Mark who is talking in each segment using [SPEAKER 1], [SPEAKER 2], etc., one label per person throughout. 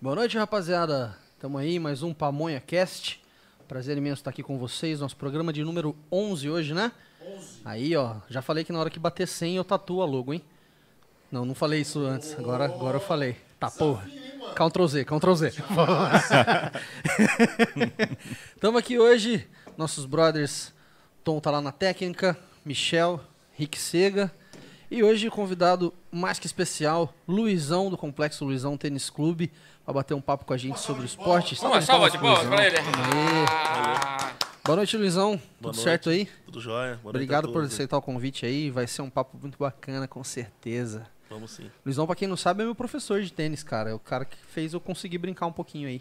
[SPEAKER 1] Boa noite, rapaziada. Estamos aí, mais um Pamonha Cast. Prazer imenso estar aqui com vocês. Nosso programa de número 11 hoje, né? 11. Aí, ó, já falei que na hora que bater 100 eu tatuo a logo, hein? Não, não falei isso antes. Agora, agora eu falei. Tá, porra. Ctrl Z, Ctrl Z. Estamos aqui hoje, nossos brothers. Tom tá lá na técnica, Michel, Rick Sega. E hoje, convidado mais que especial, Luizão, do Complexo Luizão Tênis Clube, para bater um papo com a gente sobre o esporte.
[SPEAKER 2] Uma
[SPEAKER 1] Salve
[SPEAKER 2] salva de palmas pra ele.
[SPEAKER 1] Boa noite, Luizão. Tudo
[SPEAKER 3] Boa noite.
[SPEAKER 1] certo aí?
[SPEAKER 3] Tudo jóia. Tipo Boa noite a
[SPEAKER 1] Obrigado por
[SPEAKER 3] todos.
[SPEAKER 1] aceitar o convite aí. Vai ser um papo muito bacana, com certeza.
[SPEAKER 3] Vamos sim.
[SPEAKER 1] Luizão, pra quem não sabe, é meu professor de tênis, cara. É o cara que fez eu conseguir brincar um pouquinho aí.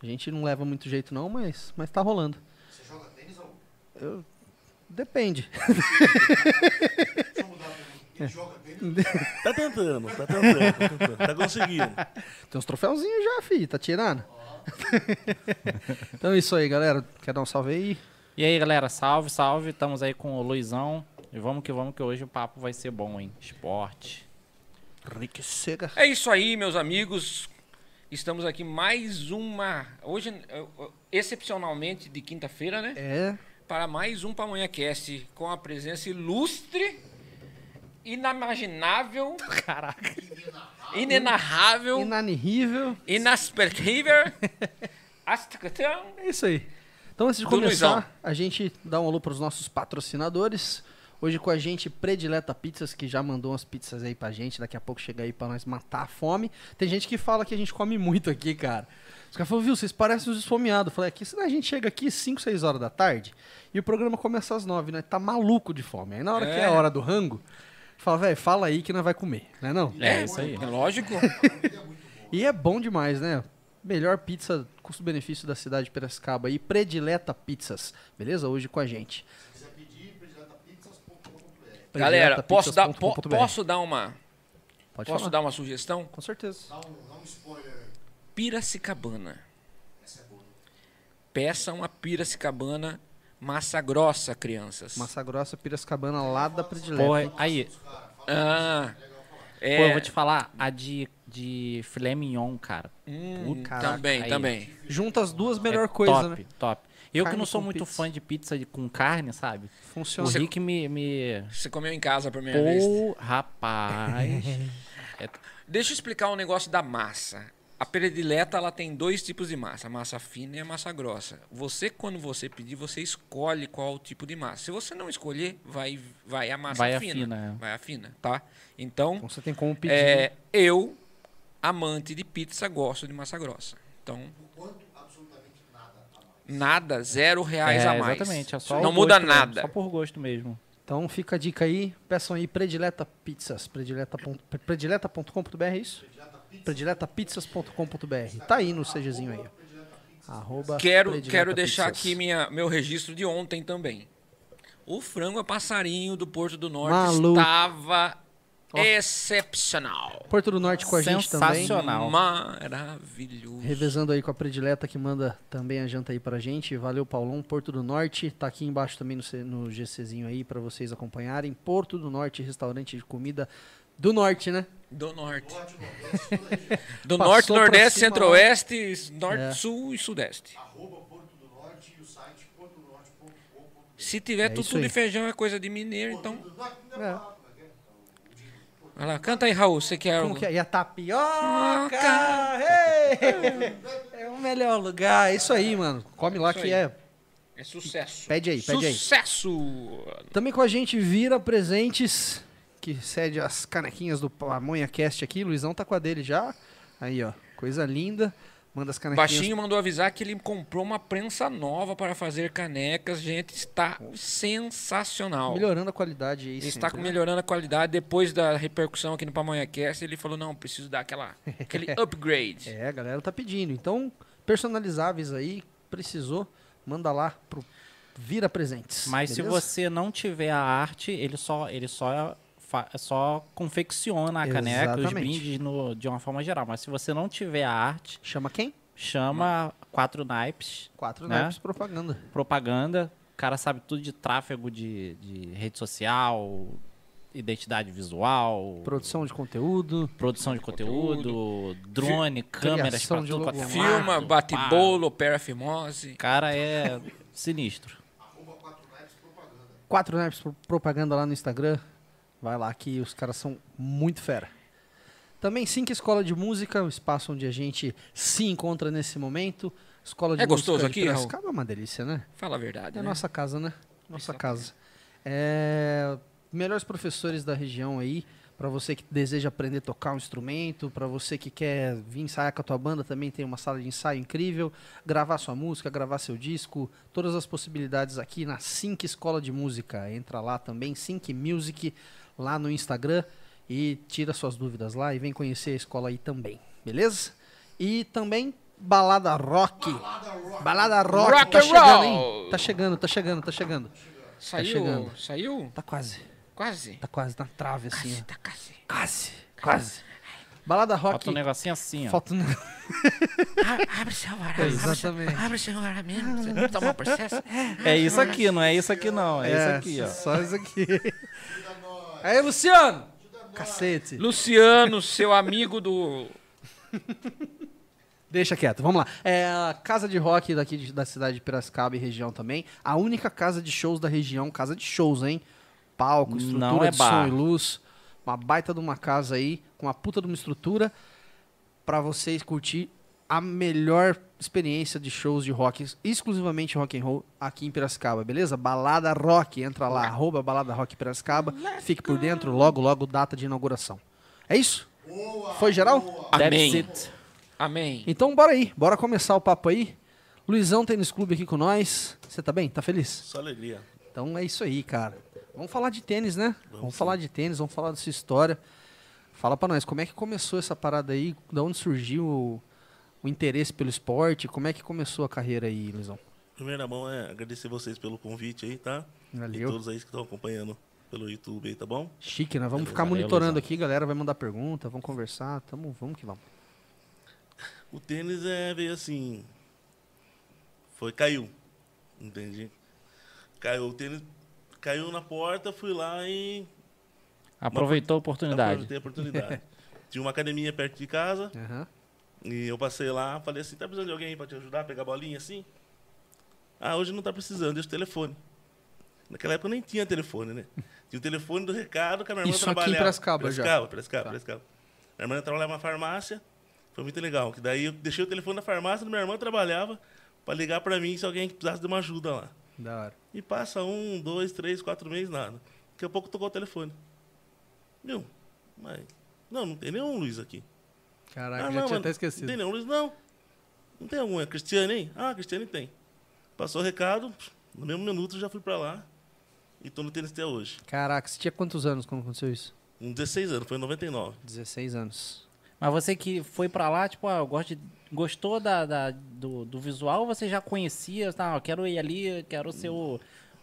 [SPEAKER 1] A gente não leva muito jeito, não, mas, mas tá rolando. Você joga tênis ou? Eu... Depende.
[SPEAKER 3] Tá tentando, tá tentando, tá tentando. Tá conseguindo.
[SPEAKER 1] Tem uns troféuzinhos já, fi. Tá tirando? então é isso aí, galera. Quer dar um salve aí?
[SPEAKER 4] E aí, galera, salve, salve. Estamos aí com o Luizão. E vamos que vamos, que hoje o papo vai ser bom, hein? Esporte.
[SPEAKER 1] Rick Sega.
[SPEAKER 2] É isso aí, meus amigos. Estamos aqui mais uma. Hoje, eh, excepcionalmente de quinta-feira, né?
[SPEAKER 1] É.
[SPEAKER 2] Para mais um Pamonha Cast com a presença ilustre, inimaginável,
[SPEAKER 4] Caraca.
[SPEAKER 2] inenarrável,
[SPEAKER 1] Inanirrível.
[SPEAKER 2] inaspertível. Astacatão.
[SPEAKER 1] É isso aí. Então, antes de
[SPEAKER 2] Do
[SPEAKER 1] começar,
[SPEAKER 2] Luizão.
[SPEAKER 1] a gente dá um alô para os nossos patrocinadores. Hoje com a gente, Predileta Pizzas, que já mandou umas pizzas aí pra gente. Daqui a pouco chega aí pra nós matar a fome. Tem gente que fala que a gente come muito aqui, cara. Os caras falam, viu, vocês parecem uns esfomeados. Eu falei, aqui, senão a gente chega aqui 5, 6 horas da tarde e o programa começa às 9, né? Tá maluco de fome. Aí na hora que é
[SPEAKER 2] É.
[SPEAKER 1] a hora do rango, fala, velho, fala aí que nós vai comer, né não?
[SPEAKER 4] É, isso aí.
[SPEAKER 2] É lógico.
[SPEAKER 1] E é bom demais, né? Melhor pizza, custo-benefício da cidade de Piracicaba aí, predileta pizzas. Beleza? Hoje com a gente.
[SPEAKER 2] Galera, posso dar, po-
[SPEAKER 1] prediletapizzas.com.br.
[SPEAKER 2] posso dar uma,
[SPEAKER 1] Pode
[SPEAKER 2] posso
[SPEAKER 1] falar.
[SPEAKER 2] dar uma sugestão?
[SPEAKER 1] Com certeza.
[SPEAKER 2] Piracicabana. Peça uma Piracicabana massa grossa, crianças.
[SPEAKER 1] Massa Grossa, Piracicabana, lá da predileta.
[SPEAKER 4] Pô,
[SPEAKER 1] hein?
[SPEAKER 4] aí,
[SPEAKER 2] Ah, é,
[SPEAKER 4] pô, eu vou te falar, a de, de filé mignon, cara.
[SPEAKER 2] hum,
[SPEAKER 1] caraca,
[SPEAKER 2] também,
[SPEAKER 4] aí.
[SPEAKER 2] também.
[SPEAKER 1] Junta as duas, melhor
[SPEAKER 4] é
[SPEAKER 1] coisa,
[SPEAKER 4] top,
[SPEAKER 1] né?
[SPEAKER 4] Top, Eu que
[SPEAKER 1] Carne
[SPEAKER 4] não sou
[SPEAKER 1] com
[SPEAKER 4] muito
[SPEAKER 1] pizza. Então
[SPEAKER 4] fã de pizza de- com carne, sabe? O
[SPEAKER 1] Funciona.
[SPEAKER 4] Rick me... me...
[SPEAKER 2] Você comeu em casa a primeira vez.
[SPEAKER 4] Pô, rapaz.
[SPEAKER 2] Deixa eu explicar um negócio da massa. A predileta ela tem dois tipos de massa, a massa fina e a massa grossa. Você quando você pedir, você escolhe qual tipo de massa. Se você não escolher, vai vai a massa
[SPEAKER 4] Vai a
[SPEAKER 2] fina,
[SPEAKER 4] fina, é.
[SPEAKER 2] vai a fina, tá? Então,
[SPEAKER 1] Então você tem como pedir.
[SPEAKER 2] É, eu, amante de pizza, gosto de massa grossa. Então. Nada, zero reais
[SPEAKER 4] é,
[SPEAKER 2] a mais.
[SPEAKER 4] Exatamente. É só
[SPEAKER 2] não
[SPEAKER 4] o
[SPEAKER 2] muda
[SPEAKER 4] gosto mesmo,
[SPEAKER 2] nada.
[SPEAKER 4] só por gosto mesmo.
[SPEAKER 1] Então fica a dica aí. Peçam aí predileta pizzas. predileta ponto- pre- Predileta.com.br, é isso? Prediletapizzas.com.br. Tá aí no CGzinho aí. ó. Arroba
[SPEAKER 2] Quero,
[SPEAKER 1] predileta
[SPEAKER 2] quero deixar
[SPEAKER 1] pizzas.
[SPEAKER 2] aqui minha, meu registro de ontem também. O frango a passarinho do Porto do Norte
[SPEAKER 1] Maluco.
[SPEAKER 2] estava excepcional.
[SPEAKER 1] Porto do Norte com a gente também.
[SPEAKER 4] Sensacional. Excepcional.
[SPEAKER 2] Maravilhoso.
[SPEAKER 1] Revezando aí com a predileta que manda também a janta aí pra gente. Valeu, Paulão. Porto do Norte. Tá aqui embaixo também no, C- no GCzinho aí pra vocês acompanharem. Porto do Norte, restaurante de comida do Norte, né?
[SPEAKER 2] Do norte. Do
[SPEAKER 1] Passou
[SPEAKER 2] norte,
[SPEAKER 1] pra
[SPEAKER 2] nordeste,
[SPEAKER 1] cima,
[SPEAKER 2] centro-oeste, norte,
[SPEAKER 1] É.
[SPEAKER 2] sul e sudeste. Se tiver
[SPEAKER 1] É isso
[SPEAKER 2] tudo
[SPEAKER 1] aí.
[SPEAKER 2] de feijão é coisa de mineiro, então.
[SPEAKER 1] É.
[SPEAKER 2] Vai lá, canta aí, Raul, você um quer
[SPEAKER 1] Como
[SPEAKER 2] algo?
[SPEAKER 1] que é? E a tapioca! hey! É o melhor lugar. É isso aí, mano. Come lá
[SPEAKER 2] Isso
[SPEAKER 1] que
[SPEAKER 2] aí.
[SPEAKER 1] é.
[SPEAKER 2] É sucesso.
[SPEAKER 1] Pede aí, pede aí.
[SPEAKER 2] Sucesso!
[SPEAKER 1] Também com a gente Vira Presentes, que cede as canequinhas do Pamonha Cast aqui. Luizão tá com a dele já. Aí, ó. Coisa linda. Manda as canequinhas.
[SPEAKER 2] Baixinho mandou avisar que ele comprou uma prensa nova para fazer canecas. Gente, está sensacional.
[SPEAKER 1] Melhorando a qualidade aí.
[SPEAKER 2] Ele está
[SPEAKER 1] sempre, né?
[SPEAKER 2] melhorando a tá qualidade depois da repercussão aqui no Pamonhacast. Ele falou: não, preciso dar aquela, aquele upgrade.
[SPEAKER 1] É, a galera tá pedindo. Então, personalizáveis aí, precisou, manda lá pro Vira Presentes.
[SPEAKER 4] Mas se
[SPEAKER 1] beleza?
[SPEAKER 4] você não tiver a arte, ele só, ele só, fa- só confecciona a caneca, os
[SPEAKER 1] Exatamente.
[SPEAKER 4] brindes no- de uma forma geral. Mas se você não tiver a arte,
[SPEAKER 1] Chama quem?
[SPEAKER 4] chama quatro naipes,
[SPEAKER 1] Quatro
[SPEAKER 4] Né?
[SPEAKER 1] naipes propaganda.
[SPEAKER 4] propaganda. O cara sabe tudo de tráfego de, de rede social, identidade visual,
[SPEAKER 1] Produção de conteúdo.
[SPEAKER 4] produção de conteúdo, drone, câmeras
[SPEAKER 1] Criação
[SPEAKER 4] pra
[SPEAKER 1] de
[SPEAKER 4] tudo quanto é
[SPEAKER 1] logomarca.
[SPEAKER 2] Filma,
[SPEAKER 4] lado,
[SPEAKER 2] bate
[SPEAKER 4] pá.
[SPEAKER 2] bolo, opera fimose.
[SPEAKER 4] O cara é sinistro.
[SPEAKER 1] Quatro Nerfs pro- propaganda lá no Instagram. Vai lá que os caras são muito fera. Também Sync Escola de Música, o espaço onde a gente se encontra nesse momento. Escola de
[SPEAKER 2] É gostoso
[SPEAKER 1] música
[SPEAKER 2] aqui,
[SPEAKER 1] de
[SPEAKER 2] Raul?
[SPEAKER 1] Piracicaba é uma delícia, né?
[SPEAKER 2] Fala a verdade,
[SPEAKER 1] É
[SPEAKER 2] né?
[SPEAKER 1] nossa casa, né? Nossa casa. É, melhores professores da região aí, para você que deseja aprender a tocar um instrumento, para você que quer vir ensaiar com a tua banda, também tem uma sala de ensaio incrível, gravar sua música, gravar seu disco, todas as possibilidades aqui na Sync Escola de Música. Entra lá também, Sync Music, lá no Instagram e tira suas dúvidas lá e vem conhecer a escola aí também, beleza? E também Balada Rock. Balada Rock,
[SPEAKER 2] Rock
[SPEAKER 1] tá
[SPEAKER 2] and
[SPEAKER 1] chegando,
[SPEAKER 2] roll.
[SPEAKER 1] hein? Tá chegando, tá chegando, tá chegando.
[SPEAKER 2] Saiu,
[SPEAKER 1] chegando.
[SPEAKER 2] saiu
[SPEAKER 1] Tá quase,
[SPEAKER 2] quase.
[SPEAKER 1] tá quase na trave assim.
[SPEAKER 2] Quase,
[SPEAKER 1] ó.
[SPEAKER 2] tá quase.
[SPEAKER 1] Quase, quase. Balada Rock.
[SPEAKER 4] Falta um negocinho assim, ó.
[SPEAKER 1] Falta um negócio.
[SPEAKER 2] Ah, Abre seu alvará. abre seu-
[SPEAKER 1] Exatamente.
[SPEAKER 2] Abre seu alvará mesmo. pra Você tomar processo.
[SPEAKER 4] É isso aqui, não é isso aqui não, é, isso aqui, ó.
[SPEAKER 1] Só isso aqui. Aí, Luciano! Cacete.
[SPEAKER 2] Luciano, seu amigo do.
[SPEAKER 1] Deixa quieto, vamos lá. É a casa de rock daqui de- da cidade de Piracicaba e região também. A única casa de shows da região, casa de shows, hein? Palco, estrutura
[SPEAKER 4] Não é
[SPEAKER 1] de
[SPEAKER 4] bar.
[SPEAKER 1] som e luz. Uma baita de uma casa aí, com uma puta de uma estrutura, pra vocês curtir a melhor experiência de shows de rock, exclusivamente rock and roll, aqui em Piracicaba, beleza? Balada Rock, entra lá, arroba Balada Rock Piracicaba, fique por dentro, logo, logo, data de inauguração. É isso? Foi geral?
[SPEAKER 2] Amém.
[SPEAKER 4] That's it.
[SPEAKER 2] Amém.
[SPEAKER 1] Então bora aí, bora começar o papo aí. Luizão Tênis Clube aqui com nós. Você tá bem? Tá feliz?
[SPEAKER 3] Só alegria.
[SPEAKER 1] Então é isso aí, cara. Vamos falar de tênis, né? Vamos, falar de tênis, vamos falar dessa história. Fala pra nós, como é que começou essa parada aí? Da onde surgiu o, o interesse pelo esporte? Como é que começou a carreira aí, Luizão?
[SPEAKER 3] Primeira mão é agradecer vocês pelo convite aí, tá? E
[SPEAKER 1] Valeu.
[SPEAKER 3] todos aí que estão acompanhando pelo YouTube aí, tá bom?
[SPEAKER 1] Chique, né? Vamos ficar
[SPEAKER 4] Valeu,
[SPEAKER 1] monitorando
[SPEAKER 4] Luizão.
[SPEAKER 1] aqui, galera. Vai mandar pergunta, vamos conversar. Tamo, vamos que vamos.
[SPEAKER 3] O tênis é, veio assim. Foi, caiu. Entendi. Caiu o tênis, caiu na porta, fui lá e
[SPEAKER 4] Aproveitou a oportunidade.
[SPEAKER 3] aproveitei a oportunidade. Tinha uma academia perto de casa
[SPEAKER 1] Aham.
[SPEAKER 3] e eu passei lá, falei assim: tá precisando de alguém pra te ajudar a pegar a bolinha assim? Ah, hoje não tá precisando, deixa o telefone. Naquela época nem tinha telefone, né? Tinha o telefone do recado que a minha irmã
[SPEAKER 1] Isso aqui em
[SPEAKER 3] trabalhava.
[SPEAKER 1] Piracicaba já. Tá.
[SPEAKER 3] Piracicaba, Piracicaba, Piracicaba. Minha irmã trabalhava na farmácia, foi muito legal. Que daí eu deixei o telefone na farmácia, minha irmã trabalhava, pra ligar pra mim se alguém precisasse de uma ajuda lá.
[SPEAKER 1] Da hora.
[SPEAKER 3] E passa um, dois, três, quatro meses, nada. Daqui a pouco tocou o telefone. Viu? Mas. Não, não tem nenhum Luiz aqui.
[SPEAKER 1] Caraca,
[SPEAKER 3] Ah, não, mano, Não tem nenhum Luiz, não. Não tem algum. É Cristiane, hein? Ah, Cristiane tem. Passou o recado, no mesmo minuto eu já fui pra lá. E tô no tênis até hoje.
[SPEAKER 1] Caraca, você tinha quantos anos quando aconteceu isso?
[SPEAKER 3] Com 16 anos, foi em 99.
[SPEAKER 1] 16 anos.
[SPEAKER 4] Mas você que foi pra lá, tipo, ah, eu gosto de- gostou da, da- do, do visual, ou você já conhecia, tá, eu quero ir ali, quero ser o,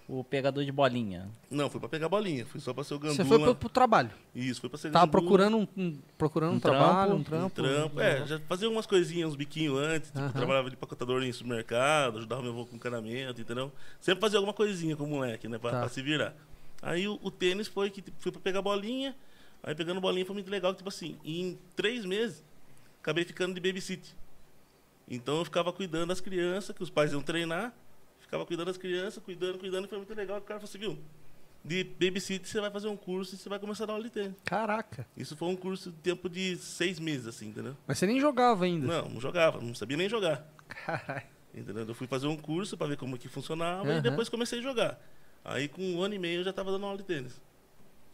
[SPEAKER 4] o pegador de bolinha.
[SPEAKER 3] Não, fui pra pegar bolinha, fui só pra ser o gandula.
[SPEAKER 1] Você foi pro, pro trabalho.
[SPEAKER 3] Isso, fui pra ser
[SPEAKER 1] Tava
[SPEAKER 3] gandula.
[SPEAKER 1] procurando um, um- procurando um,
[SPEAKER 4] Um
[SPEAKER 1] trabalho, um
[SPEAKER 3] Uhum. Um
[SPEAKER 1] trampo.
[SPEAKER 3] trampo, é, já fazia umas coisinhas, uns biquinhos antes, tipo,
[SPEAKER 1] Aham.
[SPEAKER 3] trabalhava de pacotador em supermercado, ajudava meu avô com encanamento, entendeu? Sempre fazia alguma coisinha com o moleque, né, pra,
[SPEAKER 1] Tá.
[SPEAKER 3] pra se virar. Aí o, o tênis foi que tipo, fui pra pegar bolinha, aí pegando bolinha foi muito legal, que, tipo assim, em três meses, acabei ficando de babysitter. Então eu ficava cuidando das crianças, que os pais iam treinar, ficava cuidando das crianças, cuidando, cuidando, e foi muito legal, que o cara falou assim, viu, de babysitter você vai fazer um curso e você vai começar a dar aula de tênis.
[SPEAKER 1] Caraca.
[SPEAKER 3] Isso foi um curso de tempo de seis meses, assim, entendeu?
[SPEAKER 1] Mas você nem jogava ainda.
[SPEAKER 3] Não, não jogava, não sabia nem jogar.
[SPEAKER 1] Caralho.
[SPEAKER 3] Entendeu? Eu fui fazer um curso pra ver como que funcionava
[SPEAKER 1] Aham.
[SPEAKER 3] e depois comecei a jogar. Aí com um ano e meio eu já tava dando aula de tênis,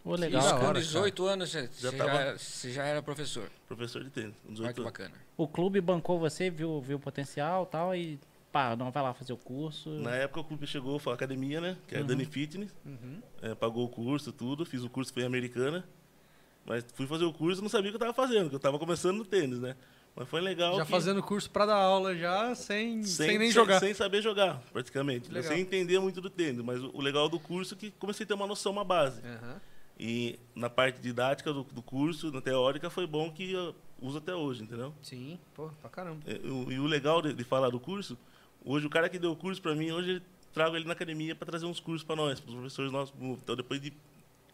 [SPEAKER 4] Ô, legal.
[SPEAKER 1] da
[SPEAKER 2] Isso, com
[SPEAKER 1] hora,
[SPEAKER 2] 18 anos você você já,
[SPEAKER 3] tava-
[SPEAKER 2] você já era professor.
[SPEAKER 3] professor de tênis,
[SPEAKER 1] Ah,
[SPEAKER 3] com
[SPEAKER 2] Olha que
[SPEAKER 3] 18 anos.
[SPEAKER 2] bacana.
[SPEAKER 4] O clube bancou você, viu, viu o potencial e tal, e pá, não vai lá fazer o curso.
[SPEAKER 2] Né?
[SPEAKER 3] Na época o clube chegou, foi a academia, né? Que é
[SPEAKER 1] Uhum.
[SPEAKER 3] a Dani Fitness. É, pagou o curso, tudo, fiz o curso, foi em americana. Mas fui fazer o curso e não sabia o que eu tava fazendo, que eu tava começando no tênis, né? Mas foi legal.
[SPEAKER 1] Já
[SPEAKER 3] que-
[SPEAKER 1] fazendo curso pra dar aula já, sem, sem, nem jogar.
[SPEAKER 3] Sem saber jogar, praticamente. né?
[SPEAKER 1] Legal.
[SPEAKER 3] Sem entender muito do tênis, mas o o legal do curso é que comecei a ter uma noção, uma base.
[SPEAKER 1] Aham.
[SPEAKER 3] E na parte didática do, do curso, na teórica, foi bom que eu uso até hoje, entendeu?
[SPEAKER 1] Sim, pô, pra caramba.
[SPEAKER 3] É, o- E o legal de, de falar do curso, hoje o cara que deu o curso para mim, hoje eu trago ele na academia para trazer uns cursos para nós, para os professores nossos. Então, depois de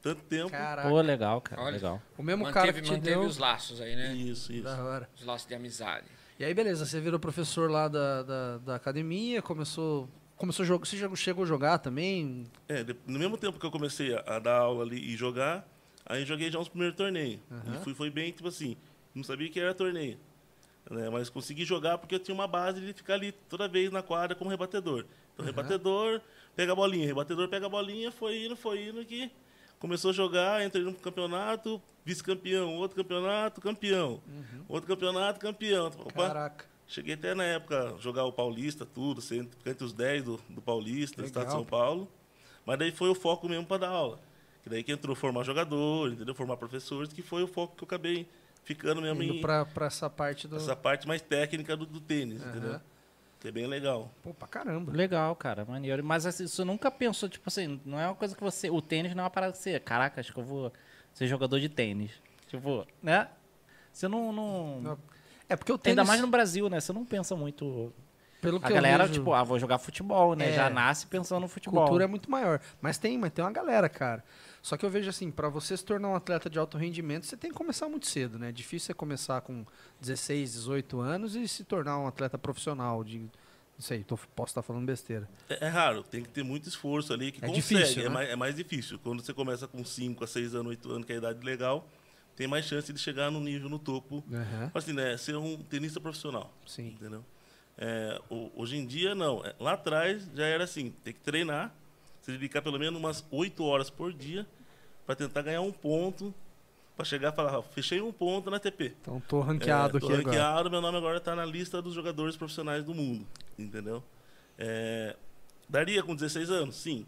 [SPEAKER 3] tanto tempo.
[SPEAKER 1] Caraca.
[SPEAKER 4] Pô, legal, cara.
[SPEAKER 2] Olha.
[SPEAKER 4] Legal.
[SPEAKER 1] O mesmo
[SPEAKER 2] manteve
[SPEAKER 1] cara que te
[SPEAKER 2] manteve
[SPEAKER 1] deu...
[SPEAKER 2] os laços aí, né?
[SPEAKER 3] Isso, isso.
[SPEAKER 1] Da hora.
[SPEAKER 2] Os laços de amizade.
[SPEAKER 1] E aí, beleza, você virou professor lá da, da, da academia, começou... Começou a jogar, você já chegou a jogar também?
[SPEAKER 3] É, de- no mesmo tempo que eu comecei a, a dar aula ali e jogar, aí eu joguei já uns primeiros torneios.
[SPEAKER 1] Aham.
[SPEAKER 3] E fui, foi bem, tipo assim, não sabia que era torneio. Né? Mas consegui jogar porque eu tinha uma base de ficar ali toda vez na quadra como rebatedor. Então, rebatedor, pega a bolinha, rebatedor, pega a bolinha, foi indo, foi indo que começou a jogar, entrei num campeonato, vice-campeão, outro campeonato, campeão. Outro campeonato, campeão. Opa,
[SPEAKER 1] Caraca.
[SPEAKER 3] Cheguei até na época a jogar o Paulista, tudo, ser entre, ficar entre os 10 do, do Paulista, do estado de
[SPEAKER 1] Legal.
[SPEAKER 3] São Paulo. Mas daí foi o foco mesmo para dar aula. Que daí que entrou formar jogador, entendeu? Formar professores, que foi o foco que eu acabei ficando mesmo
[SPEAKER 1] Indo
[SPEAKER 3] em
[SPEAKER 1] pra, pra essa parte do...
[SPEAKER 3] essa parte mais técnica do, do tênis,
[SPEAKER 1] Aham.
[SPEAKER 3] entendeu? Que é bem legal.
[SPEAKER 1] Pô, pra caramba.
[SPEAKER 4] Legal, cara, maneiro. Mas assim, você nunca pensou, tipo assim, não é uma coisa que você. O tênis não é uma parada que você. Caraca, acho que eu vou ser jogador de tênis. Tipo, né? Você não. não...
[SPEAKER 1] Não, É porque o tênis...
[SPEAKER 4] Ainda mais no Brasil, né? Você não pensa muito.
[SPEAKER 1] pelo
[SPEAKER 4] A
[SPEAKER 1] que eu
[SPEAKER 4] galera,
[SPEAKER 1] vejo,
[SPEAKER 4] tipo, ah, vou jogar futebol, né?
[SPEAKER 1] É.
[SPEAKER 4] Já nasce pensando no futebol.
[SPEAKER 1] cultura é muito maior. Mas tem, mas tem uma galera, cara. Só que eu vejo assim, pra você se tornar um atleta de alto rendimento, você tem que começar muito cedo, né? É difícil é começar com 16, 18 anos e se tornar um atleta profissional de não sei, tô- posso estar falando besteira.
[SPEAKER 3] É, é raro, tem que ter muito esforço ali, que
[SPEAKER 1] É
[SPEAKER 3] consegue,
[SPEAKER 1] difícil,
[SPEAKER 3] é,
[SPEAKER 1] né?
[SPEAKER 3] mais, é mais difícil. Quando você começa com 5 a 6 anos, 8 anos, que é a idade legal, tem mais chance de chegar no nível, no topo. Assim, né? Ser um tenista profissional.
[SPEAKER 1] Sim.
[SPEAKER 3] Entendeu? É, ho- hoje em dia, não. É, Lá atrás já era assim: tem que treinar, se dedicar pelo menos umas 8 horas por dia para tentar ganhar um ponto, para chegar e falar: "Ó, fechei um ponto na TP.
[SPEAKER 1] Então tô ranqueado
[SPEAKER 3] É, tô
[SPEAKER 1] aqui agora.
[SPEAKER 3] ranqueado, meu nome agora tá na lista dos jogadores profissionais do mundo, entendeu? É, daria com 16 anos, sim.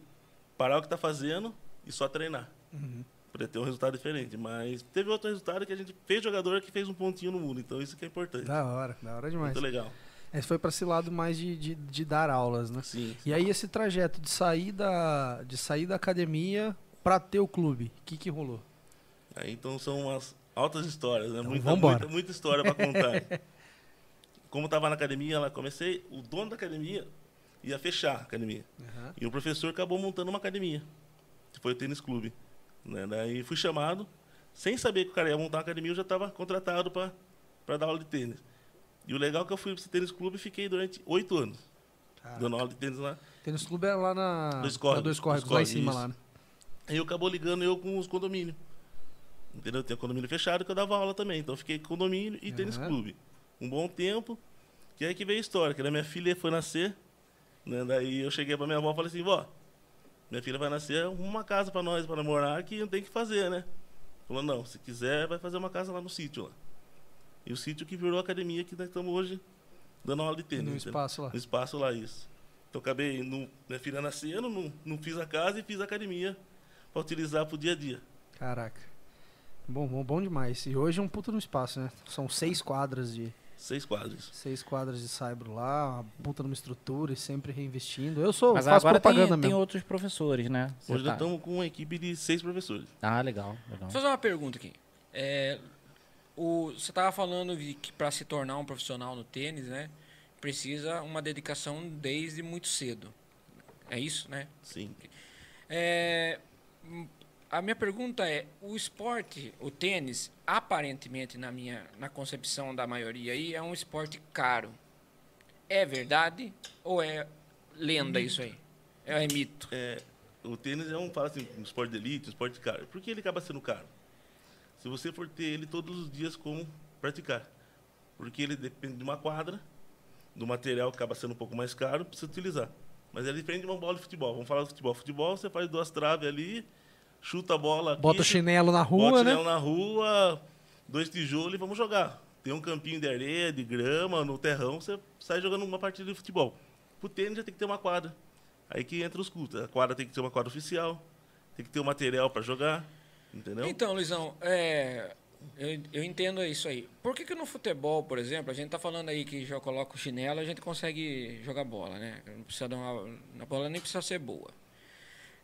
[SPEAKER 3] Parar o que tá fazendo e só treinar.
[SPEAKER 1] Uhum.
[SPEAKER 3] Pra ter um resultado diferente. Mas teve outro resultado que a gente fez jogador que fez um pontinho no mundo. Então isso que é importante.
[SPEAKER 1] Da hora, da hora demais.
[SPEAKER 3] Muito legal.
[SPEAKER 1] Esse foi pra esse lado mais de, de, de dar aulas, né?
[SPEAKER 3] Sim.
[SPEAKER 1] E aí esse trajeto de sair da, de sair da academia pra ter o clube, o que que rolou?
[SPEAKER 3] Aí, então são umas altas histórias, né? Muita,
[SPEAKER 1] Então, vambora.
[SPEAKER 3] muita, muita história para contar. Como eu tava na academia, lá comecei, o dono da academia ia fechar a academia.
[SPEAKER 1] Aham.
[SPEAKER 3] E o professor acabou montando uma academia, que foi o tênis clube. Né? Daí fui chamado, sem saber que o cara ia montar uma academia, eu já estava contratado para dar aula de tênis. E o legal é que eu fui para esse tênis clube e fiquei durante oito anos,
[SPEAKER 1] Caraca.
[SPEAKER 3] dando aula de tênis lá.
[SPEAKER 1] Tênis clube é lá na
[SPEAKER 3] Dois Córregos.
[SPEAKER 1] na Dois Córregos,
[SPEAKER 3] Dois
[SPEAKER 1] lá em cima
[SPEAKER 3] Córregos,
[SPEAKER 1] lá, né?
[SPEAKER 3] Aí eu acabou ligando eu com os condomínios. Entendeu? Tem um condomínio fechado que eu dava aula também. Então eu fiquei com condomínio e tênis
[SPEAKER 1] Aham.
[SPEAKER 3] clube. Um bom tempo. Que aí que veio a história, que né, minha filha foi nascer. né, Daí eu cheguei pra minha avó e falei assim, vó, minha filha vai nascer, arruma uma casa pra nós, pra namorar, que não tem o que fazer, né? Falou, não, se quiser, vai fazer uma casa lá no sítio lá. E o sítio que virou a academia que nós estamos hoje dando aula de tênis.
[SPEAKER 1] No
[SPEAKER 3] entendeu?
[SPEAKER 1] espaço lá.
[SPEAKER 3] No espaço lá, isso. Então acabei, no, minha filha nascendo, assim, não, não fiz a casa e fiz a academia para utilizar pro dia a dia.
[SPEAKER 1] Caraca. Bom, bom, bom demais. E hoje é um puta no espaço, né? São seis quadras de
[SPEAKER 3] Seis quadros.
[SPEAKER 1] seis quadras de saibro lá, uma puta numa estrutura e sempre reinvestindo. Eu sou,
[SPEAKER 4] Mas
[SPEAKER 1] faço
[SPEAKER 4] agora tem,
[SPEAKER 1] propaganda
[SPEAKER 4] tem
[SPEAKER 1] mesmo.
[SPEAKER 4] outros professores, né? Você
[SPEAKER 3] Hoje
[SPEAKER 4] tá-
[SPEAKER 3] nós estamos com uma equipe de seis professores.
[SPEAKER 4] Ah, legal, legal.
[SPEAKER 2] Vou fazer uma pergunta aqui. É, o, você estava falando de que para se tornar um profissional no tênis, né? Precisa uma dedicação desde muito cedo. É isso, né?
[SPEAKER 3] Sim.
[SPEAKER 2] É, hum, a minha pergunta é: o esporte, o tênis, aparentemente, na minha na concepção da maioria aí, é um esporte caro. É verdade ou é lenda isso aí? É, é mito.
[SPEAKER 3] É, o tênis é um, fala assim, um esporte de elite, um esporte caro. Por que ele acaba sendo caro? Se você for ter ele todos os dias como praticar. Porque ele depende de uma quadra, do material que acaba sendo um pouco mais caro para você utilizar. Mas ele depende de uma bola de futebol. Vamos falar de futebol. Futebol, você faz duas traves ali, chuta a bola aqui,
[SPEAKER 1] Bota o chinelo na
[SPEAKER 3] Bota
[SPEAKER 1] rua,
[SPEAKER 3] o
[SPEAKER 1] né?
[SPEAKER 3] chinelo na rua, dois tijolos e vamos jogar. Tem um campinho de areia, de grama, no terrão, você sai jogando uma partida de futebol. Pro tênis já tem que ter uma quadra. Aí que entra os cultos. A quadra tem que ter uma quadra oficial, tem que ter o material para jogar, entendeu?
[SPEAKER 2] Então, Luizão, é, eu, eu entendo isso aí. Por que, que no futebol, por exemplo, a gente tá falando aí que já coloca o chinelo, a gente consegue jogar bola, né? Não precisa dar uma, a bola nem precisa ser boa.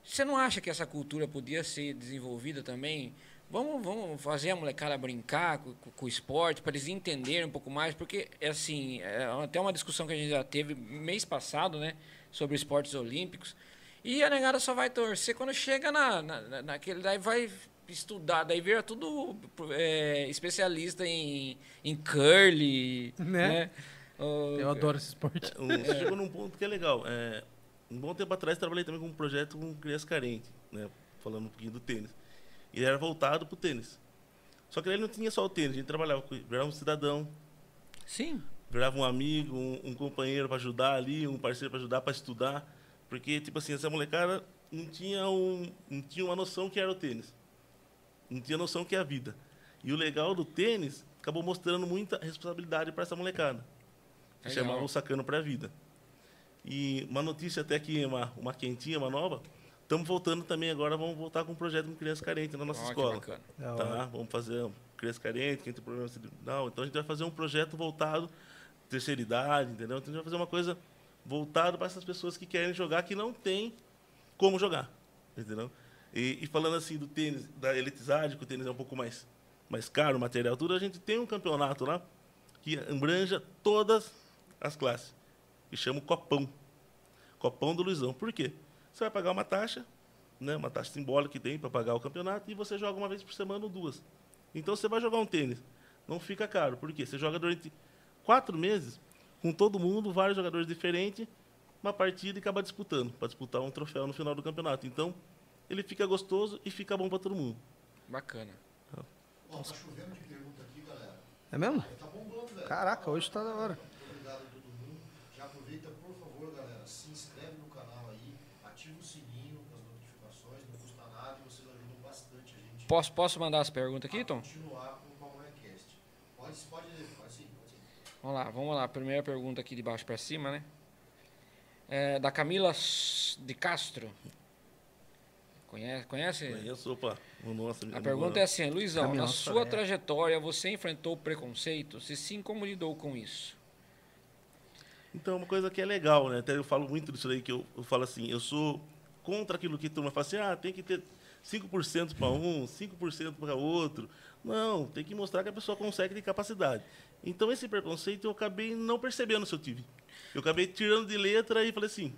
[SPEAKER 2] Você não acha que essa cultura podia ser desenvolvida também? Vamos, vamos fazer a molecada brincar com, com- com o esporte, para eles entenderem um pouco mais, porque, é assim, é até uma discussão que a gente já teve mês passado, né, sobre esportes olímpicos, E a negada só vai torcer quando chega na, na, na- naquele. Daí vai estudar, daí vira tudo é, especialista em, em curly.
[SPEAKER 1] Né?
[SPEAKER 2] Né? O-
[SPEAKER 1] Eu adoro esse esporte.
[SPEAKER 3] Um- Você chegou num ponto que é legal. É, um bom tempo atrás trabalhei também com um projeto com crianças carentes, né? Falando um pouquinho do tênis. E era voltado pro tênis. Só que ele não tinha só o tênis, a gente trabalhava com virava um cidadão,
[SPEAKER 2] Sim.
[SPEAKER 3] virava um amigo, um, um companheiro para ajudar ali, um parceiro para ajudar, para estudar, porque tipo assim essa molecada não tinha um, não tinha uma noção que era o tênis, não tinha noção que é a vida. E o legal do tênis acabou mostrando muita responsabilidade para essa molecada, que
[SPEAKER 2] Legal.
[SPEAKER 3] chamava o sacando para a vida. E uma notícia até que uma uma quentinha, uma nova. Estamos voltando também agora, vamos voltar com um projeto com crianças carentes na nossa
[SPEAKER 2] Ó, que
[SPEAKER 3] escola.
[SPEAKER 2] bacana.
[SPEAKER 1] Da hora.
[SPEAKER 3] Tá, vamos fazer um- criança carente, quem tem problema cerebral. Então a gente vai fazer um projeto voltado à terceira idade, entendeu? Então a gente vai fazer uma coisa voltada para essas pessoas que querem jogar, que não tem como jogar, entendeu? E, e falando assim do tênis, da elitizade, que o tênis é um pouco mais, mais caro, o material tudo, a gente tem um campeonato lá que abranja todas as classes, que chama o Copão. Copão do Luizão. Por quê? Você vai pagar uma taxa, né, uma taxa simbólica que tem para pagar o campeonato, e você joga uma vez por semana ou duas. Então você vai jogar um tênis. Não fica caro. Por quê? Você joga durante quatro meses com todo mundo, vários jogadores diferentes, uma partida e acaba disputando, para disputar um troféu no final do campeonato. Então, ele fica gostoso e fica bom para todo mundo.
[SPEAKER 2] Bacana.
[SPEAKER 5] Ó, tá chovendo de pergunta aqui, galera.
[SPEAKER 1] É mesmo?
[SPEAKER 5] Tá bombando, velho.
[SPEAKER 1] Caraca, hoje tá da hora.
[SPEAKER 5] Obrigado a todo mundo. Já aproveita, por favor, galera, se inscreve no canal aí, ativa o sininho das notificações, não custa nada e vocês ajudam bastante a gente
[SPEAKER 2] Posso, posso mandar as perguntas aqui,
[SPEAKER 5] a
[SPEAKER 2] Tom?
[SPEAKER 5] continuar com o Palmeirecast. Pode, pode ler, pode sim, pode sim.
[SPEAKER 2] Vamos lá, vamos lá. Primeira pergunta aqui de baixo pra cima, né? É, da Camila S- de Castro. Conhece? conhece?
[SPEAKER 3] Conheço, opa, o nosso
[SPEAKER 2] É. A pergunta é assim, Luizão,
[SPEAKER 1] Camila
[SPEAKER 2] na
[SPEAKER 1] Soraya.
[SPEAKER 2] sua trajetória você enfrentou preconceito? Se sim, como lidou com isso?
[SPEAKER 3] Então, uma coisa que é legal, né? Até eu falo muito disso aí, que eu, eu falo assim, eu sou contra aquilo que a turma fala assim, ah, tem que ter 5% para um, 5% para outro. Não, tem que mostrar que a pessoa consegue ter capacidade. Então, esse preconceito eu acabei não percebendo se eu tive. Eu acabei tirando de letra e falei assim,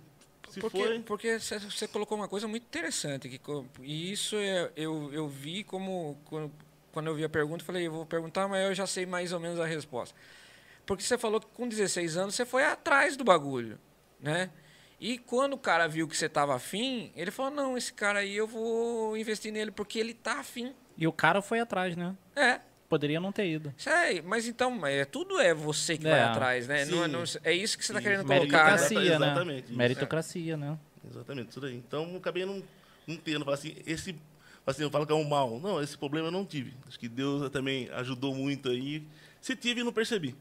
[SPEAKER 3] se
[SPEAKER 2] porque
[SPEAKER 3] foi...
[SPEAKER 2] porque você- você colocou uma coisa muito interessante que co- e isso é- eu, eu vi como quando, quando eu vi a pergunta eu falei eu vou perguntar mas eu já sei mais ou menos a resposta porque você falou que com 16 anos você foi atrás do bagulho né e quando o cara viu que você estava afim ele falou não esse cara aí eu vou investir nele porque ele tá afim
[SPEAKER 4] E o cara foi atrás, né?
[SPEAKER 2] é
[SPEAKER 4] Poderia não ter ido.
[SPEAKER 2] sei mas então é tudo é você que vai
[SPEAKER 4] É.
[SPEAKER 2] atrás né não, é-
[SPEAKER 3] Sim.
[SPEAKER 2] não- é isso que você está
[SPEAKER 3] Sim,
[SPEAKER 2] querendo colocar né?
[SPEAKER 3] Exata-
[SPEAKER 4] Meritocracia, né?
[SPEAKER 3] exatamente, isso.
[SPEAKER 4] Meritocracia, né?
[SPEAKER 3] Exatamente, isso daí. Então, eu acabei não, não tendo. Falar assim, esse, assim, eu falo que é um mal. Não, esse problema eu não tive. Acho que Deus também ajudou muito aí. Se tive, não percebi,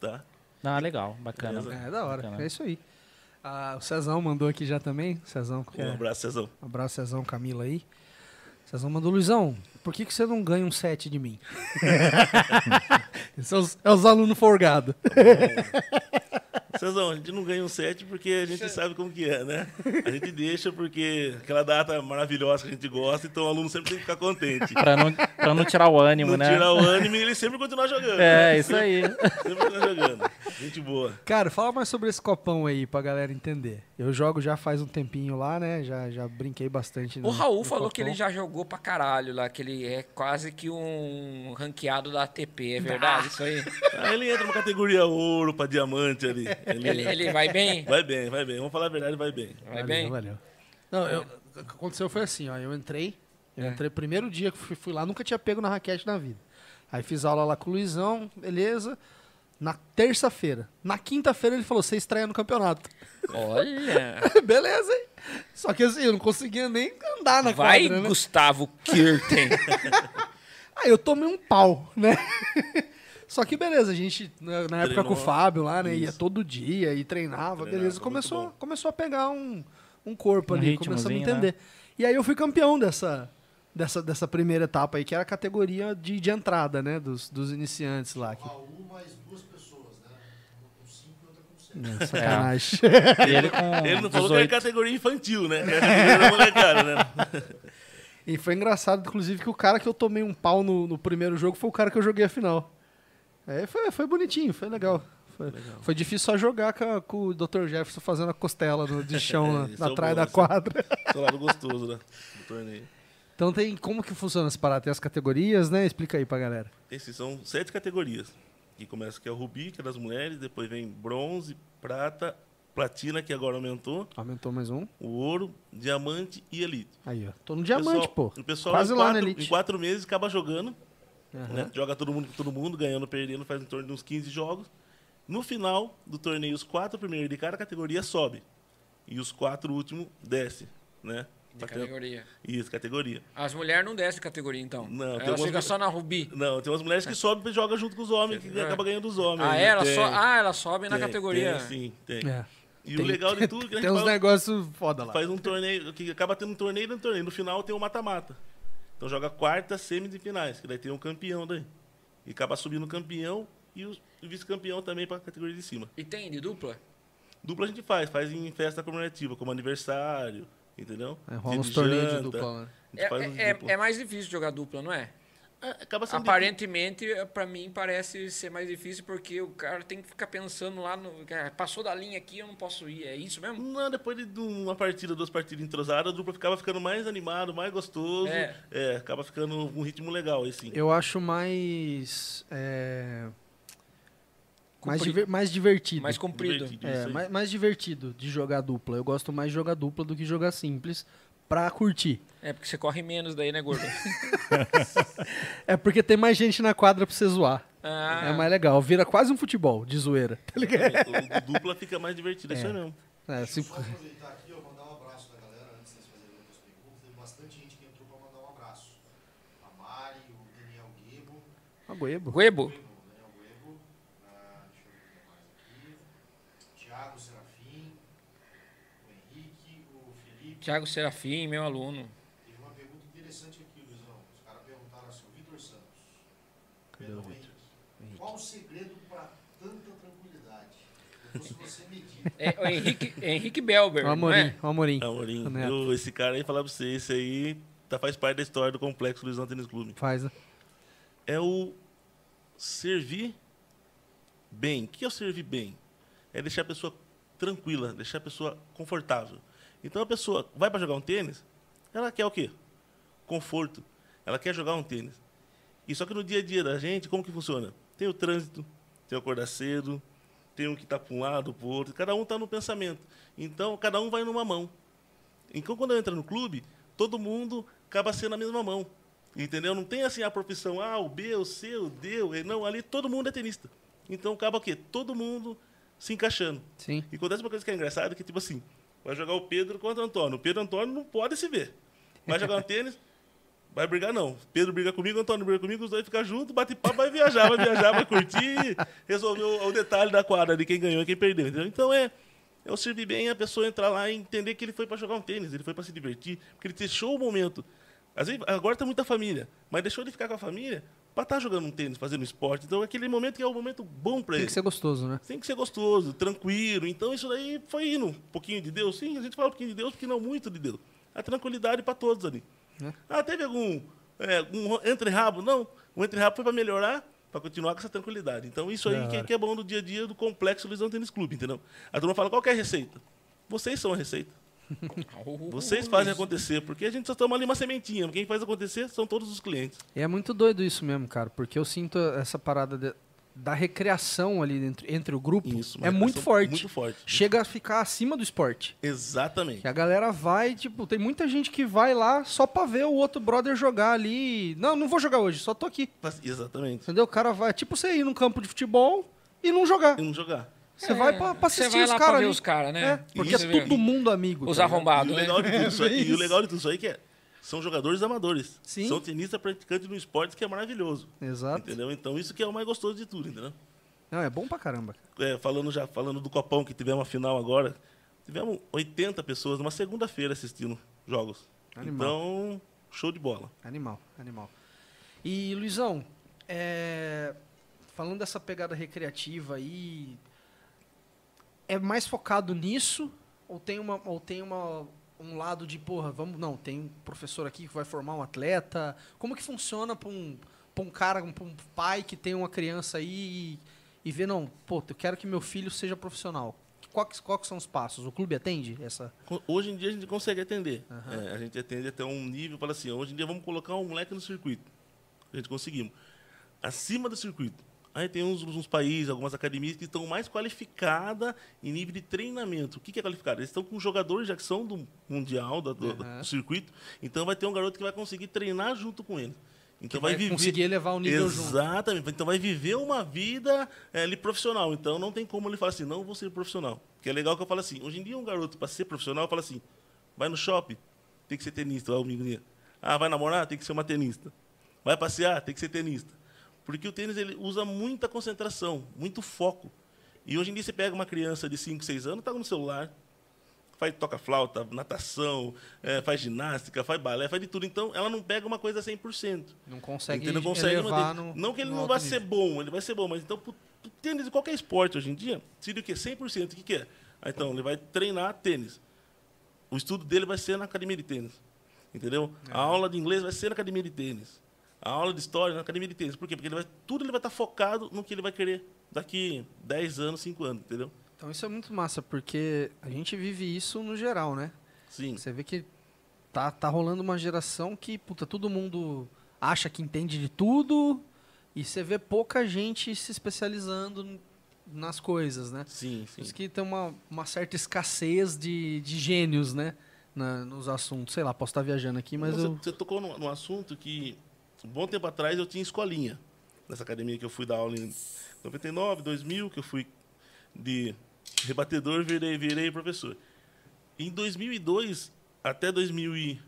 [SPEAKER 3] tá?
[SPEAKER 4] Ah, legal, bacana.
[SPEAKER 3] Beleza.
[SPEAKER 1] É da hora.
[SPEAKER 4] Bacana.
[SPEAKER 1] É isso aí. Ah, o Cezão mandou aqui já também. Cezão. que
[SPEAKER 3] Um
[SPEAKER 1] é-
[SPEAKER 3] abraço, Cezão.
[SPEAKER 1] Abraço, Cezão, Camila aí. Cezão mandou, Luizão, por que, que você não ganha um set de mim? Esse é os, é os alunos forgados.
[SPEAKER 3] Cezão, a gente não ganha um set porque a gente sabe como que é, né? A gente deixa porque aquela data maravilhosa que a gente gosta, então o aluno sempre tem que ficar contente.
[SPEAKER 4] Pra não, pra não tirar o ânimo,
[SPEAKER 3] Não
[SPEAKER 4] né?
[SPEAKER 3] tirar o ânimo e ele sempre continuar jogando. né?
[SPEAKER 4] É, isso aí.
[SPEAKER 3] Sempre continuar jogando. Gente boa.
[SPEAKER 1] Cara, fala mais sobre esse copão aí pra galera entender. Eu jogo já faz um tempinho lá, né? Já, já brinquei bastante.
[SPEAKER 2] O Raul falou que ele
[SPEAKER 1] copão.
[SPEAKER 2] já jogou pra caralho lá, que ele é quase que um ranqueado da ATP, é verdade isso aí?
[SPEAKER 3] Aí ele entra numa categoria ouro pra diamante ali. Ele-
[SPEAKER 2] Ele, ele vai bem?
[SPEAKER 3] Vai bem, vai bem. Vamos falar a verdade, vai bem.
[SPEAKER 2] Vai
[SPEAKER 1] valeu,
[SPEAKER 2] bem?
[SPEAKER 1] Valeu. Não, eu- o que aconteceu foi assim, ó. Eu entrei, eu
[SPEAKER 2] É.
[SPEAKER 1] entrei primeiro dia que fui, fui lá, nunca tinha pego na raquete na vida. Aí fiz aula lá com o Luizão, beleza. Na terça-feira. Na quinta-feira ele falou, você estreia no campeonato.
[SPEAKER 2] Olha!
[SPEAKER 1] beleza, hein? Só que assim, eu não conseguia nem andar na
[SPEAKER 2] Vai,
[SPEAKER 1] quadra, né?
[SPEAKER 2] Gustavo Kirten!
[SPEAKER 1] Aí eu tomei um pau, né? Só que beleza, a gente, na, na época com o
[SPEAKER 3] Treinou.
[SPEAKER 1] Fábio lá, né? Ia
[SPEAKER 3] Isso.
[SPEAKER 1] todo dia e treinava,
[SPEAKER 3] Treinava,
[SPEAKER 1] beleza.
[SPEAKER 3] muito
[SPEAKER 1] Começou,
[SPEAKER 3] bom.
[SPEAKER 1] começou a pegar um, um corpo
[SPEAKER 4] Um
[SPEAKER 1] ali, começou a me
[SPEAKER 4] ritmozinho,
[SPEAKER 1] entender. E aí eu fui campeão dessa, dessa, dessa primeira etapa aí, que era a categoria de, de entrada, né? Dos, dos iniciantes lá. Que,
[SPEAKER 5] Raul mais duas pessoas, né? Uma com cinco e outra com
[SPEAKER 4] É.
[SPEAKER 5] seis.
[SPEAKER 1] né, sacanagem.
[SPEAKER 4] E ele com
[SPEAKER 3] Ele não falou que
[SPEAKER 4] 18.
[SPEAKER 3] era categoria infantil, né? Que era categoria da molecada, né?
[SPEAKER 1] E foi engraçado, inclusive, que o cara que eu tomei um pau no, no primeiro jogo foi o cara que eu joguei a final. Aí foi, foi bonitinho, foi legal. Foi, foi difícil só jogar com, a- com o Dr. Jefferson fazendo a costela no- de chão
[SPEAKER 3] É,
[SPEAKER 1] lá,
[SPEAKER 3] isso
[SPEAKER 1] na
[SPEAKER 3] é
[SPEAKER 1] atrás
[SPEAKER 3] bom,
[SPEAKER 1] da
[SPEAKER 3] isso.
[SPEAKER 1] quadra.
[SPEAKER 3] Seu lado gostoso, né? Do torneio.
[SPEAKER 1] Então tem como que funciona esse parada? Tem as categorias, né? Explica aí pra galera.
[SPEAKER 3] Esses são sete categorias. Que começa que é o Rubi, que é das mulheres, depois vem bronze, prata, platina, que agora aumentou,
[SPEAKER 1] Aumentou mais um.
[SPEAKER 3] o ouro, diamante e elite.
[SPEAKER 1] Aí, ó. Tô no diamante,
[SPEAKER 3] Pessoal-
[SPEAKER 1] pô.
[SPEAKER 3] O pessoal
[SPEAKER 1] Quase
[SPEAKER 3] em,
[SPEAKER 1] lá
[SPEAKER 3] quatro, um
[SPEAKER 1] na
[SPEAKER 3] em
[SPEAKER 1] Elite.
[SPEAKER 3] quatro meses acaba jogando,
[SPEAKER 1] Aham.
[SPEAKER 3] né? Joga todo mundo com todo mundo, ganhando, perdendo, faz em torno de uns 15 jogos. No final do torneio, os quatro primeiros de cada categoria sobe. E os quatro últimos desce, né?
[SPEAKER 2] De
[SPEAKER 3] Pra ter-
[SPEAKER 2] categoria.
[SPEAKER 3] Isso, categoria.
[SPEAKER 2] As mulheres não descem de categoria, então.
[SPEAKER 3] Não, tem
[SPEAKER 2] Ela
[SPEAKER 3] algumas
[SPEAKER 2] chega
[SPEAKER 3] mu-
[SPEAKER 2] só na Rubi.
[SPEAKER 3] Não, tem umas
[SPEAKER 1] É.
[SPEAKER 3] mulheres que sobem e jogam junto com os homens, que
[SPEAKER 2] É.
[SPEAKER 3] acaba ganhando os homens.
[SPEAKER 2] Ah,
[SPEAKER 3] né?
[SPEAKER 2] ela
[SPEAKER 3] Tem,
[SPEAKER 2] só... ah, ela sobe na
[SPEAKER 3] tem,
[SPEAKER 2] categoria.
[SPEAKER 3] É, Tem, sim, tem.
[SPEAKER 1] É.
[SPEAKER 3] E
[SPEAKER 1] Tem-
[SPEAKER 3] o legal de tudo é que a gente
[SPEAKER 1] Tem uns
[SPEAKER 3] fala-
[SPEAKER 1] negócios foda lá.
[SPEAKER 3] faz um torneio, que acaba tendo um torneio dentro do torneio. No final tem o mata-mata. Então joga quarta, semis e finais, que daí tem um campeão daí. E acaba subindo o campeão e o o vice-campeão também para a categoria de cima.
[SPEAKER 2] E tem de dupla?
[SPEAKER 3] Dupla a gente faz, faz em festa comemorativa, como aniversário, entendeu?
[SPEAKER 1] É, rola
[SPEAKER 3] Dia
[SPEAKER 1] uns torneios de
[SPEAKER 3] janta,
[SPEAKER 1] dupla, né?
[SPEAKER 3] A gente
[SPEAKER 2] É,
[SPEAKER 3] faz uns
[SPEAKER 2] é- é-
[SPEAKER 3] dupla.
[SPEAKER 2] é mais difícil jogar dupla, não é?
[SPEAKER 3] É, acaba sendo
[SPEAKER 2] Aparentemente, pra mim, parece ser mais difícil porque o cara tem que ficar pensando lá no. cara, Passou da linha aqui, eu não posso ir. É isso mesmo?
[SPEAKER 3] Não, depois de uma partida, duas partidas entrosadas, a dupla ficava ficando mais animado, mais gostoso.
[SPEAKER 2] É.
[SPEAKER 3] É. acaba ficando um ritmo legal, aí sim.
[SPEAKER 1] Eu acho mais. é, Mais,
[SPEAKER 2] Comprido.
[SPEAKER 1] diver- mais divertido.
[SPEAKER 2] Mais comprido.
[SPEAKER 3] Divertido,
[SPEAKER 1] É,
[SPEAKER 3] isso aí.
[SPEAKER 1] mais, mais divertido de jogar dupla. Eu gosto mais de jogar dupla do que jogar simples pra curtir.
[SPEAKER 2] É porque você corre menos daí, né, gordo?
[SPEAKER 1] É porque tem mais gente na quadra pra você zoar.
[SPEAKER 2] Ah,
[SPEAKER 1] É mais legal. Vira quase um futebol de zoeira. Tá ligado?
[SPEAKER 3] O, o dupla fica mais divertido, é isso aí mesmo.
[SPEAKER 1] É, se-
[SPEAKER 5] Só aproveitar aqui, ó, mandar um abraço da galera antes das fazerem outras perguntas. Teve bastante gente que entrou pra mandar um abraço. A Mari, o Daniel Guebo,
[SPEAKER 1] Aguebo.
[SPEAKER 2] Guebo.
[SPEAKER 5] o Daniel Guebo, ah, deixa eu ver quem mais aqui. Thiago Serafim, o Henrique, o Felipe.
[SPEAKER 2] Thiago Serafim, meu aluno.
[SPEAKER 5] Teve uma pergunta interessante aqui, Luizão. Os caras perguntaram assim, o Vitor Santos.
[SPEAKER 1] Cadê o
[SPEAKER 5] Perdão,
[SPEAKER 1] Vitor?
[SPEAKER 5] Henrique. Qual o segredo pra tanta tranquilidade? Então, se você medita,
[SPEAKER 2] É o Henrique, Henrique Belber.
[SPEAKER 1] O
[SPEAKER 2] Não
[SPEAKER 1] Amorim,
[SPEAKER 2] é?
[SPEAKER 1] o Amorim.
[SPEAKER 3] Amorim,
[SPEAKER 1] O Neto.
[SPEAKER 3] eu- esse cara aí, falar pra você, esse aí tá, faz parte da história do Complexo Luizão Tênis Clube.
[SPEAKER 1] Faz, né?
[SPEAKER 3] É o servir bem. O que é o servir bem? É deixar a pessoa tranquila, deixar a pessoa confortável. Então a pessoa vai pra jogar um tênis, ela quer o quê? Conforto. Ela quer jogar um tênis. E só que no dia a dia da gente, como que funciona? Tem o trânsito, tem o acordar cedo, tem um que tá para um lado, pro outro. Cada um tá no pensamento. Então cada um vai numa mão. Então, quando eu entro no clube, todo mundo acaba sendo a mesma mão. Entendeu? Não tem assim a profissão A, o B, o C, o D. O e. Não, ali todo mundo é tenista. Então, acaba o quê? Todo mundo se encaixando.
[SPEAKER 1] Sim.
[SPEAKER 3] E acontece uma coisa que é engraçada, que tipo assim, vai jogar o Pedro contra o Antônio. O Pedro e o Antônio não podem se ver. Vai jogar um tênis, vai brigar não. Pedro briga comigo, Antônio briga comigo, os dois ficam juntos, bate papo, vai viajar, vai viajar, vai curtir, resolver o, o detalhe da quadra de quem ganhou e quem perdeu. entendeu? Então é, é o servir bem a pessoa entrar lá e entender que ele foi para jogar um tênis, ele foi para se divertir, porque ele deixou o momento. Às vezes, agora tá muita família, mas deixou ele ficar com a família para estar jogando um tênis, fazendo esporte. Então é aquele momento que é o momento bom para ele.
[SPEAKER 1] Tem que ser gostoso, né?
[SPEAKER 3] Tem que ser gostoso, tranquilo. Então isso daí foi indo. Um pouquinho de Deus, sim, a gente fala um pouquinho de Deus, porque não muito de Deus. A tranquilidade para todos ali.
[SPEAKER 1] É.
[SPEAKER 3] Ah, teve algum é, um entre-rabo? Não. O entre-rabo foi para melhorar, para continuar com essa tranquilidade. Então isso aí
[SPEAKER 1] Da
[SPEAKER 3] que,
[SPEAKER 1] hora.
[SPEAKER 3] que é bom no dia a dia do Complexo Luizão Tênis Clube, entendeu? A turma fala, qual que é a receita? Vocês são a receita. Vocês fazem acontecer, porque a gente só toma ali uma sementinha. Quem faz acontecer são todos os clientes.
[SPEAKER 1] E é muito doido isso mesmo, cara, porque eu sinto essa parada de- da recreação ali dentro, entre o grupo
[SPEAKER 3] Isso. uma
[SPEAKER 1] é muito
[SPEAKER 3] relação
[SPEAKER 1] forte.
[SPEAKER 3] Muito forte.
[SPEAKER 1] Chega a ficar acima do esporte.
[SPEAKER 3] Exatamente.
[SPEAKER 1] Que a galera vai, tipo, tem muita gente que vai lá só pra ver o outro brother jogar ali. Não, não vou jogar hoje, só tô aqui.
[SPEAKER 3] Exatamente.
[SPEAKER 1] Entendeu? O cara vai, tipo, você ir num campo de futebol e não jogar.
[SPEAKER 3] E não jogar.
[SPEAKER 1] Você
[SPEAKER 2] É,
[SPEAKER 1] vai pra, pra
[SPEAKER 2] você
[SPEAKER 1] assistir
[SPEAKER 2] vai
[SPEAKER 1] os
[SPEAKER 2] lá
[SPEAKER 1] caras
[SPEAKER 2] pra ver
[SPEAKER 1] ali.
[SPEAKER 2] os caras, né?
[SPEAKER 1] É, porque
[SPEAKER 2] Isso
[SPEAKER 1] é
[SPEAKER 2] mesmo.
[SPEAKER 1] todo mundo amigo.
[SPEAKER 2] Os
[SPEAKER 1] tá ligado?
[SPEAKER 3] E
[SPEAKER 2] arrombados,
[SPEAKER 3] o
[SPEAKER 2] né?
[SPEAKER 3] legal de tudo isso aí,
[SPEAKER 1] É
[SPEAKER 3] e o
[SPEAKER 1] isso.
[SPEAKER 3] legal de tudo isso aí é que é- são jogadores amadores.
[SPEAKER 1] Sim.
[SPEAKER 3] São tenistas praticantes no esporte que é maravilhoso.
[SPEAKER 1] Exato.
[SPEAKER 3] Entendeu? Então isso que é o mais gostoso de tudo, entendeu?
[SPEAKER 1] Não, é bom pra caramba.
[SPEAKER 3] É, falando já, falando do Copão que tivemos a final agora, tivemos 80 pessoas numa segunda-feira assistindo jogos.
[SPEAKER 1] Animal.
[SPEAKER 3] Então, show de bola.
[SPEAKER 1] Animal, animal. E, Luizão, é, falando dessa pegada recreativa aí, é mais focado nisso? Ou tem, uma, ou tem uma, um lado de, porra, vamos. Não, tem um professor aqui que vai formar um atleta. Como que funciona pra um, pra um cara, pra um pai que tem uma criança aí e, e vê, não, pô, eu quero que meu filho seja profissional? qual, que- qual que são os passos? O clube atende essa?
[SPEAKER 3] Co- Hoje em dia a gente consegue atender. É, a gente atende até um nível, fala assim, hoje em dia vamos colocar um moleque no circuito. A gente conseguimos. Acima do circuito. Aí tem uns, uns países, algumas academias que estão mais qualificadas em nível de treinamento. O que, que é qualificado? Eles estão com jogadores já que são do Mundial, da- do, do
[SPEAKER 1] Aham.
[SPEAKER 3] circuito. Então vai ter um garoto que vai conseguir treinar junto com ele. Então
[SPEAKER 1] vai conseguir elevar o nível junto.
[SPEAKER 3] Exatamente. Então vai viver uma vida é, ali profissional. Então não tem como ele falar assim, não vou ser profissional. Que é legal que eu falo assim, hoje em dia um garoto para ser profissional fala assim, vai no shopping, tem que ser tenista, lá o menino. Ah, vai namorar, tem que ser uma tenista. Vai passear, tem que ser tenista. Porque o tênis ele usa muita concentração, muito foco. E hoje em dia você pega uma criança de 5, 6 anos, tá no celular, faz toca flauta, natação, é, faz ginástica, faz balé, faz de tudo. Então ela não pega uma coisa 100%.
[SPEAKER 1] Não consegue,
[SPEAKER 3] Ele não consegue
[SPEAKER 1] elevar no
[SPEAKER 3] manter. Não que ele
[SPEAKER 1] no
[SPEAKER 3] não
[SPEAKER 1] alto
[SPEAKER 3] vai
[SPEAKER 1] nível.
[SPEAKER 3] ser bom, ele vai ser bom, mas então pro, pro tênis de qualquer esporte hoje em dia, seria o quê? 100%. O que, que é? Ah, Então, ele vai treinar tênis. O estudo dele vai ser na academia de tênis. Entendeu?
[SPEAKER 1] É.
[SPEAKER 3] A aula de inglês vai ser na academia de tênis. A aula de história na academia de tênis. Por quê? Porque ele vai, tudo ele vai estar focado no que ele vai querer daqui 10 anos, 5 anos, entendeu?
[SPEAKER 1] Então isso é muito massa, porque a gente vive isso no geral, né?
[SPEAKER 3] Sim.
[SPEAKER 1] Você vê que tá, tá rolando uma geração que, puta, todo mundo acha que entende de tudo e você vê pouca gente se especializando n- nas coisas, né?
[SPEAKER 3] Sim,
[SPEAKER 1] Por
[SPEAKER 3] sim.
[SPEAKER 1] isso que tem uma, uma certa escassez de, de gênios, né? Na- nos assuntos. Sei lá, posso estar viajando aqui, mas
[SPEAKER 3] você,
[SPEAKER 1] eu...
[SPEAKER 3] Então, você tocou num, num assunto que, um bom tempo atrás, eu tinha escolinha. Nessa academia que eu fui dar aula em 99, 2000, que eu fui de rebatedor, virei, virei professor. Em 2002 até 2000 e-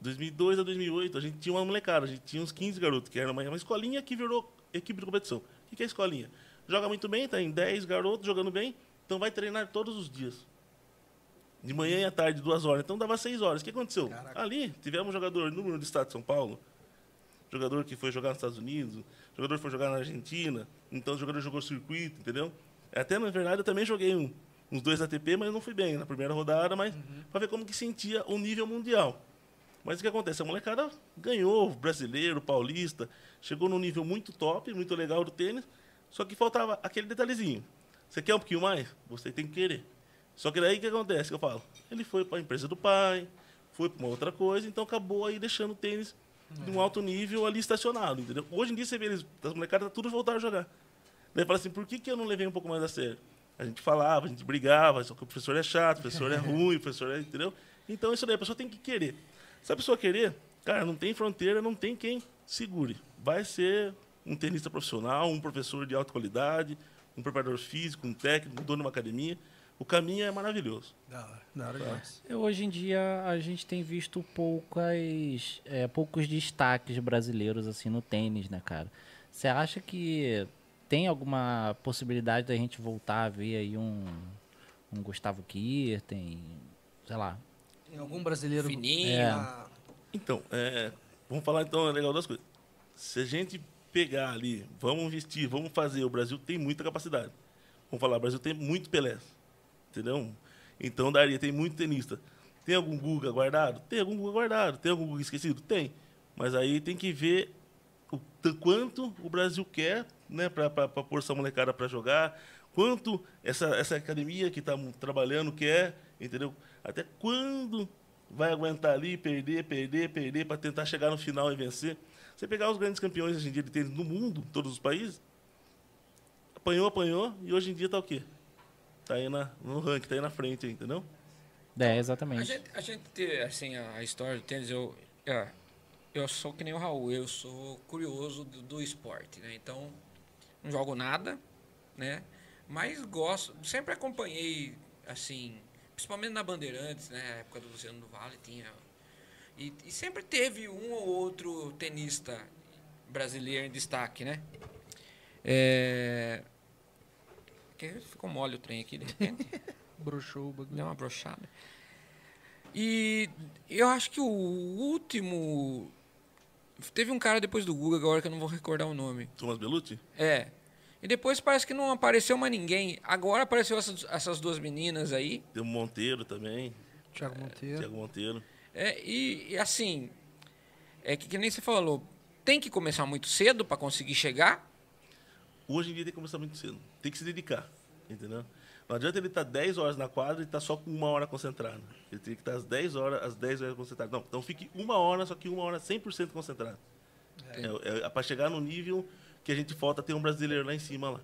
[SPEAKER 3] 2002 a 2008, a gente tinha uma molecada, a gente tinha uns 15 garotos, que era uma, uma escolinha que virou equipe de competição. O que que é escolinha? Joga muito bem, tem 10 garotos jogando bem, então vai treinar todos os dias. De manhã e à tarde, duas horas. Então dava seis horas. O que aconteceu? Ali, tivemos um jogador número do estado de São Paulo, jogador que foi jogar nos Estados Unidos, jogador que foi jogar na Argentina, então o jogador jogou circuito, entendeu? Até, na verdade, eu também joguei um- uns dois ATP, mas não fui bem na primeira rodada, mas para ver como que sentia o nível mundial. Mas o que acontece? A molecada ganhou, brasileiro, paulista, chegou num nível muito top, muito legal do tênis, só que faltava aquele detalhezinho. Você quer um pouquinho mais? Você tem que querer. Só que daí o que acontece? Que eu falo, ele foi para a empresa do pai, foi para uma outra coisa, então acabou aí deixando o tênis de um alto nível ali estacionado, entendeu? Hoje em dia você vê eles, as molecadas tá tudo voltaram a jogar. Daí fala assim, por que, que eu não levei um pouco mais a sério? A gente falava, a gente brigava, só que o professor é chato, o professor é ruim, o professor é, entendeu? Então isso daí, a pessoa tem que querer. Se a pessoa querer, cara, não tem fronteira, não tem quem segure. Vai ser um tenista profissional, um professor de alta qualidade, um preparador físico, um técnico, um dono de uma academia. O caminho é maravilhoso.
[SPEAKER 1] Da hora, da hora demais.
[SPEAKER 4] Eu, Hoje em dia a gente tem visto poucas, é, poucos destaques brasileiros assim no tênis, né, cara? Você acha que tem alguma possibilidade da gente voltar a ver aí um, um Gustavo Kirten, sei lá?
[SPEAKER 1] Tem algum brasileiro...
[SPEAKER 2] Fininho.
[SPEAKER 1] É.
[SPEAKER 3] Então, é, vamos falar então legal das coisas. Se a gente pegar ali, vamos investir, vamos fazer, o Brasil tem muita capacidade. Vamos falar, o Brasil tem muito Pelé, entendeu? Então daria, tem muito tenista. Tem algum Guga guardado? Tem algum Guga guardado. Tem algum Guga esquecido? Tem. Mas aí tem que ver o t- quanto o Brasil quer né, para pôr essa molecada para jogar, quanto essa, essa academia que está trabalhando quer, entendeu? Até quando vai aguentar ali, perder, perder, perder, para tentar chegar no final e vencer. Você pegar os grandes campeões hoje em dia de tênis no mundo, em todos os países, apanhou, apanhou, e hoje em dia tá o quê? Tá aí na, no ranking, tá aí na frente, aí, entendeu?
[SPEAKER 4] É,
[SPEAKER 2] A
[SPEAKER 4] exatamente.
[SPEAKER 2] gente, a gente tem, assim, a, a história do tênis, eu, é, eu sou que nem o Raul, eu sou curioso do, do esporte, né? Então, não jogo nada, né? Mas gosto, sempre acompanhei, assim, principalmente na Bandeirantes, né? A época do Luciano do Vale tinha... E, e sempre teve um ou outro tenista brasileiro em destaque, né? É... que Ficou mole o trem aqui, de repente.
[SPEAKER 1] Bruxou o bagulho.
[SPEAKER 2] Deu uma brochada. E eu acho que o último. Teve um cara depois do Guga, agora que eu não vou recordar o nome.
[SPEAKER 3] Thomas Bellucci?
[SPEAKER 2] É. E depois parece que não apareceu mais ninguém. Agora apareceu essas, essas duas meninas aí.
[SPEAKER 3] Tem o Monteiro também,
[SPEAKER 1] Thiago Monteiro.
[SPEAKER 3] Thiago Monteiro.
[SPEAKER 2] É, e, e assim. É que, que nem você falou. Tem que começar muito cedo pra conseguir chegar.
[SPEAKER 3] Hoje em dia tem que começar muito cedo. Tem que se dedicar, entendeu? Não adianta ele estar 10 horas na quadra e estar só com uma hora concentrado. Ele tem que estar às 10 horas, às 10 horas concentrado. Não, então fique uma hora, só que uma hora 100% concentrado. É, para chegar no nível que a gente falta ter um brasileiro lá em cima lá.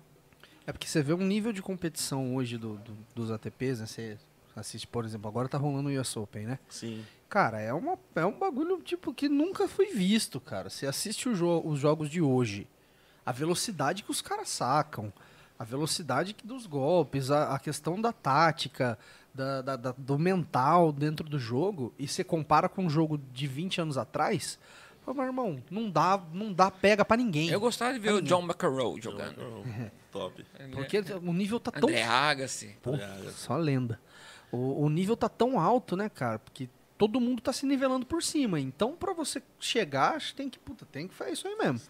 [SPEAKER 1] É porque você vê um nível de competição hoje do, do- dos ATPs, né? Você assiste, por exemplo, agora tá rolando o US Open, né?
[SPEAKER 3] Sim.
[SPEAKER 1] Cara, é, uma, é um bagulho tipo que nunca foi visto, cara. Você assiste o jo- os jogos de hoje, a velocidade que os caras sacam, a velocidade que- dos golpes, a, a questão da tática, da- da- da- do mental dentro do jogo, e você compara com um jogo de 20 anos atrás, pô, meu irmão, não dá, não dá pega pra ninguém.
[SPEAKER 2] Eu gostava de ver o John McEnroe jogando.
[SPEAKER 3] Então, Top.
[SPEAKER 1] porque o nível tá tão
[SPEAKER 2] né? André Agassi.
[SPEAKER 1] Pô, só lenda. O, o nível tá tão alto, né, cara? Porque todo mundo tá se nivelando por cima. Então, pra você chegar, acho que tem que, puta, tem que fazer isso aí mesmo.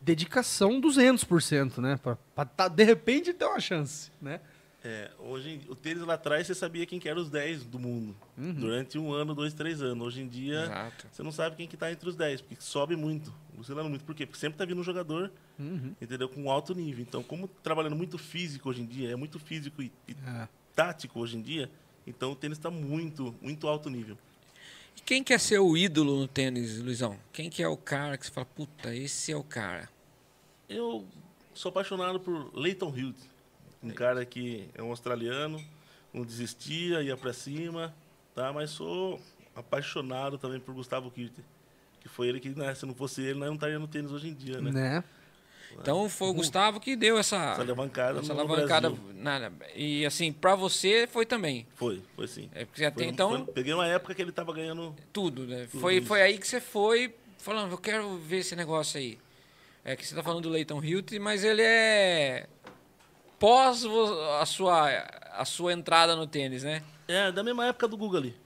[SPEAKER 1] Dedicação 200%, né? Pra, pra tá, de repente ter uma chance, né?
[SPEAKER 3] É, hoje, em- o tênis lá atrás você sabia quem que era os 10 do mundo. Durante um ano, dois, três anos. Hoje em dia,
[SPEAKER 2] Exato.
[SPEAKER 3] você não sabe quem que tá entre os 10, porque sobe muito. Oscilando muito. Por quê? Porque sempre tá vindo um jogador,
[SPEAKER 2] Uhum.
[SPEAKER 3] entendeu? Com alto nível. Então, como trabalhando muito físico hoje em dia, é muito físico e, e
[SPEAKER 1] É.
[SPEAKER 3] tático hoje em dia, então o tênis está muito, muito alto nível.
[SPEAKER 2] E quem quer ser o ídolo no tênis, Luizão? Quem que é o cara que você fala, puta, esse é o cara?
[SPEAKER 3] Eu sou apaixonado por Leighton Hewitt, um cara que é um australiano, não desistia, ia pra cima, tá? Mas sou apaixonado também por Gustavo Kirten, que foi ele que, né, se não fosse ele, nós não estaria no tênis hoje em dia, né?
[SPEAKER 1] Né?
[SPEAKER 2] Então foi o Gustavo que deu essa,
[SPEAKER 3] Uhum. Essa alavancada
[SPEAKER 2] essa
[SPEAKER 3] no
[SPEAKER 2] alavancada
[SPEAKER 3] Brasil.
[SPEAKER 2] na- e assim, pra você foi também.
[SPEAKER 3] Foi, foi sim.
[SPEAKER 2] É porque até
[SPEAKER 3] Foi-
[SPEAKER 2] então-
[SPEAKER 3] foi- peguei uma época que ele tava ganhando
[SPEAKER 2] Tudo, né? Foi,
[SPEAKER 3] Uhum.
[SPEAKER 2] foi aí que você foi falando, eu quero ver esse negócio aí. É que você tá falando do Leighton Hilt, mas ele é pós vo- a sua, a sua entrada no tênis, né?
[SPEAKER 3] É, da mesma época do Google ali.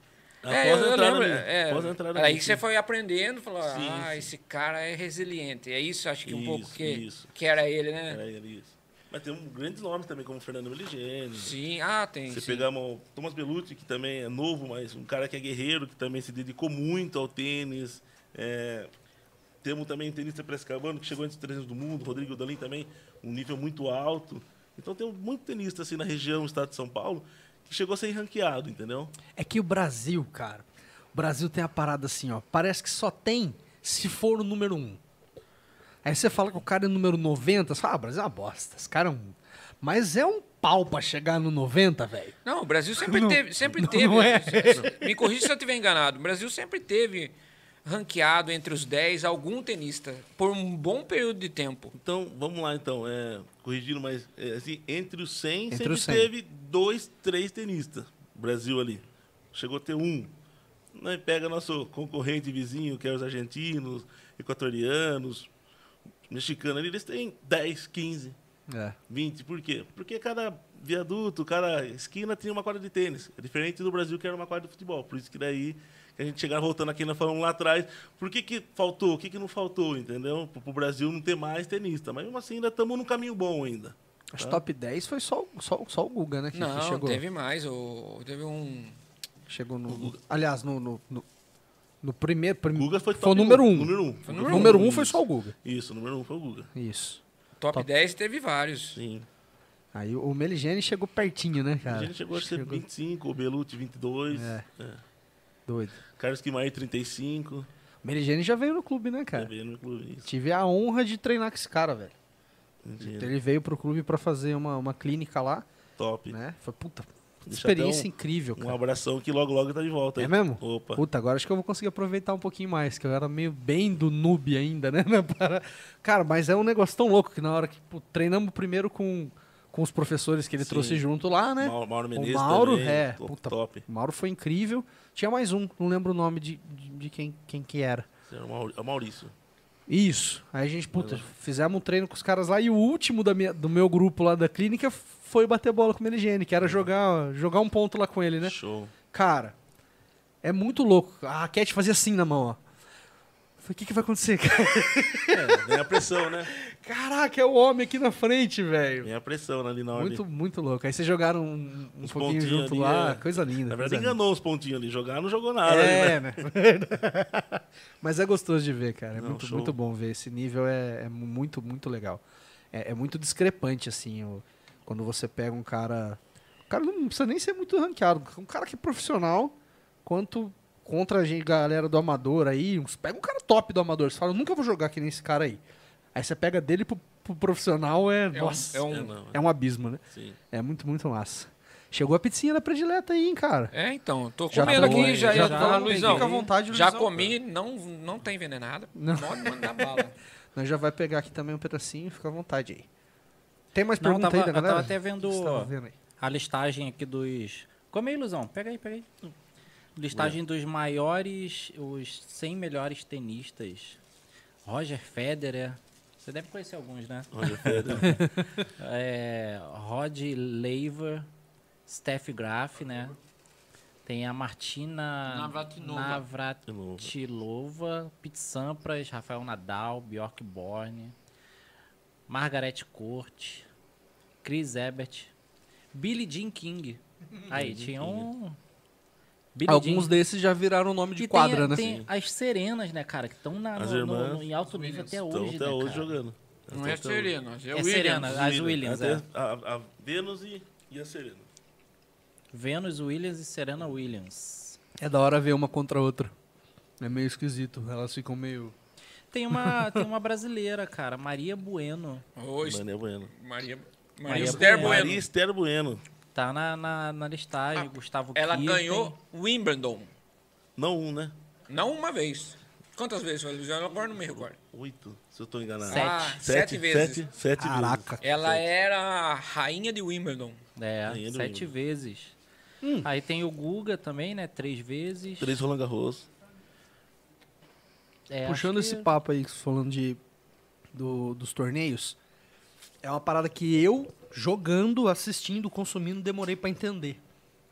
[SPEAKER 2] É, eu, eu
[SPEAKER 3] entrar na
[SPEAKER 2] lembro.
[SPEAKER 3] liga,
[SPEAKER 2] É,
[SPEAKER 3] após entrar na
[SPEAKER 2] era aí
[SPEAKER 3] liga,
[SPEAKER 2] que você
[SPEAKER 3] sim.
[SPEAKER 2] foi aprendendo, falou,
[SPEAKER 3] Sim,
[SPEAKER 2] ah,
[SPEAKER 3] sim.
[SPEAKER 2] esse cara é resiliente. É isso, acho que um pouco
[SPEAKER 3] Isso,
[SPEAKER 2] que,
[SPEAKER 3] isso. É.
[SPEAKER 2] que era ele, né?
[SPEAKER 3] Era ele, isso. Mas tem um grandes nomes também, como Fernando Meligeni.
[SPEAKER 2] Sim, ah, tem.
[SPEAKER 3] Você
[SPEAKER 2] sim.
[SPEAKER 3] pegar o Thomas Bellucci, que também é novo, mas um cara que é guerreiro, que também se dedicou muito ao tênis. É, temos também um tenista Prescabano, que chegou entre os 300 do mundo. Rodrigo Dalin também, um nível muito alto. Então tem muito tenista assim na região, no estado de São Paulo, que chegou a ser ranqueado, entendeu?
[SPEAKER 1] É que o Brasil, cara, o Brasil tem a parada assim, ó. Parece que só tem se for o número um. Aí você fala que o cara é número 90, você fala, ah, o Brasil é uma bosta, esse cara é um... Mas é um pau pra chegar no 90, velho.
[SPEAKER 2] Não, o Brasil sempre teve. Sempre teve
[SPEAKER 1] não é.
[SPEAKER 2] Me corrija se eu estiver enganado. O Brasil sempre teve ranqueado entre os 10 algum tenista por um bom período de tempo.
[SPEAKER 3] Então, vamos lá então, é, corrigindo, mas é, assim, entre os 100
[SPEAKER 1] Entre
[SPEAKER 3] sempre
[SPEAKER 1] os 100.
[SPEAKER 3] teve dois, três tenistas, Brasil ali. Chegou a ter um. Aí pega nosso concorrente vizinho, que é os argentinos, equatorianos, mexicanos ali, eles têm 10, 15,
[SPEAKER 1] É.
[SPEAKER 3] 20. Por quê? Porque cada viaduto, cada esquina tinha uma quadra de tênis. É diferente do Brasil, que era uma quadra de futebol. Por isso que daí que a gente chegava voltando aqui, nós falamos lá atrás. Por que, que faltou? O que, que não faltou, entendeu? Pro, pro Brasil não ter mais tenista. Mas mesmo assim, ainda estamos num caminho bom ainda.
[SPEAKER 1] Acho que top 10 foi só, só, só o Guga, né? Que, que
[SPEAKER 2] Não,
[SPEAKER 1] chegou,
[SPEAKER 2] teve mais. O, teve um.
[SPEAKER 1] chegou no, no- Aliás, no, no, no, no primeiro. Prim,
[SPEAKER 3] Guga foi
[SPEAKER 1] o
[SPEAKER 3] top
[SPEAKER 1] número 1.
[SPEAKER 3] um,
[SPEAKER 1] Um.
[SPEAKER 3] número um.
[SPEAKER 1] Foi
[SPEAKER 3] Foi
[SPEAKER 1] o
[SPEAKER 3] número
[SPEAKER 1] número
[SPEAKER 3] um,
[SPEAKER 1] 1 um foi
[SPEAKER 3] isso.
[SPEAKER 1] só o Guga.
[SPEAKER 3] Isso, o número um foi o Guga.
[SPEAKER 1] Isso.
[SPEAKER 2] Top, 10 teve vários.
[SPEAKER 3] Sim.
[SPEAKER 1] Aí o Meligene chegou pertinho, né,
[SPEAKER 3] A
[SPEAKER 1] cara?
[SPEAKER 3] gente chegou a ser 25, o Belucci 22,
[SPEAKER 1] É.
[SPEAKER 3] é.
[SPEAKER 1] Doido.
[SPEAKER 3] Carlos Kimair 35.
[SPEAKER 1] O Meligene já veio no clube, né, cara?
[SPEAKER 3] TV no clube, Tá isso.
[SPEAKER 1] Tive a honra de treinar com esse cara, velho.
[SPEAKER 3] Entendi.
[SPEAKER 1] Ele veio pro clube pra fazer uma, uma clínica lá,
[SPEAKER 3] Top.
[SPEAKER 1] né? Foi puta.
[SPEAKER 3] Deixa até
[SPEAKER 1] experiência
[SPEAKER 3] um-
[SPEAKER 1] incrível,
[SPEAKER 3] Um
[SPEAKER 1] cara.
[SPEAKER 3] abração que logo, logo tá de volta.
[SPEAKER 1] É
[SPEAKER 3] aí.
[SPEAKER 1] mesmo?
[SPEAKER 3] Opa.
[SPEAKER 1] Puta, agora acho que eu vou conseguir aproveitar um pouquinho mais, que eu era meio bem do noob ainda, né? na parada. Cara, mas é um negócio tão louco que na hora que pô, treinamos primeiro com, com os professores que ele
[SPEAKER 3] Sim.
[SPEAKER 1] trouxe junto lá, né?
[SPEAKER 3] Mauro, Mauro Menezes
[SPEAKER 1] o Mauro,
[SPEAKER 3] também,
[SPEAKER 1] é.
[SPEAKER 3] top,
[SPEAKER 1] Puta,
[SPEAKER 3] top.
[SPEAKER 1] O Mauro foi incrível. Tinha mais um, não lembro o nome de, de, de quem, quem que era.
[SPEAKER 3] Era o Mauri- é o Maurício.
[SPEAKER 1] Isso. Aí a gente, puta, fizemos um treino com os caras lá e o último da minha- do meu grupo lá da clínica foi bater bola com o Meligene, que era
[SPEAKER 3] Uhum.
[SPEAKER 1] jogar, jogar um ponto lá com ele, né?
[SPEAKER 3] Show.
[SPEAKER 1] Cara, é muito louco. A raquete fazia assim na mão, ó. Eu Falei, o que, que vai acontecer, cara?
[SPEAKER 3] Vem a pressão, né?
[SPEAKER 1] Caraca, é o homem aqui na frente, velho.
[SPEAKER 3] Vem a pressão ali na hora.
[SPEAKER 1] Muito,
[SPEAKER 3] ali.
[SPEAKER 1] muito louco. Aí vocês jogaram um, um
[SPEAKER 3] Uns
[SPEAKER 1] pouquinho
[SPEAKER 3] pontinhos
[SPEAKER 1] junto
[SPEAKER 3] ali,
[SPEAKER 1] lá,
[SPEAKER 3] é.
[SPEAKER 1] coisa linda. coisa
[SPEAKER 3] Na verdade,
[SPEAKER 1] linda.
[SPEAKER 3] enganou os pontinhos ali. Jogar não jogou nada. ali, né?
[SPEAKER 1] É, né? Mas é gostoso de ver, cara. É
[SPEAKER 3] Não,
[SPEAKER 1] muito,
[SPEAKER 3] show.
[SPEAKER 1] muito bom ver. Esse nível é, é muito, muito legal. É, é muito discrepante, assim, o- quando você pega um cara O cara não precisa nem ser muito ranqueado. Um cara que é profissional, quanto contra a gente, galera do amador aí, uns- pega um cara top do amador. Você fala, eu nunca vou jogar que nem esse cara aí. Aí você pega dele pro, pro profissional, é.
[SPEAKER 2] É um-
[SPEAKER 1] nossa,
[SPEAKER 2] é
[SPEAKER 3] É,
[SPEAKER 2] um,
[SPEAKER 3] não,
[SPEAKER 1] é um abismo, né?
[SPEAKER 3] sim.
[SPEAKER 1] É muito, muito massa. Chegou a pizzinha da predileta aí, hein, cara?
[SPEAKER 2] É, então, tô
[SPEAKER 1] Já
[SPEAKER 2] comendo
[SPEAKER 1] tô,
[SPEAKER 2] aqui,
[SPEAKER 1] hein?
[SPEAKER 2] já,
[SPEAKER 1] Já
[SPEAKER 2] ia
[SPEAKER 1] tô,
[SPEAKER 2] falar,
[SPEAKER 1] tem-
[SPEAKER 2] Luizão.
[SPEAKER 1] fica à vontade,
[SPEAKER 2] já
[SPEAKER 1] Luizão.
[SPEAKER 2] comi, não, não tá envenenada.
[SPEAKER 1] Não.
[SPEAKER 2] Pode mandar bala.
[SPEAKER 1] Nós já vai pegar aqui também um pedacinho, fica à vontade aí. Tem mais
[SPEAKER 4] Não, eu
[SPEAKER 1] pergunta
[SPEAKER 4] tava,
[SPEAKER 1] aí
[SPEAKER 4] eu
[SPEAKER 1] da galera?
[SPEAKER 4] tava até vendo
[SPEAKER 1] O que você tava vendo aí?
[SPEAKER 4] a listagem aqui dos. Come aí, Luzão. Pega aí, pega aí. Listagem dos maiores, os 100 melhores tenistas. Roger Federer. Você deve conhecer alguns, né?
[SPEAKER 3] Olha, Pedro,
[SPEAKER 4] É, Rod Laver, Steph Graf, né? Tem a Martina
[SPEAKER 6] Navratilova.
[SPEAKER 3] de novo.
[SPEAKER 4] Navratilova, Pete Sampras, Rafael Nadal, Bjork Borne, Margaret Court, Chris Ebert, Billie Jean King. Aí, tinha um... Billie
[SPEAKER 1] Alguns
[SPEAKER 4] Jean.
[SPEAKER 1] desses já viraram nome de
[SPEAKER 4] E
[SPEAKER 1] quadra,
[SPEAKER 4] tem,
[SPEAKER 1] né?
[SPEAKER 4] tem as serenas, né, cara? Que estão
[SPEAKER 3] As irmãs
[SPEAKER 4] em alto nível até
[SPEAKER 3] Estão
[SPEAKER 4] hoje,
[SPEAKER 3] então, até
[SPEAKER 4] né,
[SPEAKER 3] hoje
[SPEAKER 4] cara?
[SPEAKER 3] jogando.
[SPEAKER 2] Não
[SPEAKER 3] Estão
[SPEAKER 2] é
[SPEAKER 3] até hoje.
[SPEAKER 2] Serena, é,
[SPEAKER 4] É
[SPEAKER 2] Williams.
[SPEAKER 4] Serena, as
[SPEAKER 3] Williams.
[SPEAKER 4] Williams,
[SPEAKER 3] Até
[SPEAKER 4] é.
[SPEAKER 3] A, a Vênus e, e a Serena.
[SPEAKER 4] Venus Williams e Serena Williams.
[SPEAKER 1] É da hora ver uma contra a outra. É meio esquisito, elas ficam meio...
[SPEAKER 4] Tem uma, tem uma brasileira, cara, Maria Bueno.
[SPEAKER 2] Hoje,
[SPEAKER 3] Mané Bueno.
[SPEAKER 2] Maria, Maria,
[SPEAKER 4] Maria
[SPEAKER 2] Esther
[SPEAKER 4] Bueno.
[SPEAKER 2] Bueno.
[SPEAKER 3] Maria Esther Bueno.
[SPEAKER 4] Tá na, na, na listagem, Gustavo
[SPEAKER 2] Ah, Ela
[SPEAKER 4] Kirten.
[SPEAKER 2] ganhou Wimbledon.
[SPEAKER 3] Não um, né?
[SPEAKER 2] Não uma vez. Quantas vezes foi, Luizão? Agora não me recordo.
[SPEAKER 3] Oito, se eu tô enganado.
[SPEAKER 4] Sete.
[SPEAKER 2] Ah, sete, vezes.
[SPEAKER 3] Sete, sete vezes.
[SPEAKER 1] Caraca.
[SPEAKER 2] Ela era a rainha de Wimbledon.
[SPEAKER 4] É,
[SPEAKER 3] Ganhou do
[SPEAKER 4] sete
[SPEAKER 3] Wimbledon.
[SPEAKER 4] vezes.
[SPEAKER 1] Hum.
[SPEAKER 4] Aí tem o Guga também, né? Três vezes.
[SPEAKER 3] Três Roland Garros.
[SPEAKER 4] É,
[SPEAKER 1] Puxando
[SPEAKER 4] acho
[SPEAKER 1] esse
[SPEAKER 4] que-
[SPEAKER 1] papo aí, tá falando de, do- dos torneios, é uma parada que eu, jogando, assistindo, consumindo, demorei pra entender.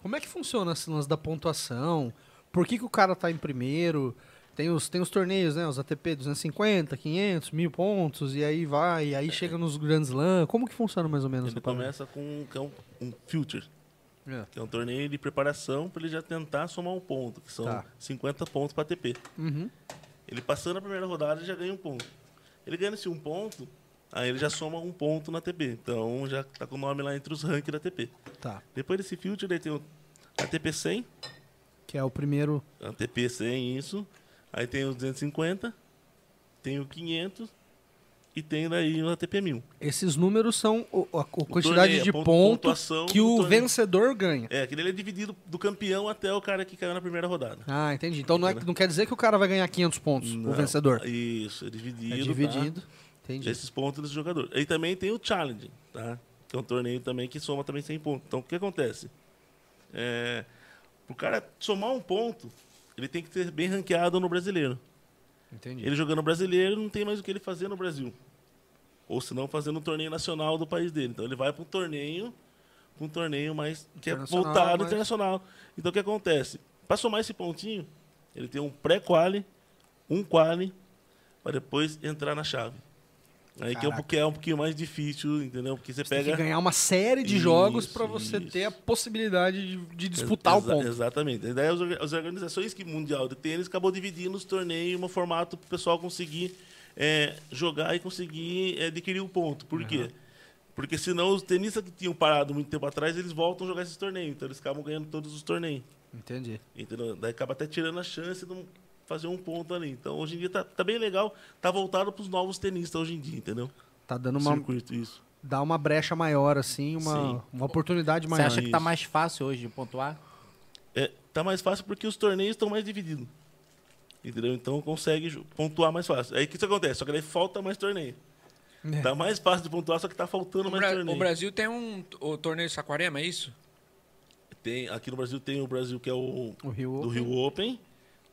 [SPEAKER 1] Como é que funciona esse lance da pontuação? Por que, que o cara tá em primeiro? Tem os, tem os torneios, né? Os ATP 250, 500, 1000 pontos, e aí vai, e aí chega nos grandes Slam. Como que funciona mais ou menos?
[SPEAKER 3] É. Ele
[SPEAKER 1] essa parada?
[SPEAKER 3] começa com um, que é um, um filter,
[SPEAKER 1] É.
[SPEAKER 3] que é um torneio de preparação para ele já tentar somar um ponto, que são
[SPEAKER 1] Tá.
[SPEAKER 3] 50 pontos para ATP.
[SPEAKER 1] Uhum.
[SPEAKER 3] Ele passando a primeira rodada, ele já ganha um ponto. Ele ganha esse um ponto, aí ele já soma um ponto na ATP. Então já tá com o nome lá entre os rankings da ATP.
[SPEAKER 1] Tá.
[SPEAKER 3] Depois desse filter, ele tem o ATP 100,
[SPEAKER 1] Que é o primeiro.
[SPEAKER 3] ATP 100, isso. Aí tem o 250, tem o 500 e tem daí o ATP 1000.
[SPEAKER 1] Esses números são o- a, a quantidade
[SPEAKER 3] torneio,
[SPEAKER 1] de
[SPEAKER 3] a pon-
[SPEAKER 1] pontos
[SPEAKER 3] pontuação
[SPEAKER 1] que
[SPEAKER 3] do
[SPEAKER 1] o
[SPEAKER 3] torneio.
[SPEAKER 1] vencedor ganha.
[SPEAKER 3] É, aquele ali é dividido do campeão até o cara que caiu na primeira rodada.
[SPEAKER 1] Ah, entendi. Então não, é- não quer dizer que o cara vai ganhar 500 pontos,
[SPEAKER 3] Né? Não.
[SPEAKER 1] o vencedor.
[SPEAKER 3] Isso, é dividido. tá?
[SPEAKER 1] É
[SPEAKER 3] dividido. né?
[SPEAKER 1] dividido. Entendi.
[SPEAKER 3] Esses pontos desse jogador. E também tem o Challenge, tá? Que é um torneio também que soma também 100 pontos. Então, o que acontece? É, o cara somar um ponto, ele tem que ser bem ranqueado no brasileiro.
[SPEAKER 1] Entendi.
[SPEAKER 3] Ele jogando brasileiro, não tem mais o que ele fazer no Brasil. Ou se não, fazendo um torneio nacional do país dele. Então, ele vai para um torneio, pra um torneio mais que é
[SPEAKER 1] Internacional,
[SPEAKER 3] voltado
[SPEAKER 1] mas-
[SPEAKER 3] internacional. Então, o que acontece? Para somar esse pontinho, ele tem um pré-quali, um quali, para depois entrar na chave. Aí que é, um,
[SPEAKER 1] Caraca.
[SPEAKER 3] pouquinho- é um pouquinho mais difícil, entendeu? Porque você
[SPEAKER 1] Tem que
[SPEAKER 3] pega...
[SPEAKER 1] ganhar uma série de jogos
[SPEAKER 3] Isso,
[SPEAKER 1] pra você
[SPEAKER 3] isso.
[SPEAKER 1] ter a possibilidade de, de disputar
[SPEAKER 3] Exa-
[SPEAKER 1] o ponto.
[SPEAKER 3] Exatamente. Daí as, orga- as organizações que, mundial de tênis acabou dividindo os torneios em um formato para o pessoal conseguir é, jogar e conseguir é, adquirir o ponto. Por quê? Porque senão os tenistas que tinham parado muito tempo atrás, eles voltam a jogar esses torneios. Então eles acabam ganhando todos os torneios.
[SPEAKER 1] Entendi.
[SPEAKER 3] Entendeu? Daí acaba até tirando a chance de um- fazer um ponto ali. Então hoje em dia tá, tá bem legal. Tá voltado para os novos tenistas hoje em dia, entendeu?
[SPEAKER 1] Tá dando
[SPEAKER 3] No
[SPEAKER 1] uma.
[SPEAKER 3] circuito, isso.
[SPEAKER 1] Dá uma brecha maior, assim, uma,
[SPEAKER 3] Sim.
[SPEAKER 1] uma oportunidade
[SPEAKER 4] Você
[SPEAKER 1] maior.
[SPEAKER 4] acha que tá
[SPEAKER 3] isso.
[SPEAKER 4] mais fácil hoje de pontuar?
[SPEAKER 3] É, tá mais fácil porque os torneios estão mais divididos. Entendeu? Então consegue ju- pontuar mais fácil. Aí o que isso acontece? Só que daí falta mais torneio.
[SPEAKER 1] É.
[SPEAKER 3] Tá mais fácil de pontuar, só que tá faltando
[SPEAKER 2] O,
[SPEAKER 3] mais
[SPEAKER 2] Bra-
[SPEAKER 3] torneio.
[SPEAKER 2] o Brasil tem um o torneio de Saquarema, é isso?
[SPEAKER 3] Tem, aqui no Brasil tem o Brasil que é o
[SPEAKER 1] O Rio
[SPEAKER 3] do
[SPEAKER 1] Open.
[SPEAKER 3] Rio Open.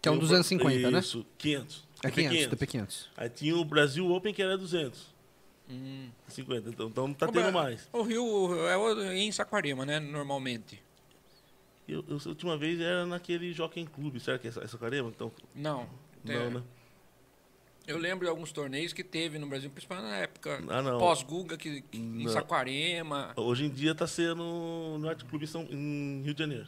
[SPEAKER 1] Que é um
[SPEAKER 3] Tem o-
[SPEAKER 1] 250, né?
[SPEAKER 3] Isso, 500.
[SPEAKER 1] É 500,
[SPEAKER 3] 500.
[SPEAKER 1] TP 500.
[SPEAKER 3] Aí tinha o Brasil Open que era 200. 50, então, então não tá
[SPEAKER 2] O
[SPEAKER 3] tendo
[SPEAKER 2] Bra-
[SPEAKER 3] mais.
[SPEAKER 2] O Rio é o- em Saquarema, né? Normalmente.
[SPEAKER 3] Eu, eu- a última vez era naquele Jockey Club, será que é essa carema? Então,
[SPEAKER 2] Não. É.
[SPEAKER 3] não, né?
[SPEAKER 2] Eu lembro de alguns torneios que teve no Brasil, principalmente na época
[SPEAKER 3] Ah, não.
[SPEAKER 2] pós-Guga, que, que- em
[SPEAKER 3] Não.
[SPEAKER 2] Saquarema.
[SPEAKER 3] Hoje em dia tá sendo no Art Club em São- em Rio de Janeiro.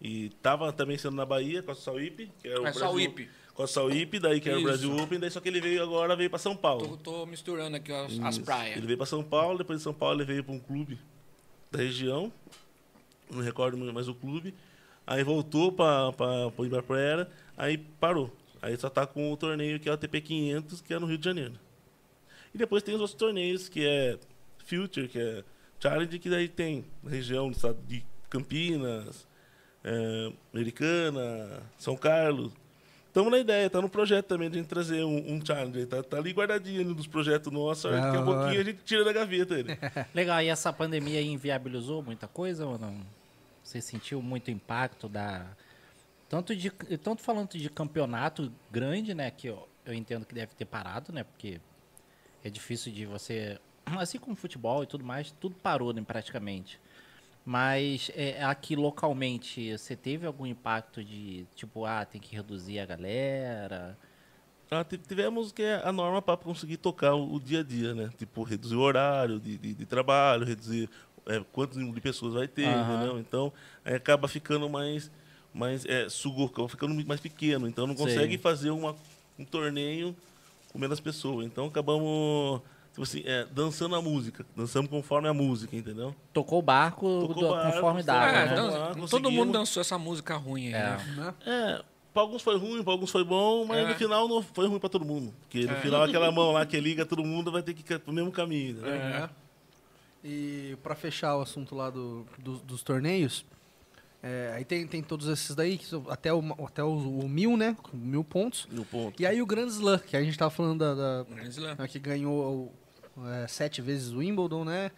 [SPEAKER 3] E tava também sendo na Bahia, com a Sauípe, que era o
[SPEAKER 2] É
[SPEAKER 3] Brasil.
[SPEAKER 2] Sauípe.
[SPEAKER 3] Com a Sauípe, daí que era
[SPEAKER 2] Isso.
[SPEAKER 3] o Brasil Open, daí só que ele veio agora, veio pra São Paulo.
[SPEAKER 2] Tô, tô misturando aqui as, as
[SPEAKER 3] Isso.
[SPEAKER 2] praias.
[SPEAKER 3] Ele veio pra São Paulo, depois de São Paulo ele veio pra um clube da região, não recordo mais o clube. Aí voltou para o Ibirapuera, aí parou. Aí só tá com o torneio que é o ATP 500, que é no Rio de Janeiro. E depois tem os outros torneios, que é Future, que é Challenge, que daí tem na região do estado de Campinas, é, Americana, São Carlos. Estamos na ideia, tá no projeto também de a gente trazer um, um challenge. Tá, tá ali guardadinho ali nos projetos nossos.
[SPEAKER 1] Da
[SPEAKER 3] Daqui a pouquinho
[SPEAKER 1] hora.
[SPEAKER 3] a gente tira da gaveta ele.
[SPEAKER 4] Legal, e essa pandemia aí inviabilizou muita coisa ou não? Você sentiu muito impacto da. Tanto, de, tanto falando de campeonato grande, né? Que eu, eu entendo que deve ter parado, né? Porque é difícil de você. Assim como futebol e tudo mais, tudo parou, né, praticamente. Mas é, aqui localmente, você teve algum impacto de tipo, ah, tem que reduzir a galera?
[SPEAKER 3] Ah, ti- tivemos que é a norma para conseguir tocar o, o dia a dia, né? Tipo, reduzir o horário de, de- de trabalho, reduzir é, quantos número de pessoas vai ter,
[SPEAKER 4] Aham.
[SPEAKER 3] entendeu? Então, aí acaba ficando mais, mais é, sugo, acaba ficando muito mais pequeno. Então, não
[SPEAKER 4] Sim.
[SPEAKER 3] consegue fazer uma, um torneio com menos pessoas. Então, acabamos, tipo assim, é, dançando a música. Dançamos conforme a música, entendeu?
[SPEAKER 4] Tocou o barco
[SPEAKER 3] Tocou
[SPEAKER 4] do-
[SPEAKER 3] o barco,
[SPEAKER 4] conforme
[SPEAKER 2] Ah,
[SPEAKER 4] dava,
[SPEAKER 3] é,
[SPEAKER 4] né?
[SPEAKER 3] então-
[SPEAKER 2] dan-
[SPEAKER 3] lá,
[SPEAKER 2] todo
[SPEAKER 3] conseguimos.
[SPEAKER 2] mundo dançou essa música ruim aí,
[SPEAKER 4] É.
[SPEAKER 2] né?
[SPEAKER 1] Né?
[SPEAKER 3] É, pra alguns foi ruim, pra alguns foi bom, mas
[SPEAKER 2] É.
[SPEAKER 3] no final não foi ruim pra todo mundo. Porque no final aquela mão lá que liga todo mundo vai ter que ir pro mesmo caminho, né? entendeu?
[SPEAKER 1] É. E pra fechar o assunto lá do, dos- dos torneios, é, aí tem, tem todos esses daí, que são até, o, até o, o mil, né? Com Mil pontos.
[SPEAKER 3] No ponto.
[SPEAKER 1] E aí o Grand Slam, que a gente tava falando da, da-
[SPEAKER 2] Grand Slam.
[SPEAKER 1] né, que ganhou é, sete vezes o Wimbledon, né?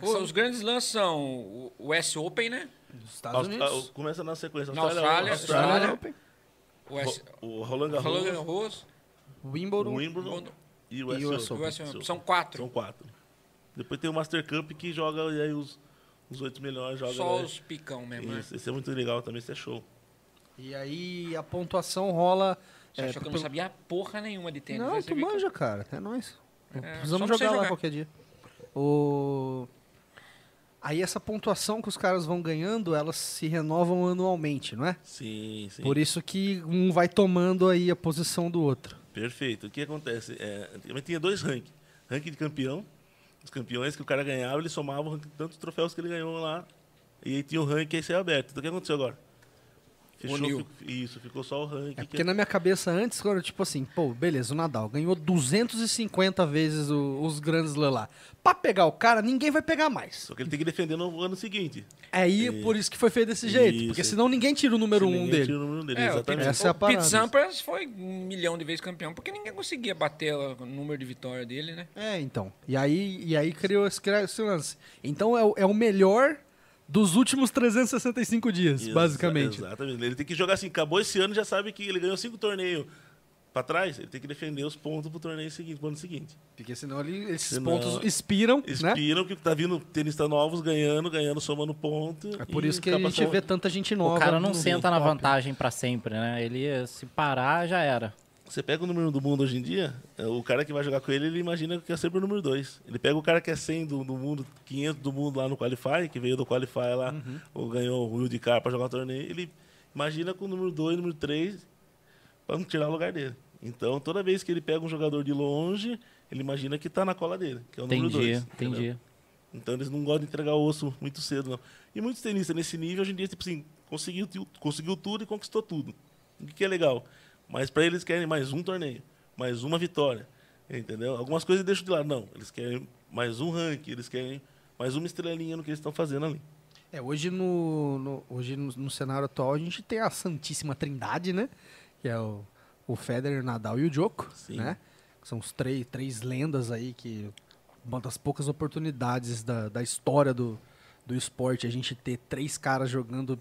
[SPEAKER 2] Pô, os grandes lãs são o- o S Open, né?
[SPEAKER 1] Dos Estados
[SPEAKER 3] Aust-
[SPEAKER 1] Unidos.
[SPEAKER 3] ah, Começa na sequência.
[SPEAKER 2] Na
[SPEAKER 3] Austrália,
[SPEAKER 2] Austrália,
[SPEAKER 1] Australian
[SPEAKER 2] Austrália.
[SPEAKER 1] Open,
[SPEAKER 2] O S...
[SPEAKER 3] Ro- o Roland Garros,
[SPEAKER 2] Roland Garros,
[SPEAKER 1] Wimbledon.
[SPEAKER 3] o Wimbledon
[SPEAKER 2] Wimbledon.
[SPEAKER 3] e o
[SPEAKER 1] E o
[SPEAKER 3] US
[SPEAKER 1] US
[SPEAKER 2] o
[SPEAKER 3] Open.
[SPEAKER 2] US Open. São quatro.
[SPEAKER 3] São quatro. Depois tem o Master Cup que joga e aí os, os oito melhores jogam.
[SPEAKER 2] Só
[SPEAKER 3] né?
[SPEAKER 2] os picão mesmo, né?
[SPEAKER 3] Isso, esse é muito legal também, esse é show.
[SPEAKER 1] E aí a pontuação rola.
[SPEAKER 2] Você
[SPEAKER 1] é,
[SPEAKER 2] achou que eu
[SPEAKER 1] pelo-
[SPEAKER 2] não sabia porra nenhuma de tênis?
[SPEAKER 1] Não,
[SPEAKER 2] né? Você
[SPEAKER 1] tu
[SPEAKER 2] viu que-
[SPEAKER 1] manja, cara. É nóis.
[SPEAKER 2] só
[SPEAKER 1] Precisamos
[SPEAKER 2] não sei
[SPEAKER 1] jogar lá
[SPEAKER 2] jogar.
[SPEAKER 1] qualquer dia. O... Aí essa pontuação que os caras vão ganhando, elas se renovam anualmente, não é?
[SPEAKER 3] Sim, sim.
[SPEAKER 1] Por isso que um vai tomando aí a posição do outro.
[SPEAKER 3] Perfeito. O que acontece? É, antigamente tinha dois rankings. Ranking de campeão. Os campeões que o cara ganhava, ele somava o ranking de tantos troféus que ele ganhou lá. E aí tinha o ranking aí saiu aberto. Então o que aconteceu agora?
[SPEAKER 2] Uniu.
[SPEAKER 3] fico- isso, ficou só o ranking.
[SPEAKER 1] É
[SPEAKER 3] que-
[SPEAKER 1] porque na minha cabeça antes, quando eu, tipo assim, pô, beleza, o Nadal ganhou 250 vezes o- os grandes Slam lá. Pra pegar o cara, ninguém vai pegar mais.
[SPEAKER 3] Só que ele tem que defender no ano seguinte.
[SPEAKER 1] Aí, por isso que foi feito desse jeito.
[SPEAKER 3] Isso.
[SPEAKER 1] Porque senão ninguém tira o número
[SPEAKER 3] Se
[SPEAKER 1] um
[SPEAKER 3] ninguém
[SPEAKER 1] dele.
[SPEAKER 3] tira o número dele,
[SPEAKER 2] É, o
[SPEAKER 3] exatamente.
[SPEAKER 2] Pete-
[SPEAKER 1] Essa é a
[SPEAKER 2] o Pete
[SPEAKER 1] parada.
[SPEAKER 2] Sampras foi um milhão de vezes campeão, porque ninguém conseguia bater o número de vitória dele, né?
[SPEAKER 1] É, então. E aí, e aí criou, esse, criou esse lance. Então é, o- é o melhor dos últimos 365 dias,
[SPEAKER 3] Exa-
[SPEAKER 1] basicamente.
[SPEAKER 3] Exatamente. Ele tem que jogar assim, acabou esse ano, já sabe que ele ganhou cinco torneios pra trás, ele tem que defender os pontos pro torneio seguinte, pro ano seguinte.
[SPEAKER 1] Porque senão ele- esses
[SPEAKER 3] Senão-
[SPEAKER 1] pontos expiram, né?
[SPEAKER 3] Expiram que tá vindo tenista novos ganhando, ganhando, somando ponto.
[SPEAKER 1] É por
[SPEAKER 3] e
[SPEAKER 1] isso que a
[SPEAKER 3] acaba
[SPEAKER 1] gente
[SPEAKER 3] só-
[SPEAKER 1] vê tanta gente nova.
[SPEAKER 4] O cara não
[SPEAKER 1] no-
[SPEAKER 4] senta
[SPEAKER 1] no
[SPEAKER 4] na
[SPEAKER 1] top.
[SPEAKER 4] vantagem pra sempre, né? Ele se parar já era.
[SPEAKER 3] Você pega o número um do mundo hoje em dia, é, o cara que vai jogar com ele, ele imagina que é sempre o número dois. Ele pega o cara que é 100 do, do mundo, 500 do mundo lá no Qualify, que veio do Qualify lá,
[SPEAKER 4] Uhum.
[SPEAKER 3] ou ganhou o Rio de Car pra jogar o torneio, ele imagina com o número dois, número três, pra não tirar o lugar dele. Então, toda vez que ele pega um jogador de longe, ele imagina que tá na cola dele, que é o número
[SPEAKER 4] Entendi,
[SPEAKER 3] dois.
[SPEAKER 4] entendi.
[SPEAKER 3] entendeu? Então eles não gostam de entregar o osso muito cedo, não. E muitos tenistas nesse nível, hoje em dia, tipo assim, conseguiu, tu- conseguiu tudo e conquistou tudo. O que que é legal. Mas para eles querem mais um torneio, mais uma vitória. Entendeu? Algumas coisas deixam de lado. Não, eles querem mais um ranking, eles querem mais uma estrelinha no que eles estão fazendo ali.
[SPEAKER 1] É, hoje no, no- hoje no, no cenário atual a gente tem a Santíssima Trindade, né? Que é o, o Federer, Nadal e o Djoko,
[SPEAKER 3] Sim.
[SPEAKER 1] né? Que são os três, três lendas aí que uma das poucas oportunidades da, da história do, do esporte a gente ter três caras jogando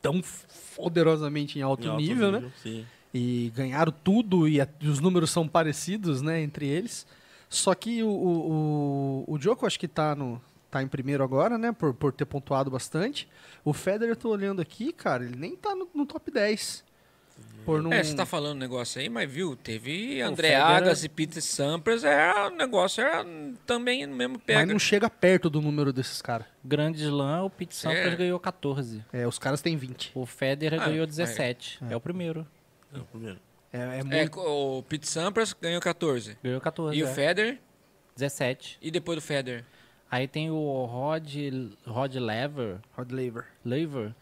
[SPEAKER 1] tão poderosamente em alto,
[SPEAKER 3] Em alto
[SPEAKER 1] nível, né?
[SPEAKER 3] Sim.
[SPEAKER 1] e ganharam tudo e, a- e os números são parecidos, né, entre eles. Só que o, o, o, o Djoko acho que tá, no, tá em primeiro agora, né, por, por ter pontuado bastante. O Federer, eu tô olhando aqui, cara, ele nem tá no, no top 10. Por não...
[SPEAKER 2] É, você tá falando um negócio aí, mas viu, teve
[SPEAKER 4] O
[SPEAKER 2] André
[SPEAKER 4] Federer-
[SPEAKER 2] Agassi, Pete Sampras, é, o negócio é também no mesmo
[SPEAKER 1] Mas
[SPEAKER 2] pega.
[SPEAKER 1] não chega perto do número desses caras.
[SPEAKER 4] Grande Slam, o Pete Sampras
[SPEAKER 2] É.
[SPEAKER 4] ganhou 14.
[SPEAKER 1] É, os caras têm 20.
[SPEAKER 4] O Federer
[SPEAKER 2] Ah,
[SPEAKER 4] ganhou
[SPEAKER 2] é.
[SPEAKER 4] 17. É. o primeiro.
[SPEAKER 3] É o primeiro.
[SPEAKER 1] É, é muito...
[SPEAKER 2] É, o Pete Sampras ganhou 14.
[SPEAKER 4] Ganhou 14.
[SPEAKER 2] E o
[SPEAKER 4] é.
[SPEAKER 2] Federer,
[SPEAKER 4] 17.
[SPEAKER 2] e depois do Federer.
[SPEAKER 4] Aí tem o Rod, Rod Lever,
[SPEAKER 1] Rod Laver.
[SPEAKER 4] Lever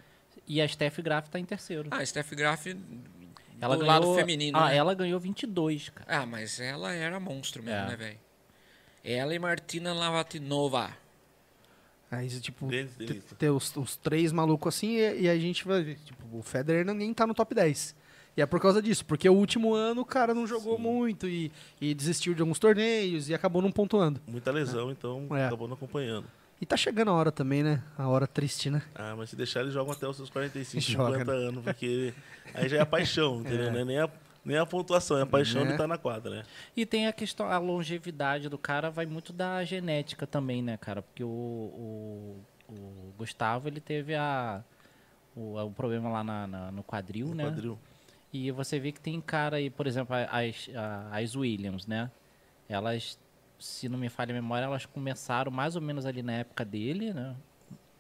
[SPEAKER 4] e a Steph Graf tá em terceiro.
[SPEAKER 2] Ah, Steph Graf do lado feminino.
[SPEAKER 4] Ah,
[SPEAKER 2] né?
[SPEAKER 4] ela ganhou 22, cara.
[SPEAKER 2] Ah, mas ela era monstro mesmo,
[SPEAKER 4] É.
[SPEAKER 2] né, velho? Ela e Martina Lavatinova.
[SPEAKER 1] Aí, tipo,
[SPEAKER 3] Dennis,
[SPEAKER 1] te-
[SPEAKER 3] Dennis.
[SPEAKER 1] ter os, os três malucos assim e, e a gente vai ver. Tipo, o Federer nem tá no top 10. E é por causa disso, porque o último ano o cara não jogou muito e, e desistiu de alguns torneios e acabou não pontuando.
[SPEAKER 3] Muita lesão, então
[SPEAKER 1] É.
[SPEAKER 3] acabou não acompanhando.
[SPEAKER 1] E tá chegando a hora também, né? A hora triste, né?
[SPEAKER 3] Ah, mas se deixar, eles jogam até os seus 45,
[SPEAKER 1] Joga, né?
[SPEAKER 3] 50 anos, porque aí já é a paixão, entendeu? Não é nem a, nem a pontuação, é a paixão
[SPEAKER 1] Né?
[SPEAKER 3] de estar na quadra, né?
[SPEAKER 4] E tem a questão, a longevidade do cara vai muito da genética também, né, cara? Porque o, o- o Gustavo, ele teve a, o, o problema lá na- na- no quadril,
[SPEAKER 3] No
[SPEAKER 4] né?
[SPEAKER 3] quadril.
[SPEAKER 4] E você vê que tem cara aí, por exemplo, a- as, a- as Williams, né? Elas, se não me falha a memória, elas começaram mais ou menos ali na época dele, né?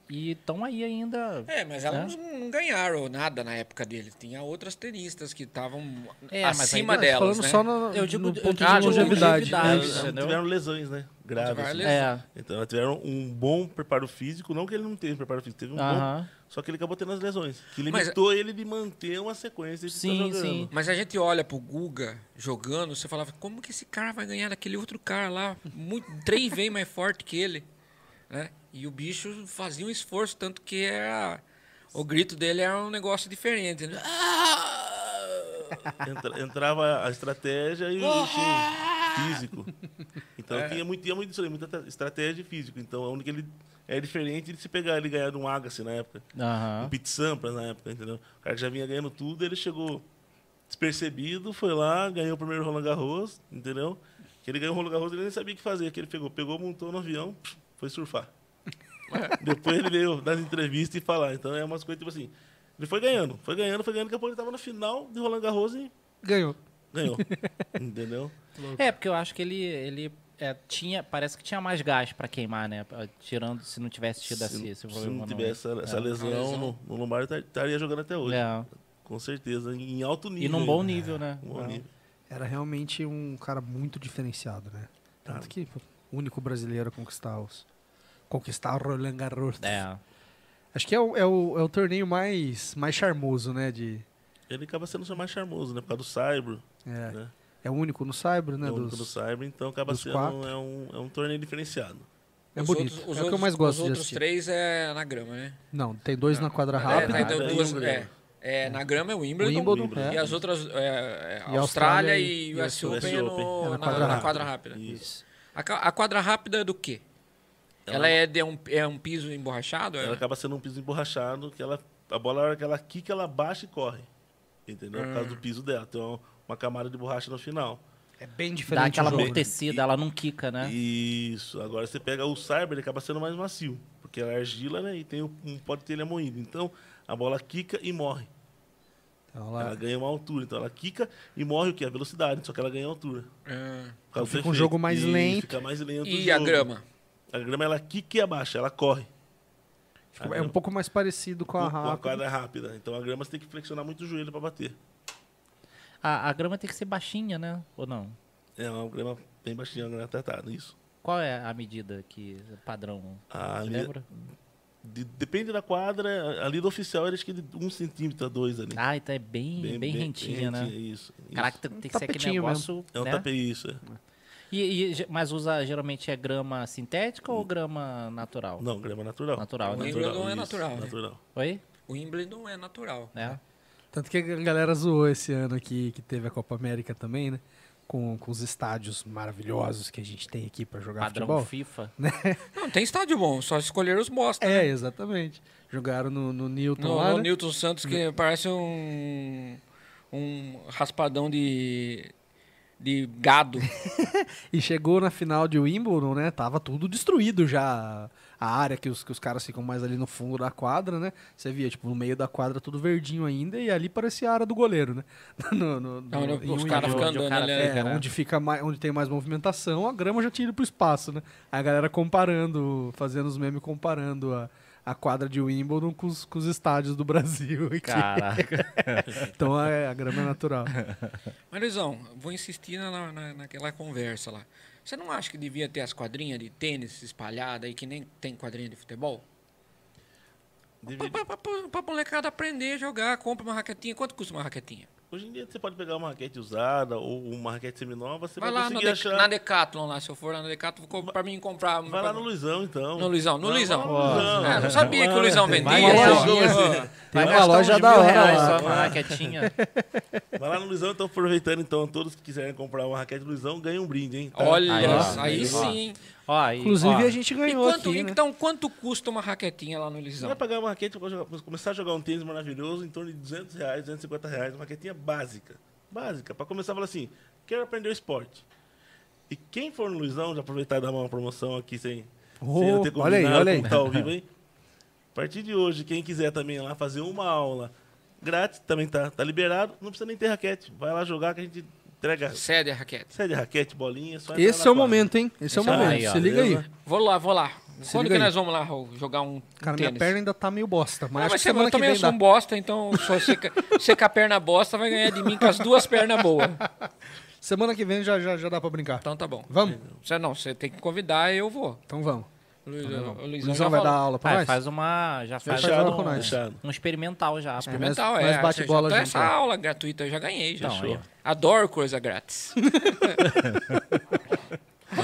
[SPEAKER 4] E estão aí ainda.
[SPEAKER 2] É, mas elas não ganharam nada na época dele. Tinha outras tenistas que estavam
[SPEAKER 4] É, mas
[SPEAKER 2] acima
[SPEAKER 4] ainda-
[SPEAKER 1] Mas
[SPEAKER 2] delas,
[SPEAKER 1] falando
[SPEAKER 2] né?
[SPEAKER 1] só no,
[SPEAKER 4] Eu digo-
[SPEAKER 1] no
[SPEAKER 4] eu
[SPEAKER 1] ponto
[SPEAKER 4] digo
[SPEAKER 1] de
[SPEAKER 4] de
[SPEAKER 1] longevidade.
[SPEAKER 4] Ah,
[SPEAKER 3] Elas
[SPEAKER 4] longevidade.
[SPEAKER 1] Isso.
[SPEAKER 3] não
[SPEAKER 4] entendeu?
[SPEAKER 3] É, tiveram lesões, né? Graves.
[SPEAKER 2] Tiveram
[SPEAKER 3] né?
[SPEAKER 2] lesões.
[SPEAKER 4] É.
[SPEAKER 3] Então elas tiveram um bom preparo físico, não que ele não teve preparo físico, teve um bom.
[SPEAKER 4] Aham.
[SPEAKER 3] Só que ele acabou tendo as lesões. Que
[SPEAKER 2] Mas-
[SPEAKER 3] limitou ele de manter uma sequência de
[SPEAKER 4] Sim,
[SPEAKER 3] estar jogando.
[SPEAKER 4] sim.
[SPEAKER 2] Mas a gente olha pro Guga jogando, você falava, como que esse cara vai ganhar daquele outro cara lá? Muito, três vezes mais forte que ele. Né? E o bicho fazia um esforço, tanto que era. O grito dele era um negócio diferente. né? Ah!
[SPEAKER 3] Entra- entrava a estratégia e o e o time físico. Então
[SPEAKER 2] É.
[SPEAKER 3] tinha, muito, tinha muito isso aí, muita tra- estratégia e físico. Então a única ele é diferente de se pegar ele ganhar de um Agassi na época,
[SPEAKER 4] É, Aham.
[SPEAKER 3] um Pete Sampras na época, entendeu? O cara que já vinha ganhando tudo, ele chegou despercebido, foi lá, ganhou o primeiro Roland Garros, entendeu? Que ele ganhou o Roland Garros, ele nem sabia o que fazer, que ele pegou, pegou, montou no avião, pff, foi surfar. Depois ele veio nas entrevistas e falar. Então é umas coisas tipo assim. Ele foi ganhando, foi ganhando, foi ganhando, daqui a pouco ele tava na final de Roland Garros e
[SPEAKER 1] É. Ganhou.
[SPEAKER 3] ganhou. Entendeu?
[SPEAKER 4] É, porque eu acho que ele, ele é, tinha. Parece que tinha mais gás pra queimar, né? Ah, Tirando se não tivesse tido esse, esse
[SPEAKER 3] se
[SPEAKER 4] problema.
[SPEAKER 3] não
[SPEAKER 4] no-
[SPEAKER 3] tivesse essa, essa
[SPEAKER 4] é.
[SPEAKER 3] lesão,
[SPEAKER 2] lesão.
[SPEAKER 3] No, no Lombardi, tá- estaria jogando até hoje.
[SPEAKER 4] É.
[SPEAKER 3] Com certeza, em alto nível.
[SPEAKER 4] E num bom
[SPEAKER 3] né?
[SPEAKER 4] nível, né?
[SPEAKER 3] Um bom
[SPEAKER 4] É.
[SPEAKER 3] nível.
[SPEAKER 1] Era realmente um cara muito diferenciado, né? Tanto que pô, o único brasileiro a conquistar os. Conquistar o Roland Garros.
[SPEAKER 4] É.
[SPEAKER 1] Acho que é o, é o, é o torneio mais, mais charmoso, né? De,
[SPEAKER 3] Ele acaba sendo só mais charmoso, né? Por causa do Saibro.
[SPEAKER 1] é,
[SPEAKER 3] Né?
[SPEAKER 1] é o único no Saibro, né?
[SPEAKER 3] É o único
[SPEAKER 1] dos-
[SPEAKER 3] do Saibro, então acaba
[SPEAKER 1] dos
[SPEAKER 3] sendo
[SPEAKER 1] quatro.
[SPEAKER 3] é um, é um torneio diferenciado.
[SPEAKER 1] É
[SPEAKER 2] Os
[SPEAKER 1] bonito.
[SPEAKER 2] outros-
[SPEAKER 1] é o
[SPEAKER 2] os
[SPEAKER 1] que eu
[SPEAKER 2] outros-
[SPEAKER 1] mais gosto
[SPEAKER 2] Os
[SPEAKER 1] de
[SPEAKER 2] outros
[SPEAKER 1] assistir.
[SPEAKER 2] três é na grama, né?
[SPEAKER 1] Não, tem dois na quadra
[SPEAKER 2] É,
[SPEAKER 1] rápida.
[SPEAKER 2] é, então
[SPEAKER 3] rápida e
[SPEAKER 2] duas-
[SPEAKER 3] Wimbledon.
[SPEAKER 2] é, é, na grama é o Wimbledon.
[SPEAKER 1] Wimbledon,
[SPEAKER 2] E
[SPEAKER 1] é.
[SPEAKER 2] as outras, é, é,
[SPEAKER 1] E
[SPEAKER 2] Austrália,
[SPEAKER 1] Austrália
[SPEAKER 2] e
[SPEAKER 1] e
[SPEAKER 2] US
[SPEAKER 3] US
[SPEAKER 2] Open, é no-
[SPEAKER 3] Open.
[SPEAKER 1] É
[SPEAKER 2] na,
[SPEAKER 1] na
[SPEAKER 2] na
[SPEAKER 1] quadra
[SPEAKER 2] quadra
[SPEAKER 1] rápida.
[SPEAKER 2] rápida.
[SPEAKER 3] Isso.
[SPEAKER 1] Isso.
[SPEAKER 2] A, ca- a quadra rápida é do quê? Ela, é, de um, é um piso emborrachado? É?
[SPEAKER 3] Ela acaba sendo um piso emborrachado, que ela, a bola, na hora que ela quica, ela baixa e corre. Entendeu? Por causa
[SPEAKER 2] Hum.
[SPEAKER 3] do piso dela. Tem uma, uma camada de borracha no final.
[SPEAKER 1] É bem
[SPEAKER 4] Dá
[SPEAKER 1] diferente.
[SPEAKER 4] aquela
[SPEAKER 1] o jogo, né?
[SPEAKER 4] amortecida, ela não quica, né?
[SPEAKER 3] Isso. Agora você pega o cyber, ele acaba sendo mais macio, porque ela é argila, né? E tem um, um pode ter ele moído. Então a bola quica e morre.
[SPEAKER 2] É,
[SPEAKER 1] Então,
[SPEAKER 3] Ela
[SPEAKER 1] lá,
[SPEAKER 3] ganha uma altura. Então ela quica e morre o quê? A velocidade, só que ela ganha altura.
[SPEAKER 2] Ah,
[SPEAKER 3] Por causa do
[SPEAKER 1] Fica um
[SPEAKER 3] efeito.
[SPEAKER 1] jogo mais
[SPEAKER 3] Isso,
[SPEAKER 1] lento.
[SPEAKER 3] Fica mais lento. o
[SPEAKER 2] E a
[SPEAKER 3] jogo.
[SPEAKER 2] grama?
[SPEAKER 3] A grama ela quica e abaixa, ela corre.
[SPEAKER 1] fica- é um pouco mais parecido com a
[SPEAKER 3] Com a
[SPEAKER 1] rápida.
[SPEAKER 3] quadra rápida. Então a grama você tem que flexionar muito o joelho para bater.
[SPEAKER 4] A, a grama tem que ser baixinha, né? Ou não?
[SPEAKER 3] É uma grama bem baixinha, uma grama tratada, isso.
[SPEAKER 4] Qual é a medida que padrão?
[SPEAKER 3] Ah,
[SPEAKER 4] Você
[SPEAKER 3] ali-
[SPEAKER 4] lembra?
[SPEAKER 3] de- depende da quadra, a lida oficial era acho que de um centímetro a dois ali.
[SPEAKER 4] Ah, então é bem, bem, rentinha, né?
[SPEAKER 3] é Isso. isso.
[SPEAKER 4] Caraca, tem, tem que ser aquele
[SPEAKER 1] Um tapetinho mesmo.
[SPEAKER 4] negócio.
[SPEAKER 3] É um
[SPEAKER 4] né?
[SPEAKER 3] tapete, isso. é.
[SPEAKER 4] E- e ge- mas usa geralmente é grama sintética ou grama natural?
[SPEAKER 3] Hum. Não, grama natural.
[SPEAKER 4] Natural, né?
[SPEAKER 2] Wimbledon é
[SPEAKER 3] isso,
[SPEAKER 2] natural, né?
[SPEAKER 3] natural.
[SPEAKER 4] Oi?
[SPEAKER 2] O Wimbledon é natural.
[SPEAKER 4] É.
[SPEAKER 1] Tanto que a galera zoou esse ano aqui, que teve a Copa América também, né? Com, com os estádios maravilhosos que a gente tem aqui pra jogar
[SPEAKER 4] Padrão
[SPEAKER 1] futebol.
[SPEAKER 4] FIFA.
[SPEAKER 2] Não, tem estádio bom, só escolheram os bosta.
[SPEAKER 1] É, exatamente. Jogaram no, no Newton
[SPEAKER 2] No,
[SPEAKER 1] lá,
[SPEAKER 2] no
[SPEAKER 1] né?
[SPEAKER 2] Newton Santos, que parece um, um raspadão de, de gado. Tá,
[SPEAKER 1] E chegou na final de Wimbledon, né? Tava tudo destruído já. A área que os, que os caras ficam mais ali no fundo da quadra, né? Você via, tipo, no meio da quadra tudo verdinho ainda, e ali parecia a área do goleiro, né? No- no- no-
[SPEAKER 2] Não, não,
[SPEAKER 1] em
[SPEAKER 2] os
[SPEAKER 1] Wimbledon.
[SPEAKER 2] caras ficam
[SPEAKER 4] É onde o
[SPEAKER 2] andando
[SPEAKER 4] cara
[SPEAKER 2] ali.
[SPEAKER 4] fica,
[SPEAKER 1] É,
[SPEAKER 4] né?
[SPEAKER 1] onde, fica mais, onde tem mais movimentação, a grama já tinha ido pro espaço, né? A galera comparando, fazendo os memes comparando a, a quadra de Wimbledon com os, com os estádios do Brasil. aqui.
[SPEAKER 4] Caraca.
[SPEAKER 1] Então é, a grama é natural.
[SPEAKER 2] Marizão, vou insistir na, na- na- naquela conversa lá. Você não acha que devia ter as quadrinhas de tênis espalhadas aí, que nem tem quadrinha de futebol?
[SPEAKER 3] Deveria.
[SPEAKER 2] Pra, pra, pra, pra molecada aprender a jogar, compra uma raquetinha. Quanto custa uma raquetinha?
[SPEAKER 3] Hoje em dia você pode pegar uma raquete usada ou uma raquete seminova, você
[SPEAKER 2] Vai
[SPEAKER 3] vai
[SPEAKER 2] lá na,
[SPEAKER 3] conseguir
[SPEAKER 2] Dec
[SPEAKER 3] achar.
[SPEAKER 2] na Decathlon lá, se eu for lá na Decathlon, vou co- pra mim comprar. uma-
[SPEAKER 3] Vai lá no Luizão, então.
[SPEAKER 2] No Luizão, no
[SPEAKER 3] Vai lá
[SPEAKER 2] Luizão.
[SPEAKER 3] Luizão.
[SPEAKER 2] É, não sabia que o Luizão vendia.
[SPEAKER 4] Vai
[SPEAKER 1] uma
[SPEAKER 2] só.
[SPEAKER 1] lojinha, Tem
[SPEAKER 2] Pô.
[SPEAKER 4] Vai
[SPEAKER 1] uma
[SPEAKER 4] gastar
[SPEAKER 1] loja
[SPEAKER 4] uns
[SPEAKER 1] da
[SPEAKER 4] mil
[SPEAKER 1] hora
[SPEAKER 4] reais
[SPEAKER 1] lá.
[SPEAKER 4] só pra raquetinha.
[SPEAKER 3] Vai lá no Luizão, então aproveitando então, todos que quiserem comprar uma raquete Luizão, ganham um brinde, hein? Tá?
[SPEAKER 2] Olha,
[SPEAKER 4] Aí, ó.
[SPEAKER 2] aí,
[SPEAKER 4] Aí, ó.
[SPEAKER 2] sim.
[SPEAKER 4] Ó, e-
[SPEAKER 1] Inclusive,
[SPEAKER 4] ó,
[SPEAKER 1] a gente
[SPEAKER 2] E
[SPEAKER 1] ganhou
[SPEAKER 2] quanto,
[SPEAKER 1] aqui, né?
[SPEAKER 2] então, quanto custa uma raquetinha lá no
[SPEAKER 3] Você
[SPEAKER 2] Luizão?
[SPEAKER 3] vai pagar uma raquete, é pra jogar- pra começar a jogar um tênis maravilhoso em torno de 200 reais, 250 reais, uma raquetinha básica. Básica, pra começar a falar assim, quero aprender o esporte. E quem for no Luizão, já aproveitar e dar uma promoção aqui sem,
[SPEAKER 1] Oh,
[SPEAKER 3] sem eu ter
[SPEAKER 1] olha aí,
[SPEAKER 3] combinado,
[SPEAKER 1] olha aí.
[SPEAKER 3] como tá ao vivo aí. A partir de hoje, quem quiser também lá fazer uma aula grátis, também tá, tá liberado, não precisa nem ter raquete. Vai lá jogar que a gente entrega
[SPEAKER 2] Cede a raquete.
[SPEAKER 3] série de raquete, bolinha, só entrar
[SPEAKER 1] Esse
[SPEAKER 3] na
[SPEAKER 1] é o
[SPEAKER 3] quadra.
[SPEAKER 1] momento, hein? Esse é o
[SPEAKER 4] Esse é
[SPEAKER 1] momento.
[SPEAKER 4] aí, ó,
[SPEAKER 1] Se liga aí.
[SPEAKER 3] beleza?
[SPEAKER 2] Vou lá, vou lá.
[SPEAKER 1] Se
[SPEAKER 2] Quando
[SPEAKER 1] liga
[SPEAKER 2] que
[SPEAKER 1] aí.
[SPEAKER 2] nós vamos lá Raul, jogar um
[SPEAKER 1] Cara, minha
[SPEAKER 2] tênis?
[SPEAKER 1] perna ainda tá meio bosta, mas acho
[SPEAKER 2] Ah,
[SPEAKER 1] que
[SPEAKER 2] mas você-
[SPEAKER 1] semana
[SPEAKER 2] eu
[SPEAKER 1] que
[SPEAKER 2] também
[SPEAKER 1] vem
[SPEAKER 2] sou
[SPEAKER 1] dá.
[SPEAKER 2] um bosta, então se você, ca- você com a perna bosta vai ganhar de mim com as duas pernas boas.
[SPEAKER 1] Semana que vem já, já, já dá pra brincar.
[SPEAKER 2] Então tá bom.
[SPEAKER 1] Vamos?
[SPEAKER 2] Você não, você tem que convidar e eu vou.
[SPEAKER 1] Então vamos.
[SPEAKER 2] Luiz, o
[SPEAKER 1] O
[SPEAKER 2] Luizão já
[SPEAKER 1] Luizão vai dar
[SPEAKER 2] falou.
[SPEAKER 1] aula pra
[SPEAKER 4] Vai,
[SPEAKER 1] nós?
[SPEAKER 4] faz uma. Já faz
[SPEAKER 1] fechado
[SPEAKER 4] um,
[SPEAKER 1] com nós.
[SPEAKER 3] Fechado.
[SPEAKER 4] um experimental já.
[SPEAKER 1] É,
[SPEAKER 4] Primeiro-
[SPEAKER 2] Mental,
[SPEAKER 1] nós-
[SPEAKER 2] é.
[SPEAKER 1] nós bate
[SPEAKER 2] você
[SPEAKER 1] bola
[SPEAKER 2] já- então
[SPEAKER 1] junto,
[SPEAKER 2] essa
[SPEAKER 1] ó.
[SPEAKER 2] aula gratuita eu já ganhei. Já.
[SPEAKER 4] Então,
[SPEAKER 2] Show.
[SPEAKER 4] aí, ó.
[SPEAKER 2] Adoro coisa grátis.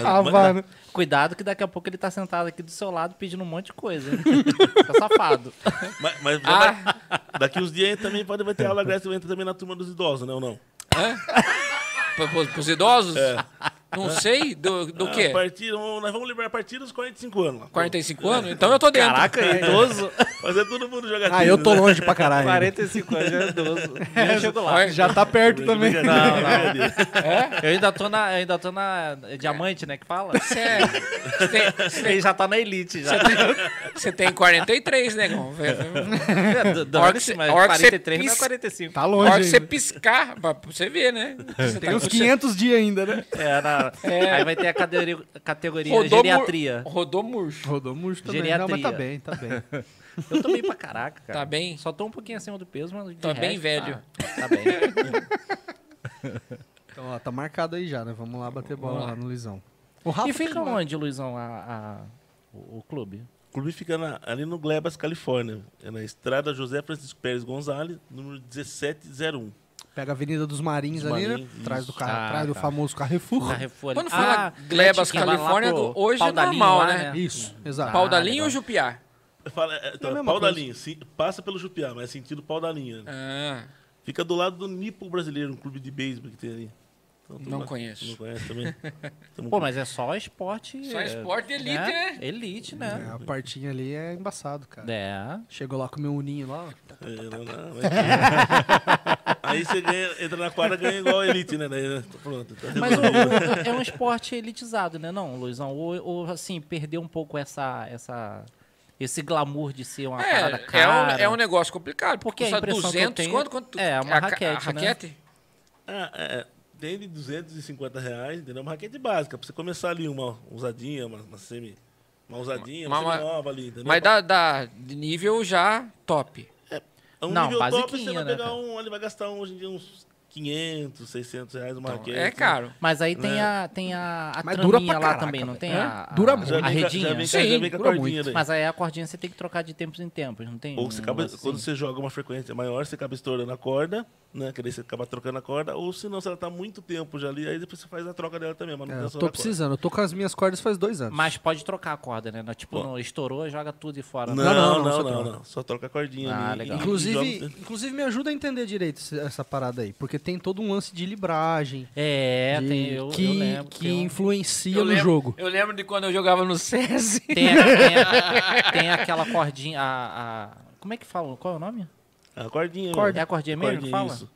[SPEAKER 1] Ah, vai, né?
[SPEAKER 4] Cuidado que daqui a pouco ele tá sentado aqui do seu lado pedindo um monte de coisa. hein? Fica safado.
[SPEAKER 3] Mas, mas já
[SPEAKER 1] Ah.
[SPEAKER 3] vai- daqui uns dias também pode vai ter
[SPEAKER 1] É.
[SPEAKER 3] aula grátis, entra também na turma dos idosos, né ou não?
[SPEAKER 2] Pra- pros- Pros idosos?
[SPEAKER 4] É.
[SPEAKER 2] Não sei. Do, do
[SPEAKER 3] Ah,
[SPEAKER 2] quê?
[SPEAKER 3] a partir- vamos- nós vamos liberar a partir dos 45 anos. lá.
[SPEAKER 2] 45 anos? Então eu tô dentro.
[SPEAKER 4] Caraca, é idoso.
[SPEAKER 3] Fazer todo mundo jogar né?
[SPEAKER 1] Ah, eu tô longe pra caralho.
[SPEAKER 4] 45 anos, já é idoso. Eu chego lá.
[SPEAKER 2] Olha,
[SPEAKER 1] Já tá perto também.
[SPEAKER 3] Não, não.
[SPEAKER 2] É?
[SPEAKER 4] Eu ainda tô na. Eu ainda tô na. é Diamante, né? Que fala?
[SPEAKER 2] Sério. Você é, tem- você tem,
[SPEAKER 4] Ele já tá na elite já.
[SPEAKER 2] você é tem 43, negão.
[SPEAKER 4] Da
[SPEAKER 2] hora que
[SPEAKER 4] Orcs,
[SPEAKER 2] cê-
[SPEAKER 4] mas
[SPEAKER 2] a hora que cê
[SPEAKER 4] 43 não é
[SPEAKER 2] pisca-
[SPEAKER 4] 45.
[SPEAKER 1] Tá
[SPEAKER 2] Na
[SPEAKER 1] longe.
[SPEAKER 2] hora que você
[SPEAKER 1] ainda.
[SPEAKER 2] piscar, pra pra você ver, né? Você
[SPEAKER 1] Tem
[SPEAKER 2] tá-
[SPEAKER 1] uns
[SPEAKER 2] você
[SPEAKER 1] 500 dias ainda, né?
[SPEAKER 4] É, na-
[SPEAKER 2] É.
[SPEAKER 4] Aí vai ter a categoria, categoria
[SPEAKER 2] rodou mur-
[SPEAKER 4] geriatria.
[SPEAKER 2] Rodou murcho.
[SPEAKER 1] Rodou murcho também.
[SPEAKER 4] Geriatria.
[SPEAKER 1] Não, mas tá bem, tá bem.
[SPEAKER 4] Eu tô bem pra caraca, cara.
[SPEAKER 2] Tá bem?
[SPEAKER 4] Só tô um pouquinho acima do peso, mas. de
[SPEAKER 2] Tá bem
[SPEAKER 4] resto,
[SPEAKER 2] velho.
[SPEAKER 4] Tá, tá bem.
[SPEAKER 1] Então, ó, tá marcado aí já, né? Vamos lá bater bola
[SPEAKER 2] lá.
[SPEAKER 1] lá no Lisão. O Rafa
[SPEAKER 4] E fica onde, Luizão, a- a- o, o clube?
[SPEAKER 3] O clube fica na- ali no Glebas, Califórnia. É na estrada José Francisco Pérez Gonzalez, número 1701.
[SPEAKER 1] Pega a Avenida dos Marins
[SPEAKER 3] Dos
[SPEAKER 1] ali, né?
[SPEAKER 3] Marins,
[SPEAKER 1] Atrás do, carro,
[SPEAKER 4] Ah,
[SPEAKER 1] atrás do
[SPEAKER 4] tá.
[SPEAKER 1] famoso Carrefour.
[SPEAKER 4] Carrefour.
[SPEAKER 2] Quando fala Glebas,
[SPEAKER 4] quem Ah, vai lá
[SPEAKER 2] Califórnia,
[SPEAKER 4] pro
[SPEAKER 2] hoje é
[SPEAKER 4] Pau da Linha
[SPEAKER 2] normal,
[SPEAKER 4] lá,
[SPEAKER 2] né?
[SPEAKER 1] Isso, exato.
[SPEAKER 2] Pau da
[SPEAKER 4] Ah,
[SPEAKER 2] linha
[SPEAKER 4] legal.
[SPEAKER 2] ou Jupiá?
[SPEAKER 3] Fala, é, tá,
[SPEAKER 1] a mesma
[SPEAKER 3] pau da
[SPEAKER 1] coisa.
[SPEAKER 3] linha, sim, passa pelo Jupiá, mas é sentido pau da linha. né?
[SPEAKER 2] Ah,
[SPEAKER 3] Fica do lado do Nipo Brasileiro, um clube de beisebol que tem ali. Então, tudo
[SPEAKER 2] Não
[SPEAKER 3] mais-
[SPEAKER 2] conheço.
[SPEAKER 3] Não conhece também? Tamo
[SPEAKER 4] Pô, mas é só esporte.
[SPEAKER 2] Só esporte elite, né?
[SPEAKER 4] Elite,
[SPEAKER 1] É,
[SPEAKER 4] né?
[SPEAKER 1] a partinha ali é embaçado, cara.
[SPEAKER 4] É.
[SPEAKER 1] Chegou lá com o meu uninho lá. ó.
[SPEAKER 3] É, não, não, mas- Aí você ganha, entra na quadra ganha igual a elite, né? Daí, tá pronto, tá
[SPEAKER 4] Mas o-
[SPEAKER 3] resolvido.
[SPEAKER 4] o- é um esporte elitizado, né, não, Luizão? Ou, ou, assim, perdeu um pouco essa, essa, esse glamour de ser uma
[SPEAKER 2] é,
[SPEAKER 4] parada
[SPEAKER 2] é um,
[SPEAKER 4] cara.
[SPEAKER 2] é um negócio complicado. Porque
[SPEAKER 4] Porque a
[SPEAKER 2] custa
[SPEAKER 4] impressão que eu
[SPEAKER 2] 200,
[SPEAKER 4] tenho-
[SPEAKER 2] quanto? quanto
[SPEAKER 4] É, uma
[SPEAKER 2] a ca-
[SPEAKER 4] raquete,
[SPEAKER 2] a
[SPEAKER 4] né?
[SPEAKER 2] raquete?
[SPEAKER 3] Ah, é, tem de 250 reais, entendeu? Uma raquete básica, pra você começar ali uma usadinha, uma, uma semi. Uma usadinha, uma,
[SPEAKER 2] Uma- uma-
[SPEAKER 3] semi-nova ali, entendeu?
[SPEAKER 2] Mas dá, dá de nível já top.
[SPEAKER 3] É um
[SPEAKER 4] Não,
[SPEAKER 3] nível top,
[SPEAKER 4] basiquinha,
[SPEAKER 3] você vai
[SPEAKER 4] né,
[SPEAKER 3] pegar
[SPEAKER 4] cara?
[SPEAKER 3] um, ele vai gastar um, hoje em dia uns 500, 600 reais uma raquete.
[SPEAKER 2] É caro.
[SPEAKER 4] Mas aí tem
[SPEAKER 3] Né?
[SPEAKER 4] a, tem a, a
[SPEAKER 1] Mas
[SPEAKER 4] traminha
[SPEAKER 1] dura pra
[SPEAKER 4] lá
[SPEAKER 1] caraca,
[SPEAKER 4] também, não
[SPEAKER 1] velho.
[SPEAKER 4] tem
[SPEAKER 1] É?
[SPEAKER 4] a, a,
[SPEAKER 1] Dura
[SPEAKER 4] a
[SPEAKER 1] muito.
[SPEAKER 3] Já vem, com- já
[SPEAKER 4] redinha?
[SPEAKER 3] vem,
[SPEAKER 2] Sim,
[SPEAKER 3] com- já vem com a
[SPEAKER 1] dura
[SPEAKER 3] cordinha daí.
[SPEAKER 4] Mas aí a cordinha você tem que trocar de tempos em tempos, não tem?
[SPEAKER 3] Ou você
[SPEAKER 4] um
[SPEAKER 3] acaba,
[SPEAKER 4] negócio
[SPEAKER 3] quando
[SPEAKER 4] assim?
[SPEAKER 3] você joga uma frequência maior, você acaba estourando a corda, né? Que daí você acaba trocando a corda, ou se não, se ela tá muito tempo já ali, aí depois você faz a troca dela também, mas
[SPEAKER 1] É,
[SPEAKER 3] não
[SPEAKER 1] eu tô precisando, eu tô com as minhas cordas faz dois anos. Tá.
[SPEAKER 4] Mas pode trocar a corda, né? Não, Tipo, não, estourou, joga tudo e fora.
[SPEAKER 3] Não,
[SPEAKER 4] né?
[SPEAKER 1] Não, não, não,
[SPEAKER 3] não, não,
[SPEAKER 1] só
[SPEAKER 3] não,
[SPEAKER 1] troca.
[SPEAKER 3] não. Só troca a cordinha
[SPEAKER 4] Ah,
[SPEAKER 3] ali.
[SPEAKER 4] legal.
[SPEAKER 3] e- e
[SPEAKER 1] Inclusive,
[SPEAKER 3] joga- um
[SPEAKER 1] inclusive me ajuda a entender direito esse- essa parada aí, porque tem todo um lance de libragem
[SPEAKER 4] É,
[SPEAKER 1] de-
[SPEAKER 4] tem, eu,
[SPEAKER 1] que,
[SPEAKER 4] eu lembro.
[SPEAKER 1] que
[SPEAKER 4] tem um-
[SPEAKER 1] influencia
[SPEAKER 2] eu,
[SPEAKER 1] no
[SPEAKER 2] lembro,
[SPEAKER 1] jogo.
[SPEAKER 2] eu lembro de quando eu jogava no SESI.
[SPEAKER 4] Tem, a- tem a- tem aquela cordinha, a, a- Como é que fala? Qual é o nome?
[SPEAKER 3] A Ah, cordinha.
[SPEAKER 4] Corda.
[SPEAKER 3] meu.
[SPEAKER 4] É a cordinha mesmo que fala?
[SPEAKER 3] isso.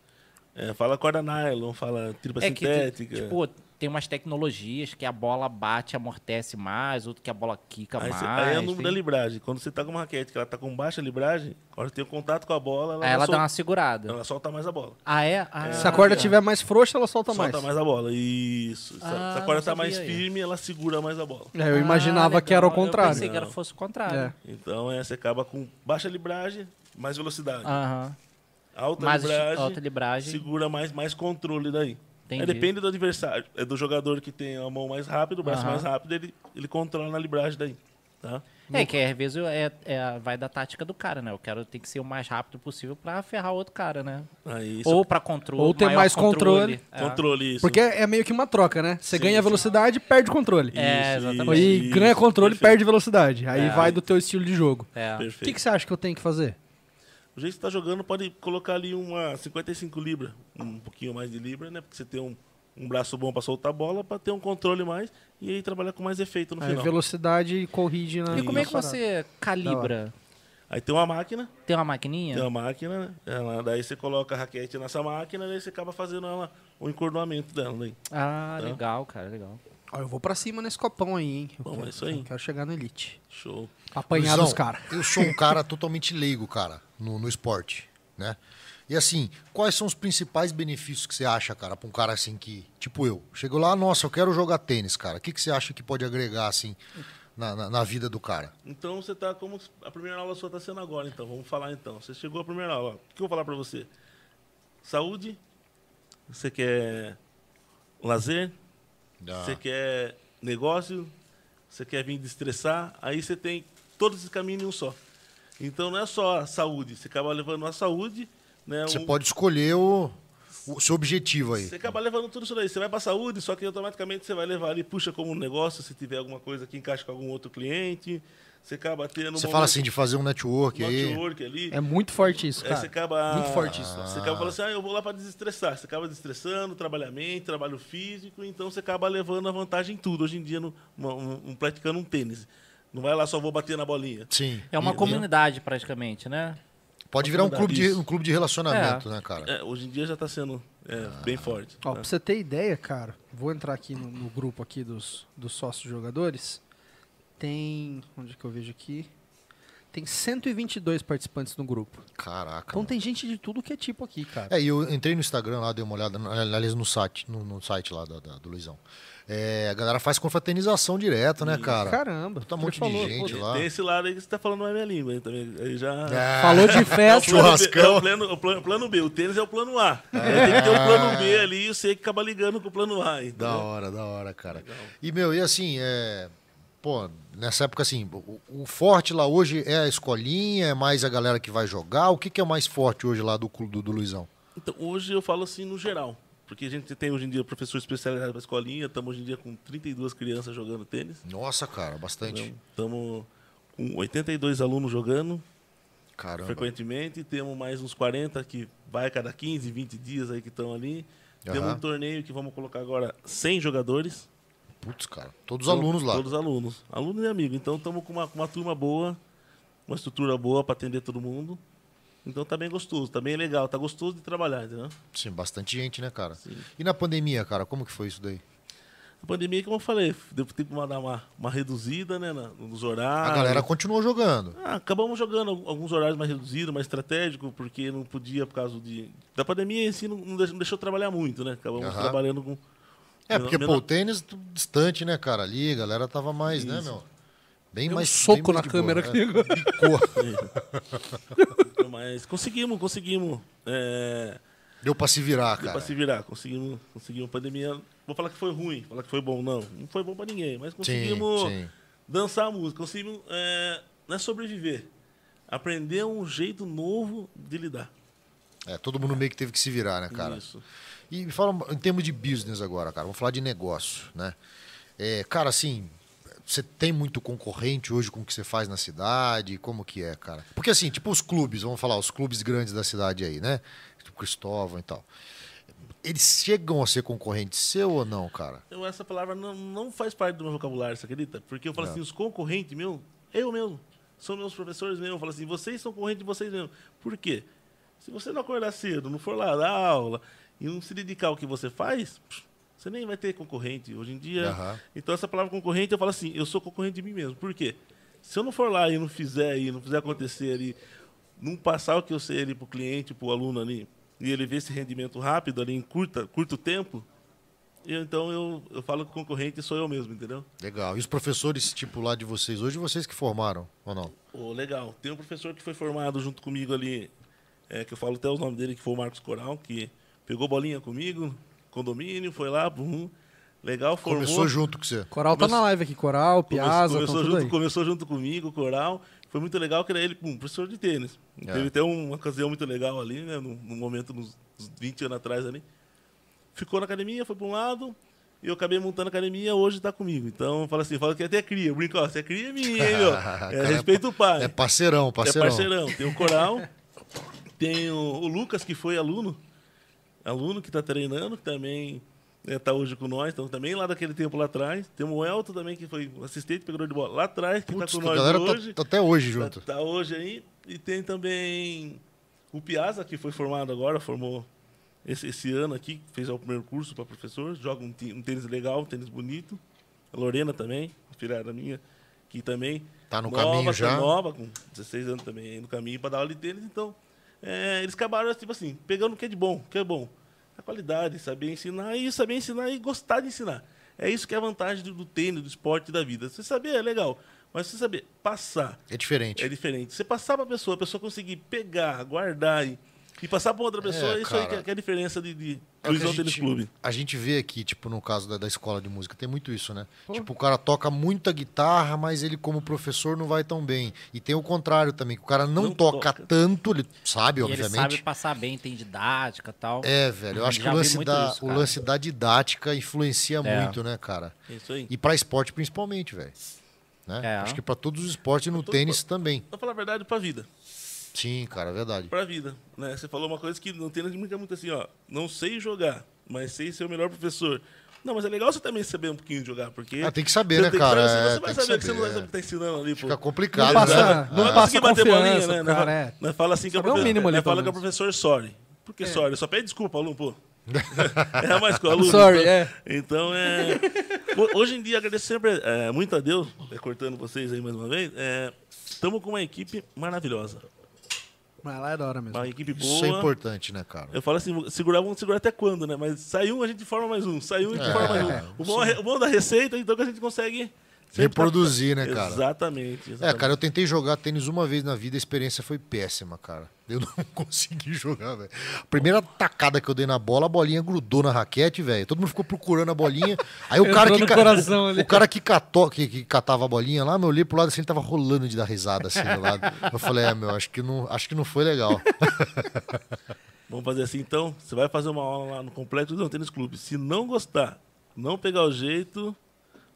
[SPEAKER 3] É, fala corda nylon, fala tripa
[SPEAKER 4] É que, ti-
[SPEAKER 3] sintética.
[SPEAKER 4] tipo, tem umas tecnologias que a bola bate, amortece mais, outro que a bola quica
[SPEAKER 3] aí,
[SPEAKER 4] mais.
[SPEAKER 3] cê- aí é o número
[SPEAKER 4] tem-
[SPEAKER 3] da libragem. Quando você tá com uma raquete que ela tá com baixa libragem, a hora que tem o contato com a bola, ela,
[SPEAKER 4] Aí ela
[SPEAKER 3] vai
[SPEAKER 4] dá uma
[SPEAKER 3] sol-
[SPEAKER 4] segurada.
[SPEAKER 3] ela solta mais a bola.
[SPEAKER 4] Ah, é? Ah,
[SPEAKER 1] Se a corda
[SPEAKER 4] tá.
[SPEAKER 1] tiver mais frouxa, ela solta,
[SPEAKER 3] Solta
[SPEAKER 1] mais.
[SPEAKER 3] mais a bola. Isso. Se a-
[SPEAKER 4] Ah,
[SPEAKER 3] se a corda
[SPEAKER 4] não
[SPEAKER 3] tá mais
[SPEAKER 4] sabia isso.
[SPEAKER 3] firme, ela segura mais a bola.
[SPEAKER 1] É, eu imaginava
[SPEAKER 4] Ah,
[SPEAKER 1] que era o
[SPEAKER 4] legal. Eu pensei
[SPEAKER 1] contrário.
[SPEAKER 4] que era fosse o contrário.
[SPEAKER 1] É.
[SPEAKER 3] Então é, você acaba com baixa libragem, mais velocidade.
[SPEAKER 4] Aham.
[SPEAKER 3] Alta
[SPEAKER 4] Ah, Mais
[SPEAKER 3] libragem,
[SPEAKER 4] alta libragem.
[SPEAKER 3] segura mais, mais controle daí. É, depende do adversário. É do jogador que tem a mão mais rápida, o braço
[SPEAKER 4] Aham.
[SPEAKER 3] mais rápido, ele, ele controla na libragem daí. Tá?
[SPEAKER 4] É que às vezes eu- é, é- vai da tática do cara, né? O cara tem que ser o mais rápido possível pra ferrar outro cara, né?
[SPEAKER 3] Aí,
[SPEAKER 4] Ou pra controle.
[SPEAKER 1] Ou ter
[SPEAKER 4] maior
[SPEAKER 1] mais
[SPEAKER 4] controle.
[SPEAKER 1] controle.
[SPEAKER 4] É.
[SPEAKER 3] Controle isso.
[SPEAKER 1] Porque é meio que uma troca, né? Você
[SPEAKER 3] Sim,
[SPEAKER 1] ganha
[SPEAKER 3] sim.
[SPEAKER 1] velocidade e perde controle.
[SPEAKER 4] É,
[SPEAKER 3] Isso,
[SPEAKER 4] exatamente.
[SPEAKER 1] Ou
[SPEAKER 3] isso,
[SPEAKER 1] e
[SPEAKER 3] isso,
[SPEAKER 1] ganha controle e
[SPEAKER 3] perfeito,
[SPEAKER 1] perde velocidade. Aí
[SPEAKER 4] É.
[SPEAKER 1] vai do teu estilo de jogo.
[SPEAKER 4] É.
[SPEAKER 1] O que,
[SPEAKER 3] Perfeito.
[SPEAKER 1] que você acha que eu tenho que fazer?
[SPEAKER 3] O jeito que você tá jogando, pode colocar ali uma 55 libra, um pouquinho mais de libra, né? Porque você tem um, um braço bom pra soltar a bola, pra ter um controle mais e aí trabalhar com mais efeito no
[SPEAKER 1] Aí
[SPEAKER 3] final.
[SPEAKER 1] É velocidade e corrige na.
[SPEAKER 4] E como é que
[SPEAKER 1] na parada.
[SPEAKER 4] você calibra?
[SPEAKER 3] Aí tem uma máquina,
[SPEAKER 4] Tem uma maquininha?
[SPEAKER 3] tem uma máquina, né? Ela- daí você coloca a raquete nessa máquina, daí você acaba fazendo ela, o encordoamento dela. né? Daí.
[SPEAKER 4] Ah, legal, cara, legal.
[SPEAKER 1] Ó, eu vou pra cima nesse copão aí, hein? Eu
[SPEAKER 3] Bom,
[SPEAKER 1] quero,
[SPEAKER 3] é isso aí.
[SPEAKER 1] eu quero chegar no Elite.
[SPEAKER 3] Show.
[SPEAKER 1] Apanhar
[SPEAKER 5] Luizão,
[SPEAKER 1] dos caras.
[SPEAKER 5] Eu sou um cara totalmente leigo, cara, no, no esporte, né? E assim, quais são os principais benefícios que você acha, cara, pra um cara assim que, tipo eu, chego lá, nossa, eu quero jogar tênis, cara. O que, que você acha que pode agregar, assim, na, na, na vida do cara?
[SPEAKER 3] Então você tá como a primeira aula sua tá sendo agora, então vamos falar então. Você chegou à primeira aula. O que eu vou falar para você? Saúde? Você quer lazer?
[SPEAKER 5] Ah,
[SPEAKER 3] Você quer negócio? Você quer vir destressar? Aí você tem todos esses caminhos em um só. Então não é só a saúde, você acaba levando a saúde, né?
[SPEAKER 5] Você
[SPEAKER 3] o-
[SPEAKER 5] pode escolher o, o seu objetivo aí.
[SPEAKER 3] Você acaba levando tudo isso daí. Você vai pra saúde, só que automaticamente você vai levar ali, puxa como um negócio, se tiver alguma coisa que encaixa com algum outro cliente. Você acaba tendo um
[SPEAKER 5] Você
[SPEAKER 3] momento-
[SPEAKER 5] fala assim de fazer um network aí.
[SPEAKER 3] network ali.
[SPEAKER 1] É muito forte isso,
[SPEAKER 3] Aí você
[SPEAKER 1] cara.
[SPEAKER 3] acaba.
[SPEAKER 1] Muito forte isso.
[SPEAKER 3] Você acaba falando assim, ah, eu vou lá para desestressar. Você acaba desestressando, trabalha a mente, trabalho físico, então você acaba levando a vantagem em tudo hoje em dia, no, uma- um- um- praticando um tênis. Não vai lá só vou bater na bolinha.
[SPEAKER 5] Sim.
[SPEAKER 4] É uma comunidade, praticamente, né?
[SPEAKER 5] Pode virar um clube de,
[SPEAKER 3] Isso.
[SPEAKER 5] um clube de relacionamento, né, cara?
[SPEAKER 3] É, hoje em dia já está sendo é, bem forte. Né?
[SPEAKER 1] Ó, pra você ter ideia, cara, vou entrar aqui no, no grupo aqui dos, dos sócios jogadores. Tem. Onde que eu vejo aqui? Tem 122 participantes no grupo.
[SPEAKER 5] Caraca.
[SPEAKER 1] Então tem gente de tudo que é tipo aqui, cara.
[SPEAKER 5] É, e eu entrei no Instagram lá, dei uma olhada, aliás, no site, no, no site lá da- da- do Luizão. É, a galera faz confraternização direto, né, cara?
[SPEAKER 1] Caramba.
[SPEAKER 5] Puta
[SPEAKER 1] ele
[SPEAKER 5] monte
[SPEAKER 1] falou,
[SPEAKER 5] de gente
[SPEAKER 1] pô,
[SPEAKER 5] lá.
[SPEAKER 3] Tem esse lado aí que você está falando não é minha língua aí também. Aí já.
[SPEAKER 5] É,
[SPEAKER 1] Falou de
[SPEAKER 3] É o
[SPEAKER 1] festa.
[SPEAKER 3] plano B-
[SPEAKER 5] Churrascão.
[SPEAKER 3] é o plano, o plano- plano B, o tênis é o plano A. Aí Tem que ter o plano B ali e você que acaba ligando com o plano A. entendeu?
[SPEAKER 5] Da hora, da hora, cara. E, meu, e assim, é. Pô, nessa época, assim, o, o forte lá hoje é a escolinha, é mais a galera que vai jogar. O que, que é mais forte hoje lá do clube do, do Luizão?
[SPEAKER 3] Então, hoje eu falo assim no geral, porque a gente tem hoje em dia professor especializado para escolinha, estamos hoje em dia com 32 crianças jogando tênis,
[SPEAKER 5] Nossa, cara, bastante.
[SPEAKER 3] estamos com 82 alunos jogando
[SPEAKER 5] Caramba.
[SPEAKER 3] frequentemente, temos mais uns 40 que vai a cada 15, 20 dias aí que estão ali.
[SPEAKER 5] Aham.
[SPEAKER 3] Temos um torneio que vamos colocar agora 100 jogadores.
[SPEAKER 5] Putz, cara. Todos os alunos lá.
[SPEAKER 3] Todos alunos. Alunos e amigos. Então estamos com uma, com uma turma boa, uma estrutura boa para atender todo mundo. Então tá bem gostoso, tá bem legal, tá gostoso de trabalhar, entendeu?
[SPEAKER 5] Sim, bastante gente, né, cara? E na pandemia, cara, como que foi isso daí?
[SPEAKER 3] A pandemia, como eu falei, deu tempo de dar uma, uma reduzida, né, na- nos horários.
[SPEAKER 1] Ah,
[SPEAKER 5] a galera continuou jogando.
[SPEAKER 3] Ah, acabamos jogando al- alguns horários mais reduzidos, mais estratégico, porque não podia por causa de... Da pandemia em si não, não deixou, não deixou trabalhar muito, né? Acabamos
[SPEAKER 5] Aham.
[SPEAKER 3] trabalhando com...
[SPEAKER 5] É,
[SPEAKER 3] menor-
[SPEAKER 5] porque, pô,
[SPEAKER 3] menor-
[SPEAKER 5] o tênis tu- distante, né, cara? Ali, a galera tava mais, né, meu? Bem
[SPEAKER 1] Deu um
[SPEAKER 5] mais.
[SPEAKER 1] soco
[SPEAKER 5] bem mais
[SPEAKER 1] na
[SPEAKER 5] de boa,
[SPEAKER 1] câmera
[SPEAKER 5] né?
[SPEAKER 1] aqui agora.
[SPEAKER 5] Picou.
[SPEAKER 3] Mas conseguimos, conseguimos. É,
[SPEAKER 5] Deu pra se
[SPEAKER 3] deu
[SPEAKER 5] virar, cara.
[SPEAKER 3] pra se virar, conseguimos, conseguimos. A pandemia... Vou falar que foi ruim, falar que foi bom, não. Não foi bom pra ninguém, mas conseguimos...
[SPEAKER 5] Sim, sim.
[SPEAKER 3] dançar a música, conseguimos é, não é sobreviver, aprender um jeito novo de lidar.
[SPEAKER 5] É, todo mundo meio que teve que se virar, né, cara?
[SPEAKER 3] Isso.
[SPEAKER 5] E me fala em termos de business agora, cara. Vamos falar de negócio, né? É, cara, assim, você tem muito concorrente hoje com o que você faz na cidade? Como que é, cara? Porque assim, tipo os clubes, vamos falar, os clubes grandes da cidade aí, né? Tipo Cristóvão e tal. Eles chegam a ser concorrente seu ou não, cara?
[SPEAKER 3] Eu, Então, essa palavra não, não faz parte do meu vocabulário, você acredita? Porque eu falo assim, os concorrentes meu, eu mesmo, são meus professores mesmo. Eu falo assim, vocês são concorrentes de vocês mesmo. Por quê? Se você não acordar cedo, não for lá dar aula e não se dedicar ao que você faz, pff, você nem vai ter concorrente hoje em dia.
[SPEAKER 5] Aham.
[SPEAKER 3] Então essa palavra concorrente, eu falo assim, eu sou concorrente de mim mesmo. Por quê? Se eu não for lá e não fizer e não fizer acontecer ali, não passar o que eu sei ali pro cliente, pro aluno ali, e ele ver esse rendimento rápido ali em curta, curto tempo, eu, então eu, eu falo que o concorrente sou eu mesmo, entendeu?
[SPEAKER 5] Legal. E os professores, tipo, lá de vocês hoje, vocês que formaram ou não?
[SPEAKER 3] Ô, legal. Tem um professor que foi formado junto comigo ali, é, que eu falo até o nome dele, que foi o Marcos Coral, que pegou bolinha comigo, condomínio, foi lá, bum, legal, formou.
[SPEAKER 5] Começou junto com você.
[SPEAKER 1] Coral tá
[SPEAKER 3] Começou-
[SPEAKER 1] na live aqui, Coral,
[SPEAKER 3] Come-
[SPEAKER 1] Piazza, tá
[SPEAKER 3] começou,
[SPEAKER 1] tudo
[SPEAKER 3] junto,
[SPEAKER 1] aí.
[SPEAKER 3] começou junto comigo, coral. Foi muito legal que era ele, um professor de tênis.
[SPEAKER 5] É.
[SPEAKER 3] Teve até um, uma ocasião muito legal ali, né? Num, num momento, nos uns 20 anos atrás ali. Ficou na academia, foi para um lado, e eu acabei montando a academia, hoje está comigo. Então, fala assim, fala que até cria. Brinca, ó, você é cria minha, hein, meu?
[SPEAKER 5] Cara,
[SPEAKER 3] É,
[SPEAKER 5] é
[SPEAKER 3] respeita o pai.
[SPEAKER 5] É parceirão, parceirão.
[SPEAKER 3] É parceirão. Tem o Coral, tem o, o Lucas, que foi aluno, aluno que está treinando, que também está hoje com nós, então também lá daquele tempo lá atrás. Tem o Elton também, que foi assistente, pegador de bola lá atrás, que está
[SPEAKER 5] Putz,
[SPEAKER 3] com
[SPEAKER 5] a
[SPEAKER 3] nós
[SPEAKER 5] galera tá-
[SPEAKER 3] hoje.
[SPEAKER 5] tá, até hoje
[SPEAKER 3] Tá,
[SPEAKER 5] junto.
[SPEAKER 3] tá hoje aí. E tem também o Piazza, que foi formado agora, formou esse, esse ano aqui, fez o primeiro curso para professor, joga um, ti- um tênis legal, um tênis bonito. A Lorena também, a filhada minha, que também.
[SPEAKER 5] Tá no
[SPEAKER 3] nova,
[SPEAKER 5] caminho
[SPEAKER 3] tá
[SPEAKER 5] já.
[SPEAKER 3] Nova, com 16 anos também, aí no caminho para dar aula de tênis. Então, é, eles acabaram, tipo assim, pegando o que é de bom, o que é bom. A qualidade, saber ensinar e saber ensinar e gostar de ensinar. É isso que é a vantagem do, do tênis, do esporte e da vida. Você saber é legal, mas você saber passar,
[SPEAKER 5] É diferente.
[SPEAKER 3] é diferente. Você passar pra pessoa, a pessoa conseguir pegar, guardar e, e passar pra outra pessoa,
[SPEAKER 5] É,
[SPEAKER 3] isso aí
[SPEAKER 5] cara.
[SPEAKER 3] que é, que é a diferença de, de
[SPEAKER 5] É o
[SPEAKER 3] do
[SPEAKER 5] que a
[SPEAKER 3] Isolde Tênis
[SPEAKER 5] gente-
[SPEAKER 3] Clube.
[SPEAKER 5] A gente vê aqui, tipo, no caso da, da escola de música, tem muito isso, né? Tipo, o cara toca muita guitarra, mas ele, como professor, não vai tão bem. E tem o contrário também, que o cara não,
[SPEAKER 3] Não
[SPEAKER 5] toca,
[SPEAKER 3] toca.
[SPEAKER 5] tanto, ele sabe,
[SPEAKER 4] E ele
[SPEAKER 5] obviamente.
[SPEAKER 4] sabe passar bem, tem didática e tal.
[SPEAKER 5] É, velho, eu acho que
[SPEAKER 4] Já
[SPEAKER 5] o
[SPEAKER 4] vi
[SPEAKER 5] lance,
[SPEAKER 4] muito
[SPEAKER 5] da,
[SPEAKER 4] isso,
[SPEAKER 5] o
[SPEAKER 4] cara.
[SPEAKER 5] lance da didática influencia
[SPEAKER 4] É.
[SPEAKER 5] muito, né, cara?
[SPEAKER 3] É Isso aí.
[SPEAKER 5] E pra esporte, principalmente, velho. Né?
[SPEAKER 4] É.
[SPEAKER 5] Acho que pra todos os esportes e no
[SPEAKER 3] todo-
[SPEAKER 5] tênis também.
[SPEAKER 3] Pra falar a verdade, pra vida.
[SPEAKER 5] Sim, cara, é verdade.
[SPEAKER 3] Pra vida. Né? Você falou uma coisa que não tem nada de muito muito assim, ó. Não sei jogar, mas sei ser o melhor professor. Não, mas é legal você também saber um pouquinho de jogar, porque.
[SPEAKER 5] Ah, tem que saber,
[SPEAKER 3] Você
[SPEAKER 5] né,
[SPEAKER 3] tem que
[SPEAKER 5] cara?
[SPEAKER 3] saber,
[SPEAKER 5] É,
[SPEAKER 3] Você vai
[SPEAKER 5] tem que
[SPEAKER 3] saber que você não vai
[SPEAKER 5] saber,
[SPEAKER 3] saber o que tá ensinando ali, pô.
[SPEAKER 5] Fica
[SPEAKER 1] Não
[SPEAKER 5] complicado,
[SPEAKER 1] passa-
[SPEAKER 5] né?
[SPEAKER 1] não
[SPEAKER 5] Ah,
[SPEAKER 1] passa-
[SPEAKER 3] Consegui bater
[SPEAKER 1] confiança
[SPEAKER 3] bolinha, né?
[SPEAKER 1] pro cara,
[SPEAKER 3] Nós-
[SPEAKER 1] é.
[SPEAKER 3] Nós fala assim que
[SPEAKER 1] Saber
[SPEAKER 3] é
[SPEAKER 1] o
[SPEAKER 3] professor.
[SPEAKER 1] mínimo ali,
[SPEAKER 3] nós fala
[SPEAKER 1] pelo
[SPEAKER 3] que é
[SPEAKER 1] menos.
[SPEAKER 3] professor sorry. Por
[SPEAKER 5] É.
[SPEAKER 3] que sorry? Só pede desculpa, aluno, pô. é mais com o aluno.
[SPEAKER 1] Sorry,
[SPEAKER 3] então,
[SPEAKER 1] é.
[SPEAKER 3] Então é. ho- Hoje em dia agradeço sempre é, muito a Deus, é, cortando vocês aí mais uma vez. Estamos com uma equipe maravilhosa.
[SPEAKER 1] Mas lá é da hora mesmo.
[SPEAKER 3] Uma equipe boa.
[SPEAKER 5] Isso é importante, né, cara?
[SPEAKER 3] Eu falo assim, segurar, vamos segurar até quando, né? Mas sai um, a gente forma mais um. Sai um, a gente
[SPEAKER 5] É,
[SPEAKER 3] forma mais um. O bom, é- o bom da receita, então, que a gente consegue... sempre
[SPEAKER 5] Reproduzir, né,
[SPEAKER 3] tá-
[SPEAKER 5] cara?
[SPEAKER 3] Exatamente,
[SPEAKER 5] É,
[SPEAKER 3] exatamente.
[SPEAKER 5] cara, eu tentei jogar tênis uma vez na vida, a experiência foi péssima, cara. Eu não consegui jogar, velho. A primeira tacada que eu dei na bola, a bolinha grudou na raquete, velho. Todo mundo ficou procurando a bolinha. Aí o cara
[SPEAKER 1] Entrou no
[SPEAKER 5] que,
[SPEAKER 1] coração ali.
[SPEAKER 5] o cara que, catou, que, que catava a bolinha lá, meu, eu olhei pro lado assim, ele tava rolando de dar risada assim do lado. Eu falei, é, meu, acho que não, acho que não foi legal.
[SPEAKER 3] Vamos fazer assim, então. Você vai fazer uma aula lá no Complexo do Tênis Clube. Se não gostar, não pegar o jeito,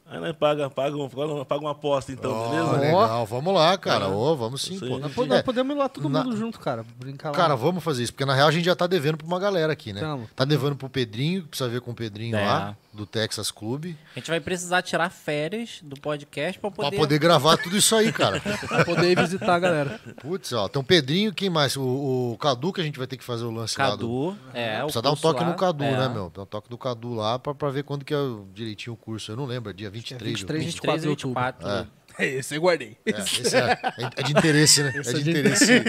[SPEAKER 3] aí nós paga, paga, um- paga uma aposta, então,
[SPEAKER 5] Ó,
[SPEAKER 3] beleza?
[SPEAKER 5] legal, vamos lá, cara. Ô, vamos sim,
[SPEAKER 3] Isso aí,
[SPEAKER 5] pô.
[SPEAKER 3] gente.
[SPEAKER 1] Pô,
[SPEAKER 5] É,
[SPEAKER 1] nós podemos ir lá todo
[SPEAKER 5] na-
[SPEAKER 1] mundo junto, cara. Brincar lá.
[SPEAKER 5] Cara, vamos fazer isso, porque na real a gente já tá devendo pra uma galera aqui, né?
[SPEAKER 1] Tamo.
[SPEAKER 5] Tá devendo pro Pedrinho, que precisa ver com o Pedrinho
[SPEAKER 4] É.
[SPEAKER 5] lá, do Texas Clube,
[SPEAKER 4] A gente vai precisar tirar férias do podcast pra
[SPEAKER 5] pra
[SPEAKER 4] poder...
[SPEAKER 5] poder gravar tudo isso aí, cara.
[SPEAKER 1] pra poder ir visitar a galera.
[SPEAKER 5] Putz, ó, tem o Pedrinho, quem mais? O, o Cadu, que a gente vai ter que fazer o lance lá do...
[SPEAKER 4] Cadu, é, o
[SPEAKER 5] Precisa dar um
[SPEAKER 4] curso
[SPEAKER 5] toque
[SPEAKER 4] lá,
[SPEAKER 5] no Cadu,
[SPEAKER 4] é.
[SPEAKER 5] né, meu? Dá um toque do Cadu lá pra, pra ver quando que é o- direitinho o curso. Eu não lembro, é dia 23. de
[SPEAKER 1] 23
[SPEAKER 4] 23
[SPEAKER 5] outubro.
[SPEAKER 4] e 24.
[SPEAKER 5] É.
[SPEAKER 1] É esse, eu guardei.
[SPEAKER 5] É, esse é, é de interesse, né? É
[SPEAKER 1] é
[SPEAKER 5] de
[SPEAKER 1] de
[SPEAKER 5] interesse.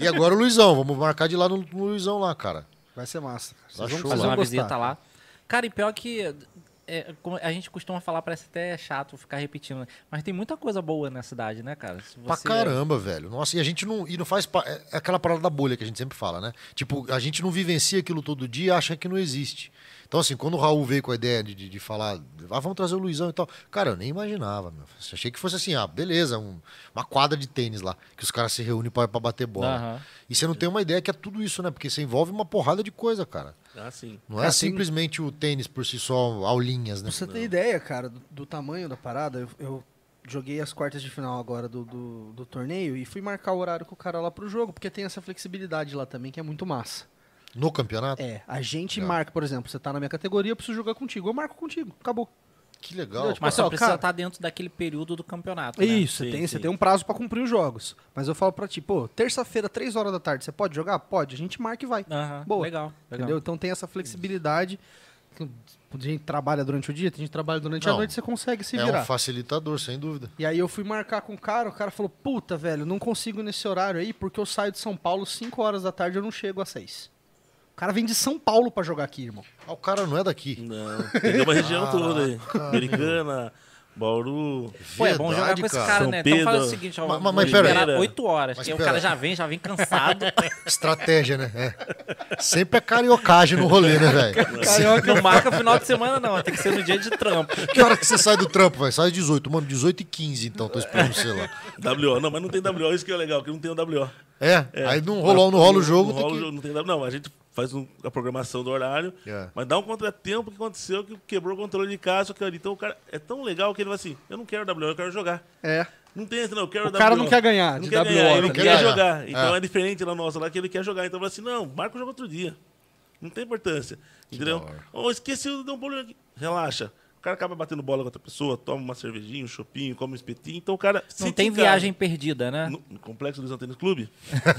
[SPEAKER 5] E agora o Luizão, vamos marcar de lá no, no Luizão lá, cara.
[SPEAKER 1] Vai ser massa. cara.
[SPEAKER 5] Tá
[SPEAKER 1] Vocês
[SPEAKER 5] show
[SPEAKER 1] vão, vocês
[SPEAKER 4] fazer
[SPEAKER 5] lá.
[SPEAKER 1] vão
[SPEAKER 4] uma
[SPEAKER 1] gostar.
[SPEAKER 4] visita lá. Cara, e pior que é, como a gente costuma falar, parece até chato ficar repetindo, né? mas tem muita coisa boa na cidade, né, cara? Se
[SPEAKER 5] Pra
[SPEAKER 4] você-
[SPEAKER 5] caramba, velho. Nossa, e a gente não, e não faz. pa- É é aquela parada da bolha que a gente sempre fala, né? Tipo, a gente não vivencia aquilo todo dia e acha que não existe. Então, assim, quando o Raul veio com a ideia de, de, de falar, ah, vamos trazer o Luizão e tal. Cara, eu nem imaginava, meu. Achei que fosse assim, ah, beleza, um- uma quadra de tênis lá, que os caras se reúnem pra, pra bater bola.
[SPEAKER 4] Aham.
[SPEAKER 5] E você não tem uma ideia que é tudo isso, né? Porque você envolve uma porrada de coisa, cara.
[SPEAKER 3] Ah, sim.
[SPEAKER 5] Não é
[SPEAKER 1] Cara, tem-
[SPEAKER 5] simplesmente o tênis por si só, aulinhas, né?
[SPEAKER 1] Pra você ter ideia, cara, do, do tamanho da parada, eu, eu joguei as quartas de final agora do, do, do torneio e fui marcar o horário com o cara lá pro jogo, porque tem essa flexibilidade lá também, que é muito massa.
[SPEAKER 5] No campeonato?
[SPEAKER 1] É, a gente
[SPEAKER 5] Legal.
[SPEAKER 1] marca, por exemplo, você tá na minha categoria, eu preciso jogar contigo. Eu marco contigo, acabou.
[SPEAKER 5] Que legal.
[SPEAKER 4] Mas
[SPEAKER 1] Ó,
[SPEAKER 4] só precisa
[SPEAKER 1] cara-
[SPEAKER 4] estar dentro daquele período do campeonato.
[SPEAKER 1] É
[SPEAKER 4] né?
[SPEAKER 1] Isso,
[SPEAKER 3] Sim,
[SPEAKER 1] você, tem, você
[SPEAKER 3] sim.
[SPEAKER 1] tem um prazo pra cumprir os jogos. Mas eu falo pra ti, pô, terça-feira, três horas da tarde, você pode jogar? Pode, a gente marca e vai.
[SPEAKER 4] Aham,
[SPEAKER 1] Boa.
[SPEAKER 4] Legal, legal.
[SPEAKER 1] Entendeu? Então tem essa flexibilidade. que A gente trabalha durante o dia, tem gente que trabalha durante
[SPEAKER 5] Não.
[SPEAKER 1] a noite, você consegue se
[SPEAKER 5] é
[SPEAKER 1] virar.
[SPEAKER 5] um facilitador, sem dúvida.
[SPEAKER 1] E aí eu fui marcar com o cara, o cara falou: "Puta, velho, não consigo nesse horário aí, porque eu saio de São Paulo 5 horas da tarde, eu não chego às 6". O cara vem de São Paulo pra jogar aqui, irmão.
[SPEAKER 5] Ah, o cara não é daqui.
[SPEAKER 3] Não, tem uma região toda aí. Americana, Bauru.
[SPEAKER 4] Pô, é bom jogar
[SPEAKER 5] Verdade,
[SPEAKER 4] com esse cara,
[SPEAKER 5] cara.
[SPEAKER 4] né?
[SPEAKER 3] São
[SPEAKER 4] Então faz o
[SPEAKER 3] Pedro.
[SPEAKER 4] seguinte, ó,
[SPEAKER 5] Mas- mas-
[SPEAKER 4] vou
[SPEAKER 5] mas pera aí.
[SPEAKER 4] esperar 8 horas,
[SPEAKER 5] Mas
[SPEAKER 4] que aí o
[SPEAKER 5] pera
[SPEAKER 4] cara
[SPEAKER 5] aí.
[SPEAKER 4] já vem, já vem cansado.
[SPEAKER 5] Estratégia, né? É. Sempre é cariocagem no rolê, né, velho?
[SPEAKER 4] Não marca final de semana, não. Tem que ser no dia de trampo.
[SPEAKER 5] Que hora que você sai do trampo, velho? Sai às 18. Mano, 18 e 15, então, tô esperando você lá.
[SPEAKER 3] WO. Não, mas não tem WO, isso que é legal, que não tem o WO.
[SPEAKER 5] É? Aí não rolou, não rola o jogo,
[SPEAKER 3] Não,
[SPEAKER 5] tem
[SPEAKER 3] rola o
[SPEAKER 5] que...
[SPEAKER 3] jogo, não tem WO. Não, a gente faz um- a programação do horário,
[SPEAKER 5] É.
[SPEAKER 3] mas dá um contratempo que aconteceu que quebrou o controle de casa. Que, então o cara é tão legal que ele vai assim: eu não quero WO, eu quero jogar.
[SPEAKER 1] É.
[SPEAKER 3] Não tem esse, não, eu quero
[SPEAKER 1] O cara
[SPEAKER 3] WO.
[SPEAKER 1] não quer ganhar de WO,
[SPEAKER 3] ganhar, ele
[SPEAKER 1] tá
[SPEAKER 3] quer
[SPEAKER 5] ligado?
[SPEAKER 3] jogar.
[SPEAKER 5] É.
[SPEAKER 3] Então é. diferente da nossa lá, que ele quer jogar. Então fala assim: não, marca o jogo outro dia. Não tem importância. Entendeu?
[SPEAKER 5] da hora.
[SPEAKER 3] Ou esqueci de dar um problema aqui. Relaxa. O cara acaba batendo bola com outra pessoa, toma uma cervejinha, um chopinho, come um espetinho. Então o cara.
[SPEAKER 4] Não
[SPEAKER 3] sente
[SPEAKER 4] tem
[SPEAKER 3] em casa.
[SPEAKER 4] viagem perdida, né?
[SPEAKER 3] No, no Complexo dos Antenas Clube?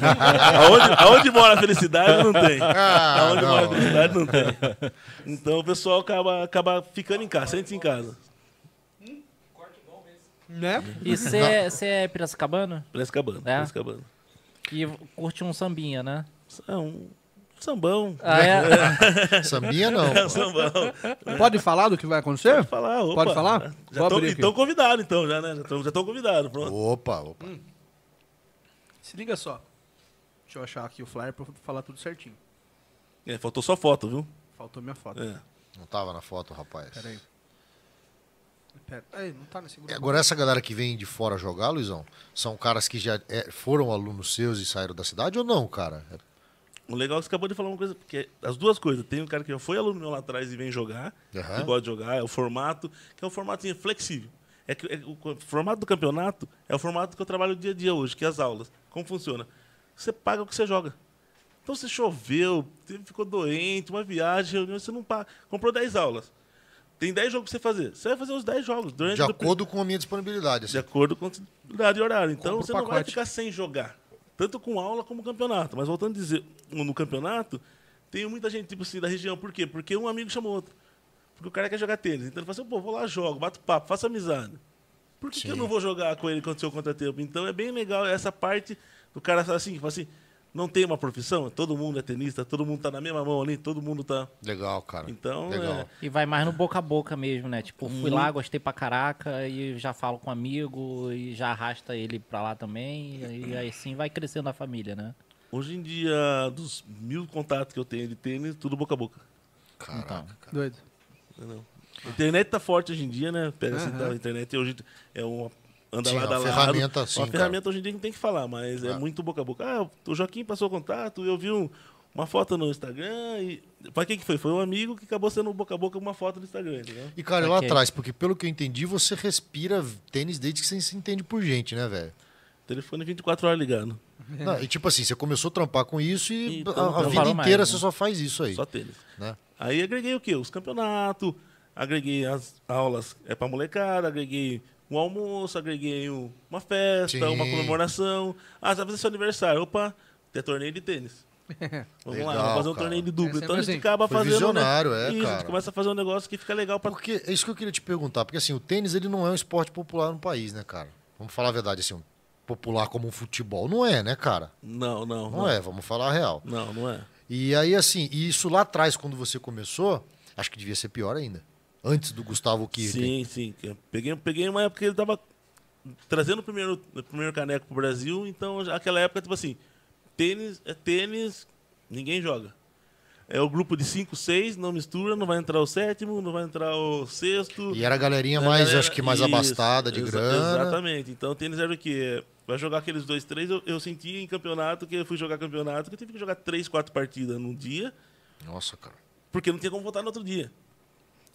[SPEAKER 3] aonde, aonde mora a felicidade não tem.
[SPEAKER 5] Ah,
[SPEAKER 3] aonde
[SPEAKER 5] não.
[SPEAKER 3] mora a felicidade não tem. Então o pessoal acaba, acaba ficando em casa, sente-se em casa.
[SPEAKER 1] Né?
[SPEAKER 4] E você é Piracicabana?
[SPEAKER 3] Piracicabana,
[SPEAKER 4] É?
[SPEAKER 3] Piracicabana.
[SPEAKER 4] E curte um sambinha, né?
[SPEAKER 3] É um sambão.
[SPEAKER 4] Ah, é?
[SPEAKER 5] Sambinha, não.
[SPEAKER 3] É um sambão.
[SPEAKER 1] Pode falar do que vai acontecer?
[SPEAKER 3] Pode falar, opa.
[SPEAKER 1] Pode falar?
[SPEAKER 3] Já
[SPEAKER 1] Vou
[SPEAKER 3] estão
[SPEAKER 1] abrir aqui.
[SPEAKER 3] então convidados, então, já, né? Já estão já tão convidados, pronto.
[SPEAKER 5] Opa, opa.
[SPEAKER 1] Se liga só. Deixa eu achar aqui o flyer pra falar tudo certinho.
[SPEAKER 3] É, faltou só foto, viu?
[SPEAKER 1] Faltou minha foto.
[SPEAKER 3] É.
[SPEAKER 5] Não tava na foto, rapaz.
[SPEAKER 1] Pera aí. Pera. Ei, não tá nesse
[SPEAKER 5] E
[SPEAKER 1] grupo.
[SPEAKER 5] Agora, essa galera que vem de fora jogar, Luizão, são caras que já é, foram alunos seus e saíram da cidade ou não, cara?
[SPEAKER 3] O legal é que você acabou de falar uma coisa, porque as duas coisas. Tem um cara que já foi aluno meu lá atrás e vem jogar,
[SPEAKER 5] Aham.
[SPEAKER 3] que gosta de jogar, é o formato, que é um formatinho flexível. É que, é que o co- formato do campeonato é o formato que eu trabalho dia a dia hoje, que é as aulas. Como funciona? Você paga o que você joga. Então você choveu, teve- ficou doente, uma viagem, reunião, você não paga. Comprou 10 aulas. Tem 10 jogos pra você fazer. Você vai fazer os 10 jogos durante
[SPEAKER 5] De
[SPEAKER 3] o período.
[SPEAKER 5] acordo com a minha disponibilidade. assim.
[SPEAKER 3] De acordo com a disponibilidade e horário. Então
[SPEAKER 1] Compra o
[SPEAKER 3] você não vai
[SPEAKER 1] pacote.
[SPEAKER 3] ficar sem jogar. Tanto com aula como campeonato. Mas voltando a dizer, no no campeonato, tem muita gente, tipo assim, da região. Por quê? Porque um amigo chama o outro. Porque o cara quer jogar tênis. Então ele fala assim, pô, vou lá, jogo, bato papo, faço amizade. Por que, que eu não vou jogar com ele quando seu contratempo? Então é bem legal essa parte do cara falar assim, fala assim, não tem uma profissão, todo mundo é tenista, todo mundo tá na mesma mão ali, todo mundo tá.
[SPEAKER 5] Legal, cara.
[SPEAKER 3] Então,
[SPEAKER 5] Legal.
[SPEAKER 3] é.
[SPEAKER 4] E vai mais no boca a boca mesmo, né? Tipo, fui lá,
[SPEAKER 5] Hum.
[SPEAKER 4] gostei pra caraca, e já falo com um amigo, e já arrasta ele pra lá também, e aí sim vai crescendo a família, né?
[SPEAKER 3] Hoje em dia, dos mil contatos que eu tenho de tênis, tudo boca a boca.
[SPEAKER 4] Então,
[SPEAKER 1] Doido.
[SPEAKER 3] Entendeu? A internet tá forte hoje em dia, né? Pega assim, tá, a internet hoje é uma anda
[SPEAKER 5] Sim,
[SPEAKER 3] lá
[SPEAKER 5] uma
[SPEAKER 3] da
[SPEAKER 5] ferramenta,
[SPEAKER 3] lado,
[SPEAKER 5] sim,
[SPEAKER 3] Uma
[SPEAKER 5] cara.
[SPEAKER 3] ferramenta hoje em dia que não tem que falar, mas é muito boca a boca. Ah, o Joaquim passou o contato, eu vi um- uma foto no Instagram e. Pra quem que foi? Foi um amigo que acabou sendo boca a boca uma foto no Instagram, entendeu?
[SPEAKER 5] E, cara, e lá
[SPEAKER 4] Ok.
[SPEAKER 5] atrás, porque pelo que eu entendi, você respira tênis desde que você se entende por gente, né, velho?
[SPEAKER 3] Telefone 24 horas ligando.
[SPEAKER 5] Não, E tipo assim, você começou a trampar com isso e,
[SPEAKER 3] E
[SPEAKER 5] a-
[SPEAKER 3] tu não
[SPEAKER 5] a, vida
[SPEAKER 4] trabalhou mais,
[SPEAKER 5] inteira
[SPEAKER 4] né?
[SPEAKER 5] você só faz isso aí.
[SPEAKER 3] Só tênis.
[SPEAKER 5] Né?
[SPEAKER 3] Aí agreguei o quê? Os campeonatos, agreguei as aulas é pra molecada, agreguei um almoço, agreguei um- uma festa,
[SPEAKER 5] Sim.
[SPEAKER 3] uma comemoração. Ah, você vai fazer seu aniversário. Opa, tem torneio de tênis. Vamos lá,
[SPEAKER 5] Legal,
[SPEAKER 3] vamos fazer um
[SPEAKER 5] cara.
[SPEAKER 3] torneio de
[SPEAKER 1] É
[SPEAKER 3] dupla. então a
[SPEAKER 1] sempre
[SPEAKER 3] gente
[SPEAKER 1] assim.
[SPEAKER 3] acaba
[SPEAKER 5] Foi
[SPEAKER 3] fazendo.
[SPEAKER 5] visionário,
[SPEAKER 3] né?
[SPEAKER 5] é,
[SPEAKER 3] Isso, a
[SPEAKER 5] cara.
[SPEAKER 3] gente começa a fazer um negócio que fica legal pra.
[SPEAKER 5] Porque é isso que eu queria te perguntar, porque assim, o tênis ele não é um esporte popular no país, né, cara? Vamos falar a verdade, assim, um popular como um futebol. Não é, né, cara?
[SPEAKER 3] Não, não.
[SPEAKER 5] Não é, vamos falar a real.
[SPEAKER 3] Não, não é.
[SPEAKER 5] E aí, assim, e isso lá atrás, quando você começou, acho que devia ser pior ainda. Antes do Gustavo
[SPEAKER 3] Sim,
[SPEAKER 5] Kirten.
[SPEAKER 3] sim. Eu Peguei, peguei uma época que ele tava trazendo o primeiro, o primeiro caneco pro Brasil, então já- aquela época, tipo assim, tênis é tênis, ninguém joga. É o grupo de 5, 6, não mistura, não vai entrar o sétimo, não vai entrar o sexto.
[SPEAKER 5] E era a galerinha
[SPEAKER 3] A
[SPEAKER 5] mais,
[SPEAKER 3] galera-
[SPEAKER 5] acho que mais
[SPEAKER 3] Isso,
[SPEAKER 5] abastada, de
[SPEAKER 3] exa-
[SPEAKER 5] grana.
[SPEAKER 3] Exatamente. Então o tênis era o quê? Vai jogar aqueles dois, três. Eu, eu senti em campeonato que eu fui jogar campeonato, que eu tive que jogar três, quatro partidas num dia,
[SPEAKER 5] Nossa, cara.
[SPEAKER 3] porque não tinha como voltar no outro dia.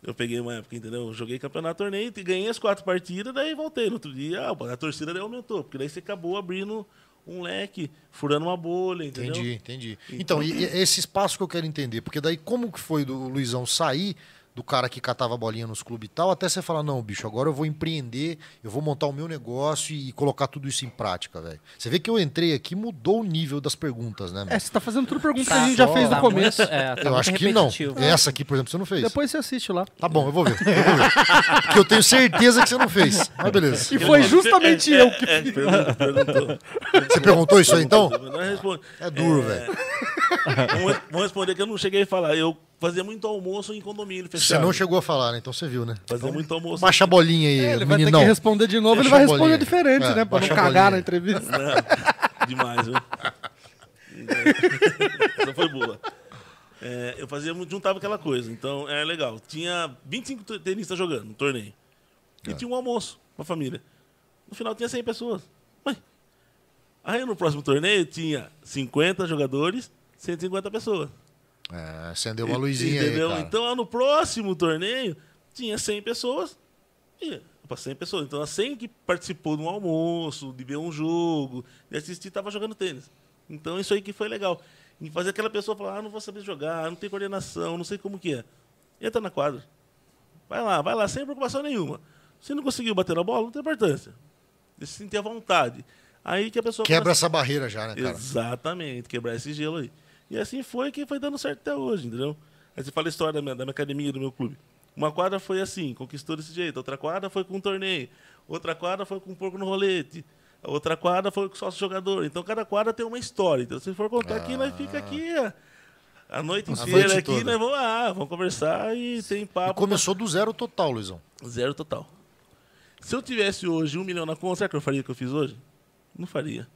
[SPEAKER 3] Eu peguei uma época, entendeu? Eu joguei campeonato, torneio, te- ganhei as quatro partidas, daí voltei. No outro dia, ah, a torcida daí aumentou, porque daí você acabou abrindo um leque, furando uma bolha, entendeu?
[SPEAKER 5] Entendi, entendi. Então, e, e esse espaço que eu quero entender, porque daí como que foi do Luizão sair do cara que catava a bolinha nos clubes e tal, até você falar, não, bicho, agora eu vou empreender, eu vou montar o meu negócio e, colocar tudo isso em prática, velho. Você vê que eu entrei aqui, mudou o nível das perguntas, né,
[SPEAKER 1] É,
[SPEAKER 5] mano?
[SPEAKER 1] você tá fazendo tudo pergunta que
[SPEAKER 4] Tá,
[SPEAKER 1] a gente já
[SPEAKER 5] só-
[SPEAKER 1] fez no
[SPEAKER 5] tá
[SPEAKER 1] começo.
[SPEAKER 4] muito- é, tá
[SPEAKER 5] eu
[SPEAKER 4] muito
[SPEAKER 5] acho que não. É,
[SPEAKER 4] repetitivo.
[SPEAKER 5] Essa aqui, por exemplo, você não fez.
[SPEAKER 1] né? Depois você assiste lá.
[SPEAKER 5] Tá bom, eu vou ver. Eu vou ver. Porque eu tenho certeza que você não fez. Mas beleza.
[SPEAKER 1] E foi justamente eu que.
[SPEAKER 3] É, perguntou, perguntou.
[SPEAKER 5] Você perguntou isso aí então?
[SPEAKER 3] Não responde. então.
[SPEAKER 5] É duro, velho.
[SPEAKER 3] Vamos- Vamos responder que eu não cheguei a falar. Eu Fazia muito almoço em condomínio,
[SPEAKER 5] Você
[SPEAKER 3] fechado.
[SPEAKER 5] não chegou a falar, né? Então você viu, né?
[SPEAKER 3] Fazia muito almoço.
[SPEAKER 5] Baixa a bolinha aí,
[SPEAKER 1] É, ele vai ter
[SPEAKER 5] meninão.
[SPEAKER 1] que responder de novo,
[SPEAKER 5] Deixa
[SPEAKER 1] ele vai
[SPEAKER 5] a
[SPEAKER 1] responder
[SPEAKER 5] bolinha.
[SPEAKER 1] diferente, né?
[SPEAKER 5] É,
[SPEAKER 1] Pra não
[SPEAKER 5] baixa a
[SPEAKER 1] cagar
[SPEAKER 5] bolinha.
[SPEAKER 1] na entrevista.
[SPEAKER 3] Não, né? demais, viu? Essa foi boa. É, eu fazia, muito- juntava aquela coisa, então é legal. Tinha 25 te- tenistas jogando no torneio. E tinha um almoço pra família. No final tinha 100 pessoas. Ué. Aí no próximo torneio tinha 50 jogadores, 150 pessoas.
[SPEAKER 5] É, acendeu uma luzinha
[SPEAKER 3] Entendeu?
[SPEAKER 5] aí, cara.
[SPEAKER 3] Então, lá no próximo torneio, tinha 100 pessoas. E, opa, 100 pessoas. Então, as 100 que participou de um almoço, de ver um jogo, de assistir, tava jogando tênis. Então, isso aí que foi legal. E fazer aquela pessoa falar, ah, não vou saber jogar, não tem coordenação, não sei como que é. Entra na quadra. Vai lá, vai lá, sem preocupação nenhuma. Se não conseguiu bater a bola, não tem importância. Deixa se sentir à vontade. Aí que a pessoa assim,
[SPEAKER 5] Quebra
[SPEAKER 3] começa-
[SPEAKER 5] essa barreira já, né, cara?
[SPEAKER 3] Exatamente, quebrar esse gelo aí. E assim foi que foi dando certo até hoje, entendeu? Aí você fala a história da minha, da minha academia, do meu clube. Uma quadra foi assim, conquistou desse jeito. Outra quadra foi com um torneio. Outra quadra foi com um porco no rolete. A Outra quadra foi com sócio jogador. Então cada quadra tem uma história. Então se for contar aqui, nós fica aqui a, a noite
[SPEAKER 5] Ah. A
[SPEAKER 3] inteira
[SPEAKER 5] noite
[SPEAKER 3] aqui,
[SPEAKER 5] toda.
[SPEAKER 3] nós vamos lá, vamos conversar e tem
[SPEAKER 5] E
[SPEAKER 3] papo.
[SPEAKER 5] começou do zero total, Luizão.
[SPEAKER 3] Zero total. Se eu tivesse hoje um milhão na conta, será que eu faria o que eu fiz hoje? Não faria.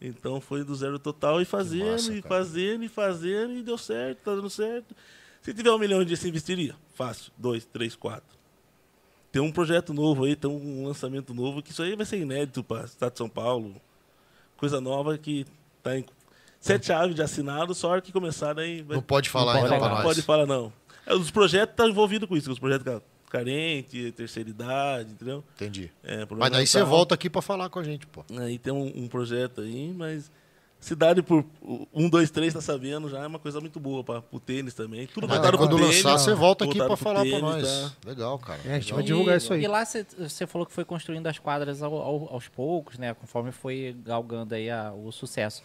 [SPEAKER 3] Então foi do zero total e fazendo,
[SPEAKER 5] massa,
[SPEAKER 3] e
[SPEAKER 5] cara.
[SPEAKER 3] fazendo, e fazendo, e deu certo, tá dando certo. Se tiver um milhão de dia, você investiria? Fácil. Dois, três, quatro. Tem um projeto novo aí, tem um lançamento novo, que isso aí vai ser inédito para o Estado de São Paulo. Coisa nova que tá em sete chaves de assinado, só a hora que começar aí. vai-
[SPEAKER 5] Uhum. Não pode falar
[SPEAKER 4] pode
[SPEAKER 5] ainda
[SPEAKER 4] falar.
[SPEAKER 5] pra
[SPEAKER 3] pode
[SPEAKER 5] nós.
[SPEAKER 3] falar, não. É, Os projetos estão envolvidos com isso, com os projetos ca- carente, terceira idade, entendeu?
[SPEAKER 5] Entendi.
[SPEAKER 3] É, problema
[SPEAKER 5] Mas daí você
[SPEAKER 3] mental.
[SPEAKER 5] volta aqui pra falar com a gente, pô.
[SPEAKER 3] Aí tem um, um projeto aí, mas cidade por o- um, dois, três tá sabendo já é uma coisa muito boa para o tênis também. Tudo
[SPEAKER 5] Mas
[SPEAKER 3] voltado
[SPEAKER 5] daí
[SPEAKER 3] pro
[SPEAKER 5] quando
[SPEAKER 3] tênis,
[SPEAKER 5] lançar, você volta aqui
[SPEAKER 3] voltado
[SPEAKER 5] pra
[SPEAKER 3] pro
[SPEAKER 5] falar pra
[SPEAKER 3] tênis,
[SPEAKER 5] nós.
[SPEAKER 3] tá?
[SPEAKER 5] Legal, cara.
[SPEAKER 1] É, a gente vai
[SPEAKER 4] E-
[SPEAKER 1] divulgar isso aí.
[SPEAKER 4] E lá você falou que foi construindo as quadras ao- ao- aos poucos, né? Conforme foi galgando aí a- o sucesso.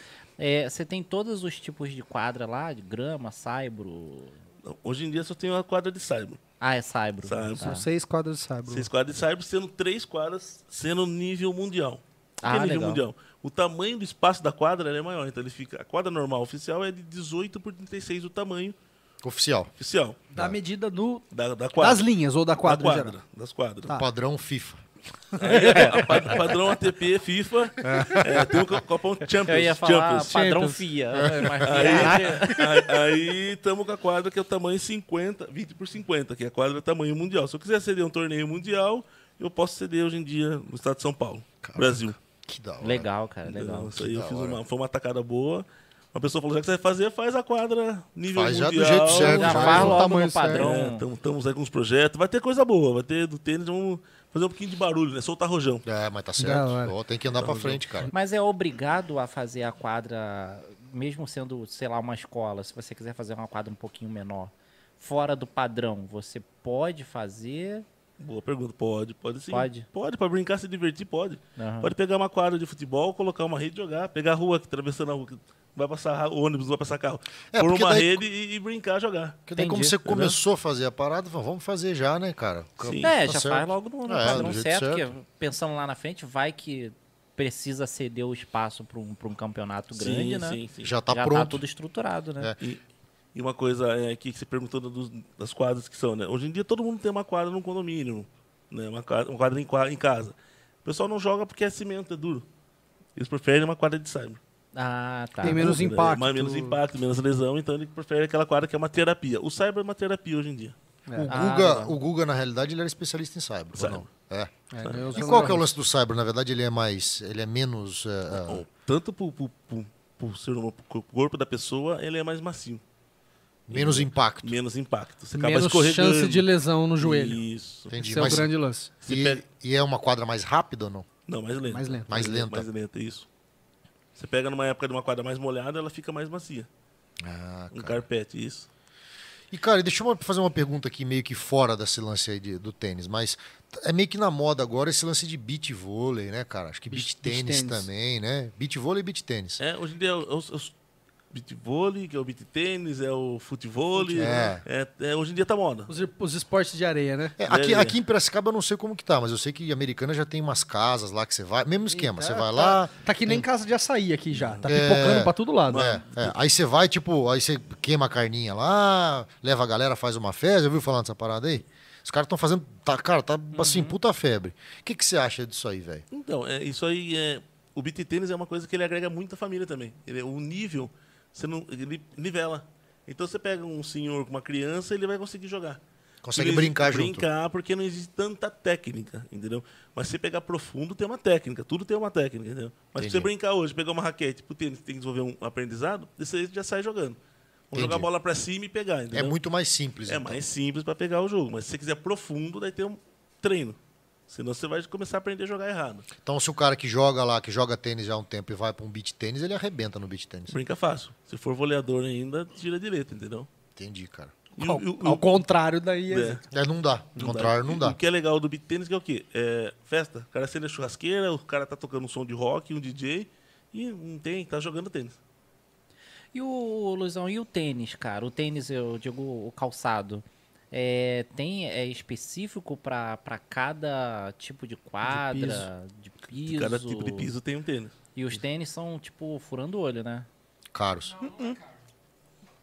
[SPEAKER 4] Você tem todos os tipos de quadra lá, de grama, saibro.
[SPEAKER 3] Não, Hoje em dia só tem uma quadra de cyber.
[SPEAKER 4] Ah, é saibro.
[SPEAKER 3] Saibro.
[SPEAKER 4] Tá.
[SPEAKER 1] São seis quadras de saibro.
[SPEAKER 3] Seis quadras de cyber, sendo três quadras sendo nível mundial. O que
[SPEAKER 4] Ah,
[SPEAKER 3] é nível
[SPEAKER 4] legal.
[SPEAKER 3] mundial? O tamanho do espaço da quadra ela é maior, então ele fica. A quadra normal oficial é de 18 por 36 o tamanho
[SPEAKER 5] Oficial.
[SPEAKER 3] oficial
[SPEAKER 1] Da medida do,
[SPEAKER 3] da, da quadra.
[SPEAKER 1] das linhas ou da quadra,
[SPEAKER 3] da
[SPEAKER 1] em
[SPEAKER 3] quadra
[SPEAKER 1] geral.
[SPEAKER 3] das quadras. É,
[SPEAKER 1] Tá.
[SPEAKER 5] Padrão FIFA.
[SPEAKER 3] A pa- padrão ATP, FIFA, é, tem o co- copão Champions.
[SPEAKER 4] Eu ia falar é.
[SPEAKER 3] Champions.
[SPEAKER 4] padrão
[SPEAKER 1] Champions.
[SPEAKER 4] FIA.
[SPEAKER 1] É,
[SPEAKER 4] mas FIA-
[SPEAKER 3] Aí estamos com a quadra que é o tamanho 50, 20 por 50, que é a quadra tamanho mundial. Se eu quiser ceder um torneio mundial, eu posso ceder hoje em dia no estado de São Paulo, Brasil.
[SPEAKER 5] Que da hora.
[SPEAKER 4] Legal, cara, legal.
[SPEAKER 3] Isso aí eu
[SPEAKER 5] da
[SPEAKER 3] fiz
[SPEAKER 5] hora.
[SPEAKER 3] uma, foi uma atacada boa. Uma pessoa falou, já que você vai fazer, faz a quadra nível
[SPEAKER 5] Faz já
[SPEAKER 3] mundial.
[SPEAKER 5] do jeito certo,
[SPEAKER 4] Já
[SPEAKER 5] já
[SPEAKER 4] faz
[SPEAKER 5] é o
[SPEAKER 4] logo
[SPEAKER 5] tamanho
[SPEAKER 4] no
[SPEAKER 5] certo.
[SPEAKER 4] padrão.
[SPEAKER 3] Estamos aí com uns projetos. Vai ter coisa boa, vai ter do tênis, vamos fazer um pouquinho de barulho, né? Soltar rojão.
[SPEAKER 5] É, mas tá
[SPEAKER 1] Da
[SPEAKER 5] certo.
[SPEAKER 1] hora.
[SPEAKER 5] Ó, tem que andar pra frente, cara.
[SPEAKER 4] Mas é obrigado a fazer a quadra, mesmo sendo, sei lá, uma escola, se você quiser fazer uma quadra um pouquinho menor, fora do padrão, você pode fazer.
[SPEAKER 3] Boa pergunta. Pode, pode sim.
[SPEAKER 4] Pode? Ah.
[SPEAKER 3] Pode, pra brincar, se divertir, pode.
[SPEAKER 4] Aham.
[SPEAKER 3] Pode pegar uma quadra de futebol, colocar uma rede e jogar. Pegar a rua, que atravessando a rua, que vai passar ra- ônibus, não vai passar carro.
[SPEAKER 5] É,
[SPEAKER 3] Por
[SPEAKER 5] porque
[SPEAKER 3] uma
[SPEAKER 5] daí-
[SPEAKER 3] rede e, e brincar, jogar.
[SPEAKER 5] Porque daí como
[SPEAKER 4] Entendi.
[SPEAKER 5] você
[SPEAKER 1] Tá
[SPEAKER 5] começou a fazer a parada, falou, vamos fazer já, né, cara?
[SPEAKER 3] Sim.
[SPEAKER 4] É,
[SPEAKER 5] Tá
[SPEAKER 4] já
[SPEAKER 5] certo.
[SPEAKER 4] faz logo no, no
[SPEAKER 5] É,
[SPEAKER 4] padrão
[SPEAKER 5] do jeito
[SPEAKER 4] certo,
[SPEAKER 5] certo.
[SPEAKER 4] que pensando lá na frente, vai que precisa ceder o espaço para um, pra um campeonato grande,
[SPEAKER 3] sim,
[SPEAKER 4] né?
[SPEAKER 3] sim, sim.
[SPEAKER 5] Já tá
[SPEAKER 4] já tá
[SPEAKER 5] pronto.
[SPEAKER 4] tudo estruturado, né?
[SPEAKER 5] É.
[SPEAKER 3] E, e uma coisa é, aqui que você perguntou dos- das quadras que são, né? Hoje em dia todo mundo tem uma quadra num condomínio, né? Uma quadra, uma quadra em, qua- em casa. O pessoal não joga porque é cimento, é duro. Eles preferem uma quadra de cyber.
[SPEAKER 4] Ah, tá.
[SPEAKER 1] Tem menos
[SPEAKER 3] Tudo, né?
[SPEAKER 1] impacto.
[SPEAKER 3] Mas menos impacto, menos lesão, então ele prefere aquela quadra que é uma terapia. O cyber é uma terapia hoje em dia.
[SPEAKER 5] O
[SPEAKER 4] Ah,
[SPEAKER 5] Guga,
[SPEAKER 4] legal.
[SPEAKER 5] o Guga, na realidade, ele era especialista em cyber, ou
[SPEAKER 3] Cyber.
[SPEAKER 5] não? É.
[SPEAKER 1] É, Deus
[SPEAKER 5] E
[SPEAKER 1] é
[SPEAKER 5] qual que é
[SPEAKER 1] legal.
[SPEAKER 5] o lance do cyber? Na verdade, ele é mais. Ele é menos. é, é,
[SPEAKER 3] Então, Tanto pro, pro, pro, pro ser humano, pro corpo da pessoa, ele é mais macio.
[SPEAKER 5] menos impacto.
[SPEAKER 3] Menos impacto. Você acaba
[SPEAKER 1] Menos
[SPEAKER 3] escorregando.
[SPEAKER 1] chance de lesão no joelho.
[SPEAKER 3] Isso.
[SPEAKER 5] Entendi.
[SPEAKER 1] Esse é o
[SPEAKER 5] Mas,
[SPEAKER 1] grande lance.
[SPEAKER 3] Se
[SPEAKER 5] e,
[SPEAKER 3] pega-
[SPEAKER 5] e é uma quadra mais rápida ou não?
[SPEAKER 3] Não, mais lento.
[SPEAKER 1] Mais lento.
[SPEAKER 5] Mais lenta.
[SPEAKER 3] Mais lenta, isso. Você pega numa época de uma quadra mais molhada, ela fica mais macia.
[SPEAKER 5] Ah,
[SPEAKER 3] Um
[SPEAKER 5] cara.
[SPEAKER 3] carpete, isso.
[SPEAKER 5] E, cara, deixa eu fazer uma pergunta aqui meio que fora desse lance aí de- do tênis, mas é meio que na moda agora esse lance de beat vôlei, né, cara? Acho que beat,
[SPEAKER 1] Beach- beach tênis.
[SPEAKER 5] tênis também, né? Beat vôlei e beat tênis.
[SPEAKER 3] É, hoje em dia, os- os- beat vôlei, que é o beat tênis, é o futebol.
[SPEAKER 5] É.
[SPEAKER 3] É, é, hoje em dia tá moda.
[SPEAKER 1] Os, os esportes de areia, né?
[SPEAKER 5] É, aqui,
[SPEAKER 3] Beleza.
[SPEAKER 5] aqui em Piracicaba eu não sei como que tá, mas eu sei que Americana já tem umas casas lá que você vai. Mesmo esquema, você vai lá.
[SPEAKER 1] Tá que nem casa de açaí aqui já. Tá pipocando pra todo lado.
[SPEAKER 5] É, é, aí você vai, tipo, aí você queima a carninha lá, leva a galera, faz uma festa. Já ouviu falando dessa parada aí? Os caras estão fazendo. Tá, cara, tá
[SPEAKER 4] Uhum.
[SPEAKER 5] assim, puta febre. O que, que você acha disso aí, velho?
[SPEAKER 3] Então, é, isso aí é. O beat tênis é uma coisa que ele agrega muito à família também. Ele, o nível, você não, ele nivela. Então você pega um senhor com uma criança, ele vai conseguir jogar.
[SPEAKER 5] Consegue
[SPEAKER 3] Não existe-
[SPEAKER 5] brincar junto.
[SPEAKER 3] Brincar, porque não existe tanta técnica, entendeu? Mas se você pegar profundo, tem uma técnica. Tudo tem uma técnica, entendeu? Mas se
[SPEAKER 5] Entendi.
[SPEAKER 3] você brincar hoje, pegar uma raquete pro tênis, tem que desenvolver um aprendizado, você já sai jogando. Ou
[SPEAKER 5] Entendi.
[SPEAKER 3] jogar a bola pra cima e pegar,
[SPEAKER 5] É
[SPEAKER 3] entendeu?
[SPEAKER 5] muito mais simples.
[SPEAKER 3] É
[SPEAKER 5] então.
[SPEAKER 3] mais simples para pegar o jogo, mas se você quiser profundo, daí tem um treino. Senão você vai começar a aprender a jogar errado.
[SPEAKER 5] Então, se o cara que joga lá, que joga tênis já há um tempo e vai pra um beat tênis, ele arrebenta no beat tênis.
[SPEAKER 3] Brinca fácil. Se for voleador ainda, tira direito, entendeu?
[SPEAKER 5] Entendi, cara.
[SPEAKER 3] E o-
[SPEAKER 1] Ao,
[SPEAKER 3] e o-
[SPEAKER 1] ao contrário daí.
[SPEAKER 3] é,
[SPEAKER 1] É.
[SPEAKER 5] É, não dá. Do contrário, não
[SPEAKER 3] E O
[SPEAKER 5] dá.
[SPEAKER 3] que é legal do beat tênis que é o quê? É festa. O cara acende a churrasqueira, o cara tá tocando um som de rock, um DJ, e não tem, tá jogando tênis.
[SPEAKER 4] E o Luizão, e o tênis, cara? O tênis, eu digo o calçado. É, tem é específico pra pra cada tipo de quadra, de piso.
[SPEAKER 3] E cada tipo de piso tem um tênis.
[SPEAKER 4] E os tênis são tipo furando o olho, né?
[SPEAKER 5] Caros.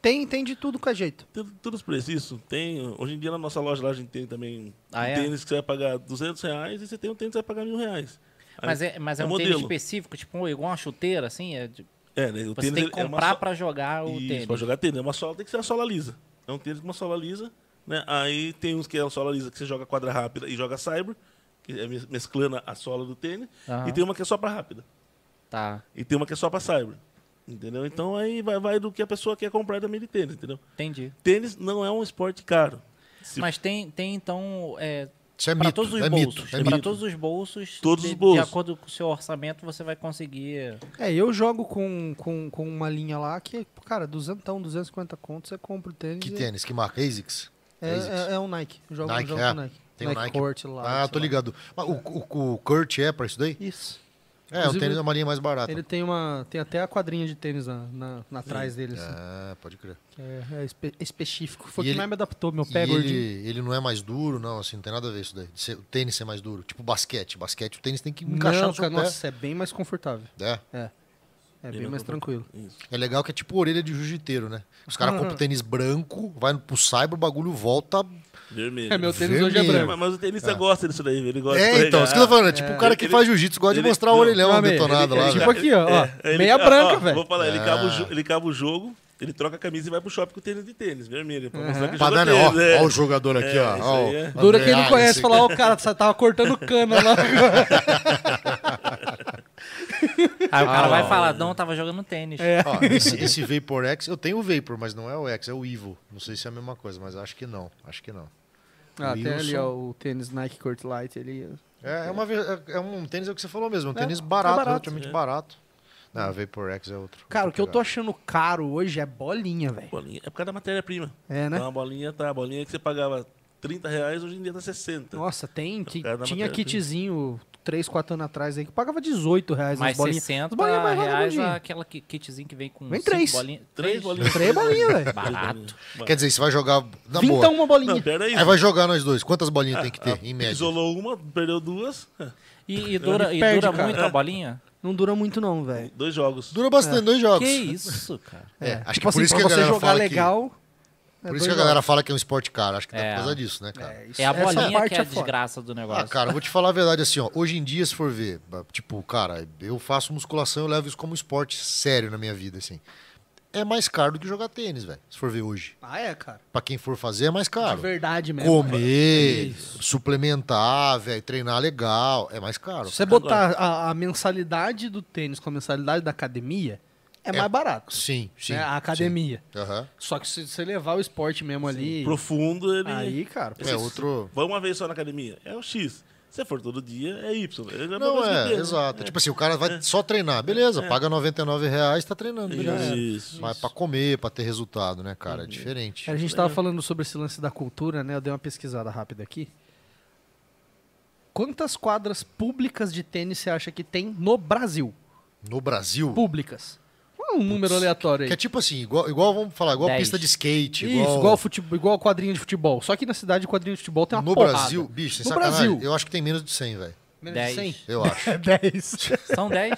[SPEAKER 1] Tem, tem de tudo com a jeito.
[SPEAKER 3] Tem todos os preços, isso. Tem, hoje em dia na nossa loja lá a gente tem também
[SPEAKER 4] Ah,
[SPEAKER 3] um
[SPEAKER 4] é?
[SPEAKER 3] tênis que você vai pagar 200 reais e você tem um tênis que você vai pagar mil reais. Aí-
[SPEAKER 4] Mas é, mas é,
[SPEAKER 3] é
[SPEAKER 4] um tênis
[SPEAKER 3] modelo.
[SPEAKER 4] específico, tipo igual uma chuteira, assim? É de-
[SPEAKER 3] É, né, o
[SPEAKER 4] você tem que
[SPEAKER 3] ele- é uma
[SPEAKER 4] comprar
[SPEAKER 3] so-
[SPEAKER 4] pra jogar o
[SPEAKER 3] Isso,
[SPEAKER 4] tênis.
[SPEAKER 3] pra jogar tênis. É uma sola, tem que ser uma sola lisa. É um tênis com uma sola lisa, né? Aí tem uns que é uma sola lisa que você joga quadra rápida e joga cyber, que é mes- mesclando a sola do tênis.
[SPEAKER 4] Aham.
[SPEAKER 3] E tem uma que é só pra rápida.
[SPEAKER 4] Tá,
[SPEAKER 3] E tem uma que é só pra cyber. Entendeu? Então aí vai, vai do que a pessoa quer comprar também de tênis, entendeu?
[SPEAKER 4] entendi.
[SPEAKER 3] Tênis não é um esporte caro. Se
[SPEAKER 4] Mas tem, tem então, é,
[SPEAKER 5] Isso é
[SPEAKER 4] pra
[SPEAKER 5] mito.
[SPEAKER 4] todos os
[SPEAKER 5] é
[SPEAKER 4] bolsos.
[SPEAKER 5] mito. É
[SPEAKER 4] pra
[SPEAKER 5] mito.
[SPEAKER 4] todos os bolsos.
[SPEAKER 3] Todos
[SPEAKER 4] de,
[SPEAKER 3] os bolsos.
[SPEAKER 4] De acordo com o seu orçamento, você vai conseguir.
[SPEAKER 1] É, eu jogo com, com, com uma linha lá que, cara, duzentão, 250 contos, você compra o tênis.
[SPEAKER 5] Que
[SPEAKER 1] e-
[SPEAKER 5] tênis? Que marca? ASICS?
[SPEAKER 1] É, é, é um Nike. Eu jogo,
[SPEAKER 5] Nike,
[SPEAKER 1] jogo
[SPEAKER 5] é.
[SPEAKER 1] com Nike.
[SPEAKER 5] Tem o
[SPEAKER 1] Nike,
[SPEAKER 5] Nike.
[SPEAKER 1] Court lá.
[SPEAKER 5] Ah,
[SPEAKER 1] sei
[SPEAKER 5] tô
[SPEAKER 1] lá.
[SPEAKER 5] ligado. Mas o, o, o Kurt é pra isso daí?
[SPEAKER 1] Isso.
[SPEAKER 5] É, o
[SPEAKER 1] Inclusive,
[SPEAKER 5] tênis é uma linha mais barata.
[SPEAKER 1] Ele tem uma. Tem até a quadrinha de tênis na, na, na trás dele, assim.
[SPEAKER 5] É, pode crer.
[SPEAKER 1] que É, é espe- específico. Foi o
[SPEAKER 5] E
[SPEAKER 1] que
[SPEAKER 5] ele-
[SPEAKER 1] mais me adaptou, meu
[SPEAKER 5] E
[SPEAKER 1] pé gordinho.
[SPEAKER 5] ele, ele não é mais duro, não, assim, não tem nada a ver isso daí. De ser- o tênis ser mais duro. Tipo basquete. Basquete, o tênis tem que encaixar
[SPEAKER 1] Não,
[SPEAKER 5] no seu
[SPEAKER 1] cara,
[SPEAKER 5] pé.
[SPEAKER 1] nossa, é bem mais confortável.
[SPEAKER 5] É.
[SPEAKER 1] É bem mais tranquilo.
[SPEAKER 3] Isso.
[SPEAKER 5] É legal que é tipo orelha de jiu-jiteiro, né? Os caras
[SPEAKER 1] Uhum.
[SPEAKER 5] compram tênis branco, vai no- pro cyber, o bagulho volta.
[SPEAKER 3] Vermelho.
[SPEAKER 1] É, meu tênis hoje é
[SPEAKER 5] Vermelho.
[SPEAKER 1] branco.
[SPEAKER 3] É, mas, mas o tenista gosta disso daí, ele gosta de
[SPEAKER 5] É, então,
[SPEAKER 3] escorregar.
[SPEAKER 5] isso que eu tô falando. É tipo o cara que
[SPEAKER 3] Ele-
[SPEAKER 5] faz jiu-jitsu gosta de
[SPEAKER 3] ele-
[SPEAKER 5] mostrar o
[SPEAKER 3] não,
[SPEAKER 5] orelhão
[SPEAKER 1] meu amigo,
[SPEAKER 5] detonado
[SPEAKER 1] ele-
[SPEAKER 5] lá. né?
[SPEAKER 1] ele-
[SPEAKER 5] velho.
[SPEAKER 1] tipo aqui, ó. ó,
[SPEAKER 3] É, ele-
[SPEAKER 1] meia
[SPEAKER 3] ah,
[SPEAKER 1] branca,
[SPEAKER 3] ó,
[SPEAKER 1] velho.
[SPEAKER 3] Vou falar, ele,
[SPEAKER 5] Ah.
[SPEAKER 3] cava o jo- ele cava o jogo, ele troca a camisa e vai pro shopping com o tênis de tênis, vermelho. Pra mostrar que
[SPEAKER 5] Pra
[SPEAKER 3] joga
[SPEAKER 5] dar, né? ó,
[SPEAKER 3] tênis, é.
[SPEAKER 5] ó o jogador aqui,
[SPEAKER 3] É,
[SPEAKER 5] ó.
[SPEAKER 3] isso
[SPEAKER 5] ó o
[SPEAKER 3] aí é.
[SPEAKER 1] Dura quem não
[SPEAKER 5] Andreas,
[SPEAKER 1] conhece
[SPEAKER 5] Ah, esse
[SPEAKER 1] falar, ó, cara, você tava cortando cana lá.
[SPEAKER 4] Aí o cara
[SPEAKER 5] Ah,
[SPEAKER 4] vai
[SPEAKER 5] ó.
[SPEAKER 4] falar, não, tava jogando tênis.
[SPEAKER 1] É,
[SPEAKER 5] Ó, esse, esse Vapor X, eu tenho o Vapor, mas não é o X, é o Evo. Não sei se é a mesma coisa, mas acho que não. Acho que não.
[SPEAKER 1] Ah, tem ali,
[SPEAKER 5] Wilson.
[SPEAKER 1] ó, o tênis Nike Court Light. Ele...
[SPEAKER 5] É, é uma, ve- é- é um tênis, é o que você falou mesmo, é um tênis barato,
[SPEAKER 1] barato,
[SPEAKER 5] relativamente
[SPEAKER 3] é.
[SPEAKER 5] barato. Não, o Vapor X é outro.
[SPEAKER 1] Cara, o que eu tô
[SPEAKER 5] achando.
[SPEAKER 1] achando caro hoje é bolinha, velho.
[SPEAKER 3] Bolinha. É por causa da matéria-prima.
[SPEAKER 1] É, né?
[SPEAKER 3] Então a bolinha tá, a bolinha que você pagava 30 reais, hoje em dia tá 60.
[SPEAKER 1] Nossa, tem. ti-
[SPEAKER 3] cara da
[SPEAKER 1] tinha
[SPEAKER 3] matéria-prima.
[SPEAKER 1] kitzinho 3, 4 anos atrás aí que pagava 18 reais
[SPEAKER 4] Mais
[SPEAKER 1] as bolinhas.
[SPEAKER 4] 60
[SPEAKER 1] As bolinhas é mais
[SPEAKER 4] reais é
[SPEAKER 1] redondinhas.
[SPEAKER 4] aquela que- kitzinho que vem com
[SPEAKER 1] Vem
[SPEAKER 4] cinco
[SPEAKER 1] três.
[SPEAKER 4] bolinhas.
[SPEAKER 3] Três bolinhas.
[SPEAKER 1] Três bolinhas, velho.
[SPEAKER 4] tá Barato.
[SPEAKER 5] Quer dizer, você vai jogar na
[SPEAKER 1] Vintão é
[SPEAKER 5] Tá boa.
[SPEAKER 1] uma né? Ah, bolinha.
[SPEAKER 3] Não, pera aí.
[SPEAKER 5] Aí vai jogar nós dois. Quantas bolinhas tem que ter, em média?
[SPEAKER 3] Isolou uma, perdeu duas, é,
[SPEAKER 4] E, e dura, e
[SPEAKER 1] perde,
[SPEAKER 4] dura
[SPEAKER 1] cara.
[SPEAKER 4] muito a bolinha?
[SPEAKER 1] Não dura muito, não, velho.
[SPEAKER 3] dois jogos.
[SPEAKER 5] Dura bastante, dois
[SPEAKER 4] Que
[SPEAKER 5] jogos.
[SPEAKER 4] isso, cara.
[SPEAKER 5] É,
[SPEAKER 1] É,
[SPEAKER 5] acho
[SPEAKER 1] tipo
[SPEAKER 5] que por
[SPEAKER 1] assim,
[SPEAKER 5] isso
[SPEAKER 1] pra
[SPEAKER 5] que a
[SPEAKER 1] você
[SPEAKER 5] galera
[SPEAKER 1] jogar
[SPEAKER 5] fala que-
[SPEAKER 1] legal. é
[SPEAKER 5] Por isso
[SPEAKER 1] dois
[SPEAKER 5] que a
[SPEAKER 1] jogos.
[SPEAKER 5] galera fala que é um esporte caro. Acho que
[SPEAKER 4] É.
[SPEAKER 5] tá por causa disso, né, cara?
[SPEAKER 1] isso-
[SPEAKER 4] É a
[SPEAKER 1] essa
[SPEAKER 4] bolinha
[SPEAKER 1] parte
[SPEAKER 4] que é a
[SPEAKER 1] é foda.
[SPEAKER 4] desgraça do negócio.
[SPEAKER 5] Ah, cara, eu vou te falar a verdade assim, ó. Hoje em dia, se for ver, ba- tipo, cara, eu faço musculação, eu levo isso como um esporte sério na minha vida, assim. É mais caro do que jogar tênis, velho. Se for ver hoje.
[SPEAKER 1] Ah, é, cara.
[SPEAKER 5] Pra quem for fazer, é mais
[SPEAKER 1] De
[SPEAKER 5] caro.
[SPEAKER 1] verdade mesmo. É
[SPEAKER 5] Comer,
[SPEAKER 1] Isso.
[SPEAKER 5] suplementar, velho, treinar legal. É mais caro.
[SPEAKER 1] Se você botar a, a mensalidade do tênis com a mensalidade da academia, é, mais barato.
[SPEAKER 5] Sim, sim.
[SPEAKER 1] né? A academia.
[SPEAKER 5] sim. Aham.
[SPEAKER 1] Só que se você levar o esporte mesmo ali.
[SPEAKER 3] Profundo, ele...
[SPEAKER 1] Aí, cara.
[SPEAKER 5] É outro.
[SPEAKER 3] Vai uma vez só na academia, é o X. Se for todo dia, é Y. É a mesma
[SPEAKER 5] Não,
[SPEAKER 3] coisa que
[SPEAKER 5] é,
[SPEAKER 3] tênis.
[SPEAKER 5] exato. Tipo assim, o cara vai só treinar, beleza, paga R$ 99 reais, tá treinando, beleza.
[SPEAKER 3] Isso.
[SPEAKER 5] Mas pra comer, pra ter resultado, né, cara? É diferente.
[SPEAKER 1] A gente tava falando sobre esse lance da cultura, né? Eu dei uma pesquisada rápida aqui. Quantas quadras públicas de tênis você acha que tem no Brasil?
[SPEAKER 5] No Brasil,
[SPEAKER 1] Públicas. Uma um número aleatório aí.
[SPEAKER 5] Que é tipo assim, igual, igual vamos falar, igual
[SPEAKER 4] Dez.
[SPEAKER 5] pista de skate,
[SPEAKER 1] Isso,
[SPEAKER 5] igual,
[SPEAKER 1] igual, futebol, igual quadrinha de futebol. Só que na cidade, quadrinha de futebol tem uma
[SPEAKER 5] no
[SPEAKER 1] porrada.
[SPEAKER 5] Brasil, bicho, sem
[SPEAKER 1] No
[SPEAKER 5] sacanagem,
[SPEAKER 1] Brasil.
[SPEAKER 5] eu acho que tem menos de 100, velho.
[SPEAKER 1] Menos de 100?
[SPEAKER 4] 10.
[SPEAKER 5] Eu acho.
[SPEAKER 1] É 10.
[SPEAKER 4] São 10?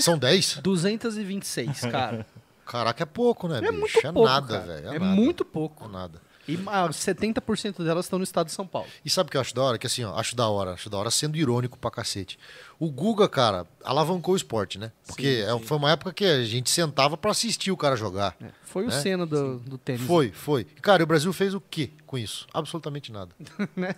[SPEAKER 5] São 10?
[SPEAKER 1] 226, cara.
[SPEAKER 5] Caraca, é pouco, né,
[SPEAKER 1] É
[SPEAKER 5] bicho?
[SPEAKER 1] muito
[SPEAKER 5] é
[SPEAKER 1] pouco,
[SPEAKER 5] nada,
[SPEAKER 1] cara.
[SPEAKER 5] velho.
[SPEAKER 1] É,
[SPEAKER 5] nada.
[SPEAKER 1] muito
[SPEAKER 5] É
[SPEAKER 1] pouco.
[SPEAKER 5] nada.
[SPEAKER 1] E ah, 70% delas estão no estado de São Paulo.
[SPEAKER 5] E sabe o que eu acho da hora? Que assim, ó, acho da hora, acho da hora sendo irônico pra cacete. O Guga, cara, alavancou o esporte, né? Porque é- foi uma época que a gente sentava pra assistir o cara jogar.
[SPEAKER 1] Foi o
[SPEAKER 5] Né?
[SPEAKER 1] Senna do, do tênis.
[SPEAKER 5] Foi, foi. E, cara, e o Brasil fez o quê com isso? Absolutamente nada.
[SPEAKER 1] Né?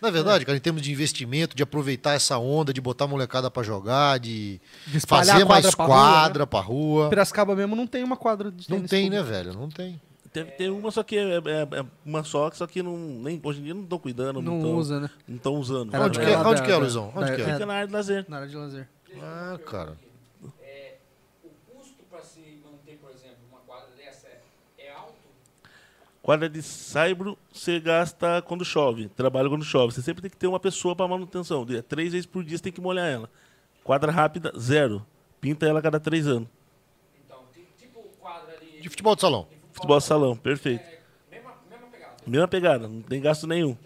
[SPEAKER 5] Na verdade, cara, em termos de investimento, de aproveitar essa onda, de botar a molecada pra jogar, de,
[SPEAKER 1] De espalhar
[SPEAKER 5] fazer
[SPEAKER 1] a
[SPEAKER 5] mais
[SPEAKER 1] pra
[SPEAKER 5] quadra pra rua.
[SPEAKER 1] Rua, né? Piracicaba mesmo não tem uma quadra de
[SPEAKER 5] Não
[SPEAKER 1] tênis
[SPEAKER 5] tem,
[SPEAKER 1] público.
[SPEAKER 5] né, velho? Não tem.
[SPEAKER 3] Deve ter uma só que é, é- é uma só, que só que não, nem, hoje em dia não estão cuidando, não
[SPEAKER 1] Não
[SPEAKER 3] estão
[SPEAKER 1] usa, né?
[SPEAKER 3] não tão usando.
[SPEAKER 1] Era
[SPEAKER 5] Onde
[SPEAKER 1] do-
[SPEAKER 5] que é?
[SPEAKER 1] era
[SPEAKER 5] Onde
[SPEAKER 1] da-
[SPEAKER 5] que é,
[SPEAKER 1] da-
[SPEAKER 5] Luizão? Onde
[SPEAKER 1] da-
[SPEAKER 5] que é?
[SPEAKER 3] Fica na área de lazer.
[SPEAKER 1] Na área de lazer.
[SPEAKER 5] Ah, cara.
[SPEAKER 2] O custo para se manter, por exemplo, uma quadra dessa é alto?
[SPEAKER 3] Quadra de saibro, você gasta quando chove, trabalha quando chove. Você sempre tem que ter uma pessoa para manutenção. De- Três vezes por dia você tem que molhar ela. Quadra rápida, zero. Pinta ela a cada três anos.
[SPEAKER 2] Então, tipo quadra ali,
[SPEAKER 5] De futebol de salão.
[SPEAKER 3] Futebol de salão, perfeito.
[SPEAKER 2] mesma, pegada.
[SPEAKER 3] Mesma pegada, não tem gasto nenhum.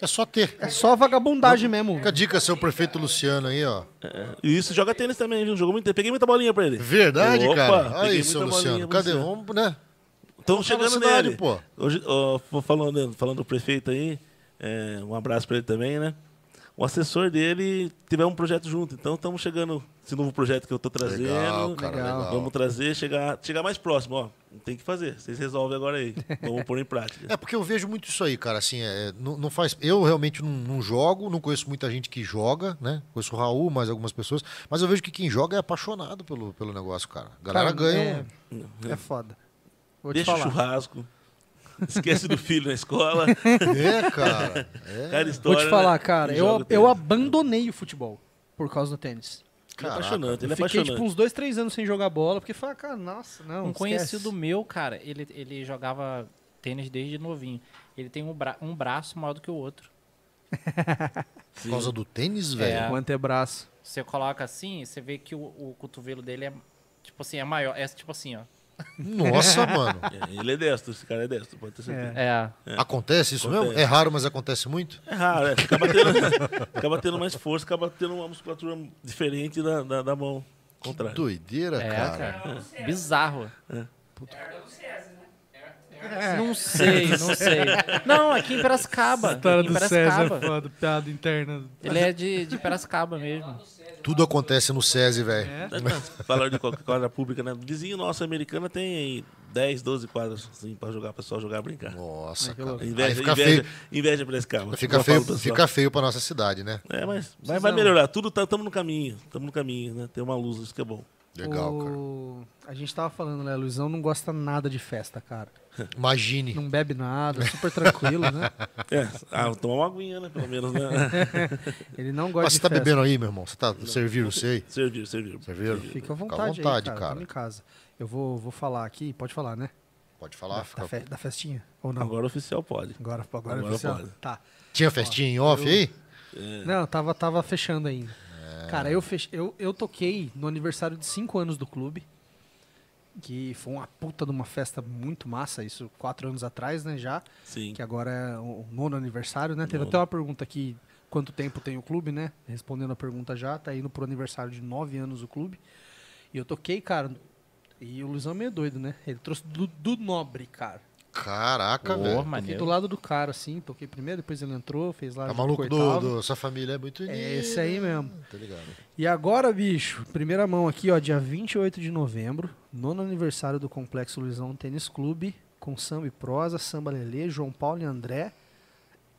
[SPEAKER 5] É só ter.
[SPEAKER 1] É só vagabundagem mesmo.
[SPEAKER 5] Fica a dica, seu prefeito Luciano aí, ó.
[SPEAKER 3] É, E isso joga tênis também, viu? Jogou muito tênis. Peguei muita bolinha pra ele.
[SPEAKER 5] Verdade,
[SPEAKER 3] Opa,
[SPEAKER 5] cara.
[SPEAKER 3] peguei
[SPEAKER 5] Aí,
[SPEAKER 3] muita
[SPEAKER 5] seu
[SPEAKER 3] bolinha
[SPEAKER 5] Luciano.
[SPEAKER 3] pra
[SPEAKER 5] Cadê?
[SPEAKER 3] você.
[SPEAKER 5] Vamos, né?
[SPEAKER 3] Estão
[SPEAKER 5] na
[SPEAKER 3] chegando
[SPEAKER 5] cidade,
[SPEAKER 3] nele.
[SPEAKER 5] pô.
[SPEAKER 3] Hoje, ó, fa- falando, falando do prefeito aí, é, um abraço para ele também, né? O assessor dele tiver um projeto junto, então estamos chegando esse novo projeto que eu tô trazendo.
[SPEAKER 5] Legal, cara,
[SPEAKER 1] Legal.
[SPEAKER 5] legal.
[SPEAKER 3] Vamos trazer, chegar, chegar mais próximo, ó. Não tem que fazer, vocês resolvem agora aí. Vamos pôr em prática.
[SPEAKER 5] É porque eu vejo muito isso aí, cara. Assim, é, não, não faz. Eu realmente não, não jogo, não conheço muita gente que joga, né? Conheço o Raul, mais algumas pessoas. Mas eu vejo que quem joga é apaixonado pelo, pelo negócio, cara. A galera
[SPEAKER 1] Cara,
[SPEAKER 5] ganha. um-
[SPEAKER 1] É, é foda. Vou
[SPEAKER 3] Deixa o
[SPEAKER 1] te falar.
[SPEAKER 3] churrasco. Esquece do filho na escola.
[SPEAKER 5] É, cara. É,
[SPEAKER 3] Cara,
[SPEAKER 1] Vou
[SPEAKER 3] história,
[SPEAKER 1] te falar,
[SPEAKER 3] né?
[SPEAKER 1] cara.
[SPEAKER 3] E
[SPEAKER 1] Eu,
[SPEAKER 3] joga
[SPEAKER 1] eu
[SPEAKER 3] tênis.
[SPEAKER 1] abandonei o futebol por causa do tênis.
[SPEAKER 3] Ele é
[SPEAKER 5] Caraca.
[SPEAKER 3] apaixonante, ele é
[SPEAKER 1] Eu fiquei
[SPEAKER 3] apaixonante.
[SPEAKER 1] tipo uns dois, três anos sem jogar bola, porque falei, ah, cara, nossa, não.
[SPEAKER 4] um
[SPEAKER 1] esquece.
[SPEAKER 4] conhecido meu, cara, ele, ele jogava tênis desde novinho. Ele tem um, bra um braço maior do que o outro.
[SPEAKER 5] Por causa do tênis,
[SPEAKER 3] É.
[SPEAKER 5] velho.
[SPEAKER 1] O antebraço.
[SPEAKER 4] Você coloca assim, você vê que o, o cotovelo dele é, tipo assim, é maior. É tipo assim, ó.
[SPEAKER 5] Nossa, mano.
[SPEAKER 3] É, ele é destro, esse cara é destro, pode ter certeza.
[SPEAKER 4] É.
[SPEAKER 5] Acontece isso mesmo?
[SPEAKER 3] Acontece.
[SPEAKER 5] É raro, mas acontece muito?
[SPEAKER 3] É raro, é. Acaba tendo, acaba tendo mais força, acaba tendo uma musculatura diferente da, da, da mão
[SPEAKER 5] Que
[SPEAKER 3] contrária.
[SPEAKER 5] doideira,
[SPEAKER 4] É,
[SPEAKER 5] cara.
[SPEAKER 4] cara. Bizarro.
[SPEAKER 2] É né?
[SPEAKER 1] É.
[SPEAKER 4] Não sei, não sei. Não, aqui em Piracicaba.
[SPEAKER 1] História
[SPEAKER 4] Aqui em
[SPEAKER 1] do César,
[SPEAKER 4] Piracicaba.
[SPEAKER 1] foda, piada interna.
[SPEAKER 4] Ele é de, de Piracicaba mesmo.
[SPEAKER 5] Tudo acontece no SESI, velho.
[SPEAKER 1] É.
[SPEAKER 3] Falaram de qualquer quadra pública, né? Vizinho nosso, americana, tem 10, 12 quadras assim, pra jogar, pessoal jogar, brincar.
[SPEAKER 5] Nossa,
[SPEAKER 1] que
[SPEAKER 5] cara.
[SPEAKER 1] louco.
[SPEAKER 5] Aí
[SPEAKER 3] Inveja,
[SPEAKER 5] fica
[SPEAKER 3] inveja,
[SPEAKER 5] feio,
[SPEAKER 3] inveja pra esse carro.
[SPEAKER 5] fica feio, fica feio pra nossa cidade, né?
[SPEAKER 3] É, mas vai, vai melhorar. Tudo tá, tamo no caminho. Tamo no caminho, né? Tem uma luz, isso que é bom.
[SPEAKER 5] Legal, cara.
[SPEAKER 1] O- A gente tava falando, né? Luizão não gosta nada de festa, cara.
[SPEAKER 5] Imagine.
[SPEAKER 1] Não bebe nada, é super tranquilo, né?
[SPEAKER 3] É, ah, vou tomar uma aguinha, né? Pelo menos, né?
[SPEAKER 1] Ele não
[SPEAKER 5] Ah,
[SPEAKER 1] gosta
[SPEAKER 5] você
[SPEAKER 1] de
[SPEAKER 5] tá
[SPEAKER 1] festa.
[SPEAKER 5] bebendo aí, meu irmão? Você tá servindo você aí?
[SPEAKER 3] servir, servir.
[SPEAKER 5] Serviram?
[SPEAKER 1] Fica à
[SPEAKER 5] Fica à
[SPEAKER 1] vontade,
[SPEAKER 5] vontade,
[SPEAKER 1] aí, cara. Tá
[SPEAKER 5] cara.
[SPEAKER 1] Tamo em casa. Eu vou, vou falar aqui, pode falar, né?
[SPEAKER 5] Pode falar.
[SPEAKER 1] da,
[SPEAKER 5] fica-
[SPEAKER 1] da fe- da festinha, ou não?
[SPEAKER 3] Agora o oficial pode.
[SPEAKER 1] Agora, agora,
[SPEAKER 3] Agora
[SPEAKER 1] oficial.
[SPEAKER 3] pode.
[SPEAKER 1] Tá.
[SPEAKER 5] Tinha festinha em off aí?
[SPEAKER 1] Não, tava, tava fechando ainda.
[SPEAKER 5] É.
[SPEAKER 1] Cara, eu, fech... eu, eu toquei no aniversário de 5 anos do clube. Que foi uma puta de uma festa muito massa, isso quatro anos atrás, né, já.
[SPEAKER 3] Sim.
[SPEAKER 1] Que agora é o nono aniversário, né? Teve até uma pergunta aqui, quanto tempo tem o clube, né? Respondendo a pergunta já, tá indo pro aniversário de nove anos o clube. E eu toquei, cara, e o Luizão é meio doido, né? Ele trouxe do, do Nobre, cara.
[SPEAKER 5] Caraca,
[SPEAKER 4] Porra,
[SPEAKER 5] velho.
[SPEAKER 1] Toquei
[SPEAKER 4] maneiro.
[SPEAKER 1] do lado do cara, assim, toquei primeiro, depois ele entrou, fez lá...
[SPEAKER 5] Tá
[SPEAKER 1] junto
[SPEAKER 5] maluco
[SPEAKER 1] com o
[SPEAKER 5] do,
[SPEAKER 1] oitavo.
[SPEAKER 5] do... Essa família é muito unida.
[SPEAKER 1] É esse aí mesmo.
[SPEAKER 5] Tá ligado?
[SPEAKER 1] E agora, bicho, primeira mão aqui, ó, dia 28 de novembro, nono aniversário do Complexo Luizão Tênis Clube, com samba e prosa, samba lelê, João Paulo e André.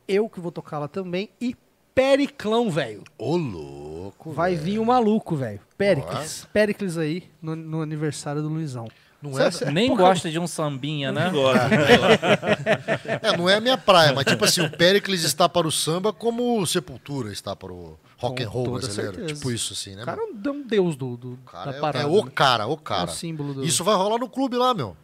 [SPEAKER 1] Eu que vou tocar lá também e Periclão, velho.
[SPEAKER 5] Ô, louco,
[SPEAKER 1] Vai
[SPEAKER 5] velho.
[SPEAKER 1] vir o maluco, velho. Pericles. Pericles aí no, no aniversário do Luizão.
[SPEAKER 5] Não é,
[SPEAKER 4] Nem gosta de um sambinha, né?
[SPEAKER 3] Agora,
[SPEAKER 5] é, não é a minha praia, mas tipo assim, o Pericles está para o samba como o Sepultura está para o rock
[SPEAKER 1] Com
[SPEAKER 5] and roll
[SPEAKER 1] toda
[SPEAKER 5] brasileiro.
[SPEAKER 1] certeza.
[SPEAKER 5] Tipo isso, assim,
[SPEAKER 1] O
[SPEAKER 5] né?
[SPEAKER 1] cara
[SPEAKER 5] meu?
[SPEAKER 1] é um- é um deus do, do-
[SPEAKER 5] Cara,
[SPEAKER 1] da
[SPEAKER 5] é-
[SPEAKER 1] parada.
[SPEAKER 5] é, o
[SPEAKER 1] né?
[SPEAKER 5] cara, o
[SPEAKER 1] É o
[SPEAKER 5] cara.
[SPEAKER 1] símbolo do...
[SPEAKER 5] Isso vai rolar no clube lá, meu.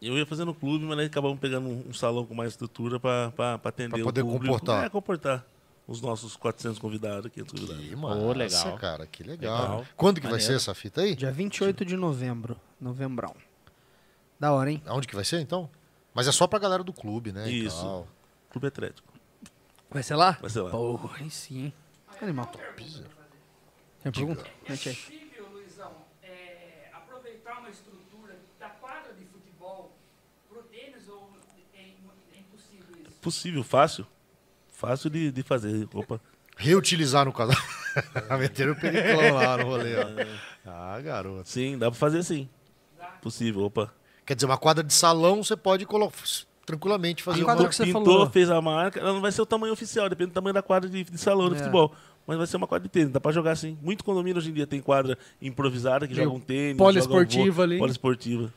[SPEAKER 3] Eu ia fazer no clube, mas nós acabamos pegando um, um salão com mais estrutura pra, pra, pra atender
[SPEAKER 5] Pra poder
[SPEAKER 3] o público.
[SPEAKER 5] comportar.
[SPEAKER 3] É, comportar. os nossos 400 convidados, 500 convidados.
[SPEAKER 5] Que massa,
[SPEAKER 4] legal.
[SPEAKER 5] cara, que legal.
[SPEAKER 3] Legal.
[SPEAKER 5] Quando que vai
[SPEAKER 4] Maneiro.
[SPEAKER 5] ser essa fita aí?
[SPEAKER 1] Dia 28 de novembro. Novembrão. Da hora, hein?
[SPEAKER 5] Aonde que vai ser, então? Mas é só pra galera do clube, né? e
[SPEAKER 3] Isso.
[SPEAKER 5] tal.
[SPEAKER 3] Clube Atlético.
[SPEAKER 1] Vai ser lá?
[SPEAKER 3] Vai ser lá.
[SPEAKER 1] Porra, aí sim. hein? Animal topia. Tem pergunta? Mete aí.
[SPEAKER 6] possível, Luizão, é, aproveitar uma estrutura da quadra de futebol pro tênis ou é, im- é impossível isso?
[SPEAKER 3] Possível, fácil. Fácil de, de fazer. Opa.
[SPEAKER 5] Reutilizar no canal. Meteram o periclão lá no rolê, ó. Ah, garoto.
[SPEAKER 3] Sim, dá pra fazer sim. Possível, opa.
[SPEAKER 5] Quer dizer, uma quadra de salão você pode colo- tranquilamente fazer um
[SPEAKER 1] A
[SPEAKER 5] uma...
[SPEAKER 1] quadra É que você
[SPEAKER 3] Pintou,
[SPEAKER 1] falou.
[SPEAKER 3] fez a marca. Ela não vai ser o tamanho oficial, depende do tamanho da quadra de, de salão de
[SPEAKER 1] É.
[SPEAKER 3] futebol. Mas vai ser uma quadra de tênis, dá pra jogar sim. Muito condomínio hoje em dia tem quadra improvisada que
[SPEAKER 1] Meio
[SPEAKER 3] joga um tênis.
[SPEAKER 1] poliesportiva
[SPEAKER 3] joga um vo-
[SPEAKER 1] ali.
[SPEAKER 3] Poliesportiva.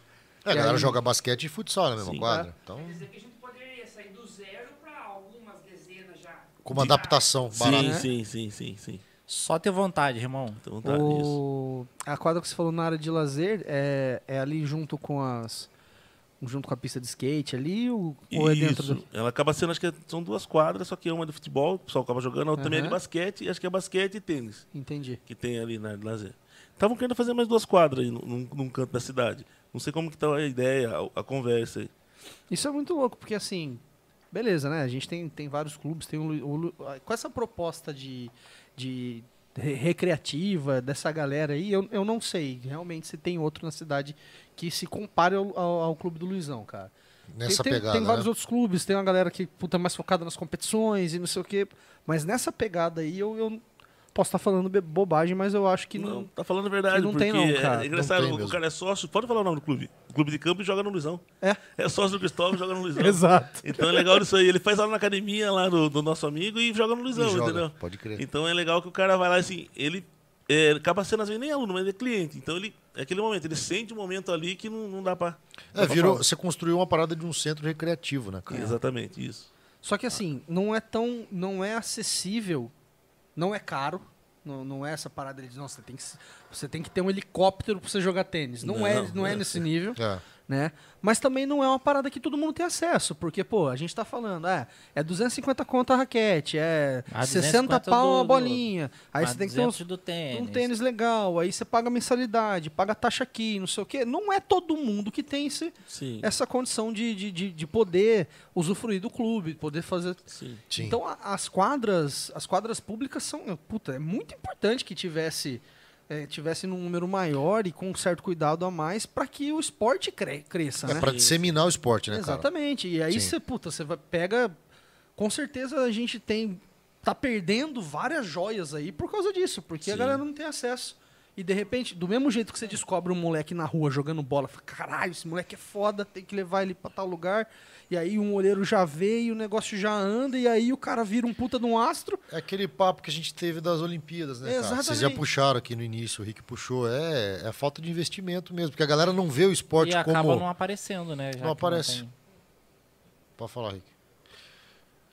[SPEAKER 5] É, a galera
[SPEAKER 1] aí?
[SPEAKER 5] joga basquete e futsal na mesma
[SPEAKER 3] Sim.
[SPEAKER 5] quadra. Então,
[SPEAKER 6] Quer dizer que a gente poderia sair do zero para algumas dezenas já.
[SPEAKER 5] com uma adaptação barata. né?
[SPEAKER 3] Sim, sim, sim, sim, sim.
[SPEAKER 4] Só ter vontade, irmão.
[SPEAKER 3] Então tá nisso.
[SPEAKER 1] O... A quadra que você falou na área de lazer é, é ali junto com as. Junto com a pista de skate ali ou, ou é dentro
[SPEAKER 3] Isso.
[SPEAKER 1] do.
[SPEAKER 3] Ela acaba sendo, acho que são duas quadras, só que uma é de futebol, o pessoal acaba jogando, a outra também é de
[SPEAKER 1] Aham.
[SPEAKER 3] basquete, e acho que é basquete e tênis
[SPEAKER 1] Entendi.
[SPEAKER 3] que tem ali na área de lazer. Estavam querendo fazer mais duas quadras aí num- num, num canto da cidade. Não sei como que tá a ideia, a, a conversa aí.
[SPEAKER 1] Isso é muito louco, porque assim, beleza, né? A gente tem, tem vários clubes, tem o, Lu- o Lu- ah, com essa proposta de, de re- recreativa dessa galera aí, eu, eu não sei realmente se tem outro na cidade que se compare ao, ao, ao clube do Luizão, cara.
[SPEAKER 5] Nessa
[SPEAKER 1] tem, tem-
[SPEAKER 5] pegada,
[SPEAKER 1] tem vários
[SPEAKER 5] né?
[SPEAKER 1] outros clubes, tem uma galera que puta, é mais focada nas competições e não sei o quê, mas nessa pegada aí eu, eu posso estar falando be- bobagem, mas eu acho que não.
[SPEAKER 3] Não, tá falando a verdade,
[SPEAKER 1] que não
[SPEAKER 3] porque
[SPEAKER 1] tem não, cara.
[SPEAKER 3] é engraçado,
[SPEAKER 5] Não tem
[SPEAKER 3] o
[SPEAKER 5] mesmo.
[SPEAKER 3] cara é sócio, pode falar o nome do clube. O clube de campo e joga no Luizão.
[SPEAKER 1] É.
[SPEAKER 3] É sócio do Cristóvão e joga no Luizão.
[SPEAKER 1] Exato.
[SPEAKER 3] Então é legal isso aí. Ele faz aula na academia lá do, do nosso amigo e joga no Luizão,
[SPEAKER 5] E joga,
[SPEAKER 3] entendeu?
[SPEAKER 5] pode crer.
[SPEAKER 3] Então é legal que o cara vai lá assim, ele é, acaba sendo às vezes nem aluno, mas ele é cliente. Então ele. É aquele momento, ele sente um momento ali que não, não dá pra.
[SPEAKER 5] É, virou, você construiu uma parada de um centro recreativo, né, cara?
[SPEAKER 3] Exatamente, isso.
[SPEAKER 1] Só que assim, não é tão. não é acessível, não é caro. Não, não é essa parada de, nossa, você tem que, se- você tem que ter um helicóptero pra você jogar tênis. Não, é,
[SPEAKER 3] Não,
[SPEAKER 1] não é
[SPEAKER 3] é.
[SPEAKER 1] nesse nível,
[SPEAKER 5] É.
[SPEAKER 1] né? Mas também não é uma parada que todo mundo tem acesso, porque, pô, a gente tá falando, é, é 250 conto a raquete, é
[SPEAKER 4] Ah,
[SPEAKER 1] 60
[SPEAKER 4] 250
[SPEAKER 1] pau
[SPEAKER 4] do-
[SPEAKER 1] a
[SPEAKER 4] do-
[SPEAKER 1] bolinha. Aí você tem que ter uns,
[SPEAKER 4] 400 Tá do
[SPEAKER 3] É,
[SPEAKER 4] tênis.
[SPEAKER 3] né?
[SPEAKER 1] um tênis legal, aí você paga mensalidade, paga taxa aqui, não sei o quê. Não é todo mundo que tem esse,
[SPEAKER 3] Sim.
[SPEAKER 5] É.
[SPEAKER 1] essa condição de, de, de, de poder usufruir do clube, poder fazer.
[SPEAKER 3] Sim.
[SPEAKER 5] Sim.
[SPEAKER 1] Então a- as quadras, as quadras públicas são. Puta, é muito importante que tivesse. é, tivesse num número maior e com um certo cuidado a mais para que o esporte cre- cresça,
[SPEAKER 5] é
[SPEAKER 1] né?
[SPEAKER 5] pra disseminar o esporte, né, cara?
[SPEAKER 1] Exatamente. E aí
[SPEAKER 5] Sim.
[SPEAKER 1] você, puta, você vai- pega. Com certeza a gente tem. tá perdendo várias joias aí por causa disso, porque a
[SPEAKER 3] Sim.
[SPEAKER 1] galera não tem acesso. E de repente, do mesmo jeito que você descobre um moleque na rua jogando bola, fala, caralho, esse moleque é foda, tem que levar ele pra tal lugar. E aí um olheiro já vê e o negócio já anda, e aí o cara vira um puta de um astro.
[SPEAKER 5] É aquele papo que a gente teve das Olimpíadas, né, cara?
[SPEAKER 1] Exatamente.
[SPEAKER 5] Vocês já puxaram aqui no início, o Rick puxou. É, é falta de investimento mesmo, porque a galera não vê o esporte
[SPEAKER 4] E acaba
[SPEAKER 5] como.
[SPEAKER 4] não aparecendo, né? já que
[SPEAKER 5] aparece.
[SPEAKER 4] tem.
[SPEAKER 5] Pode falar, Rick.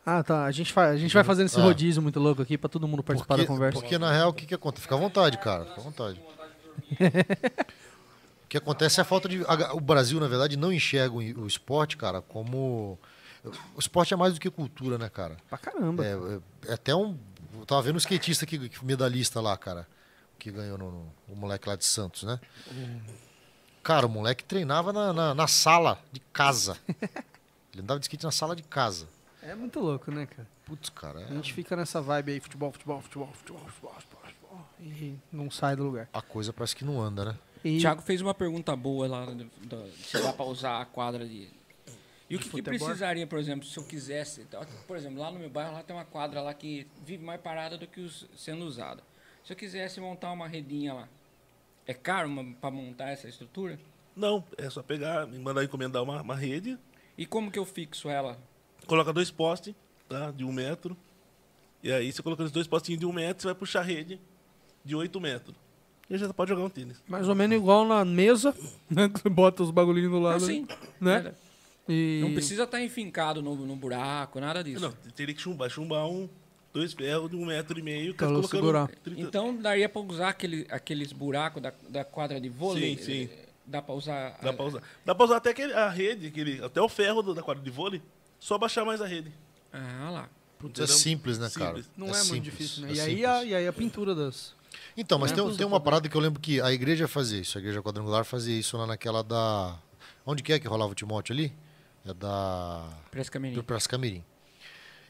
[SPEAKER 1] Ah, tá. A gente, fa- a gente vai fazendo esse
[SPEAKER 5] Ah.
[SPEAKER 1] rodízio muito louco aqui pra todo mundo participar
[SPEAKER 5] Porque,
[SPEAKER 1] da conversa.
[SPEAKER 5] porque, na real, o que, que acontece? Fica à vontade, cara. Fica à vontade. o que acontece é a falta de. a- O Brasil, na verdade, não enxerga o o esporte, cara, como. O esporte é mais do que cultura, né, cara?
[SPEAKER 1] Pra caramba.
[SPEAKER 5] É, é- é até um. Eu tava vendo um skatista que, que medalhista lá, cara. Que ganhou no, no- o moleque lá de Santos, né?
[SPEAKER 1] Hum.
[SPEAKER 5] Cara, o moleque treinava na, na- na sala de casa. Ele andava de skate na sala de casa.
[SPEAKER 1] É muito louco, né, cara?
[SPEAKER 5] Putz, cara,
[SPEAKER 1] A
[SPEAKER 5] é-
[SPEAKER 1] gente fica nessa vibe aí, futebol, futebol, futebol, futebol, futebol, futebol, futebol, e não sai do lugar.
[SPEAKER 5] a coisa parece que não anda, né?
[SPEAKER 1] E
[SPEAKER 2] Thiago fez uma pergunta boa lá do- do- se dá pra usar a quadra de. E o que, que
[SPEAKER 1] futebol?
[SPEAKER 2] precisaria, por exemplo, se eu quisesse. tá? Por exemplo, lá no meu bairro lá tem uma quadra lá que vive mais parada do que os- sendo usada. Se eu quisesse montar uma redinha lá, é caro uma- pra montar essa estrutura?
[SPEAKER 3] Não, é só pegar, me mandar encomendar uma, uma rede,
[SPEAKER 2] E como que eu fixo ela?
[SPEAKER 3] coloca dois postes, tá? De um metro. E aí você coloca os dois postinhos de um metro, você vai puxar a rede de oito metros. E aí já pode jogar um tênis.
[SPEAKER 1] mais ou menos igual na mesa, né? Que você bota os bagulhinhos do lado.
[SPEAKER 2] Assim,
[SPEAKER 1] Né? E...
[SPEAKER 2] Não precisa estar enfincado no, no buraco, nada disso.
[SPEAKER 3] Não, teria que chumbar, chumbar um, dois ferros de um metro e meio,
[SPEAKER 1] Pra ela segurar.
[SPEAKER 3] 30.
[SPEAKER 2] Então daria pra usar aquele, aqueles buracos da, da quadra de vôlei?
[SPEAKER 3] Sim, sim.
[SPEAKER 2] Eh, Dá pra usar.
[SPEAKER 3] Dá pra usar. Dá pra usar até aquele, a rede, aquele, até o ferro do- da quadra de vôlei, só baixar mais a rede.
[SPEAKER 2] Ah lá.
[SPEAKER 5] Putz, é simples, né, cara?
[SPEAKER 3] Simples.
[SPEAKER 1] Não é, muito
[SPEAKER 5] simples,
[SPEAKER 1] difícil, né?
[SPEAKER 5] é
[SPEAKER 1] e, aí
[SPEAKER 5] simples.
[SPEAKER 1] a, e aí a pintura das.
[SPEAKER 5] Então, mas
[SPEAKER 1] né?
[SPEAKER 5] tem,
[SPEAKER 1] Usa
[SPEAKER 5] tem
[SPEAKER 1] o
[SPEAKER 5] uma
[SPEAKER 1] poder.
[SPEAKER 5] parada que eu lembro que a igreja fazia isso, a igreja quadrangular fazia isso lá naquela da. Onde que é que rolava o Timóteo ali? É da.
[SPEAKER 2] Parece que é
[SPEAKER 5] do
[SPEAKER 2] menino.
[SPEAKER 5] Piracicamirim.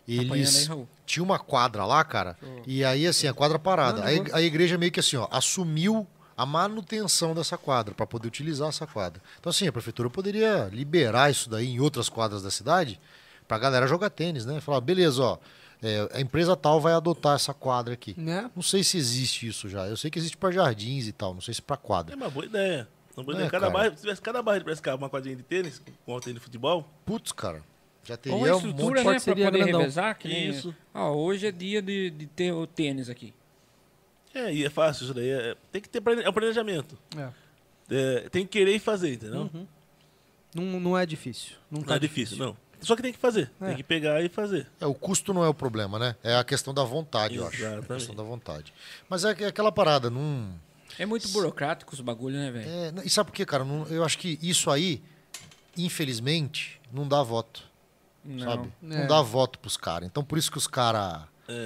[SPEAKER 2] Apanhando aí,
[SPEAKER 5] Eles
[SPEAKER 2] Raul.
[SPEAKER 5] tinha uma quadra lá, cara, e aí assim, a quadra parada. A, ig- a igreja meio que assim, ó, assumiu a manutenção dessa quadra para poder utilizar essa quadra. Então assim, a prefeitura poderia liberar isso daí em outras quadras da cidade pra galera jogar tênis, né? Falar, beleza, ó, é, a empresa tal vai adotar essa quadra aqui.
[SPEAKER 1] Né?
[SPEAKER 5] Não sei se existe isso já. Eu sei que existe para jardins e tal, não sei se para
[SPEAKER 3] É
[SPEAKER 5] quadra.
[SPEAKER 3] uma boa ideia. Uma boa
[SPEAKER 5] É,
[SPEAKER 3] ideia. Cada
[SPEAKER 5] cara.
[SPEAKER 3] bairro, se tivesse cada bairro de Piracicaba uma quadrinha de tênis, com uma tênis de futebol,
[SPEAKER 5] Putz, cara, já teria
[SPEAKER 2] Ou a
[SPEAKER 5] um monte
[SPEAKER 2] estrutura,
[SPEAKER 1] de
[SPEAKER 2] né? Pra
[SPEAKER 1] parceria
[SPEAKER 2] poder
[SPEAKER 1] grandão.
[SPEAKER 2] revezar. Que nem...
[SPEAKER 3] Isso.
[SPEAKER 2] Ah, hoje é dia de, de ter o tênis aqui.
[SPEAKER 3] é, e é fácil isso daí. É- tem que ter plane- é um planejamento.
[SPEAKER 1] É.
[SPEAKER 3] É, tem que querer e fazer, entendeu?
[SPEAKER 1] Não, não é difícil. Não,
[SPEAKER 3] Não
[SPEAKER 1] tá
[SPEAKER 3] é difícil, não. Só que tem que fazer.
[SPEAKER 1] É.
[SPEAKER 3] Tem que pegar e fazer.
[SPEAKER 5] É, o custo não é o problema, né? É a questão da vontade, eu acho.
[SPEAKER 3] Exatamente.
[SPEAKER 5] É a questão da vontade. Mas é que- é aquela parada, não.
[SPEAKER 2] É muito burocrático os bagulho, né, velho?
[SPEAKER 5] é, não- e sabe por quê, cara? Não- eu acho que isso aí, infelizmente, não dá voto.
[SPEAKER 2] Não.
[SPEAKER 5] Sabe?
[SPEAKER 1] É.
[SPEAKER 5] Não dá voto pros caras. Então por isso que os caras.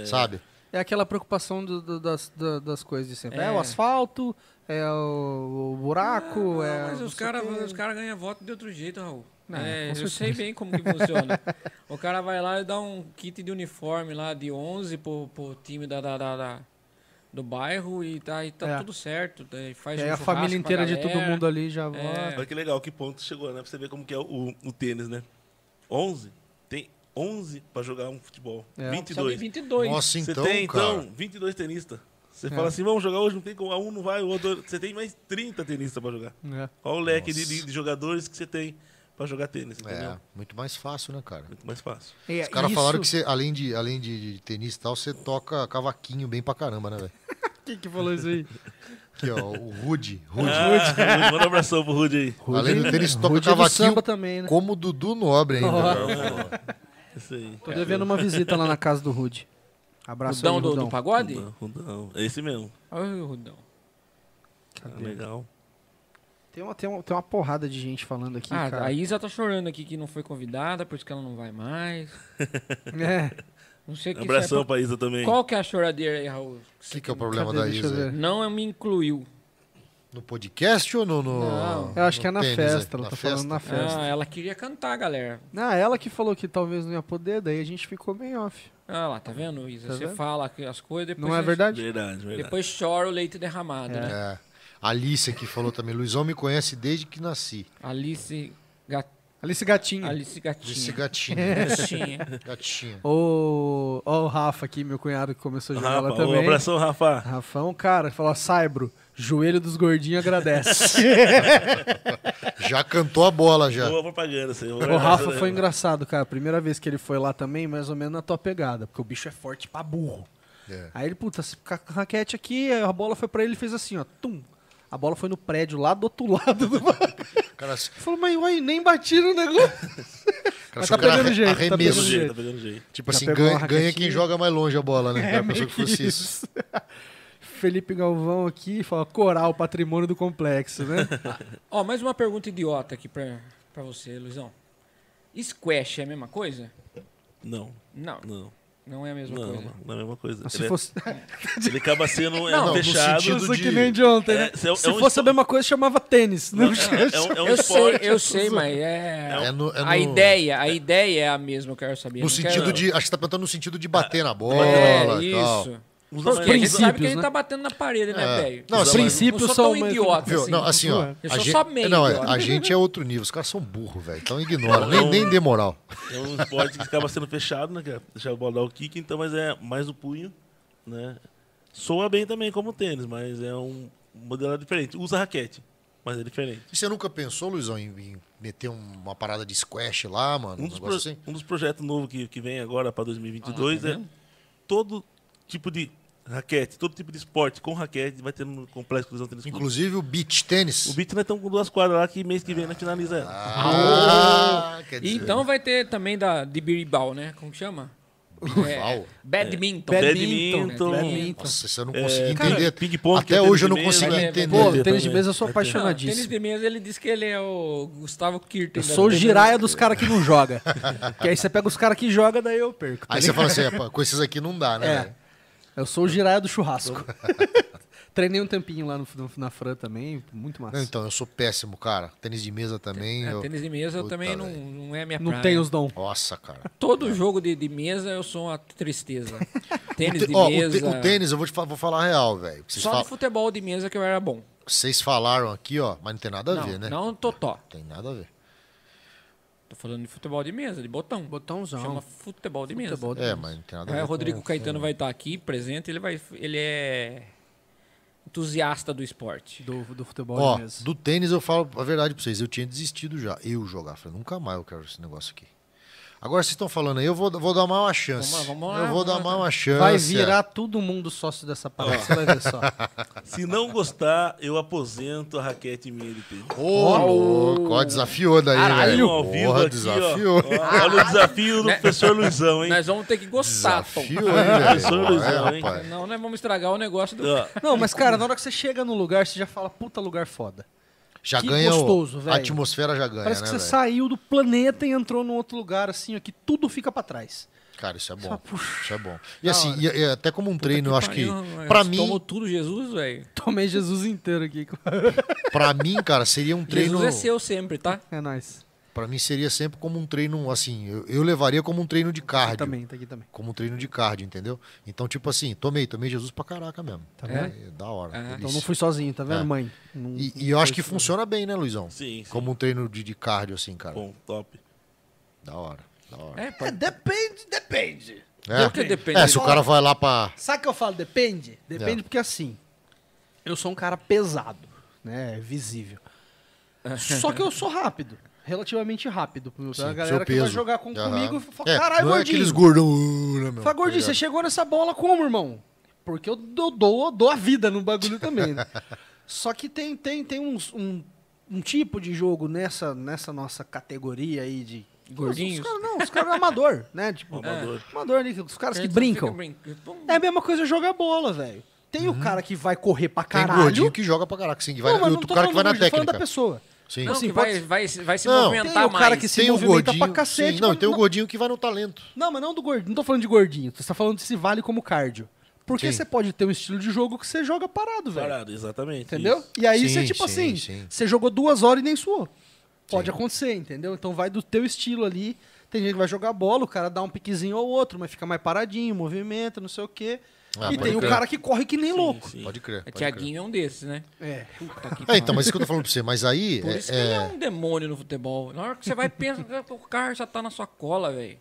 [SPEAKER 5] Sabe?
[SPEAKER 1] É aquela preocupação do- do- das, da- das coisas de sempre. É.
[SPEAKER 2] É.
[SPEAKER 1] o asfalto, é o, o buraco, é.
[SPEAKER 2] Não, mas
[SPEAKER 1] não
[SPEAKER 2] os
[SPEAKER 1] sei o
[SPEAKER 2] caras
[SPEAKER 1] quê.
[SPEAKER 2] os cara ganham voto de outro jeito, Raul.
[SPEAKER 1] Não,
[SPEAKER 2] É,
[SPEAKER 1] com
[SPEAKER 2] eu sei bem como que funciona. o cara vai lá e dá um kit de uniforme lá de 11 pro, pro time da, da- da- da- do bairro e tá, e tá
[SPEAKER 1] É.
[SPEAKER 2] tudo certo. Daí faz
[SPEAKER 1] E aí
[SPEAKER 2] um
[SPEAKER 1] é a É. família
[SPEAKER 2] churrasco pra
[SPEAKER 1] inteira de todo
[SPEAKER 2] galera.
[SPEAKER 1] mundo ali já
[SPEAKER 2] É.
[SPEAKER 1] vota.
[SPEAKER 3] Olha que legal, que ponto chegou, né? Pra você ver como que é o, o tênis, né? 11? Tem 11 pra jogar um futebol.
[SPEAKER 1] É.
[SPEAKER 2] Só tem
[SPEAKER 3] 22.
[SPEAKER 2] 22.
[SPEAKER 5] Nossa,
[SPEAKER 3] Você
[SPEAKER 5] então,
[SPEAKER 3] tem,
[SPEAKER 5] cara.
[SPEAKER 3] então, 22 tenistas.
[SPEAKER 2] É.
[SPEAKER 3] Você fala assim, vamos jogar hoje, não tem como. A um não vai, o outro... Você tem mais 30 tenistas pra jogar.
[SPEAKER 1] É.
[SPEAKER 3] Olha o leque de, de- de jogadores que você tem pra jogar tênis, entendeu?
[SPEAKER 5] É, muito mais fácil, né, cara?
[SPEAKER 3] Muito mais fácil.
[SPEAKER 1] É,
[SPEAKER 5] Os caras
[SPEAKER 1] isso-
[SPEAKER 5] falaram que você, além de, além de, de tênis e tal, você toca cavaquinho bem pra caramba, né, velho?
[SPEAKER 1] Quem que falou isso aí?
[SPEAKER 5] Aqui, ó, o Rude. Rude.
[SPEAKER 3] Ah, manda um abração pro Rude aí.
[SPEAKER 5] além do tênis, toca
[SPEAKER 1] Rude é do
[SPEAKER 5] cavaquinho
[SPEAKER 1] samba também, né?
[SPEAKER 5] como o Dudu Nobre ainda.
[SPEAKER 1] Ó.
[SPEAKER 5] cara.
[SPEAKER 3] Isso aí.
[SPEAKER 1] Tô devendo uma visita lá na casa do Rude. Abraço
[SPEAKER 2] É. Rudão
[SPEAKER 1] aí,
[SPEAKER 2] do,
[SPEAKER 1] Rudão.
[SPEAKER 2] do pagode?
[SPEAKER 3] Rudão, Rudão. É esse mesmo.
[SPEAKER 2] Ai, Rudão.
[SPEAKER 3] Ah, legal.
[SPEAKER 1] Tem, uma, tem, uma, tem uma porrada de gente falando aqui,
[SPEAKER 2] Ah,
[SPEAKER 1] cara.
[SPEAKER 2] a Isa tá chorando aqui que não foi convidada, por isso que ela não vai mais.
[SPEAKER 1] É,
[SPEAKER 2] Não sei o que isso é
[SPEAKER 3] abração
[SPEAKER 2] pra-
[SPEAKER 3] pra Isa também.
[SPEAKER 2] Qual que é a choradeira aí, Raul?
[SPEAKER 5] O que, que é o problema
[SPEAKER 1] Cadê?
[SPEAKER 5] da
[SPEAKER 1] Deixa eu
[SPEAKER 5] Isa?
[SPEAKER 1] ver.
[SPEAKER 5] aí?
[SPEAKER 2] Não me incluiu.
[SPEAKER 5] No podcast ou no. no
[SPEAKER 2] Não.
[SPEAKER 1] eu acho
[SPEAKER 5] no
[SPEAKER 1] que é na
[SPEAKER 5] tênis,
[SPEAKER 1] festa,
[SPEAKER 5] aí?
[SPEAKER 1] ela tá falando na festa.
[SPEAKER 2] Ah, ela queria cantar, galera.
[SPEAKER 1] Ah, ela que falou que talvez não ia poder, daí a gente ficou meio off.
[SPEAKER 2] Ah lá, tá vendo, Isa?
[SPEAKER 1] Tá
[SPEAKER 2] você
[SPEAKER 1] vendo?
[SPEAKER 2] fala que as coisas, depois.
[SPEAKER 1] Não é
[SPEAKER 2] você-
[SPEAKER 1] verdade?
[SPEAKER 3] Verdade, verdade.
[SPEAKER 2] Depois chora o leite derramado, né?
[SPEAKER 5] É. A Alice que falou também. Luizão me conhece desde que nasci.
[SPEAKER 2] Alice, Gat...
[SPEAKER 1] Alice Gatinho.
[SPEAKER 2] Alice Gatinha.
[SPEAKER 5] Disse gatinho.
[SPEAKER 2] Gatinha.
[SPEAKER 5] Gatinho.
[SPEAKER 1] Ô, ó o Rafa aqui, meu cunhado que começou a jogar
[SPEAKER 3] Rafa,
[SPEAKER 1] lá
[SPEAKER 3] um
[SPEAKER 1] também.
[SPEAKER 3] abração, Rafa.
[SPEAKER 1] Rafão, cara, falou, Saibro, joelho dos gordinhos agradece.
[SPEAKER 5] Já cantou a bola já.
[SPEAKER 3] Boa propaganda, Tá isso aí.
[SPEAKER 1] o Rafa foi engraçado, cara. Primeira vez que ele foi lá também, mais ou menos na tua pegada, porque o bicho é forte pra burro.
[SPEAKER 5] É.
[SPEAKER 1] Aí ele, puta, se ficar com a raquete aqui, a bola foi pra ele, ele fez assim, ó, tum. A bola foi no prédio lá do outro lado do bagulho.
[SPEAKER 5] Cara, assim,
[SPEAKER 1] Ele falou, mas ué, nem bati no negócio.
[SPEAKER 5] cara,
[SPEAKER 1] Mas
[SPEAKER 5] se
[SPEAKER 1] tá
[SPEAKER 5] o cara
[SPEAKER 1] pegando
[SPEAKER 5] arre-
[SPEAKER 1] jeito, tá
[SPEAKER 3] Tá
[SPEAKER 5] arremesso.
[SPEAKER 3] pegando
[SPEAKER 1] pegando
[SPEAKER 3] jeito, tá pegando jeito.
[SPEAKER 5] Tipo
[SPEAKER 1] Já
[SPEAKER 5] assim,
[SPEAKER 1] pegou uma
[SPEAKER 5] ganha, ganha
[SPEAKER 1] raquetinha.
[SPEAKER 5] quem joga mais longe a bola, né? Cara, pensou que fosse isso.
[SPEAKER 1] É Felipe Galvão aqui fala, coral, patrimônio do complexo, né?
[SPEAKER 2] Ó, mais uma pergunta idiota aqui pra, pra você, Luizão. Squash é a mesma coisa?
[SPEAKER 3] Não,
[SPEAKER 2] Não,
[SPEAKER 3] não,
[SPEAKER 2] não é a mesma
[SPEAKER 3] não,
[SPEAKER 2] coisa.
[SPEAKER 3] não, não é a mesma coisa.
[SPEAKER 1] Se
[SPEAKER 3] Ele, é-
[SPEAKER 1] fosse...
[SPEAKER 3] ele acaba sendo é,
[SPEAKER 5] Não,
[SPEAKER 3] um
[SPEAKER 5] no
[SPEAKER 3] fechado.
[SPEAKER 5] sentido-
[SPEAKER 1] Isso que
[SPEAKER 5] de-
[SPEAKER 1] nem de ontem, né?
[SPEAKER 3] É, se é-
[SPEAKER 1] Se
[SPEAKER 3] é um
[SPEAKER 1] fosse a
[SPEAKER 3] esporte-
[SPEAKER 1] mesma coisa, chamava tênis. né? Não,
[SPEAKER 3] É, é um, é um
[SPEAKER 2] eu
[SPEAKER 3] esporte.
[SPEAKER 2] sei, eu sei, mas é.
[SPEAKER 1] um-
[SPEAKER 5] É no- é
[SPEAKER 2] A
[SPEAKER 5] no-
[SPEAKER 2] ideia, a ideia é a mesma, eu quero saber.
[SPEAKER 5] No
[SPEAKER 2] eu não quero-
[SPEAKER 5] sentido de. Acho que tá perguntando no sentido de bater na bola.
[SPEAKER 2] É,
[SPEAKER 5] e tal.
[SPEAKER 2] isso.
[SPEAKER 3] Usa
[SPEAKER 2] Porque a gente
[SPEAKER 3] mais-
[SPEAKER 1] princípios,
[SPEAKER 2] sabe que a gente
[SPEAKER 1] né?
[SPEAKER 2] tá batendo na parede, né,
[SPEAKER 5] É.
[SPEAKER 2] velho?
[SPEAKER 5] Não,
[SPEAKER 2] Eu
[SPEAKER 5] os
[SPEAKER 2] sou-
[SPEAKER 1] princípios
[SPEAKER 2] eu sou
[SPEAKER 1] são
[SPEAKER 2] tão
[SPEAKER 1] mais-
[SPEAKER 2] idiota.
[SPEAKER 5] Viu?
[SPEAKER 2] assim.
[SPEAKER 5] Não, assim, ó.
[SPEAKER 1] Eu
[SPEAKER 5] a
[SPEAKER 2] sou
[SPEAKER 5] gente-
[SPEAKER 2] só meio
[SPEAKER 5] Não, é,
[SPEAKER 2] idiota.
[SPEAKER 5] a gente é outro nível. Os caras são burro, velho. Então ignora. Nem,
[SPEAKER 3] Não.
[SPEAKER 5] nem dê moral.
[SPEAKER 3] É um esporte que acaba sendo fechado, né? Que é deixar a bola dar o kick, então, mas é mais o punho, né? Soa bem também como o tênis, mas é um modelado diferente. Usa raquete, mas é diferente.
[SPEAKER 5] E você nunca pensou, Luizão, em, em meter uma parada de squash lá, mano? Um,
[SPEAKER 3] Um dos, pro-
[SPEAKER 5] negócio assim? Ah, tá
[SPEAKER 3] um dos projetos novos que, que vem agora para 2022 é todo tipo de raquete, todo tipo de esporte com raquete vai ter no complexo do Lisão Tênis Clube.
[SPEAKER 5] Inclusive o beach tênis.
[SPEAKER 3] O beat nós estamos com duas quadras lá que mês que vem nós finaliza ela.
[SPEAKER 5] Ah, quer dizer.
[SPEAKER 2] Então vai ter também da, de biribau, né? Como que chama?
[SPEAKER 5] Durval?
[SPEAKER 2] Badminton.
[SPEAKER 1] É.
[SPEAKER 3] Badminton.
[SPEAKER 5] Nossa, isso eu não
[SPEAKER 2] é,
[SPEAKER 5] consegui
[SPEAKER 3] cara,
[SPEAKER 5] entender.
[SPEAKER 3] ping-pong, que é
[SPEAKER 5] Até
[SPEAKER 3] o
[SPEAKER 5] hoje eu não
[SPEAKER 3] tênis de
[SPEAKER 5] consigo
[SPEAKER 2] né?
[SPEAKER 3] mesa.
[SPEAKER 5] entender.
[SPEAKER 1] Pô,
[SPEAKER 3] Entendeu
[SPEAKER 1] tênis de
[SPEAKER 3] também.
[SPEAKER 1] mesa eu sou
[SPEAKER 2] Não, Ah, tênis
[SPEAKER 1] apaixonadíssimo.
[SPEAKER 2] de mesa, ele diz que ele é o Gustavo Kirten.
[SPEAKER 1] Eu
[SPEAKER 2] da
[SPEAKER 1] sou o
[SPEAKER 2] tênis.
[SPEAKER 1] giraia dos caras que não joga. que aí você pega os caras que jogam, daí eu perco. tá
[SPEAKER 5] Aí você fala assim, é, pô, com esses aqui não dá, né?
[SPEAKER 1] É.
[SPEAKER 5] velho?
[SPEAKER 1] Eu sou o giraia do churrasco. Treinei um tempinho lá no, no- na Fran também, muito massa.
[SPEAKER 5] Não, então, eu sou péssimo, cara. Tênis de mesa também.
[SPEAKER 2] É,
[SPEAKER 5] eu-
[SPEAKER 2] tênis de mesa eu
[SPEAKER 5] Puta,
[SPEAKER 2] também não,
[SPEAKER 5] velho.
[SPEAKER 2] não é a minha
[SPEAKER 1] Não
[SPEAKER 2] praia.
[SPEAKER 1] tem os dom.
[SPEAKER 5] Nossa, cara.
[SPEAKER 2] Todo jogo de, de mesa eu sou uma tristeza. Tênis
[SPEAKER 5] O te-
[SPEAKER 2] de
[SPEAKER 5] ó, o te-
[SPEAKER 2] mesa.
[SPEAKER 5] O tênis, eu vou te fa- vou falar a real, velho. Vocês,
[SPEAKER 2] Só
[SPEAKER 5] fal-
[SPEAKER 2] de futebol de mesa que eu era bom.
[SPEAKER 5] vocês falaram aqui, ó, mas não tem nada a
[SPEAKER 2] não,
[SPEAKER 5] ver, né?
[SPEAKER 2] não totó.
[SPEAKER 5] Tem nada a ver.
[SPEAKER 2] Tô falando de futebol de mesa, de botão.
[SPEAKER 1] Botãozão.
[SPEAKER 2] Chama futebol de mesa.
[SPEAKER 1] Futebol de
[SPEAKER 5] É,
[SPEAKER 1] mesa.
[SPEAKER 5] mas não tem nada a
[SPEAKER 2] Aí
[SPEAKER 5] ver.
[SPEAKER 2] o Rodrigo
[SPEAKER 5] com-
[SPEAKER 2] Caetano vai estar aqui presente, ele vai ele é entusiasta do esporte.
[SPEAKER 1] Do, do futebol
[SPEAKER 5] Ó,
[SPEAKER 1] de mesa.
[SPEAKER 5] do tênis eu falo a verdade pra vocês. Eu tinha desistido já. Eu jogar. Falei, nunca mais eu quero esse negócio aqui. Agora vocês estão falando aí, eu vou, vou dar mais uma chance.
[SPEAKER 2] Vamos lá, vamos lá,
[SPEAKER 5] eu
[SPEAKER 2] vamos
[SPEAKER 5] vou dar
[SPEAKER 2] lá,
[SPEAKER 5] mais
[SPEAKER 2] cara.
[SPEAKER 5] uma chance.
[SPEAKER 1] Vai virar todo mundo sócio dessa parada. Você vai ver só.
[SPEAKER 5] Ah.
[SPEAKER 3] Se não gostar, eu aposento a raquete minha de tênis.
[SPEAKER 5] Ô, louco, ó, desafiou daí,
[SPEAKER 3] Caralho,
[SPEAKER 5] velho.
[SPEAKER 3] ao vivo
[SPEAKER 5] Porra, Né?
[SPEAKER 3] aqui,
[SPEAKER 5] desafiou.
[SPEAKER 3] ó. Ó, Olha o desafio do professor Luizão, hein?
[SPEAKER 2] Nós vamos ter que gostar,
[SPEAKER 5] Desafio,
[SPEAKER 2] Tom.
[SPEAKER 5] hein, velho?
[SPEAKER 3] Professor Luizão,
[SPEAKER 5] Olha,
[SPEAKER 3] hein?
[SPEAKER 5] rapaz.
[SPEAKER 2] Não, nós vamos estragar o negócio do.
[SPEAKER 3] Ó,
[SPEAKER 1] Não, mas cara, na hora que você chega no lugar, você já fala, puta lugar foda.
[SPEAKER 5] Já
[SPEAKER 1] Que
[SPEAKER 5] ganha o-
[SPEAKER 1] gostoso, velho.
[SPEAKER 5] A atmosfera já ganha,
[SPEAKER 1] Parece
[SPEAKER 5] né,
[SPEAKER 1] que você
[SPEAKER 5] velho?
[SPEAKER 1] saiu do planeta e entrou num outro lugar, assim, ó, que tudo fica pra trás.
[SPEAKER 5] Cara, isso é bom.
[SPEAKER 1] Só, puxa.
[SPEAKER 5] Isso é bom. E assim, e- e até como um treino, eu acho que.
[SPEAKER 2] Pariu,
[SPEAKER 5] Pra
[SPEAKER 2] nós
[SPEAKER 5] mim,
[SPEAKER 2] Tomou tudo, Jesus, velho.
[SPEAKER 1] Tomei Jesus inteiro aqui.
[SPEAKER 5] pra mim, cara, seria um treino.
[SPEAKER 2] Jesus é seu sempre, tá?
[SPEAKER 1] É nóis.
[SPEAKER 5] Pra mim seria sempre como um treino, assim, eu, eu levaria como um treino de
[SPEAKER 1] Aqui
[SPEAKER 5] cardio.
[SPEAKER 1] também, tá aqui também.
[SPEAKER 5] Como um treino de cardio, entendeu? Então, tipo assim, tomei, tomei Jesus pra caraca mesmo. Tá
[SPEAKER 2] vendo?
[SPEAKER 5] Da hora.
[SPEAKER 2] Ah, então
[SPEAKER 1] Então
[SPEAKER 5] delícia.
[SPEAKER 1] não um fui sozinho, tá vendo,
[SPEAKER 5] É.
[SPEAKER 1] mãe? Não-
[SPEAKER 5] E, e eu acho que funciona bem, né, Luizão?
[SPEAKER 3] Sim, sim.
[SPEAKER 5] Como um treino de, de cardio, assim, cara.
[SPEAKER 3] Bom, top.
[SPEAKER 5] Da hora. Da hora.
[SPEAKER 2] É, pode.
[SPEAKER 1] depende, depende.
[SPEAKER 5] É,
[SPEAKER 2] Pior que depende.
[SPEAKER 5] É, se o cara vai lá pra.
[SPEAKER 1] Sabe o que eu falo depende? Depende
[SPEAKER 5] É.
[SPEAKER 1] porque assim, eu sou um cara pesado, né? Visível. Só que eu sou rápido. Relativamente rápido. Pra
[SPEAKER 5] Sim,
[SPEAKER 1] galera
[SPEAKER 5] seu
[SPEAKER 1] que vai
[SPEAKER 5] peso.
[SPEAKER 1] jogar com,
[SPEAKER 5] Aham.
[SPEAKER 1] comigo fala,
[SPEAKER 5] É,
[SPEAKER 1] caralho,
[SPEAKER 5] não é
[SPEAKER 1] gordinho.
[SPEAKER 5] aqueles gordão, né, meu?
[SPEAKER 1] Fala, gordinho,
[SPEAKER 5] Tá
[SPEAKER 1] você é
[SPEAKER 5] ligado?
[SPEAKER 1] chegou nessa bola como, irmão? Porque eu dou, dou, dou a vida no bagulho também. né? Só que tem, tem, tem uns- um, um tipo de jogo nessa, nessa nossa categoria aí de.
[SPEAKER 2] Gordinhos?
[SPEAKER 1] Os caras não, os caras é amador, né? Tipo,
[SPEAKER 3] Amador.
[SPEAKER 1] amador ali, os caras que
[SPEAKER 2] Então
[SPEAKER 1] brincam.
[SPEAKER 2] fica brincando.
[SPEAKER 1] É a mesma coisa jogar bola, velho. Tem o cara que vai correr pra
[SPEAKER 5] Uhum. Tem
[SPEAKER 1] caralho.
[SPEAKER 5] gordinho que joga pra caraca, sim. Que vai
[SPEAKER 1] não,
[SPEAKER 5] na-
[SPEAKER 1] mas
[SPEAKER 5] e
[SPEAKER 1] não
[SPEAKER 5] outro
[SPEAKER 1] tô
[SPEAKER 5] cara que vai
[SPEAKER 1] falando
[SPEAKER 5] na
[SPEAKER 1] gordinho, tô falando da
[SPEAKER 5] técnica.
[SPEAKER 1] pessoa.
[SPEAKER 5] Sim.
[SPEAKER 2] Não,
[SPEAKER 1] assim,
[SPEAKER 2] que
[SPEAKER 1] pode-
[SPEAKER 2] vai, vai, se- vai se
[SPEAKER 5] Não,
[SPEAKER 1] Tem
[SPEAKER 2] movimentar
[SPEAKER 1] o cara
[SPEAKER 2] mais.
[SPEAKER 1] que se movimenta pra cacete.
[SPEAKER 5] sim, não,
[SPEAKER 1] mas
[SPEAKER 5] e tem o
[SPEAKER 1] não-
[SPEAKER 5] gordinho que vai no talento.
[SPEAKER 1] Não, mas não do gordinho. Não tô falando de gordinho. Você tá falando de se vale como cardio. Porque
[SPEAKER 5] Sim.
[SPEAKER 1] você pode ter um estilo de jogo que você joga parado, velho.
[SPEAKER 3] Parado, exatamente.
[SPEAKER 1] Entendeu?
[SPEAKER 3] isso.
[SPEAKER 1] E aí
[SPEAKER 5] Sim,
[SPEAKER 1] você, tipo
[SPEAKER 5] sim,
[SPEAKER 1] assim,
[SPEAKER 5] sim.
[SPEAKER 1] você jogou duas horas e nem suou. Pode acontecer, entendeu? Então vai do teu estilo ali. Tem gente que vai jogar bola, o cara dá um piquezinho ou outro, mas fica mais paradinho, movimenta, não sei o quê.
[SPEAKER 5] Ah,
[SPEAKER 1] e
[SPEAKER 5] pode
[SPEAKER 1] tem o
[SPEAKER 5] crer.
[SPEAKER 1] cara que corre que nem louco.
[SPEAKER 3] Sim.
[SPEAKER 5] Pode crer. pode crer.
[SPEAKER 2] Tiaguinho é né? um desses, né?
[SPEAKER 1] É.
[SPEAKER 2] Puta que
[SPEAKER 5] É, então, mas isso que eu tô falando pra você. Mas aí.
[SPEAKER 2] Por
[SPEAKER 5] é-
[SPEAKER 2] isso que ele é um demônio no futebol. Na hora que você vai pensa, o cara já tá na sua cola, velho.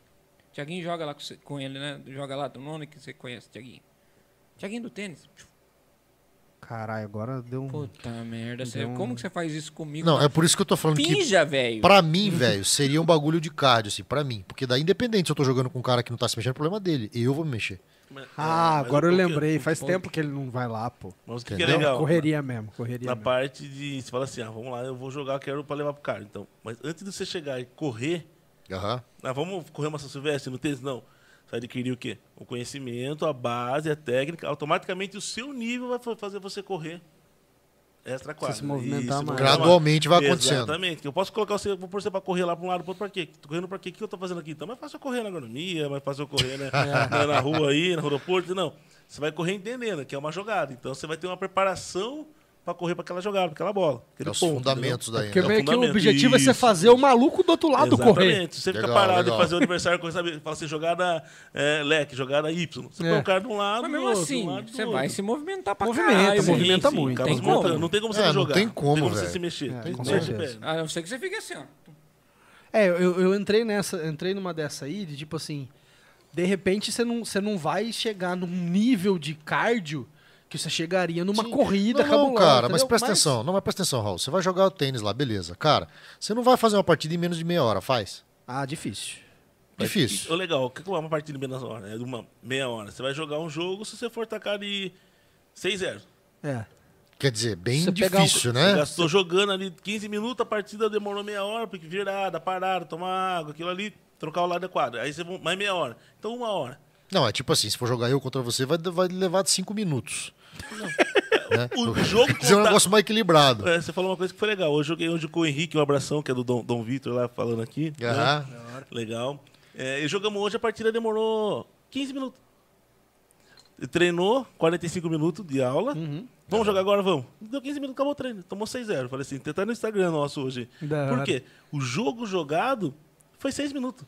[SPEAKER 2] Tiaguinho joga lá com, você- com ele, né? Joga lá, do nome que você conhece, Tiaguinho. Tiaguinho do tênis.
[SPEAKER 1] Caralho, agora deu um.
[SPEAKER 2] Puta merda, você-
[SPEAKER 1] Então-
[SPEAKER 2] como que você faz isso comigo?
[SPEAKER 5] Não, é por isso que eu tô falando que.
[SPEAKER 2] Pinja, velho.
[SPEAKER 5] Pra mim, velho, seria um bagulho de cardio, assim, pra mim. Porque daí, independente se eu tô jogando com um cara que não tá se mexendo, o problema é dele. Eu vou me mexer.
[SPEAKER 3] Mas- é,
[SPEAKER 1] Ah,
[SPEAKER 3] mas um
[SPEAKER 1] agora
[SPEAKER 3] o
[SPEAKER 1] eu
[SPEAKER 3] que-
[SPEAKER 1] lembrei. Faz tempo que ele não vai lá, pô.
[SPEAKER 3] Mas o que, que é
[SPEAKER 5] Entendeu?
[SPEAKER 3] legal?
[SPEAKER 1] Correria mesmo, correria
[SPEAKER 3] Na
[SPEAKER 1] mesmo.
[SPEAKER 3] parte de. Você fala assim, ah, vamos lá, eu vou jogar, quero pra levar pro cara. Então, mas antes de você chegar e correr,
[SPEAKER 5] Aham.
[SPEAKER 3] ah, vamos correr uma São Silvestre no tênis? Não. Você adquirir o quê? O conhecimento, a base, a técnica. Automaticamente o seu nível vai fa- fazer você correr extra quadra.
[SPEAKER 1] se movimentar mais.
[SPEAKER 5] Gradualmente vai acontecendo.
[SPEAKER 3] Exatamente. Eu posso colocar você, vou pôr você pra correr lá pra um lado, pro outro pra quê? Tô correndo pra quê? O que eu tô fazendo aqui? Então, mas faço eu correr na agronomia, mas faço eu correr né, na, na rua aí, no aeroporto. Não. Você vai correr entendendo que é uma jogada. Então, você vai ter uma preparação pra correr pra aquela jogada, pra aquela bola.
[SPEAKER 5] É
[SPEAKER 3] aquele
[SPEAKER 5] os
[SPEAKER 3] ponto,
[SPEAKER 5] fundamentos
[SPEAKER 3] entendeu?
[SPEAKER 5] daí.
[SPEAKER 1] É Porque
[SPEAKER 5] né?
[SPEAKER 1] meio que o
[SPEAKER 3] fundamento.
[SPEAKER 1] objetivo é você
[SPEAKER 3] Isso,
[SPEAKER 1] fazer o maluco do outro lado
[SPEAKER 3] Exatamente.
[SPEAKER 1] correr.
[SPEAKER 3] Você fica
[SPEAKER 5] Legal,
[SPEAKER 3] parado
[SPEAKER 5] legal.
[SPEAKER 3] e fazer o adversário correr, sabe? Fala assim, jogada é, leque, jogada Y. Você
[SPEAKER 1] É.
[SPEAKER 3] põe o cara de um lado,
[SPEAKER 2] Mas
[SPEAKER 3] do
[SPEAKER 2] mesmo
[SPEAKER 3] outro,
[SPEAKER 2] assim,
[SPEAKER 3] de um lado, do
[SPEAKER 2] você
[SPEAKER 3] outro.
[SPEAKER 2] vai se movimentar pra
[SPEAKER 1] Movimenta,
[SPEAKER 2] caralho,
[SPEAKER 1] movimenta.
[SPEAKER 3] Sim,
[SPEAKER 2] velho.
[SPEAKER 1] movimenta
[SPEAKER 3] sim,
[SPEAKER 1] muito.
[SPEAKER 3] acaba
[SPEAKER 2] Tem
[SPEAKER 3] se movimentando.
[SPEAKER 2] como.
[SPEAKER 3] Não tem como você
[SPEAKER 5] É, não
[SPEAKER 3] jogar.
[SPEAKER 5] tem como,
[SPEAKER 3] você
[SPEAKER 5] velho.
[SPEAKER 3] se mexer.
[SPEAKER 1] É,
[SPEAKER 3] tem
[SPEAKER 1] com
[SPEAKER 3] como você
[SPEAKER 5] certeza.
[SPEAKER 3] se perde.
[SPEAKER 2] A não ser que você fique assim, ó.
[SPEAKER 1] É, eu, eu entrei nessa, entrei numa dessa aí, de tipo assim, de repente você não, você não vai chegar num nível de cardio que você chegaria numa
[SPEAKER 5] Sim.
[SPEAKER 1] corrida
[SPEAKER 5] não, não,
[SPEAKER 1] cabulada,
[SPEAKER 5] cara, mas
[SPEAKER 1] entendeu?
[SPEAKER 5] presta atenção. Não, mas presta atenção, Raul. Você vai jogar o tênis lá, beleza. Cara, você não vai fazer uma partida em menos de meia hora, faz?
[SPEAKER 1] Ah, difícil.
[SPEAKER 5] É Difícil.
[SPEAKER 3] Ô, legal, o que que é uma partida de meia hora? É de uma meia hora. Você vai jogar um jogo se você for tacar de 6-0.
[SPEAKER 1] É.
[SPEAKER 5] Quer dizer, bem
[SPEAKER 1] Você pegar um-
[SPEAKER 5] difícil,
[SPEAKER 3] Você
[SPEAKER 5] né?
[SPEAKER 3] gastou jogando ali 15 minutos, a partida demorou meia hora, é porque virada, parada, tomar água, aquilo ali, trocar o lado da quadra. Aí você vai mais meia hora. Então uma hora.
[SPEAKER 5] Não, é tipo assim, se for jogar eu contra você, vai, vai levar cinco minutos. Né?
[SPEAKER 3] O jogo
[SPEAKER 5] Quer dizer, é um
[SPEAKER 3] conta-
[SPEAKER 5] negócio mais equilibrado.
[SPEAKER 3] É, você falou uma coisa que foi legal. Hoje eu joguei hoje com o Henrique, um abração, que é do Dom, Dom Vitor lá falando aqui. né?
[SPEAKER 5] Aham.
[SPEAKER 3] Legal. É, e jogamos hoje, a partida demorou 15 minutos. E Treinou 45 minutos de aula.
[SPEAKER 5] Uhum.
[SPEAKER 3] Vamos jogar agora, vamos. Deu 15 minutos, acabou o treino. Tomou 6-0. Falei assim, tentar no Instagram nosso hoje.
[SPEAKER 1] Da
[SPEAKER 3] Por
[SPEAKER 1] hora.
[SPEAKER 3] quê? O jogo jogado foi 6 minutos.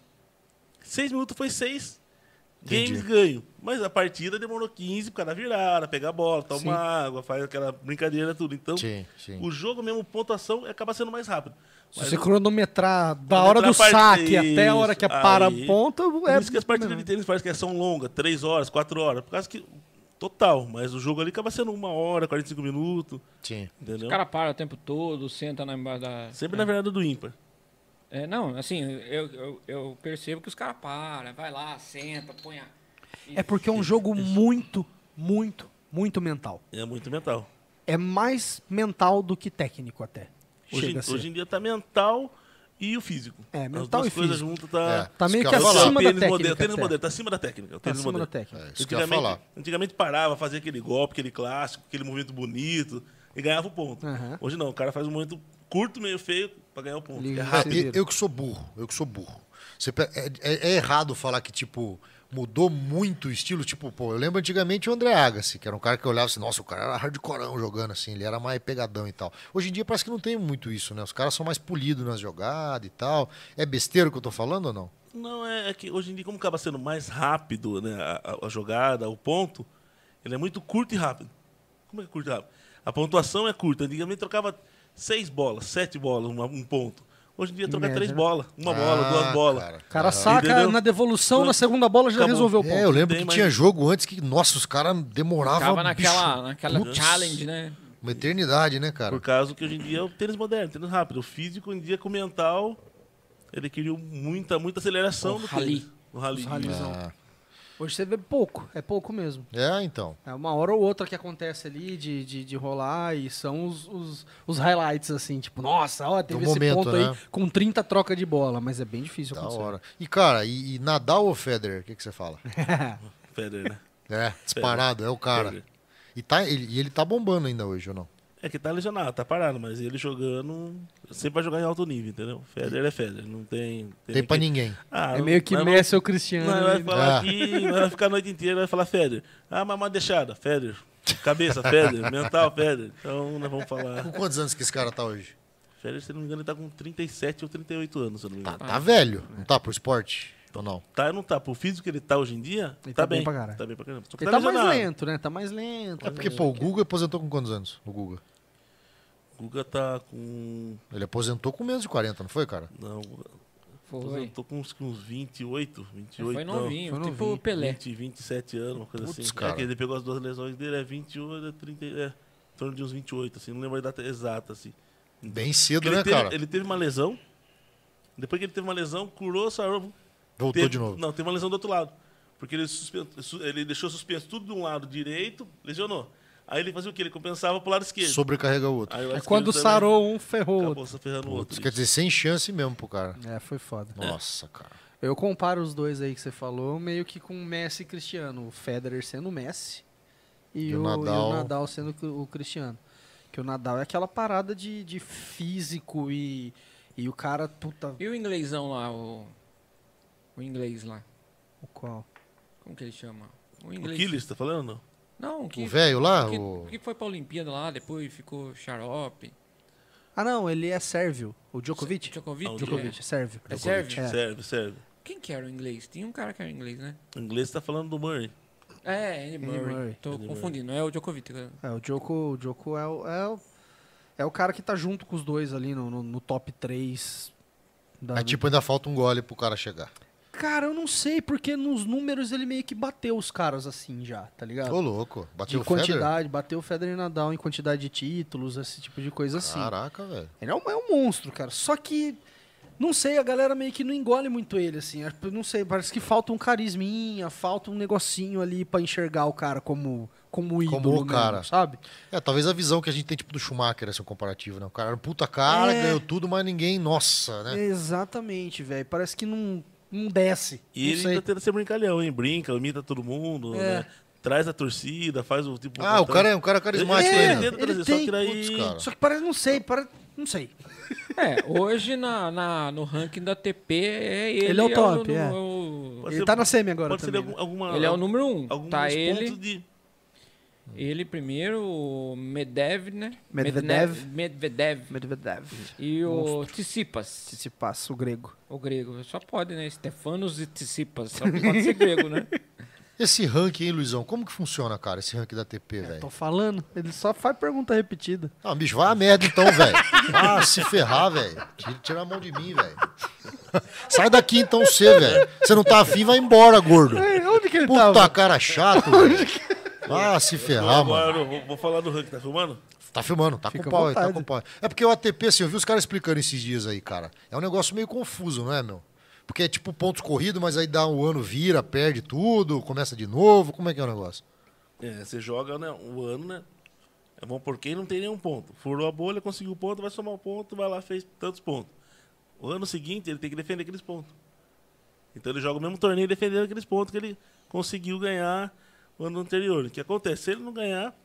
[SPEAKER 3] 6 minutos foi 6 games
[SPEAKER 5] Entendi.
[SPEAKER 3] ganho. Mas a partida demorou 15 por causa da virada, pegar a bola, tomar água, faz aquela brincadeira, tudo. Então,
[SPEAKER 5] Sim, sim.
[SPEAKER 3] o jogo mesmo, pontuação, acaba sendo mais rápido.
[SPEAKER 1] Se
[SPEAKER 3] Mas
[SPEAKER 1] você
[SPEAKER 3] o-
[SPEAKER 1] cronometrar da hora do
[SPEAKER 3] Cronometrar a parte-
[SPEAKER 1] saque até a hora que
[SPEAKER 3] Isso,
[SPEAKER 1] para
[SPEAKER 3] aí.
[SPEAKER 1] a ponta,
[SPEAKER 3] Por
[SPEAKER 1] é.
[SPEAKER 3] isso que as partidas de tênis parece que é são longas, 3 horas, 4 horas. Por causa que. Total, mas o jogo ali acaba sendo uma hora, 45 minutos,
[SPEAKER 5] sim.
[SPEAKER 3] entendeu?
[SPEAKER 2] O cara para o tempo todo, senta na embaixo da.
[SPEAKER 3] Sempre na verdade do ímpar.
[SPEAKER 2] É, não, assim, eu, eu, eu percebo que os caras param, vai lá, senta, põe a.
[SPEAKER 1] É porque é um jogo muito, muito, muito mental.
[SPEAKER 3] É muito mental.
[SPEAKER 1] É mais mental do que técnico até.
[SPEAKER 3] Hoje,
[SPEAKER 1] Chega
[SPEAKER 3] em-
[SPEAKER 1] a ser.
[SPEAKER 3] hoje em dia tá mental e o físico.
[SPEAKER 1] É,
[SPEAKER 3] As
[SPEAKER 1] mental
[SPEAKER 3] duas
[SPEAKER 1] e
[SPEAKER 3] coisas
[SPEAKER 1] físico.
[SPEAKER 3] juntas tá.
[SPEAKER 5] É.
[SPEAKER 1] tá meio que
[SPEAKER 5] Isso que eu ia falar.
[SPEAKER 1] acima da
[SPEAKER 3] tênis
[SPEAKER 1] técnica.
[SPEAKER 3] modelo, o tênis
[SPEAKER 1] até.
[SPEAKER 3] modelo, tá acima da técnica. O tênis
[SPEAKER 1] Acima da
[SPEAKER 3] modelo.
[SPEAKER 1] técnica.
[SPEAKER 5] É isso que eu ia falar.
[SPEAKER 3] antigamente parava, fazia aquele golpe, aquele clássico, aquele movimento bonito e ganhava o ponto.
[SPEAKER 1] Aham.
[SPEAKER 3] Hoje não, o cara faz um movimento curto, meio feio, pra ganhar o ponto.
[SPEAKER 1] Liga
[SPEAKER 3] É
[SPEAKER 1] de
[SPEAKER 5] Ah,
[SPEAKER 3] rápido.
[SPEAKER 1] Vocês
[SPEAKER 5] eu,
[SPEAKER 1] viram.
[SPEAKER 5] eu que sou burro, eu que sou burro. Você pe- é, é- é errado falar que, tipo, mudou muito o estilo. Tipo, pô, eu lembro antigamente o André Agassi, que era um cara que eu olhava assim, nossa, o cara era hardcorão jogando assim, ele era mais pegadão e tal. Hoje em dia parece que não tem muito isso, né? Os caras são mais polidos nas jogadas e tal. É besteira o que eu tô falando ou não?
[SPEAKER 3] Não, é, é que hoje em dia, como acaba sendo mais rápido né, a, a- a jogada, o ponto, ele é muito curto e rápido. Como é que é curto e rápido? A pontuação é curta. Antigamente trocava seis bolas, sete bolas, uma- um ponto. Hoje em dia troca
[SPEAKER 1] média,
[SPEAKER 3] três
[SPEAKER 1] né?
[SPEAKER 3] bolas, uma bola, duas
[SPEAKER 5] Ah,
[SPEAKER 3] bolas.
[SPEAKER 5] cara.
[SPEAKER 1] O cara saca
[SPEAKER 3] Entendeu?
[SPEAKER 1] na devolução, na segunda bola já
[SPEAKER 3] Acabou.
[SPEAKER 1] resolveu o ponto.
[SPEAKER 5] É, eu lembro
[SPEAKER 3] Tem,
[SPEAKER 5] que
[SPEAKER 3] mas-
[SPEAKER 5] tinha jogo antes que, nossa, os caras demoravam.
[SPEAKER 2] Ficava
[SPEAKER 5] bicho,
[SPEAKER 2] naquela, naquela
[SPEAKER 5] putz,
[SPEAKER 2] challenge, né?
[SPEAKER 5] Uma eternidade, né, cara?
[SPEAKER 3] Por causa que hoje em dia é o tênis moderno, tênis rápido. O físico, hoje em dia, com o mental, ele adquiriu muita, muita aceleração
[SPEAKER 2] O
[SPEAKER 3] do
[SPEAKER 2] rally.
[SPEAKER 3] tênis. O rally.
[SPEAKER 1] Os rallies, não.
[SPEAKER 5] Ah,
[SPEAKER 1] Hoje você vê pouco, é pouco mesmo.
[SPEAKER 5] é, então.
[SPEAKER 1] É uma hora ou outra que acontece ali de, de, de rolar e são os, os, os highlights, assim, tipo, nossa, ó, teve
[SPEAKER 5] Do
[SPEAKER 1] esse
[SPEAKER 5] momento,
[SPEAKER 1] ponto
[SPEAKER 5] né?
[SPEAKER 1] aí com 30 troca de bola, mas é bem
[SPEAKER 3] Tá
[SPEAKER 1] difícil
[SPEAKER 5] Da
[SPEAKER 1] acontecer.
[SPEAKER 5] hora. E, cara, e, e Nadal ou Federer? O que, que você fala?
[SPEAKER 3] Federer, né?
[SPEAKER 5] É, disparado, é o cara.
[SPEAKER 3] Federer.
[SPEAKER 5] E, tá, ele, e ele tá bombando ainda hoje, ou não?
[SPEAKER 3] É que tá lesionado, tá parado, mas ele jogando, sempre vai jogar em alto nível, entendeu? Federer é Federer, não tem...
[SPEAKER 5] Tem pra
[SPEAKER 3] que-
[SPEAKER 5] ninguém.
[SPEAKER 3] Ah,
[SPEAKER 1] É meio que
[SPEAKER 3] mas
[SPEAKER 1] Messi né? ou
[SPEAKER 3] Não,
[SPEAKER 1] Cristiano.
[SPEAKER 3] não, vai
[SPEAKER 1] e-
[SPEAKER 3] falar
[SPEAKER 5] Ah.
[SPEAKER 3] aqui, nós vai ficar a noite inteira, vai falar Federer. Ah, mas uma deixada, Federer. Cabeça, Federer. Mental, Federer. Então, nós vamos falar...
[SPEAKER 5] Com quantos anos que esse cara tá hoje?
[SPEAKER 3] Federer, se não me engano, ele tá com 37 ou 38 anos, se eu não me
[SPEAKER 5] Tá,
[SPEAKER 3] engano.
[SPEAKER 5] tá velho. Não tá por esporte? Ou não?
[SPEAKER 3] Tá, não tá. Pro físico que ele tá hoje em dia,
[SPEAKER 1] Ele
[SPEAKER 3] tá,
[SPEAKER 1] tá bem
[SPEAKER 3] bem.
[SPEAKER 1] pra caralho.
[SPEAKER 3] Tá bem pra caramba. Só que
[SPEAKER 1] Ele tá mais
[SPEAKER 3] lesionado.
[SPEAKER 1] lento, né? Tá mais lento.
[SPEAKER 5] É porque, pô, o Guga aposentou com quantos anos? O Guga.
[SPEAKER 3] O Guga tá com...
[SPEAKER 5] Ele aposentou com menos de 40, não foi, cara?
[SPEAKER 3] Não, eu
[SPEAKER 2] Foi.
[SPEAKER 3] tô com uns, com uns 28, 28.
[SPEAKER 2] Foi novinho,
[SPEAKER 1] Foi
[SPEAKER 2] tipo
[SPEAKER 1] novinho.
[SPEAKER 2] Pelé.
[SPEAKER 3] 20, 27 anos, uma coisa
[SPEAKER 5] Putz,
[SPEAKER 3] assim.
[SPEAKER 5] cara.
[SPEAKER 3] É que ele pegou as duas lesões dele, é 28, é 30, é, em torno de uns 28, assim, não lembro a data exata, assim.
[SPEAKER 5] Bem cedo,
[SPEAKER 3] ele,
[SPEAKER 5] né,
[SPEAKER 3] teve,
[SPEAKER 5] cara?
[SPEAKER 3] ele teve uma lesão, depois que ele teve uma lesão, curou, sarou.
[SPEAKER 5] Voltou
[SPEAKER 3] teve-
[SPEAKER 5] de novo.
[SPEAKER 3] Não, teve uma lesão do outro lado. Porque ele, suspen- su- ele deixou suspenso tudo de um lado direito, lesionou. Aí ele fazia o quê? Ele compensava pro lado esquerdo.
[SPEAKER 5] Sobrecarrega o outro.
[SPEAKER 3] Aí o lado
[SPEAKER 1] É quando
[SPEAKER 3] esquerdo também
[SPEAKER 1] sarou um, ferrou o outro.
[SPEAKER 3] Acabou se ferrando o
[SPEAKER 5] Putz,
[SPEAKER 3] outro.
[SPEAKER 5] quer dizer, sem chance mesmo pro cara.
[SPEAKER 1] É, foi foda.
[SPEAKER 5] Nossa, cara.
[SPEAKER 1] Eu comparo os dois aí que você falou meio que com Messi e Cristiano. O Federer sendo o Messi e, o, e o Nadal. sendo cri- o Cristiano. Que o Nadal é aquela parada de, de físico e, e o cara, puta,
[SPEAKER 2] E o inglêsão lá, o. O inglês lá.
[SPEAKER 1] o qual?
[SPEAKER 2] Como que ele chama? O
[SPEAKER 3] O
[SPEAKER 2] inglês.
[SPEAKER 3] Killer, você tá falando? Não.
[SPEAKER 2] Não, o que.
[SPEAKER 5] O velho lá,
[SPEAKER 2] que,
[SPEAKER 5] o...
[SPEAKER 2] que foi pra Olimpíada lá, depois ficou xarope.
[SPEAKER 1] Ah, não, ele é sérvio. O Djokovic?
[SPEAKER 2] Djokovic?
[SPEAKER 3] Ah, o
[SPEAKER 1] Djokovic, é sérvio.
[SPEAKER 2] É sérvio?
[SPEAKER 1] É.
[SPEAKER 3] Serve, serve.
[SPEAKER 2] Quem que era o inglês? Tinha um cara que era inglês, né?
[SPEAKER 3] O inglês tá falando do Murray.
[SPEAKER 2] É, Andy Murray.
[SPEAKER 1] Murray.
[SPEAKER 2] Tô confundindo, não é o Djokovic. cara.
[SPEAKER 1] É, o Djoko, o Djoko é, o, é, o, é o cara que tá junto com os dois ali no, no, no top 3. Da,
[SPEAKER 5] É tipo, ainda falta um gole pro cara chegar.
[SPEAKER 1] Cara, eu não sei, porque nos números ele meio que bateu os caras assim já, tá
[SPEAKER 2] É.
[SPEAKER 1] ligado?
[SPEAKER 5] Ô, louco.
[SPEAKER 1] de
[SPEAKER 5] Bateu o Federer?
[SPEAKER 1] quantidade, bateu o Federer e Nadal em quantidade de títulos, esse tipo de coisa assim.
[SPEAKER 5] Caraca, velho.
[SPEAKER 1] Ele é um, é um monstro, cara. Só que, não sei, a galera meio que não engole muito ele, assim. Acho que- Não sei, parece que falta um carisminha, falta um negocinho ali pra enxergar o cara como, como ídolo mesmo,
[SPEAKER 5] cara.
[SPEAKER 1] sabe?
[SPEAKER 5] É, talvez a visão que a gente tem, tipo, do Schumacher, assim, um comparativo, né? O cara era um puta cara,
[SPEAKER 1] É.
[SPEAKER 5] ganhou tudo, mas ninguém, nossa, né?
[SPEAKER 1] Exatamente, velho. Parece que não, não desce.
[SPEAKER 3] E
[SPEAKER 1] não
[SPEAKER 3] ele
[SPEAKER 1] sei.
[SPEAKER 3] tá tentando ser brincalhão, hein? Brinca, imita todo mundo,
[SPEAKER 1] É.
[SPEAKER 3] né? Traz a torcida, faz o tipo.
[SPEAKER 5] Ah, o cara é um cara carismático,
[SPEAKER 1] É,
[SPEAKER 5] né?
[SPEAKER 3] tenta
[SPEAKER 1] ele
[SPEAKER 3] trazer,
[SPEAKER 1] tem-
[SPEAKER 3] só que daí-
[SPEAKER 5] Putz, cara.
[SPEAKER 1] Só que parece, não sei, parece, não sei.
[SPEAKER 2] É, hoje na, na- no ranking da TP é ele.
[SPEAKER 1] Ele é o top,
[SPEAKER 2] nu-
[SPEAKER 1] é.
[SPEAKER 2] o-
[SPEAKER 3] Pode
[SPEAKER 1] ele
[SPEAKER 3] ser-
[SPEAKER 1] tá na semi agora
[SPEAKER 3] Pode ser
[SPEAKER 1] também.
[SPEAKER 3] algum- alguma.
[SPEAKER 2] ele é o número um.
[SPEAKER 3] alguns
[SPEAKER 2] tá
[SPEAKER 3] pontos
[SPEAKER 2] ele,
[SPEAKER 3] de.
[SPEAKER 2] ele primeiro, o Medev, né?
[SPEAKER 1] Medvedev.
[SPEAKER 2] Medvedev.
[SPEAKER 1] Medvedev.
[SPEAKER 2] E o Tsitsipas,
[SPEAKER 1] Tsitsipas, o grego.
[SPEAKER 2] o grego. Só pode, né? Stefanos e Tsitsipas. Só pode ser grego, né?
[SPEAKER 5] Esse ranking, hein, Luizão? Como que funciona, cara, esse ranking da TP,
[SPEAKER 1] É, Tô
[SPEAKER 5] velho?
[SPEAKER 1] falando, ele só faz pergunta repetida.
[SPEAKER 5] Ah, bicho, vai a merda então, velho. Ah, se ferrar, velho. Tira, tira a mão de mim, velho. Sai daqui então, você, velho. Você não tá afim, vai embora, gordo.
[SPEAKER 1] Onde que ele tá
[SPEAKER 5] Puta
[SPEAKER 1] tava?
[SPEAKER 5] cara chato, velho. Ah, se ferrar, mano.
[SPEAKER 3] Agora, eu vou, vou falar do ranking, tá filmando?
[SPEAKER 5] Tá filmando, tá
[SPEAKER 1] Fica
[SPEAKER 5] com
[SPEAKER 1] à
[SPEAKER 5] pau aí, tá
[SPEAKER 1] vontade.
[SPEAKER 5] com pau. aí. É porque o ATP, assim, eu vi os caras explicando esses dias aí, cara. É um negócio meio confuso, não é, meu? Porque é tipo pontos corridos, mas aí dá um ano, vira, perde tudo, começa de novo. Como é que é o negócio?
[SPEAKER 3] É, você joga né, o ano, né? É bom porque não tem nenhum ponto. Furou a bolha, conseguiu o ponto, vai somar o ponto, vai lá, fez tantos pontos. O ano seguinte, ele tem que defender aqueles pontos. Então ele joga o mesmo torneio defendendo aqueles pontos que ele conseguiu ganhar no ano anterior. O que acontece? Se ele não ganhar,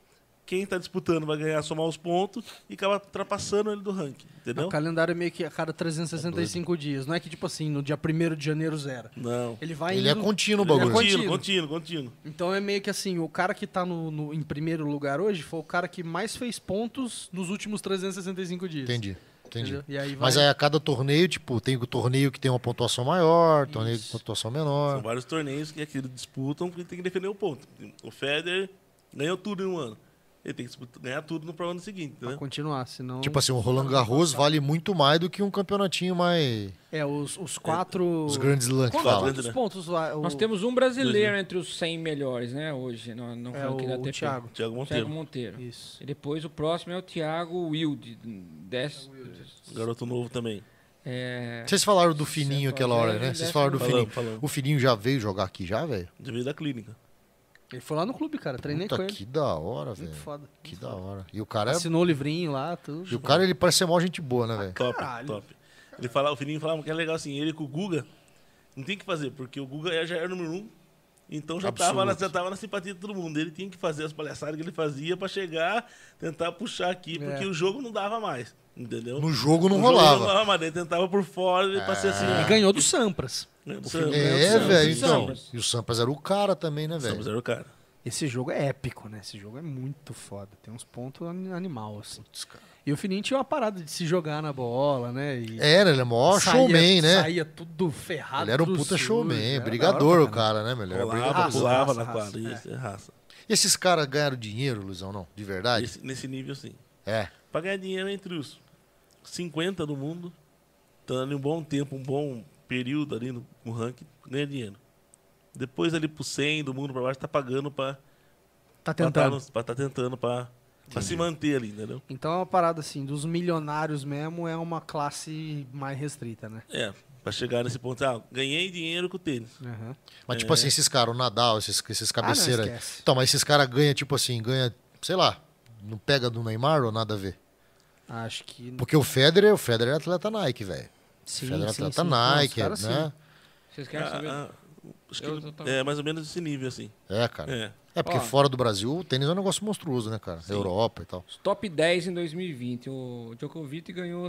[SPEAKER 3] quem está disputando vai ganhar, somar os pontos e acaba ultrapassando ele do ranking. Entendeu?
[SPEAKER 1] O calendário é meio que a cada 365 dias. Não é que, tipo assim, no dia 1 de janeiro zera.
[SPEAKER 3] Não.
[SPEAKER 1] Ele vai
[SPEAKER 5] Ele é
[SPEAKER 1] indo-
[SPEAKER 5] contínuo o
[SPEAKER 1] Ele é
[SPEAKER 5] bagulho.
[SPEAKER 3] Contínuo,
[SPEAKER 1] contínuo.
[SPEAKER 3] contínuo, contínuo.
[SPEAKER 1] Então é meio que assim, o cara que tá no, no- em primeiro lugar hoje foi o cara que mais fez pontos nos últimos 365 dias.
[SPEAKER 5] Entendi, entendi.
[SPEAKER 1] Entendeu? E aí vai...
[SPEAKER 5] Mas é- aí a cada torneio, tipo, tem o torneio que tem uma pontuação maior, torneio com
[SPEAKER 3] São
[SPEAKER 5] pontuação menor.
[SPEAKER 3] vários torneios que aquilo disputam porque tem que defender o ponto. O Federer ganhou tudo em um ano. Ele tem que disputar- ganhar tudo no pro ano seguinte,
[SPEAKER 1] Pra
[SPEAKER 3] né?
[SPEAKER 1] continuar, senão...
[SPEAKER 5] Tipo assim, o Roland Garros vale muito mais do que um campeonatinho mais.
[SPEAKER 1] É, os, os quatro...
[SPEAKER 5] assim, Os grandes lãs que
[SPEAKER 1] Quantos,
[SPEAKER 5] fala.
[SPEAKER 1] quantos pontos lá? O...
[SPEAKER 2] Nós temos um brasileiro entre os 100 melhores, né? Hoje, no, no
[SPEAKER 1] é,
[SPEAKER 2] ranking
[SPEAKER 1] o,
[SPEAKER 2] da TP.
[SPEAKER 1] o Thiago.
[SPEAKER 3] Thiago
[SPEAKER 2] Thiago
[SPEAKER 3] Monteiro,
[SPEAKER 2] Monteiro.
[SPEAKER 1] Isso.
[SPEAKER 2] E depois o próximo é o Thiago Wilde. Dez,
[SPEAKER 3] garoto novo também.
[SPEAKER 2] é,
[SPEAKER 5] Vocês falaram do Fininho
[SPEAKER 1] é
[SPEAKER 5] aquela hora, né? Vocês falaram do
[SPEAKER 3] Falamos,
[SPEAKER 5] Fininho.
[SPEAKER 3] falamos.
[SPEAKER 5] O Fininho já veio jogar aqui já, velho?
[SPEAKER 3] De vida da clínica.
[SPEAKER 1] Ele foi lá no clube, cara. Treinei com
[SPEAKER 5] Puta,
[SPEAKER 1] ele.
[SPEAKER 5] que da hora,
[SPEAKER 1] Muito
[SPEAKER 5] velho.
[SPEAKER 1] foda. Assim,
[SPEAKER 5] Que da hora. E o cara é...
[SPEAKER 1] Assinou o livrinho lá,
[SPEAKER 5] E
[SPEAKER 1] tudo.
[SPEAKER 5] o cara, ele parece ser mó gente boa, né, velho?
[SPEAKER 3] Top,
[SPEAKER 1] Caralho.
[SPEAKER 3] top. Ele fala, o Fininho falava que é legal assim, ele com o Guga, não tem o que fazer, porque o Guga é- já era o número um, então já tava, na, já tava na simpatia de todo mundo. Ele tinha que fazer as palhaçadas que ele fazia pra chegar, tentar puxar aqui, porque
[SPEAKER 1] É.
[SPEAKER 3] o jogo não dava mais, entendeu?
[SPEAKER 5] No jogo não
[SPEAKER 3] O jogo Não
[SPEAKER 5] rolava.
[SPEAKER 3] dava mais, ele tentava por fora, ele passei assim...
[SPEAKER 1] E É. ganhou do Sampras.
[SPEAKER 3] ganhou.
[SPEAKER 5] É, velho, então.
[SPEAKER 2] Sampras.
[SPEAKER 5] E o Sampas era o cara também, né,
[SPEAKER 3] Estamos
[SPEAKER 5] velho?
[SPEAKER 3] era o cara.
[SPEAKER 1] Esse jogo é épico, né? Esse jogo é muito foda. Tem uns pontos ani- animal, assim. E o Fininho tinha uma parada de se jogar na bola, né? E
[SPEAKER 5] Era, ele é mó
[SPEAKER 1] saía-
[SPEAKER 5] showman, né?
[SPEAKER 1] Saía tudo ferrado.
[SPEAKER 5] Ele era um
[SPEAKER 1] tudo
[SPEAKER 5] puta
[SPEAKER 1] sujo,
[SPEAKER 5] showman,
[SPEAKER 1] era
[SPEAKER 5] brigador
[SPEAKER 1] da
[SPEAKER 5] o
[SPEAKER 1] hora pra
[SPEAKER 5] cara, né, meu? Ele era
[SPEAKER 3] Rolava,
[SPEAKER 5] brigadorzão.
[SPEAKER 3] pulava na
[SPEAKER 1] raça, raça,
[SPEAKER 3] quadra. Isso, é raça.
[SPEAKER 5] E esses caras ganharam dinheiro, Luizão, não? De verdade?
[SPEAKER 3] Esse- nesse nível, sim.
[SPEAKER 5] É.
[SPEAKER 3] Pra ganhar dinheiro entre os 50 do mundo, estando ali um bom tempo, um bom período ali no, no ranking, ganha dinheiro. Depois ali pro 100 do mundo pra baixo, tá pagando pra...
[SPEAKER 1] caralho. Tá
[SPEAKER 3] pra tá
[SPEAKER 1] tentando.
[SPEAKER 3] no- Pra tá tentando pra, pra se manter ali, entendeu?
[SPEAKER 1] Então é uma parada assim, dos milionários mesmo, é uma classe mais restrita, né?
[SPEAKER 3] É, pra chegar nesse ponto. Ah, ganhei dinheiro com o tênis.
[SPEAKER 1] Aham.
[SPEAKER 5] Mas, tipo assim, esses caras, o Nadal, esses, esses
[SPEAKER 1] Ah, não,
[SPEAKER 5] cabeceiras aí.
[SPEAKER 1] esquece.
[SPEAKER 5] Então, mas esses caras ganham, tipo assim, ganha, sei lá, não pega do Neymar ou nada a ver?
[SPEAKER 1] Acho que.
[SPEAKER 5] Porque o Federer, o Federer é atleta Nike, velho.
[SPEAKER 1] Sim,
[SPEAKER 5] Federer é
[SPEAKER 1] sim,
[SPEAKER 5] atleta
[SPEAKER 1] sim.
[SPEAKER 5] Nike,
[SPEAKER 1] Não, os caras,
[SPEAKER 5] né?
[SPEAKER 1] sim.
[SPEAKER 2] Vocês querem saber?
[SPEAKER 3] Ah, ah, acho que
[SPEAKER 2] Eu já tava-
[SPEAKER 3] é mais ou menos esse nível, assim.
[SPEAKER 5] É, cara.
[SPEAKER 3] É.
[SPEAKER 5] É porque
[SPEAKER 2] Ó.
[SPEAKER 5] fora do Brasil o tênis é um negócio monstruoso, né, cara? Europa e tal.
[SPEAKER 2] Os top 10 em 2020. O Djokovic ganhou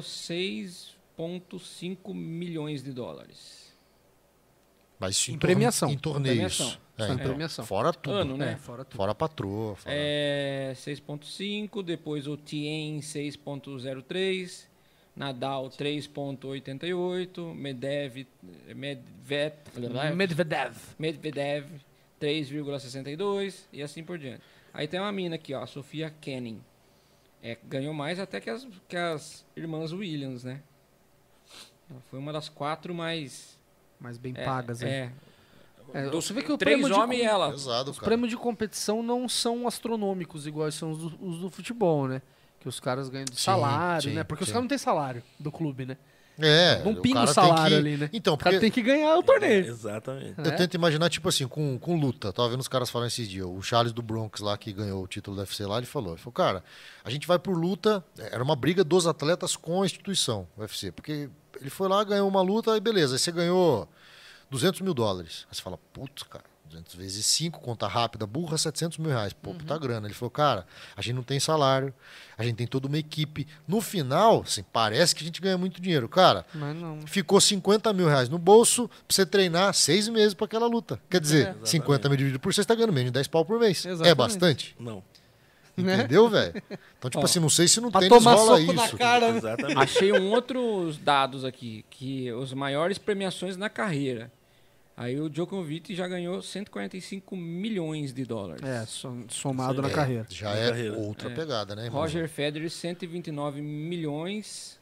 [SPEAKER 2] 6,5 milhões de dólares.
[SPEAKER 5] Mas isso
[SPEAKER 1] Em premiação.
[SPEAKER 5] Em torneios.
[SPEAKER 2] Premiação.
[SPEAKER 5] É,
[SPEAKER 1] Só em
[SPEAKER 5] então,
[SPEAKER 1] premiação.
[SPEAKER 5] Fora tudo.
[SPEAKER 2] Ano, né?
[SPEAKER 1] É, fora tudo.
[SPEAKER 5] Fora patroa. Fora...
[SPEAKER 2] É, 6,5. Depois o Tien, 6,03. Nadal, 3,88. Medev, Medved,
[SPEAKER 1] Medvedev.
[SPEAKER 2] Medvedev, 3,62. E assim por diante. Aí tem uma mina aqui, ó, a Sofia Kenning. É, ganhou mais até que as, que as irmãs Williams, né? Ela foi uma das quatro mais
[SPEAKER 1] Mas bem
[SPEAKER 2] É,
[SPEAKER 1] pagas, hein?
[SPEAKER 2] é.
[SPEAKER 1] É, você vê que o
[SPEAKER 2] Três
[SPEAKER 1] prêmio de
[SPEAKER 2] homens e ela.
[SPEAKER 5] Pesado,
[SPEAKER 1] Os
[SPEAKER 5] cara.
[SPEAKER 1] prêmios de competição não são astronômicos, iguais são os do, os do futebol, né? Que os caras ganham de
[SPEAKER 5] Sim,
[SPEAKER 1] salário,
[SPEAKER 5] sim,
[SPEAKER 1] né? Porque os
[SPEAKER 5] sim.
[SPEAKER 1] caras não têm salário do clube, né?
[SPEAKER 5] É.
[SPEAKER 1] não
[SPEAKER 5] o
[SPEAKER 1] pinga o
[SPEAKER 5] cara tem
[SPEAKER 1] salário
[SPEAKER 5] que-
[SPEAKER 1] ali, né?
[SPEAKER 5] Então,
[SPEAKER 1] O cara
[SPEAKER 5] porque
[SPEAKER 1] tem que ganhar o torneio.
[SPEAKER 3] É, Exatamente.
[SPEAKER 5] eu tento imaginar, tipo assim, com, com luta. Tava vendo os caras falando esses dias. O Charles do Bronx lá, que ganhou o título da UFC lá, ele falou. Ele falou, cara, a gente vai por luta. é, Era uma briga dos atletas com a instituição, o UFC. Porque ele foi lá, ganhou uma luta e beleza. Aí você ganhou... 200 mil dólares. Aí você fala, putz, cara, 200 vezes 5, conta rápida, burra, 700 mil reais. Pô, puta grana. Ele falou, cara, a gente não tem salário, a gente tem toda uma equipe. No final, assim, parece que a gente ganha muito dinheiro. Cara,
[SPEAKER 1] Mas não.
[SPEAKER 5] ficou 50 mil reais no bolso pra você treinar seis meses pra aquela luta. Quer dizer, 50 mil dividido por seis, tá ganhando menos de 10 pau por mês. É
[SPEAKER 1] É. Exatamente.
[SPEAKER 5] bastante.
[SPEAKER 3] Não.
[SPEAKER 1] Né?
[SPEAKER 5] Entendeu, velho? Então, tipo assim, não sei se no
[SPEAKER 1] Pra
[SPEAKER 5] tênis
[SPEAKER 1] tomar
[SPEAKER 5] rola
[SPEAKER 1] soco
[SPEAKER 5] isso.
[SPEAKER 1] na cara. né?
[SPEAKER 3] Exatamente.
[SPEAKER 7] Achei um outros dados aqui, que os maiores premiações na carreira. Aí o Djokovic já ganhou 145 milhões de dólares.
[SPEAKER 1] É, som- somado na
[SPEAKER 5] É,
[SPEAKER 1] carreira.
[SPEAKER 5] Já
[SPEAKER 3] Na
[SPEAKER 5] é
[SPEAKER 3] carreira.
[SPEAKER 5] outra pegada, né? irmão?
[SPEAKER 7] Roger Federer 129 milhões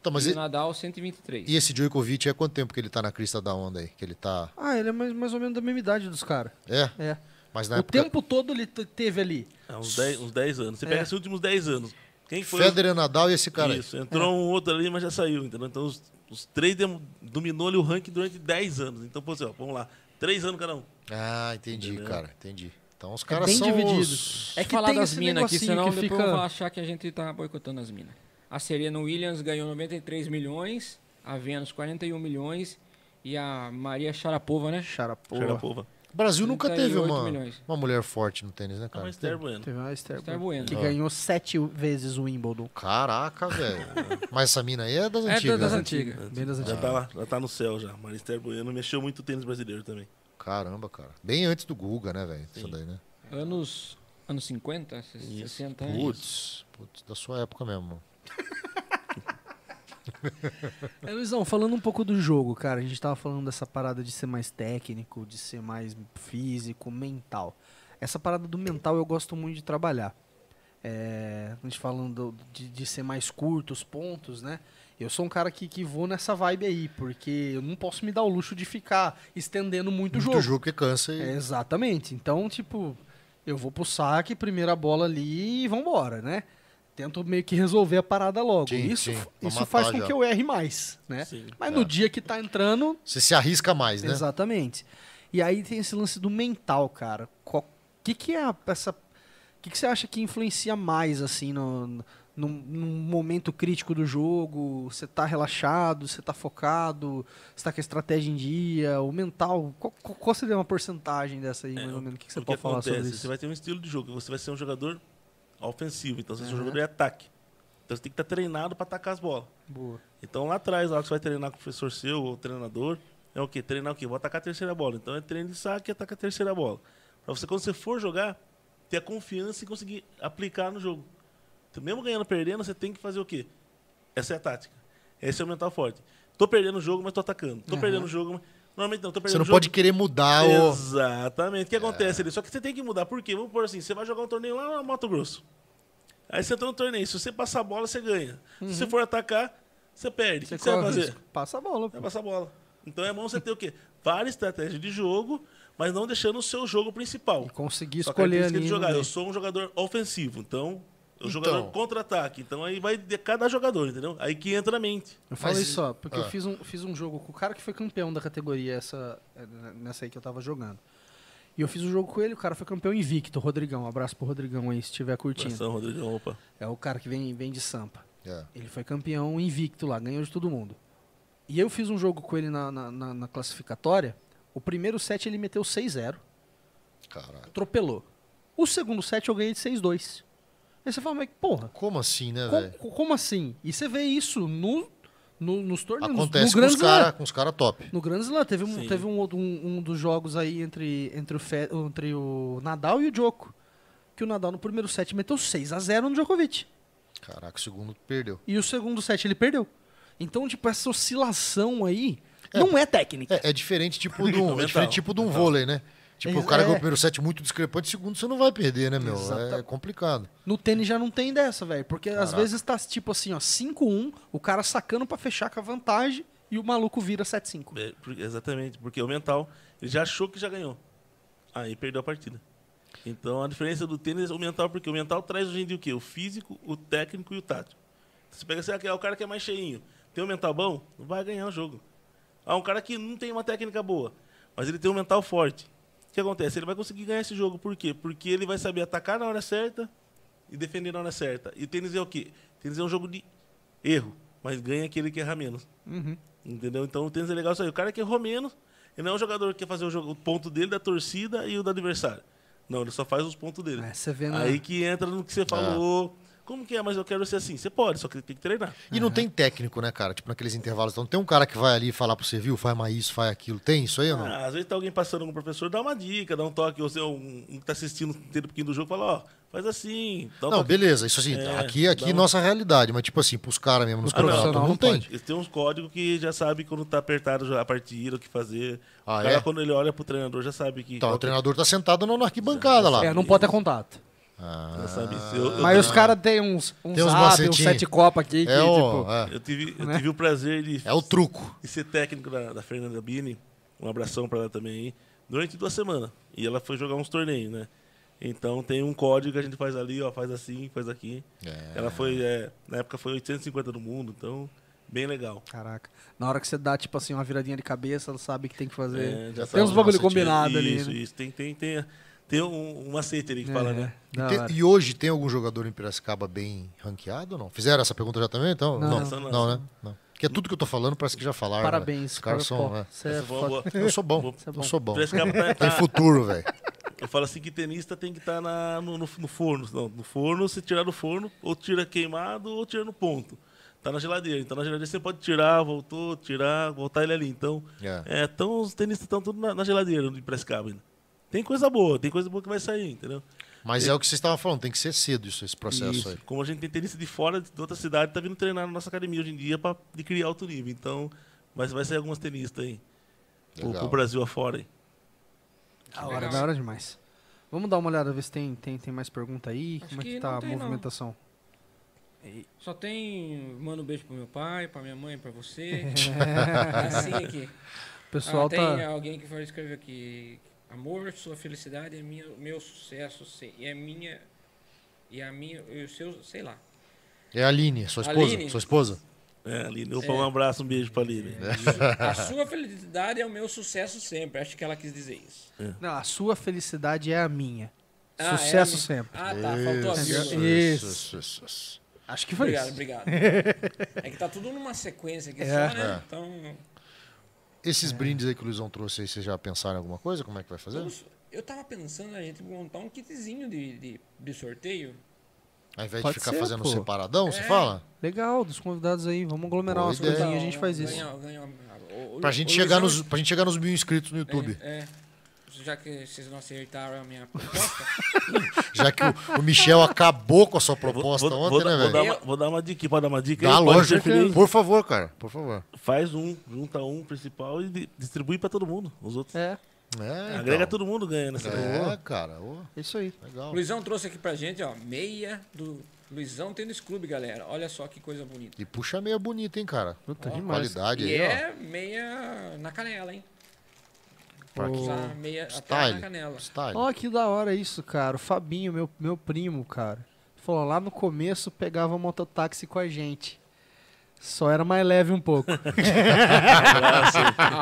[SPEAKER 5] Então, mas
[SPEAKER 7] e
[SPEAKER 5] e,
[SPEAKER 7] o Nadal 123.
[SPEAKER 5] e esse Djokovic é quanto tempo que ele tá na crista da onda aí? Que ele tá.
[SPEAKER 1] Ah, ele é mais, mais ou menos da mesma idade dos caras.
[SPEAKER 5] É?
[SPEAKER 1] É.
[SPEAKER 5] Mas na
[SPEAKER 1] O
[SPEAKER 5] época.
[SPEAKER 1] tempo todo ele t- teve ali.
[SPEAKER 3] É, uns 10 uns 10 anos.
[SPEAKER 1] É.
[SPEAKER 3] Você pega esses últimos 10 anos. Quem foi?
[SPEAKER 5] Federer, Nadal e esse cara aí.
[SPEAKER 3] Isso, entrou
[SPEAKER 1] É.
[SPEAKER 3] um outro ali, mas já saiu, entendeu? Então os, os três dem- dominou ali o ranking durante 10 anos. Então, pô, assim, ó, vamos lá. Três anos cada um.
[SPEAKER 5] Ah, entendi, cara. Entendi. Então os
[SPEAKER 1] É
[SPEAKER 5] caras
[SPEAKER 1] bem
[SPEAKER 5] são.
[SPEAKER 1] dividido.
[SPEAKER 5] Os...
[SPEAKER 1] É
[SPEAKER 7] É
[SPEAKER 1] que
[SPEAKER 7] que falar
[SPEAKER 1] tem
[SPEAKER 7] das
[SPEAKER 1] esse
[SPEAKER 7] minas aqui,
[SPEAKER 1] negocinho
[SPEAKER 7] senão
[SPEAKER 1] que
[SPEAKER 7] depois
[SPEAKER 1] fica-
[SPEAKER 7] eu vou achar que a gente tá boicotando as minas. A Serena Williams ganhou 93 milhões, a Venus 41 milhões e a Maria Sharapova, né?
[SPEAKER 1] Xarapova.
[SPEAKER 3] Xarapova.
[SPEAKER 5] O Brasil nunca
[SPEAKER 1] Tá
[SPEAKER 5] teve
[SPEAKER 7] 38
[SPEAKER 5] uma,
[SPEAKER 7] milhões.
[SPEAKER 5] uma mulher forte no tênis, né,
[SPEAKER 3] Ah,
[SPEAKER 5] cara?
[SPEAKER 3] mas Esther Bueno.
[SPEAKER 1] Teve uma Esther
[SPEAKER 7] Esther
[SPEAKER 1] Bueno,
[SPEAKER 7] Bueno.
[SPEAKER 1] Que
[SPEAKER 7] Ah.
[SPEAKER 1] ganhou sete vezes o Wimbledon.
[SPEAKER 5] Caraca, velho. mas essa mina aí é das
[SPEAKER 7] É
[SPEAKER 5] antigas.
[SPEAKER 7] da- das
[SPEAKER 5] né?
[SPEAKER 7] antigas.
[SPEAKER 1] Bem das
[SPEAKER 3] Já
[SPEAKER 1] antigas.
[SPEAKER 3] tá lá, já tá no céu já. Mas Esther Bueno mexeu muito o tênis brasileiro também.
[SPEAKER 5] Caramba, cara. Bem antes do Guga, né, velho? Isso
[SPEAKER 3] Sim.
[SPEAKER 5] daí, né?
[SPEAKER 7] Anos, anos é 50, 60 anos.
[SPEAKER 5] Putz, putz, da sua época mesmo.
[SPEAKER 1] É, Luizão, falando um pouco do jogo, cara, a gente tava falando dessa parada de ser mais técnico, de ser mais físico, mental. Essa parada do mental eu gosto muito de trabalhar. É, a gente falando do- de, de ser mais curto os pontos, né? Eu sou um cara que, que vou nessa vibe aí, porque eu não posso me dar o luxo de ficar estendendo muito o
[SPEAKER 5] Muito
[SPEAKER 1] jogo.
[SPEAKER 5] jogo que cansa e.
[SPEAKER 1] É, exatamente. Então, tipo, eu vou pro saque, primeira bola ali e vambora, né? Tento meio que resolver a parada logo.
[SPEAKER 5] Sim,
[SPEAKER 1] isso
[SPEAKER 5] sim.
[SPEAKER 1] fa-
[SPEAKER 5] Pra
[SPEAKER 1] isso
[SPEAKER 5] matar
[SPEAKER 1] faz com
[SPEAKER 5] já.
[SPEAKER 1] que eu erre mais, né?
[SPEAKER 3] Sim.
[SPEAKER 1] Mas no dia que tá entrando,
[SPEAKER 5] Você se arrisca mais, né?
[SPEAKER 1] Exatamente. E aí tem esse lance do mental, cara. O que, que é a- essa. O que, que você acha que influencia mais, assim, no, no, num- num momento crítico do jogo? Você tá relaxado, você tá focado, você tá com a estratégia em dia, o mental. Qual, qual, qual seria uma porcentagem dessa aí, mais ou menos? O que, que você
[SPEAKER 3] É, O
[SPEAKER 1] pode falar sobre
[SPEAKER 3] Você
[SPEAKER 1] isso?
[SPEAKER 3] vai ter um estilo de jogo. Você vai ser um jogador ofensivo. Então você é um
[SPEAKER 1] Aham.
[SPEAKER 3] jogador de ataque. Então você tem que estar treinado pra atacar as bolas.
[SPEAKER 1] Boa.
[SPEAKER 3] Então lá atrás, lá que você vai treinar com o professor seu ou treinador, é o quê? Treinar o quê? Vou atacar a terceira bola. Então é treino de saque e atacar a terceira bola. Pra você, quando você for jogar, ter a confiança e conseguir aplicar no jogo. Então, mesmo ganhando ou perdendo, você tem que fazer o quê? Essa é a tática. Esse é o mental forte. Tô perdendo o jogo, mas tô atacando. Tô perdendo o jogo, mas... Normalmente não, tô
[SPEAKER 5] Você
[SPEAKER 3] perdendo
[SPEAKER 5] não
[SPEAKER 3] o jogo.
[SPEAKER 5] pode querer mudar o.
[SPEAKER 3] Exatamente. O que acontece
[SPEAKER 1] É.
[SPEAKER 3] ali? Só que você tem que mudar. Por quê? Vamos pôr assim, você vai jogar um torneio lá no Mato Grosso. Aí você entra no torneio. Se você passar a bola, você ganha. Se você for atacar, você perde. O que que você vai
[SPEAKER 1] Uhum. corre o
[SPEAKER 3] fazer?
[SPEAKER 1] risco. Passa a bola.
[SPEAKER 3] Vai
[SPEAKER 1] pô.
[SPEAKER 3] passar a bola. Então é bom você ter o quê? Várias estratégias de jogo, mas não deixando o seu jogo principal.
[SPEAKER 1] E conseguir
[SPEAKER 3] Só que a
[SPEAKER 1] escolher
[SPEAKER 3] característica
[SPEAKER 1] ali.
[SPEAKER 3] de
[SPEAKER 1] no
[SPEAKER 3] jogar.
[SPEAKER 1] meio.
[SPEAKER 3] Eu sou um jogador ofensivo, então... Eu
[SPEAKER 5] Então.
[SPEAKER 3] jogador contra-ataque. Então aí vai de cada jogador, entendeu? Aí que entra a mente.
[SPEAKER 1] Eu falo
[SPEAKER 5] Mas-
[SPEAKER 1] isso só, porque eu
[SPEAKER 5] Ah.
[SPEAKER 1] fiz um, fiz um jogo com o cara que foi campeão da categoria essa, eh, nessa aí que eu tava jogando. E eu fiz um jogo com ele, o cara foi campeão invicto, Rodrigão. Um abraço pro Rodrigão aí, se estiver curtindo.
[SPEAKER 3] Coração, Rodrigão, opa.
[SPEAKER 1] É o cara que vem, vem de Sampa.
[SPEAKER 5] É.
[SPEAKER 1] Ele foi campeão invicto lá, ganhou de todo mundo. E eu fiz um jogo com ele na, na, na- na classificatória. O primeiro set ele meteu 6-0,
[SPEAKER 5] Caraca.
[SPEAKER 1] atropelou. O segundo set eu ganhei de 6-2. Aí você fala, mas porra,
[SPEAKER 5] Como assim, né,
[SPEAKER 1] co-
[SPEAKER 5] velho?
[SPEAKER 1] co- como assim? E você vê isso no, no- nos é. torneios, no
[SPEAKER 5] Acontece com
[SPEAKER 1] Grand
[SPEAKER 5] os
[SPEAKER 1] Slam.
[SPEAKER 5] caras cara top.
[SPEAKER 1] No Grand Slam, teve, um,
[SPEAKER 3] Sim.
[SPEAKER 1] teve um, outro- um, um dos jogos aí entre, entre, o Fe- entre o Nadal e o Djoko. Que o Nadal no primeiro set meteu 6 a 0 no Djokovic.
[SPEAKER 5] Caraca, o segundo perdeu.
[SPEAKER 1] E o segundo set ele perdeu. Então, tipo, essa oscilação aí não é técnica.
[SPEAKER 5] É, é diferente tipo de um, é
[SPEAKER 3] Mental,
[SPEAKER 5] diferente tipo de um vôlei, né? Tipo, o cara
[SPEAKER 1] É.
[SPEAKER 5] ganhou o primeiro set muito discrepante, o segundo você não vai perder, né, meu? É
[SPEAKER 1] Exata-
[SPEAKER 5] complicado.
[SPEAKER 1] No tênis já não tem dessa, velho. Porque às
[SPEAKER 5] Caraca.
[SPEAKER 1] vezes tá tipo assim, ó, 5-1, o cara sacando pra fechar com a vantagem e o maluco vira 7-5.
[SPEAKER 3] É, por- exatamente, porque o mental ele já achou que já ganhou. Aí perdeu a partida. Então a diferença do tênis é o mental, porque o mental traz hoje em dia o quê? O físico, o técnico e o tático. Você pega assim, ah, é o cara que é mais cheinho, tem um mental bom, não vai ganhar o jogo. Ah, um cara que não tem uma técnica boa, mas ele tem um mental forte. O que acontece? Ele vai conseguir ganhar esse jogo, por quê? Porque ele vai saber atacar na hora certa e defender na hora certa. E tênis é o quê? Tênis é um jogo de erro, mas ganha aquele que erra menos. Entendeu? Então o tênis é legal isso aí. O cara que errou menos, Ele não é um jogador que quer fazer o, jogo- o ponto dele, da torcida e o do adversário. Não, ele só faz os pontos dele.
[SPEAKER 1] É, você vê na-
[SPEAKER 3] Aí que entra no que você falou. Como que é? Mas eu quero ser assim. Você pode, só que tem que treinar.
[SPEAKER 5] E não tem técnico, né, cara? Tipo, naqueles intervalos. Então, tem um cara que vai ali falar pra você, viu? Faz mais isso, faz aquilo. Tem isso aí ou não?
[SPEAKER 3] Ah, às vezes tá alguém passando com o professor, dá uma dica, dá um toque. Ou se é um, um que tá assistindo inteiro um pouquinho do jogo, fala, ó, faz assim. Dá um
[SPEAKER 5] Não,
[SPEAKER 3] toque.
[SPEAKER 5] beleza. Isso assim,
[SPEAKER 3] É,
[SPEAKER 5] aqui,
[SPEAKER 3] dá
[SPEAKER 5] aqui
[SPEAKER 3] uma-
[SPEAKER 5] nossa realidade. Mas, tipo assim, pros caras mesmo, nos
[SPEAKER 1] Ah, não,
[SPEAKER 5] campeonatos, não,
[SPEAKER 1] não
[SPEAKER 5] tem.
[SPEAKER 1] pode.
[SPEAKER 3] Eles têm uns códigos que já sabe quando tá apertado já a partida, o que fazer.
[SPEAKER 5] Ah,
[SPEAKER 3] o cara,
[SPEAKER 5] é?
[SPEAKER 3] quando ele olha pro treinador, já sabe que.
[SPEAKER 5] Então, o treinador tá sentado na na arquibancada lá.
[SPEAKER 1] É, não pode ter contato.
[SPEAKER 3] Já sabe isso. Eu, eu-
[SPEAKER 1] Mas os caras têm uns, uns
[SPEAKER 5] Tem
[SPEAKER 1] abre, uns
[SPEAKER 5] uns macetinho.
[SPEAKER 1] sete copas aqui. que,
[SPEAKER 5] É o,
[SPEAKER 1] tipo,
[SPEAKER 5] é,
[SPEAKER 3] eu tive, eu tive o prazer de,
[SPEAKER 5] é o truco.
[SPEAKER 3] de ser técnico da, da Fernanda Bini. Um abração pra ela também aí. Durante duas semanas. E ela foi jogar uns torneios, né? Então tem um código que a gente faz ali, ó, faz assim, faz aqui.
[SPEAKER 5] É.
[SPEAKER 3] Ela foi, é, na época foi 850 do mundo, então bem legal.
[SPEAKER 1] Caraca. Na hora que você dá, tipo assim, uma viradinha de cabeça, ela sabe que tem que fazer.
[SPEAKER 3] É, já
[SPEAKER 1] tem
[SPEAKER 3] sabe.
[SPEAKER 1] uns bagulho
[SPEAKER 5] macetinho.
[SPEAKER 1] combinado ali.
[SPEAKER 3] Isso,
[SPEAKER 1] né?
[SPEAKER 3] isso. Tem, tem, tem, tem um, um macete ali que fala,
[SPEAKER 1] É,
[SPEAKER 3] né?
[SPEAKER 1] da
[SPEAKER 5] E, te-
[SPEAKER 1] hora.
[SPEAKER 5] e hoje tem algum jogador em Piracicaba bem ranqueado ou não? Fizeram essa pergunta já também? Então,
[SPEAKER 1] Não.
[SPEAKER 5] não,
[SPEAKER 3] Essa
[SPEAKER 5] não,
[SPEAKER 3] não.
[SPEAKER 5] né? Não. Porque é tudo que eu tô falando, parece que já falaram. né?
[SPEAKER 1] Parabéns,
[SPEAKER 5] Os caras
[SPEAKER 1] cara,
[SPEAKER 5] são,
[SPEAKER 1] pô,
[SPEAKER 5] né?
[SPEAKER 1] você é
[SPEAKER 3] Essa foi uma
[SPEAKER 1] foda.
[SPEAKER 3] boa.
[SPEAKER 5] Eu sou bom.
[SPEAKER 1] Você é
[SPEAKER 5] Eu
[SPEAKER 1] bom.
[SPEAKER 5] sou bom.
[SPEAKER 3] Piracicaba tá-
[SPEAKER 5] Tem
[SPEAKER 3] tá-
[SPEAKER 5] futuro, velho.
[SPEAKER 3] Eu falo assim que tenista tem que estar no, no, no forno. Não, no forno, se tirar do forno, ou tira queimado ou tira no ponto. Tá na geladeira. Então na geladeira você pode tirar, voltou, tirar, voltar ele ali. Então,
[SPEAKER 5] É.
[SPEAKER 3] é, tão, os tenistas estão tudo na, na geladeira de Piracicaba ainda. né? Tem coisa boa, tem coisa boa que vai sair, entendeu?
[SPEAKER 5] Mas é o que vocês estavam falando, tem que ser cedo É isso, esse processo
[SPEAKER 3] Isso.
[SPEAKER 5] aí.
[SPEAKER 3] Como a gente tem tenista de fora, de outra cidade, tá vindo treinar na nossa academia hoje em dia para de criar alto nível. Então, mas vai sair algumas tenistas aí. Pro,
[SPEAKER 5] Legal.
[SPEAKER 3] pro Brasil afora aí.
[SPEAKER 1] Da hora,
[SPEAKER 8] Legal.
[SPEAKER 1] da hora demais. Vamos dar uma olhada, ver se tem, tem, tem mais pergunta aí.
[SPEAKER 2] Acho
[SPEAKER 1] Como é que,
[SPEAKER 2] que
[SPEAKER 1] tá
[SPEAKER 2] não
[SPEAKER 1] a
[SPEAKER 2] tem, não.
[SPEAKER 1] movimentação?
[SPEAKER 2] Só tem. Manda um beijo pro meu pai, pra minha mãe, pra você. assim aqui.
[SPEAKER 1] O
[SPEAKER 2] Ah,
[SPEAKER 1] pessoal
[SPEAKER 2] tem
[SPEAKER 1] tá.
[SPEAKER 2] alguém que foi escrever aqui. Amor, sua felicidade é minha, meu sucesso, se- e é minha. E a minha. E o seu, sei lá.
[SPEAKER 5] É a Aline, sua esposa?
[SPEAKER 2] Aline.
[SPEAKER 5] Sua esposa?
[SPEAKER 3] É, Aline. Opa, um abraço, um beijo pra Aline.
[SPEAKER 2] A sua felicidade é o meu sucesso sempre. Acho que ela quis dizer isso.
[SPEAKER 1] Não, a sua felicidade é a minha.
[SPEAKER 2] Ah, é a
[SPEAKER 1] Sucesso
[SPEAKER 2] minha-
[SPEAKER 1] sempre.
[SPEAKER 2] Ah, tá. Faltou a
[SPEAKER 1] Isso.
[SPEAKER 2] vírgula.
[SPEAKER 1] Isso.
[SPEAKER 5] isso, isso, isso.
[SPEAKER 1] Acho que foi
[SPEAKER 2] Obrigado,
[SPEAKER 1] isso.
[SPEAKER 2] obrigado. É que tá tudo numa sequência aqui
[SPEAKER 1] É.
[SPEAKER 2] só, né?
[SPEAKER 5] É.
[SPEAKER 2] Então.
[SPEAKER 5] Esses
[SPEAKER 3] É.
[SPEAKER 5] brindes aí que o Luizão trouxe aí, vocês já pensaram em alguma coisa? Como é que vai fazer?
[SPEAKER 2] vamos- Eu tava pensando a gente montar um kitzinho de, de, de sorteio.
[SPEAKER 5] Ao invés
[SPEAKER 1] Pode
[SPEAKER 5] de ficar
[SPEAKER 1] ser,
[SPEAKER 5] fazendo
[SPEAKER 1] pô.
[SPEAKER 5] separadão, você
[SPEAKER 2] É.
[SPEAKER 5] fala?
[SPEAKER 1] Legal, dos convidados aí. Vamos aglomerar
[SPEAKER 5] Boa
[SPEAKER 1] umas
[SPEAKER 5] ideia.
[SPEAKER 1] coisinhas e a gente faz isso.
[SPEAKER 2] Ganha- ganha- né? o- o-
[SPEAKER 5] Pra
[SPEAKER 2] o
[SPEAKER 5] gente,
[SPEAKER 2] Luizão-
[SPEAKER 5] chegar nos, pra gente chegar nos mil inscritos no YouTube.
[SPEAKER 2] É, já que vocês não acertaram a minha proposta,
[SPEAKER 5] Já que o, o Michel acabou com a sua
[SPEAKER 3] É, Vou,
[SPEAKER 5] proposta
[SPEAKER 3] vou-
[SPEAKER 5] ontem,
[SPEAKER 3] vou
[SPEAKER 5] né,
[SPEAKER 3] dar- vou
[SPEAKER 5] velho?
[SPEAKER 3] dar uma, vou dar uma dica, pode dar uma dica?
[SPEAKER 5] Dá
[SPEAKER 3] aí? Pode
[SPEAKER 5] lógico.
[SPEAKER 3] interferir.
[SPEAKER 5] Por favor, cara. Por favor.
[SPEAKER 3] Faz um, junta um principal e di- distribui pra todo mundo, os outros.
[SPEAKER 1] É,
[SPEAKER 5] É,
[SPEAKER 3] Agrega
[SPEAKER 5] então.
[SPEAKER 3] todo mundo assim. ganha nessa
[SPEAKER 5] É, cara. ô,
[SPEAKER 1] é isso aí.
[SPEAKER 5] legal.
[SPEAKER 2] o Luizão trouxe aqui pra gente, ó, meia do Luizão Tênis Clube, galera. Olha só que coisa bonita.
[SPEAKER 5] E puxa meia bonita, hein, cara?
[SPEAKER 1] Puta,
[SPEAKER 5] Ó,
[SPEAKER 1] demais.
[SPEAKER 5] Qualidade
[SPEAKER 2] E
[SPEAKER 5] aí, ó.
[SPEAKER 2] é meia na canela, hein?
[SPEAKER 5] Pra quem-
[SPEAKER 2] Usar meia até tá na canela.
[SPEAKER 5] Style. Style.
[SPEAKER 1] Ó, que da hora isso, cara. O Fabinho, meu, meu primo, cara. Falou, lá no começo pegava mototáxi com a gente. Só era mais leve um pouco.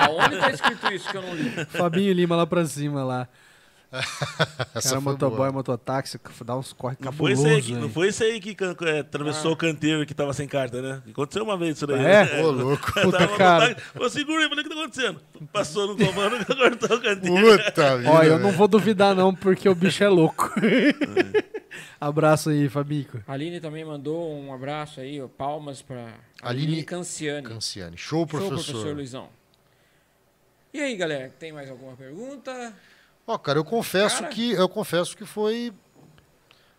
[SPEAKER 2] Aonde tá escrito isso que eu não li?
[SPEAKER 1] Fabinho Lima lá pra cima lá.
[SPEAKER 5] Essa
[SPEAKER 1] Cara,
[SPEAKER 5] foi
[SPEAKER 1] motoboy,
[SPEAKER 5] boa.
[SPEAKER 1] mototáxi, dá uns corre
[SPEAKER 3] Não
[SPEAKER 1] cabuloso.
[SPEAKER 3] foi, esse aí que, não
[SPEAKER 1] hein?
[SPEAKER 3] foi esse aí que can- é, atravessou o canteiro que tava sem carta, né? Aconteceu uma vez isso daí.
[SPEAKER 1] É?
[SPEAKER 3] né?
[SPEAKER 5] Ô, louco.
[SPEAKER 1] Puta,
[SPEAKER 3] Tava no
[SPEAKER 1] cara.
[SPEAKER 3] táxi, Ô, segura aí, falei, o que tá acontecendo? Passou no comando, cortou o canteiro.
[SPEAKER 5] Puta vida.
[SPEAKER 1] Ó, eu não
[SPEAKER 5] velho.
[SPEAKER 1] vou duvidar não, porque o bicho é louco.
[SPEAKER 3] É.
[SPEAKER 1] Abraço aí, Fabico.
[SPEAKER 2] A Aline também mandou um abraço aí, ó, palmas pra
[SPEAKER 5] Aline
[SPEAKER 2] Aline Canciani.
[SPEAKER 5] Canciani. Show,
[SPEAKER 2] Show,
[SPEAKER 5] professor.
[SPEAKER 2] professor Luizão. E aí, galera, tem mais alguma pergunta?
[SPEAKER 5] Ó, cara, eu confesso
[SPEAKER 2] Cara.
[SPEAKER 5] que eu confesso que foi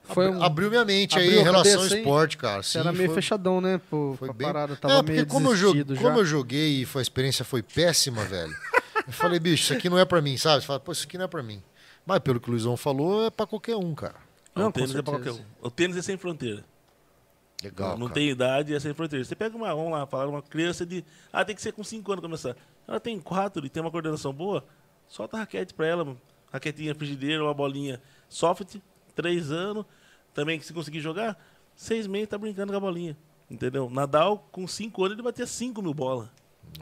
[SPEAKER 1] Foi um...
[SPEAKER 5] abriu minha mente aí
[SPEAKER 1] abriu
[SPEAKER 5] em
[SPEAKER 1] a
[SPEAKER 5] relação ao
[SPEAKER 1] cabeça, hein?
[SPEAKER 5] esporte, cara.
[SPEAKER 1] Você
[SPEAKER 5] Sim,
[SPEAKER 1] era meio
[SPEAKER 5] foi,
[SPEAKER 1] fechadão, né? Pô,
[SPEAKER 5] foi
[SPEAKER 1] pra
[SPEAKER 5] bem.
[SPEAKER 1] parada, tava
[SPEAKER 5] é,
[SPEAKER 1] meio
[SPEAKER 5] porque como eu,
[SPEAKER 1] desistido
[SPEAKER 5] joguei,
[SPEAKER 1] já.
[SPEAKER 5] como eu joguei e foi, a experiência foi péssima, velho. Eu falei, bicho, isso aqui não é pra mim, sabe? Você fala, pô, isso aqui não é pra mim. Mas pelo que o Luizão falou, é pra qualquer um, cara.
[SPEAKER 1] Não,
[SPEAKER 3] o tênis
[SPEAKER 1] com
[SPEAKER 3] é pra qualquer
[SPEAKER 1] certeza.
[SPEAKER 3] um. O tênis é sem fronteira.
[SPEAKER 5] Legal.
[SPEAKER 3] não
[SPEAKER 5] cara.
[SPEAKER 3] tem idade, é sem fronteira. Você pega uma, vamos lá, falar uma criança de. Ah, tem que ser com 5 anos começar. Ela tem 4 e tem uma coordenação boa, solta a raquete pra ela, mano. Raquetinha, frigideira, uma bolinha soft, 3 anos. Também que se conseguir jogar, 6 meses tá brincando com a bolinha. Entendeu? Nadal, com 5 anos, ele batia 5 mil bolas.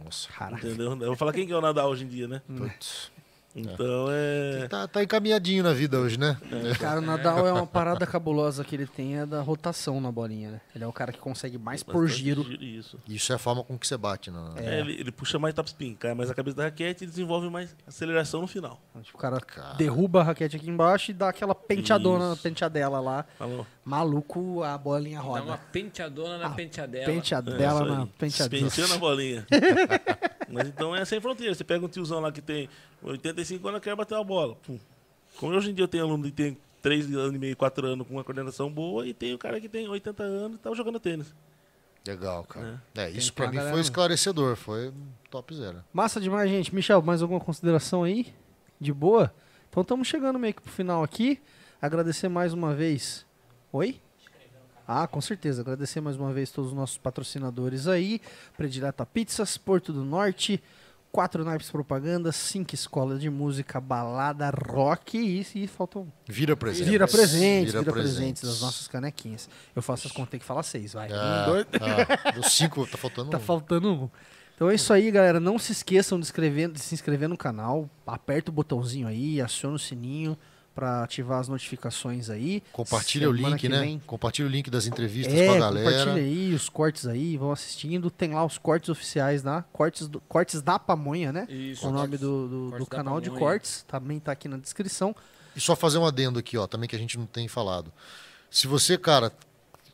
[SPEAKER 5] Nossa,
[SPEAKER 1] Caraca.
[SPEAKER 3] Entendeu? Eu vou falar quem que é o Nadal hoje em dia, né?
[SPEAKER 5] putz.
[SPEAKER 3] Então é.
[SPEAKER 5] Tá, tá encaminhadinho na vida hoje, né?
[SPEAKER 1] Cara, o Nadal é uma parada cabulosa que ele tem, é da rotação na bolinha, né? Ele é o cara que consegue mais por
[SPEAKER 3] bastante
[SPEAKER 1] giro.
[SPEAKER 3] Isso.
[SPEAKER 5] Isso é a forma com que você bate. né? Na...
[SPEAKER 3] É, ele, ele puxa mais topspin, cai mais a cabeça da raquete e desenvolve mais aceleração no final.
[SPEAKER 1] Tipo, o cara, derruba a raquete aqui embaixo e dá aquela penteadona,
[SPEAKER 3] Isso.
[SPEAKER 1] penteadela lá.
[SPEAKER 3] Falou.
[SPEAKER 1] Maluco, a bolinha
[SPEAKER 2] Dá uma
[SPEAKER 1] roda.
[SPEAKER 2] penteadona
[SPEAKER 1] Ah,
[SPEAKER 2] na penteadela.
[SPEAKER 1] Penteadela na penteadela.
[SPEAKER 3] É Penteando a bolinha. Mas então é sem fronteira. Você pega um tiozão lá que tem 85 anos e quer bater uma bola. Pum. Como hoje em dia eu tenho aluno que tem 3 anos e meio, 4 anos com uma coordenação boa e tem o cara que tem 80 anos e tá jogando tênis.
[SPEAKER 5] Legal, cara. É, isso
[SPEAKER 1] Né? que
[SPEAKER 5] pra
[SPEAKER 1] ter
[SPEAKER 5] mim
[SPEAKER 1] uma
[SPEAKER 5] foi
[SPEAKER 1] galera-
[SPEAKER 5] esclarecedor. Foi um top zero.
[SPEAKER 1] Massa demais, gente. Michel, mais alguma consideração aí? De boa? Então estamos chegando meio que pro final aqui. Agradecer mais uma vez. Oi? Ah, com certeza. Agradecer mais uma vez todos os nossos patrocinadores aí. Predileta Pizzas, Porto do Norte, Quatro Naipes Propaganda, Cinco Escola de Música, Balada Rock e, e faltou um.
[SPEAKER 5] Vira presente.
[SPEAKER 1] Vira presente, vira, presente das nossas canequinhas. Eu faço as contas, tem que falar seis, vai.
[SPEAKER 5] Ah,
[SPEAKER 1] Um, dois,
[SPEAKER 5] ah, deu cinco, tá faltando
[SPEAKER 1] Tá
[SPEAKER 5] um.
[SPEAKER 1] faltando um. Então é isso aí, galera. Não se esqueçam de, escrever- de se inscrever no canal. Aperta o botãozinho aí, aciona o sininho pra ativar as notificações aí.
[SPEAKER 5] Compartilha o
[SPEAKER 1] Semana
[SPEAKER 5] link,
[SPEAKER 1] que
[SPEAKER 5] né?
[SPEAKER 1] vem-
[SPEAKER 5] Compartilha o link das entrevistas
[SPEAKER 1] É,
[SPEAKER 5] com a
[SPEAKER 1] compartilha
[SPEAKER 5] galera.
[SPEAKER 1] aí os cortes aí, vão assistindo. Tem lá os cortes oficiais, né? Cortes, do- cortes da Pamonha, né?
[SPEAKER 2] Isso.
[SPEAKER 1] o nome do, do- do
[SPEAKER 2] Cortes da
[SPEAKER 1] canal de
[SPEAKER 2] Pamonha.
[SPEAKER 1] cortes. Também tá aqui na descrição.
[SPEAKER 5] E só fazer um adendo aqui, ó, também que a gente não tem falado. Se você, cara,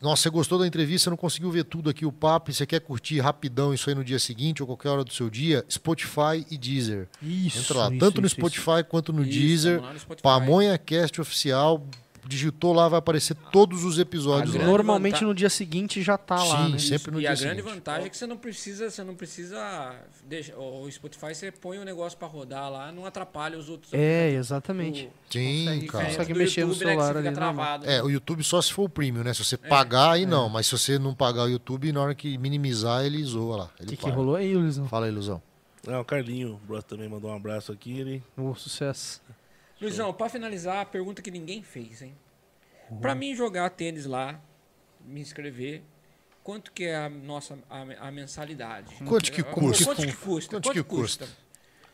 [SPEAKER 5] nossa, você gostou da entrevista, não conseguiu ver tudo aqui o papo, e você quer curtir rapidão isso aí no dia seguinte ou qualquer hora do seu dia, Spotify e Deezer.
[SPEAKER 1] Isso.
[SPEAKER 5] Entra lá, tanto no Spotify quanto no Deezer.
[SPEAKER 2] vamos lá no Spotify.
[SPEAKER 5] Pamonha Cast Oficial, digitou lá, vai aparecer todos os episódios
[SPEAKER 2] A
[SPEAKER 1] Tá
[SPEAKER 5] lá.
[SPEAKER 2] grande
[SPEAKER 1] Normalmente
[SPEAKER 2] vantagem-
[SPEAKER 1] no dia seguinte já tá lá,
[SPEAKER 5] Sim,
[SPEAKER 1] né?
[SPEAKER 5] sempre no
[SPEAKER 2] e
[SPEAKER 5] dia
[SPEAKER 2] a grande
[SPEAKER 5] seguinte.
[SPEAKER 2] vantagem é que você não precisa, você não precisa deixa- o Spotify você põe o negócio pra rodar lá, não atrapalha os outros.
[SPEAKER 1] É, exatamente.
[SPEAKER 5] Sim,
[SPEAKER 2] Diferente
[SPEAKER 5] cara.
[SPEAKER 1] consegue
[SPEAKER 2] do
[SPEAKER 1] mexer no
[SPEAKER 2] YouTube, né, que
[SPEAKER 1] celular
[SPEAKER 2] você fica
[SPEAKER 1] ali, não, não.
[SPEAKER 2] travado.
[SPEAKER 5] É, o YouTube só se for o premium, né? Se você pagar, aí não. Mas se você não pagar o YouTube, na hora que minimizar, ele zoa lá.
[SPEAKER 1] O
[SPEAKER 5] Ele
[SPEAKER 1] que, que
[SPEAKER 5] para.
[SPEAKER 1] rolou aí, Luizão?
[SPEAKER 5] Fala, aí, ilusão.
[SPEAKER 3] Ah, o Carlinho, o Bros também mandou um abraço aqui. Ele...
[SPEAKER 1] O sucesso.
[SPEAKER 2] Luizão, pra finalizar, a pergunta que ninguém fez, hein?
[SPEAKER 5] Uhum.
[SPEAKER 2] Pra mim jogar tênis lá, me inscrever, quanto que é a nossa a, a mensalidade?
[SPEAKER 5] Quanto que
[SPEAKER 2] Eh,
[SPEAKER 5] custa?
[SPEAKER 2] Quanto que custa?
[SPEAKER 5] Quanto que custa?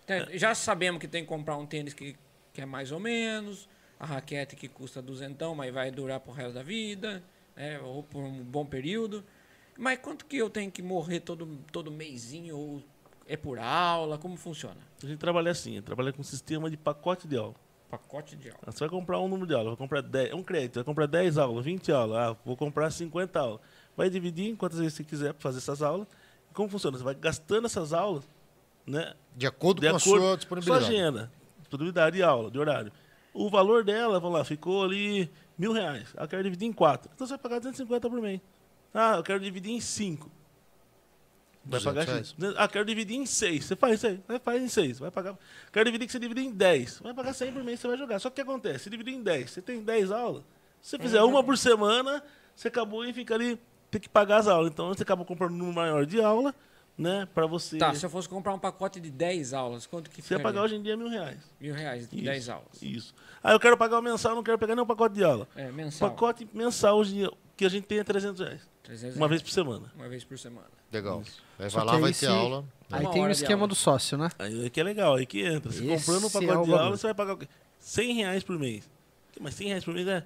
[SPEAKER 2] Tem- Já sabemos que tem que comprar um tênis que, que é mais ou menos, a raquete que custa duzentão, mas vai durar pro resto da vida, né? ou por um bom período. Mas quanto que eu tenho que morrer todo, todo mêsinho? Ou é por aula? Como funciona?
[SPEAKER 3] A gente trabalha assim, trabalha com um sistema de pacote de aula.
[SPEAKER 2] Pacote de aula.
[SPEAKER 3] Ah, Você vai comprar um número de aulas, vai comprar 10, é um crédito, vai comprar 10 aulas, 20 aulas, ah, vou comprar 50 aulas. Vai dividir em quantas vezes você quiser para fazer essas aulas. E como funciona? Você vai gastando essas aulas, né?
[SPEAKER 5] De acordo
[SPEAKER 3] De
[SPEAKER 5] com a sua
[SPEAKER 3] acordo com a sua
[SPEAKER 5] disponibilidade.
[SPEAKER 3] agenda, disponibilidade de aula, de horário. O valor dela, vamos lá, ficou ali mil reais. Ah, Eu quero dividir em quatro. Então você vai pagar 250 por mês. Ah, eu quero dividir em cinco. Vai
[SPEAKER 5] 200
[SPEAKER 3] pagar
[SPEAKER 5] reais.
[SPEAKER 3] X. Ah, quero dividir em seis. Você faz isso aí. Vai, faz em seis. Vai pagar. Quero dividir que você divide em 10. Vai pagar 100 por mês, você vai jogar. Só que o que acontece? Se dividir em 10, você tem 10 aulas. Se você fizer uma por semana, você acabou e fica ali, tem que pagar as aulas. Então você acaba comprando um número maior de aula, né? Pra você.
[SPEAKER 2] Tá, É. se eu fosse comprar um pacote de 10 aulas, quanto que
[SPEAKER 3] Você
[SPEAKER 2] ficaria?
[SPEAKER 3] vai pagar hoje em dia mil reais.
[SPEAKER 2] Mil reais,
[SPEAKER 3] Isso,
[SPEAKER 2] 10 aulas.
[SPEAKER 3] Isso. Ah, eu quero pagar o mensal, não quero pegar nenhum pacote de aula.
[SPEAKER 2] É,
[SPEAKER 3] O
[SPEAKER 2] mensal.
[SPEAKER 3] Um pacote mensal hoje em dia, que a gente tem é 300 reais.
[SPEAKER 2] 300
[SPEAKER 3] Uma
[SPEAKER 2] reais.
[SPEAKER 3] vez por semana.
[SPEAKER 2] Uma vez por semana.
[SPEAKER 5] Legal. Aí
[SPEAKER 1] Só
[SPEAKER 5] vai
[SPEAKER 1] que
[SPEAKER 5] lá,
[SPEAKER 1] aí
[SPEAKER 5] vai
[SPEAKER 1] se-
[SPEAKER 5] ter aula.
[SPEAKER 1] Aí
[SPEAKER 2] Uma
[SPEAKER 1] tem o
[SPEAKER 2] Tá hora de
[SPEAKER 1] esquema
[SPEAKER 2] aula.
[SPEAKER 1] do sócio, né?
[SPEAKER 3] Aí é que é legal, aí que entra. Você
[SPEAKER 1] Esse
[SPEAKER 3] comprando
[SPEAKER 1] é
[SPEAKER 3] um
[SPEAKER 1] o
[SPEAKER 3] pacote de
[SPEAKER 1] bagulho.
[SPEAKER 3] aula, você vai pagar o quê? 100 reais por mês. Mas 100 reais por mês é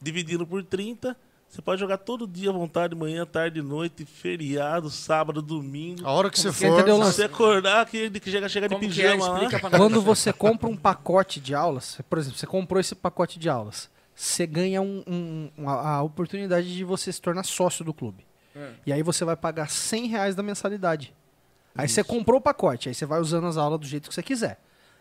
[SPEAKER 3] dividido por 30. Você pode jogar todo dia à vontade, manhã, tarde, noite, feriado, sábado, domingo.
[SPEAKER 5] A hora que você
[SPEAKER 1] Quer
[SPEAKER 5] for.
[SPEAKER 1] entender o
[SPEAKER 3] Se
[SPEAKER 1] é lance?
[SPEAKER 3] você acordar, que, que chega, chega de
[SPEAKER 2] Como que é?
[SPEAKER 3] pijama né? lá.
[SPEAKER 2] Explica pra nós.
[SPEAKER 1] Quando você compra um pacote de aulas, por exemplo, você comprou esse pacote de aulas, você ganha um- um- um- a, a oportunidade de você se tornar sócio do clube.
[SPEAKER 2] É.
[SPEAKER 1] E aí você vai pagar 100 reais da mensalidade. Aí você comprou o pacote, aí você vai usando as aulas do jeito que você quiser.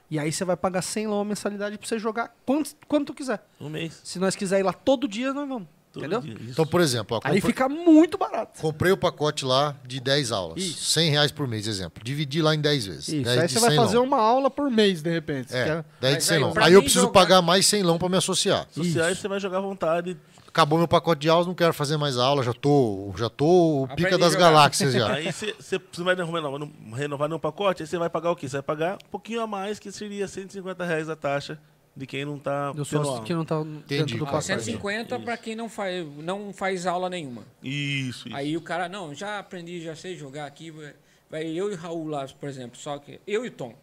[SPEAKER 1] E aí você vai pagar 100 lá a mensalidade pra você jogar quanto, quanto quiser.
[SPEAKER 3] Um mês.
[SPEAKER 1] Se nós quiser ir lá todo dia, nós vamos.
[SPEAKER 3] Todo
[SPEAKER 1] entendeu?
[SPEAKER 3] dia, isso.
[SPEAKER 5] Então, por exemplo, ó,
[SPEAKER 1] Aí
[SPEAKER 5] comprei,
[SPEAKER 1] fica muito barato.
[SPEAKER 5] comprei o pacote lá de 10 aulas.
[SPEAKER 1] Isso.
[SPEAKER 5] 100 reais por mês, exemplo. Dividi lá em 10 vezes.
[SPEAKER 1] Isso,
[SPEAKER 5] 10
[SPEAKER 1] aí
[SPEAKER 5] de
[SPEAKER 1] você vai
[SPEAKER 5] 100 lão.
[SPEAKER 1] fazer um- uma aula por mês, de repente. Você
[SPEAKER 5] É,
[SPEAKER 1] quer-
[SPEAKER 5] 10 de
[SPEAKER 2] Mas
[SPEAKER 5] 100
[SPEAKER 2] aí,
[SPEAKER 5] lão.
[SPEAKER 2] pra
[SPEAKER 5] Aí eu
[SPEAKER 2] quem
[SPEAKER 5] preciso
[SPEAKER 2] jogar-
[SPEAKER 5] pagar mais 100 lão pra me associar.
[SPEAKER 3] Sociais, você vai jogar à vontade.
[SPEAKER 5] Acabou meu pacote de aulas, não quero fazer mais aula, já tô, já tô o pica
[SPEAKER 2] Aprendi a
[SPEAKER 5] das
[SPEAKER 2] jogar.
[SPEAKER 5] galáxias já.
[SPEAKER 3] Aí você você não vai renovar, não- renovar nenhum pacote, aí você vai pagar o quê? Você vai pagar um pouquinho a mais, que seria 150 reais a taxa de quem não tá
[SPEAKER 1] Do
[SPEAKER 3] tendo
[SPEAKER 1] sócio
[SPEAKER 3] aula.
[SPEAKER 1] que não tá dentro
[SPEAKER 5] Entendi,
[SPEAKER 1] do
[SPEAKER 2] Ah,
[SPEAKER 5] cara.
[SPEAKER 1] pacote.
[SPEAKER 2] 150 pra quem não faz, não faz aula nenhuma.
[SPEAKER 3] Isso, É isso.
[SPEAKER 2] Aí o cara, não, tá já aprendi, já sei jogar aqui. Vai eu e Raul lá, por exemplo, só que eu e Tom.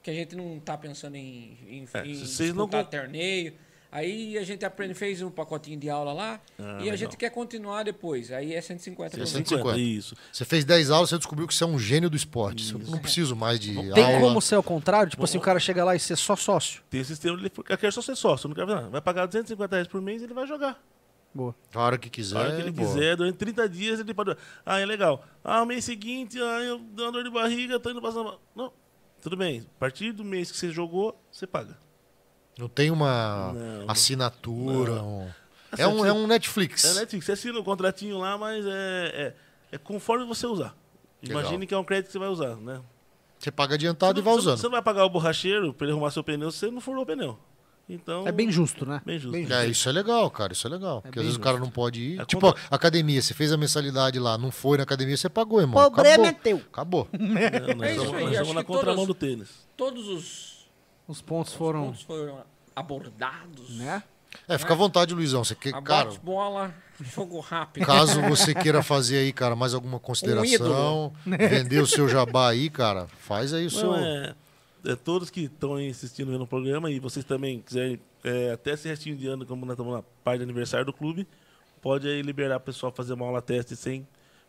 [SPEAKER 7] que a gente não está pensando em, em,
[SPEAKER 3] É,
[SPEAKER 7] em
[SPEAKER 3] se vocês não
[SPEAKER 7] disputar
[SPEAKER 3] con-
[SPEAKER 7] torneio. Aí a gente aprende, fez um pacotinho de aula lá
[SPEAKER 3] Ah,
[SPEAKER 7] e a
[SPEAKER 3] legal.
[SPEAKER 7] gente quer continuar depois. Aí é 150
[SPEAKER 2] então,
[SPEAKER 7] por
[SPEAKER 5] Sim,
[SPEAKER 7] mês.
[SPEAKER 5] 150.
[SPEAKER 3] Isso.
[SPEAKER 5] Você fez 10 aulas, você descobriu que você é um gênio do esporte. Eu não preciso mais de aula.
[SPEAKER 1] Tem como ser ao contrário? Tipo assim, o cara chega lá e ser só sócio.
[SPEAKER 3] Tem esse sistema, ele eu quero só ser sócio, eu não quero fazer nada. Vai pagar 250 reais por mês e ele vai jogar.
[SPEAKER 1] Boa.
[SPEAKER 5] A hora que quiser.
[SPEAKER 3] A hora que ele
[SPEAKER 5] boa.
[SPEAKER 3] quiser, durante 30 dias ele pode. Ah, é legal. Ah, mês seguinte, ah, eu dou uma dor de barriga, tô indo passar. mal. Não, tudo bem. A partir do mês que você jogou, você paga.
[SPEAKER 5] Não tem uma
[SPEAKER 3] Não.
[SPEAKER 5] assinatura. um-
[SPEAKER 3] Essa
[SPEAKER 5] É, um,
[SPEAKER 3] aqui-
[SPEAKER 5] é um Netflix.
[SPEAKER 3] É Netflix, você assina o contratinho lá, mas é, é, é conforme você usar.
[SPEAKER 5] Legal.
[SPEAKER 3] Imagine que é um crédito que você vai usar, né?
[SPEAKER 5] Você paga adiantado
[SPEAKER 3] Você
[SPEAKER 5] e
[SPEAKER 3] não-
[SPEAKER 5] vai
[SPEAKER 3] você não- Você
[SPEAKER 5] usando.
[SPEAKER 3] não vai pagar o borracheiro pra ele arrumar seu pneu se você não furou o pneu. Então.
[SPEAKER 1] É bem justo, né?
[SPEAKER 3] bem justo.
[SPEAKER 5] É, isso é legal, cara. Isso é legal. porque às
[SPEAKER 1] bem
[SPEAKER 5] vezes o cara não pode ir.
[SPEAKER 3] É
[SPEAKER 5] tipo,
[SPEAKER 3] contra-
[SPEAKER 5] a academia. Você fez a mensalidade lá, não foi na academia, você pagou, irmão.
[SPEAKER 1] Problema
[SPEAKER 5] Acabou.
[SPEAKER 1] é teu.
[SPEAKER 5] Acabou.
[SPEAKER 3] Não, não,
[SPEAKER 7] É isso
[SPEAKER 3] nós
[SPEAKER 7] aí,
[SPEAKER 3] vamos- nós
[SPEAKER 7] acho
[SPEAKER 3] vamos na
[SPEAKER 7] que todas-
[SPEAKER 3] contramão do tênis.
[SPEAKER 7] Todos os
[SPEAKER 1] Os pontos foram,
[SPEAKER 7] pontos foram abordados.
[SPEAKER 1] né?
[SPEAKER 5] É, fica à vontade, Luizão. Você quer, cara,
[SPEAKER 7] Abate bola, jogo rápido.
[SPEAKER 5] caso você queira fazer aí, cara, mais alguma consideração, vender o seu jabá aí, cara, faz aí o seu.
[SPEAKER 3] Não, é, é todos que estão aí assistindo vendo o programa e vocês também quiserem, é, até esse restinho de ano, como nós estamos na parte de aniversário do clube, pode aí liberar o pessoal fazer uma aula teste sem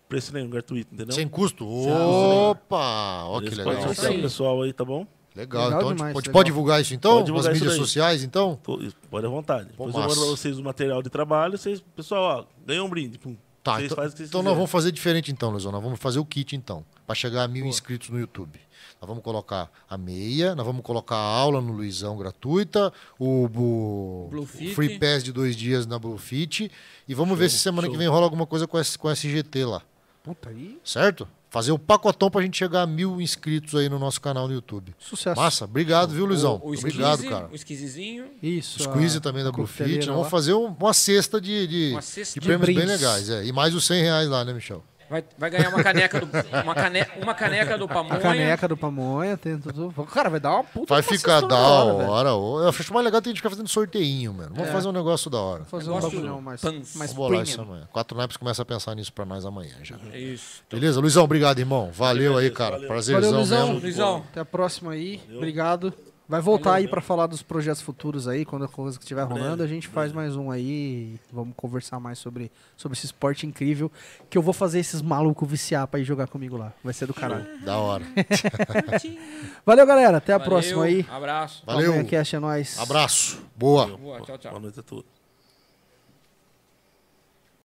[SPEAKER 3] preço nenhum, gratuito, entendeu?
[SPEAKER 5] Sem custo? Opa! Ó, que
[SPEAKER 3] Eles
[SPEAKER 5] legal.
[SPEAKER 3] podem
[SPEAKER 7] Isso
[SPEAKER 3] ajudar
[SPEAKER 7] aí.
[SPEAKER 3] o pessoal aí, tá bom?
[SPEAKER 5] Legal,
[SPEAKER 1] Legal demais,
[SPEAKER 5] então a gente pode,
[SPEAKER 1] legal.
[SPEAKER 5] pode divulgar isso então?
[SPEAKER 3] Pode divulgar
[SPEAKER 5] nas
[SPEAKER 3] isso
[SPEAKER 5] mídias
[SPEAKER 3] daí.
[SPEAKER 5] sociais então?
[SPEAKER 3] Tô- isso, Pode à vontade.
[SPEAKER 5] Pô,
[SPEAKER 3] Depois eu mando
[SPEAKER 5] massa.
[SPEAKER 3] pra vocês o material de trabalho, vocês, pessoal, ó, ganhou um brinde. Pum.
[SPEAKER 5] Tá,
[SPEAKER 3] vocês
[SPEAKER 5] então,
[SPEAKER 3] fazem o que vocês
[SPEAKER 5] então nós
[SPEAKER 3] quiserem.
[SPEAKER 5] vamos fazer diferente então, Luizão. Nós vamos fazer o kit então, para chegar a mil inscritos no YouTube. Nós vamos colocar a meia, nós vamos colocar a aula no Luizão gratuita, o, o-
[SPEAKER 7] Blue
[SPEAKER 5] o
[SPEAKER 7] Fit.
[SPEAKER 5] Free Pass de dois dias na Blue Fit e vamos ver se semana que vem rola alguma coisa com, S, com a SGT lá,
[SPEAKER 1] Puta aí.
[SPEAKER 5] certo? Fazer o pacotão pra gente chegar a mil inscritos aí no nosso canal no YouTube.
[SPEAKER 1] Sucesso.
[SPEAKER 5] Massa, obrigado, viu, Luizão?
[SPEAKER 7] O, o
[SPEAKER 5] obrigado,
[SPEAKER 7] squeeze,
[SPEAKER 5] cara.
[SPEAKER 7] O esquisinho.
[SPEAKER 1] Isso.
[SPEAKER 5] Os
[SPEAKER 1] a
[SPEAKER 5] quiz também da Blue
[SPEAKER 1] coqueteleira
[SPEAKER 5] Fit.
[SPEAKER 1] lá.
[SPEAKER 5] Nós vamos fazer um- uma cesta de, de,
[SPEAKER 7] Uma cesta
[SPEAKER 5] de
[SPEAKER 7] de
[SPEAKER 5] prêmios bem
[SPEAKER 1] brindes.
[SPEAKER 5] legais. é. E mais os 100 reais lá, né, Michel?
[SPEAKER 7] Vai, vai ganhar uma caneca do uma caneca, uma caneca do
[SPEAKER 1] A
[SPEAKER 7] pamonha.
[SPEAKER 1] caneca do Pamonha, tem tudo. Cara, vai dar uma puta.
[SPEAKER 5] Vai
[SPEAKER 1] uma
[SPEAKER 5] ficar
[SPEAKER 1] sensação
[SPEAKER 5] da hora.
[SPEAKER 1] velho.
[SPEAKER 5] ô. Eu acho mais legal que a gente ficar fazendo sorteinho, mano. Vamos fazer um negócio da hora.
[SPEAKER 1] Fazer um
[SPEAKER 7] Negócio
[SPEAKER 1] bagulhão mais,
[SPEAKER 7] pans.
[SPEAKER 1] mais
[SPEAKER 5] Vamos bolar isso é
[SPEAKER 1] premium.
[SPEAKER 5] amanhã. Quatro naipes começa a pensar nisso pra nós amanhã já.
[SPEAKER 7] Isso.
[SPEAKER 5] Beleza? Luizão, obrigado, irmão. Valeu aí, cara. Prazerzão
[SPEAKER 1] Valeu, Luizão.
[SPEAKER 5] mesmo.
[SPEAKER 7] Luizão,
[SPEAKER 1] Até a próxima aí. Obrigado. Vai voltar aí pra falar dos projetos futuros aí, quando a coisa que estiver rolando, a gente faz mais um aí e vamos conversar mais sobre, sobre esse esporte incrível que eu vou fazer esses malucos viciar pra ir jogar comigo lá. Vai ser do caralho.
[SPEAKER 5] Da hora.
[SPEAKER 1] Valeu, galera. Até a
[SPEAKER 7] valeu,
[SPEAKER 1] próxima aí.
[SPEAKER 7] Abraço.
[SPEAKER 5] Valeu.
[SPEAKER 1] Palmeiras Cast é nóis.
[SPEAKER 5] Abraço. Boa.
[SPEAKER 7] Boa, tchau, tchau.
[SPEAKER 3] Boa noite a todos.